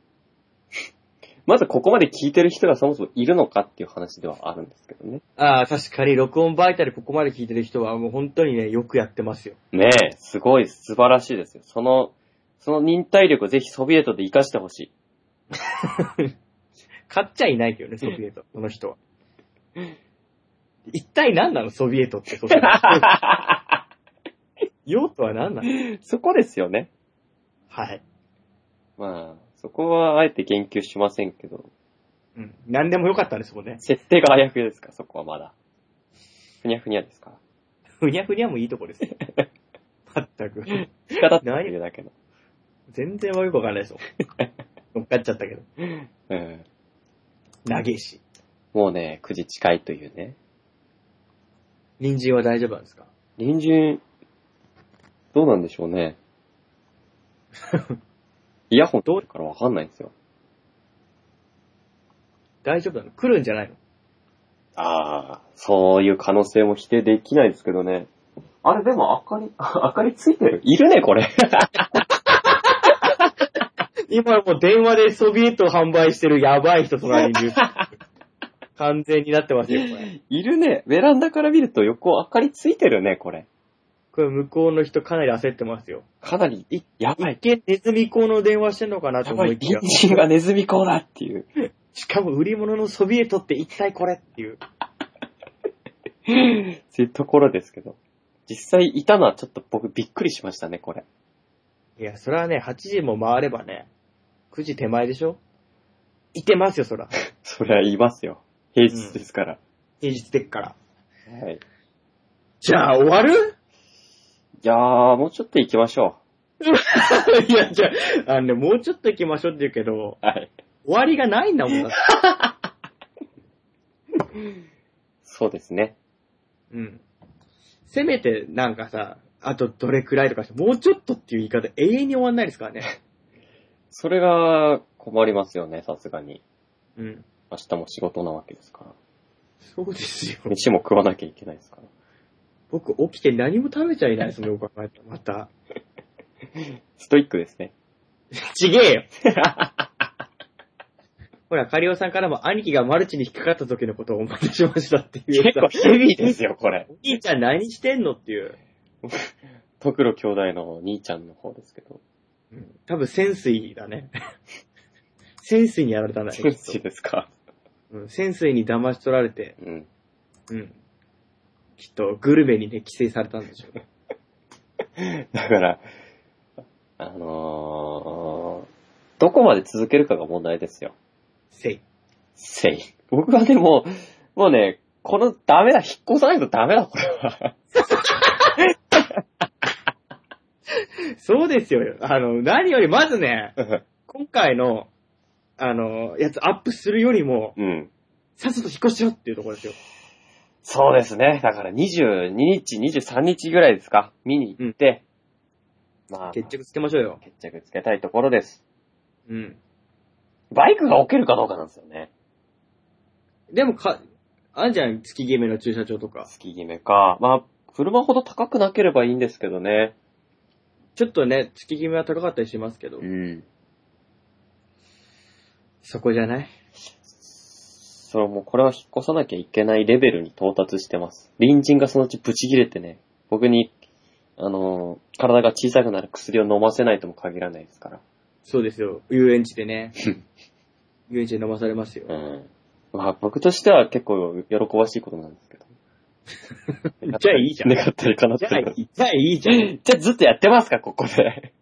Speaker 3: まずここまで聞いてる人がそもそもいるのかっていう話ではあるんですけどね。
Speaker 2: ああ、確かに録音媒体でここまで聞いてる人はもう本当にね、よくやってますよ。
Speaker 3: ねえ、すごい素晴らしいですよ。その、その忍耐力をぜひソビエトで活かしてほしい。
Speaker 2: 買っちゃいないけどね、ソビエト、この人は。一体何なの、ソビエ トって。ソビエト用途は何なの
Speaker 3: そこですよね。
Speaker 2: はい。
Speaker 3: まあ、そこはあえて言及しませんけど、
Speaker 2: うん。何でもよかったんですもんね。
Speaker 3: 設定があやふやですか、そこはまだ。ふにゃふにゃですか。
Speaker 2: ふにゃふにゃもいいとこですよ。まったく。
Speaker 3: 仕方ってるだけの。
Speaker 2: 全然はよくわかんないですよ。乗っかっちゃったけど。
Speaker 3: うん。
Speaker 2: 長いし。
Speaker 3: もうね、9時近いというね。
Speaker 2: 人参は大丈夫なんですか
Speaker 3: 隣人、どうなんでしょうね。イヤホン通るからわかんないんですよ。
Speaker 2: 大丈夫なの来るんじゃないの
Speaker 3: ああ、そういう可能性も否定できないですけどね。あれ、でも明かり、 明かりついてるいるね、これ。
Speaker 2: 今もう電話でソビエトを販売してるやばい人隣にいる。 完全になってますよ、これ。
Speaker 3: いるね。ベランダから見ると横明かりついてるね、これ。
Speaker 2: これ向こうの人かなり焦ってますよ。
Speaker 3: かなり、いやばい。
Speaker 2: 一見ネズミ講の電話してんのかなと
Speaker 3: やば
Speaker 2: 思
Speaker 3: い、
Speaker 2: いきや
Speaker 3: 隣。人がネズミ講だっていう。
Speaker 2: しかも売り物のソビエトって一体これっていう。
Speaker 3: そういうところですけど。実際いたのはちょっと僕びっくりしましたね、これ。
Speaker 2: いや、それはね、8時も回ればね、9時手前でしょいてますよ、そら。
Speaker 3: そりゃ言いますよ。平日ですから。
Speaker 2: 平日でっから。
Speaker 3: はい。
Speaker 2: じゃあ終わる
Speaker 3: いやー、もうちょっと行きましょ
Speaker 2: いや、じゃあ、あのね、もうちょっと行きましょうって言うけど、
Speaker 3: う。はい。
Speaker 2: 終わりがないんだもんだって。
Speaker 3: そうですね。
Speaker 2: うん。せめて、なんかさ、あとどれくらいとかして、もうちょっとっていう言い方永遠に終わんないですからね。
Speaker 3: それが困りますよね、さすがに。
Speaker 2: うん。
Speaker 3: 明日も仕事なわけですから。
Speaker 2: そうですよ。
Speaker 3: 飯も食わなきゃいけないですから。
Speaker 2: 僕起きて何も食べちゃいないですよ、よく考えたら。また。
Speaker 3: ストイックですね。
Speaker 2: ちげえよほら、カリオさんからも兄貴がマルチに引っかかった時のことを思い出しましたっていう
Speaker 3: 結
Speaker 2: さ。
Speaker 3: 構ヘビーですよ、これ。
Speaker 2: お兄ちゃん何してんのっていう。
Speaker 3: トクロ兄弟の兄ちゃんの方ですけど。
Speaker 2: 多分潜水だね。潜水にやられたんだね。
Speaker 3: センシですか。
Speaker 2: うん、潜水に騙し取られて、
Speaker 3: うん。
Speaker 2: うん。きっとグルメにね、寄生されたんでしょうね。
Speaker 3: だから、あのー、どこまで続けるかが問題ですよ。
Speaker 2: せい。
Speaker 3: せい。僕はでも、もうね、このダメだ、引っ越さないとダメだ、これは。
Speaker 2: そうですよ。あの、何よりまずね、今回の、あの、やつアップするよりも、
Speaker 3: うん。
Speaker 2: さっさと引っ越しようっていうところですよ。
Speaker 3: そうですね。だから22日、23日ぐらいですか。見に行って、まあ、
Speaker 2: 決着つけましょうよ。
Speaker 3: 決着つけたいところです。
Speaker 2: うん。
Speaker 3: バイクが置けるかどうかなんですよね。
Speaker 2: でもか、あんじゃん、月決めの駐車場とか。
Speaker 3: 月決めか。まあ、車ほど高くなければいいんですけどね。
Speaker 2: ちょっとね、月決めは高かったりしますけど、
Speaker 3: ん。
Speaker 2: そこじゃない
Speaker 3: そう、もうこれは引っ越さなきゃいけないレベルに到達してます。隣人がそのうちブチ切れてね、僕に、あのー体が小さくなる薬を飲ませないとも限らないですから。
Speaker 2: そうですよ。遊園地でね。遊園地で飲まされますよ。
Speaker 3: うん。まあ僕としては結構喜ばしいことなんですけど。
Speaker 2: じゃあいいじゃん
Speaker 3: 願ったり叶っ
Speaker 2: じゃ
Speaker 3: た
Speaker 2: あ
Speaker 3: り
Speaker 2: い。い、じゃあいいじゃん。
Speaker 3: じゃあずっとやってますか、ここ で。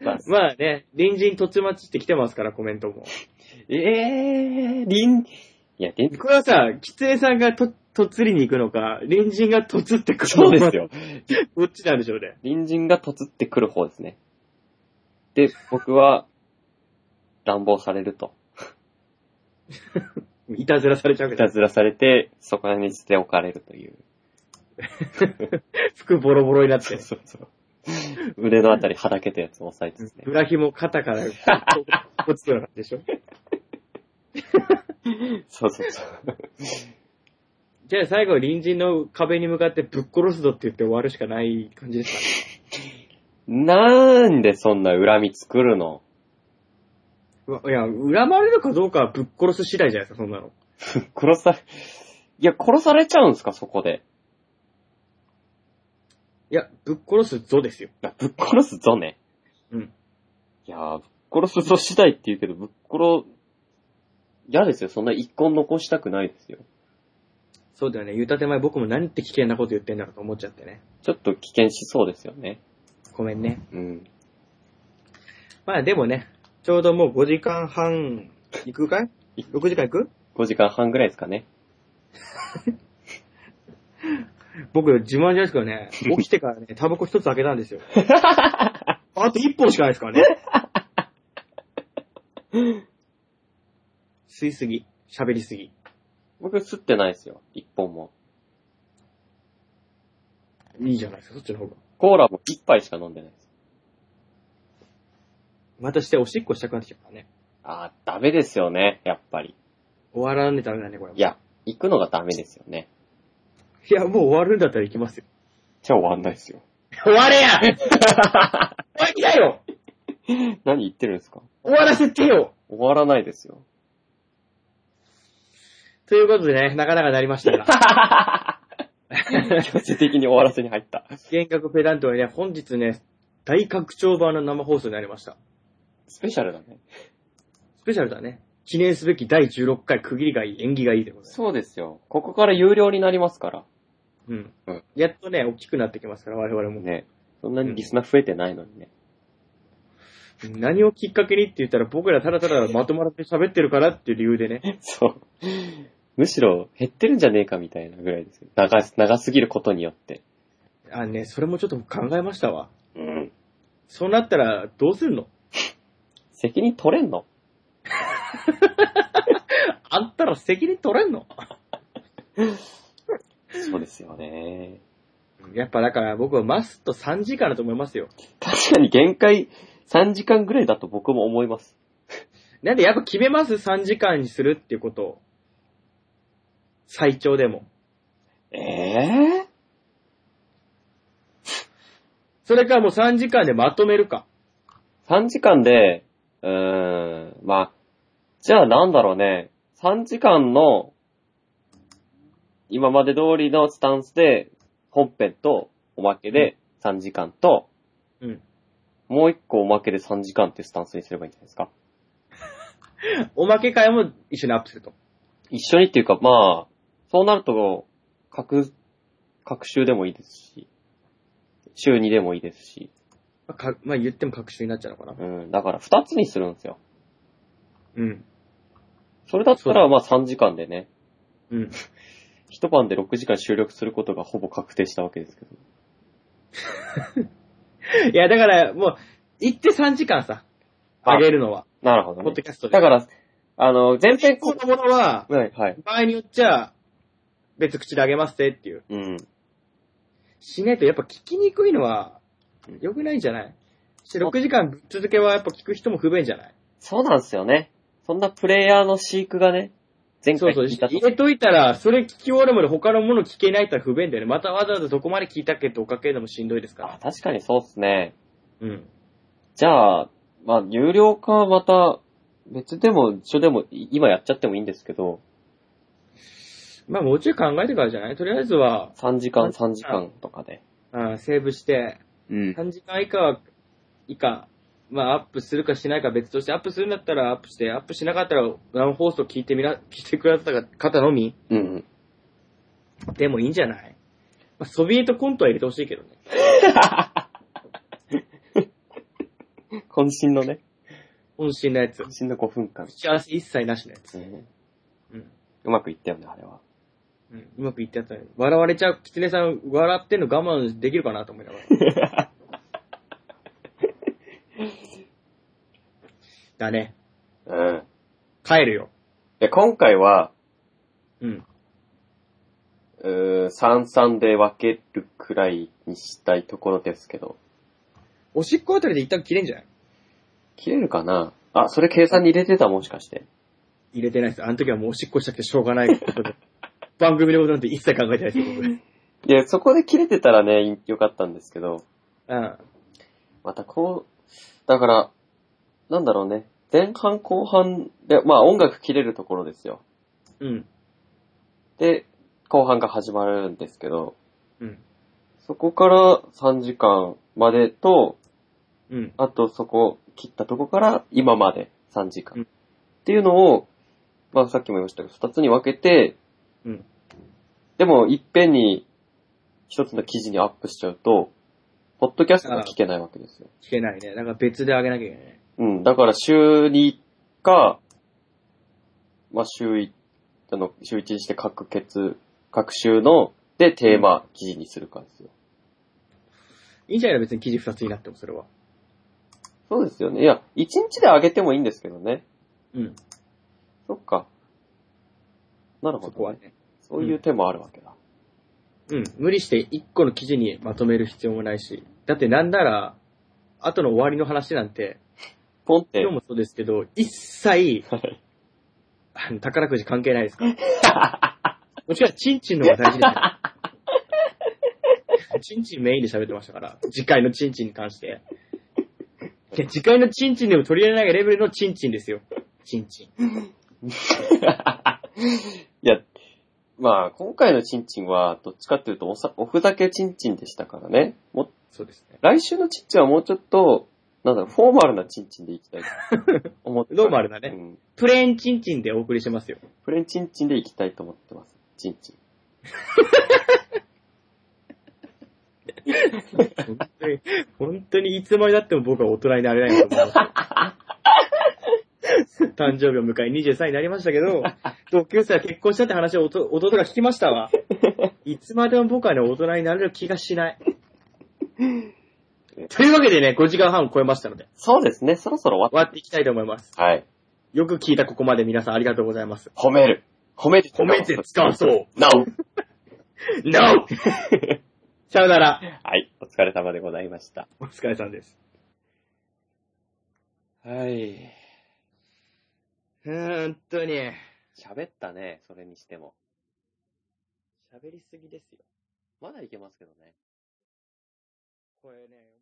Speaker 3: まあ
Speaker 2: まあね、隣人とちまちって来てますから、コメントも。
Speaker 3: ええー、隣、いや、隣、
Speaker 2: これはさ、吉江さんがと、とつりに行くのか、隣人がとつってくる
Speaker 3: そう
Speaker 2: の
Speaker 3: で
Speaker 2: か。
Speaker 3: すよ。
Speaker 2: どっちなんでしょうね。
Speaker 3: 隣人がとつってくる方ですね。で、僕は、乱暴されると。
Speaker 2: いたずらされちゃうけ
Speaker 3: い
Speaker 2: ど
Speaker 3: た。ずらされて、そこらに捨て置かれるという。
Speaker 2: 服ボロボロになっ て。
Speaker 3: そうそう。腕のあたりはだけたやつも押さえつつね。
Speaker 2: 裏紐肩から、こうこっちのでしょ。
Speaker 3: そうそうそう。
Speaker 2: じゃあ最後、隣人の壁に向かってぶっ殺すぞって言って終わるしかない感じですかね。
Speaker 3: なんでそんな恨み作るの
Speaker 2: うわいや、恨まれるかどうかはぶっ殺す次第じゃないですか、そんなの。
Speaker 3: 殺さ、いや、殺されちゃうんすか、そこで。
Speaker 2: いや、ぶっ殺すぞですよ。
Speaker 3: あぶっ殺すぞね。
Speaker 2: うん。
Speaker 3: いやー、ぶっ殺すぞ次第って言うけど、ぶっ殺、嫌ですよ。そんな一根残したくないですよ。
Speaker 2: そうだよね。言うた手前僕も何って危険なこと言ってんだろうと思っちゃってね。
Speaker 3: ちょっと危険しそうですよね。
Speaker 2: ごめんね。
Speaker 3: うん。
Speaker 2: まあでもね、ちょうどもう5時間半、行くかい ?6 時間行く
Speaker 3: 5時間半ぐらいですかね。
Speaker 2: 僕、自慢じゃないですけど ね、起きてからね、タバコ一つ開けたん ですよ。あと一本しかないですからね。 吸いすぎ。喋りすぎ。
Speaker 3: 僕、吸ってないですよ。一本も。
Speaker 2: いいじゃないですか、そっちの方が。
Speaker 3: コーラも一杯しか飲んでないです。
Speaker 2: またしておしっこしたくなってきたからね。
Speaker 3: あー、ダメですよね。やっぱり。
Speaker 2: 終わらんでダメだね、これ。
Speaker 3: い。や、行くのがダメですよね。
Speaker 2: いや、もう終わるんだったら行きますよ。
Speaker 3: じゃあ終わんないですよ。
Speaker 2: 終われや終わりだよ
Speaker 3: 何言ってるんですか
Speaker 2: 終わらせてよ
Speaker 3: 終わらないですよ。
Speaker 2: ということでね、なかなかなりました が。
Speaker 3: 強制的に終わらせに入った。
Speaker 2: 幻覚ペダントはね、本日ね、大拡張版の生放送になりました。
Speaker 3: スペシャルだね。
Speaker 2: スペシャルだね。記念すべき第16回区切りがいい、縁起がいいでございます。
Speaker 3: そうですよ。ここから有料になりますから。
Speaker 2: うん。
Speaker 3: うん
Speaker 2: やっとね、大きくなってきますから、我々も。
Speaker 3: ね。そんなにリスナー増えてないのにね。
Speaker 2: 何をきっかけにって言ったら、僕らただただまとまらず喋ってるからっていう理由でね、
Speaker 3: そう。むしろ減ってるんじゃねえかみたいなぐらいですよ。長す、長すぎることによって。
Speaker 2: あ、ね、それもちょっと考えましたわ。
Speaker 3: うん。
Speaker 2: そうなったら、どうすんの
Speaker 3: 責任取れんの
Speaker 2: あんたら責任取れんの
Speaker 3: そうですよね。
Speaker 2: やっぱだから僕はマスト3時間だと思いますよ。
Speaker 3: 確かに限界3時間ぐらいだと僕も思います。
Speaker 2: なんでやっぱ決めます ?3 時間にするっていうことを。最長でも。
Speaker 3: ええ
Speaker 2: それからもう3時間でまとめるか。
Speaker 3: 3時間で、うーん、まあ、じゃあなんだろうね。3時間の、今まで通りのスタンスで、本編とおまけで3時間と、
Speaker 2: うん。
Speaker 3: もう一個おまけで3時間ってスタンスにすればいいんじゃないですか。
Speaker 2: おまけ会も一緒にアップすると。
Speaker 3: 一緒にっていうか、まあ、そうなると、各、各週でもいいですし、週2でもいいですし、
Speaker 2: まあ、かまあ、言っても確信になっちゃうのかな。
Speaker 3: うん、だから2つにするんですよ。
Speaker 2: うん。
Speaker 3: それだったら、まあ3時間でね、
Speaker 2: うん。
Speaker 3: 一晩で6時間収録することがほぼ確定したわけですけど。
Speaker 2: いや、だからもう、行って3時間さ、
Speaker 3: あ
Speaker 2: あげるのは。
Speaker 3: なるほど
Speaker 2: ポッド
Speaker 3: ね。
Speaker 2: キャストで。
Speaker 3: だから、あの、全編
Speaker 2: こ
Speaker 3: こ、
Speaker 2: のものは、
Speaker 3: はい、はい。
Speaker 2: 場合によっちゃ、別口であげますぜっていう。
Speaker 3: うん。
Speaker 2: しないとやっぱ聞きにくいのは、良くないんじゃないして6時間ぶっ続けはやっぱ聞く人も不便じゃない
Speaker 3: そうなんですよね。そんなプレイヤーの飼育がね、前
Speaker 2: そ
Speaker 3: 回
Speaker 2: うそう。
Speaker 3: 聞いたと
Speaker 2: 入。れといたら、それ聞き終わるまで他のもの聞けないったら不便だよね。またわざわざどこまで聞いたっけっておかけるのもしんどいですから
Speaker 3: あ、。確かにそうっすね。
Speaker 2: うん。
Speaker 3: じゃあ、まあ、有料化はまた、別でも一緒でも、い今やっちゃってもいいんですけど、
Speaker 2: まあもうちょい考えてからじゃないとりあえずは、
Speaker 3: 3時間、3時間とかで。
Speaker 2: あセーブして、
Speaker 3: うん。
Speaker 2: 3時間以下は、以下、まあアップするかしないか別として、アップするんだったらアップして、アップしなかったら生放送聞いてみな、聞いてくださった方のみ
Speaker 3: うん。
Speaker 2: でもいいんじゃないまあソビエトコントは入れてほしいけどね。
Speaker 3: 渾身のね、
Speaker 2: 渾身のやつ。
Speaker 3: 渾身の5分間
Speaker 2: 打。ち合わせ一切なしのやつ。
Speaker 3: うん
Speaker 2: うん。
Speaker 3: うまくいったよね、あれは。
Speaker 2: うん。うまくいってやったら、笑われちゃう、キツネさん笑ってんの我慢できるかなと思いながら。 だね。
Speaker 3: うん。
Speaker 2: 帰るよ。
Speaker 3: で、今回は、
Speaker 2: うん。
Speaker 3: うーん、33で分けるくらいにしたいところですけど、
Speaker 2: おしっこあたりで一旦切れんじゃない
Speaker 3: 切れるかなあ、それ計算に入れてたもしかして。
Speaker 2: 入れてないです。あの時はもうおしっこしたくてしょうが ないことで。番組のことなんて一切考えてないですよ、僕。
Speaker 3: いや、そこで切れてたらね、よかったんですけど、
Speaker 2: うん。
Speaker 3: またこう、だから、なんだろうね。前半後半で、まあ音楽切れるところですよ。
Speaker 2: うん。
Speaker 3: で、後半が始まるんですけど、
Speaker 2: うん。
Speaker 3: そこから3時間までと、
Speaker 2: うん。
Speaker 3: あとそこ切ったとこから今まで3時間。
Speaker 2: うん
Speaker 3: っていうのを、まあさっきも言いましたけど、2つに分けて、
Speaker 2: うん
Speaker 3: でもいっぺんに1つの記事にアップしちゃうと、ポッドキャストが聞けないわけですよ。
Speaker 2: 聞けないね。なんか別であげなきゃいけないね。
Speaker 3: うん、だから週2か、まあ週1、あの、週1にして各月、各週の、でテーマ、記事にするかですよ。
Speaker 2: いいんじゃないの別に記事二つになっても、それは。
Speaker 3: そうですよね。いや、1日で上げてもいいんですけどね。
Speaker 2: うん。
Speaker 3: そっか。なるほ
Speaker 2: そこ
Speaker 3: ど、
Speaker 2: は
Speaker 3: ね。
Speaker 2: ね。
Speaker 3: そういう手もあるわけだ。
Speaker 2: うん、無理して一個の記事にまとめる必要もないし、だってなんなら、後の終わりの話なんて、
Speaker 3: ポンって
Speaker 2: 今日、もそうですけど、一切、あの宝くじ関係ないですから。もちろん、チンチンの方が大事ですよ。チンチンメインで喋ってましたから、次回のチンチンに関して。いや次回のチンチンでも取り入れないレベルのチンチンですよ。チンチン。
Speaker 3: いや、まあ、今回のチンチンは、どっちかっていうとおさ、おふざけチンチンでしたからね。も
Speaker 2: そうですね。
Speaker 3: 来週のチンチンはもうちょっと、なんだろう、フォーマルなチンチンでいきたいと思ってます。
Speaker 2: フォーマルだね
Speaker 3: うん
Speaker 2: プレーンチンチンでお送りしてますよ。
Speaker 3: フレンチンチンでいきたいと思ってます。チンチン。
Speaker 2: 本当に、本当にいつまでだっても僕は大人になれないと思います。 誕生日を迎え23歳になりましたけど、同級生は結婚したって話をおと弟が聞きましたわ。いつまでも僕はね、大人になれる気がし ない。というわけでね、5時間半を超えましたので、
Speaker 3: そうですね、そろそろ終
Speaker 2: 終
Speaker 3: わっ
Speaker 2: わっていきたいと思います。
Speaker 3: た。はい。
Speaker 2: よく聞いたここまで皆さんありがとうございます。
Speaker 3: 褒める。褒めて
Speaker 2: 褒めて使わそう。
Speaker 3: なお。
Speaker 2: NO! さよなら。
Speaker 3: はい、お疲れ様でございました。
Speaker 2: お疲れさんです。
Speaker 3: はい。
Speaker 2: うーんとに。
Speaker 3: 喋ったね、それにしても。
Speaker 2: 喋りすぎですよ。
Speaker 3: まだいけますけどね。
Speaker 2: これね、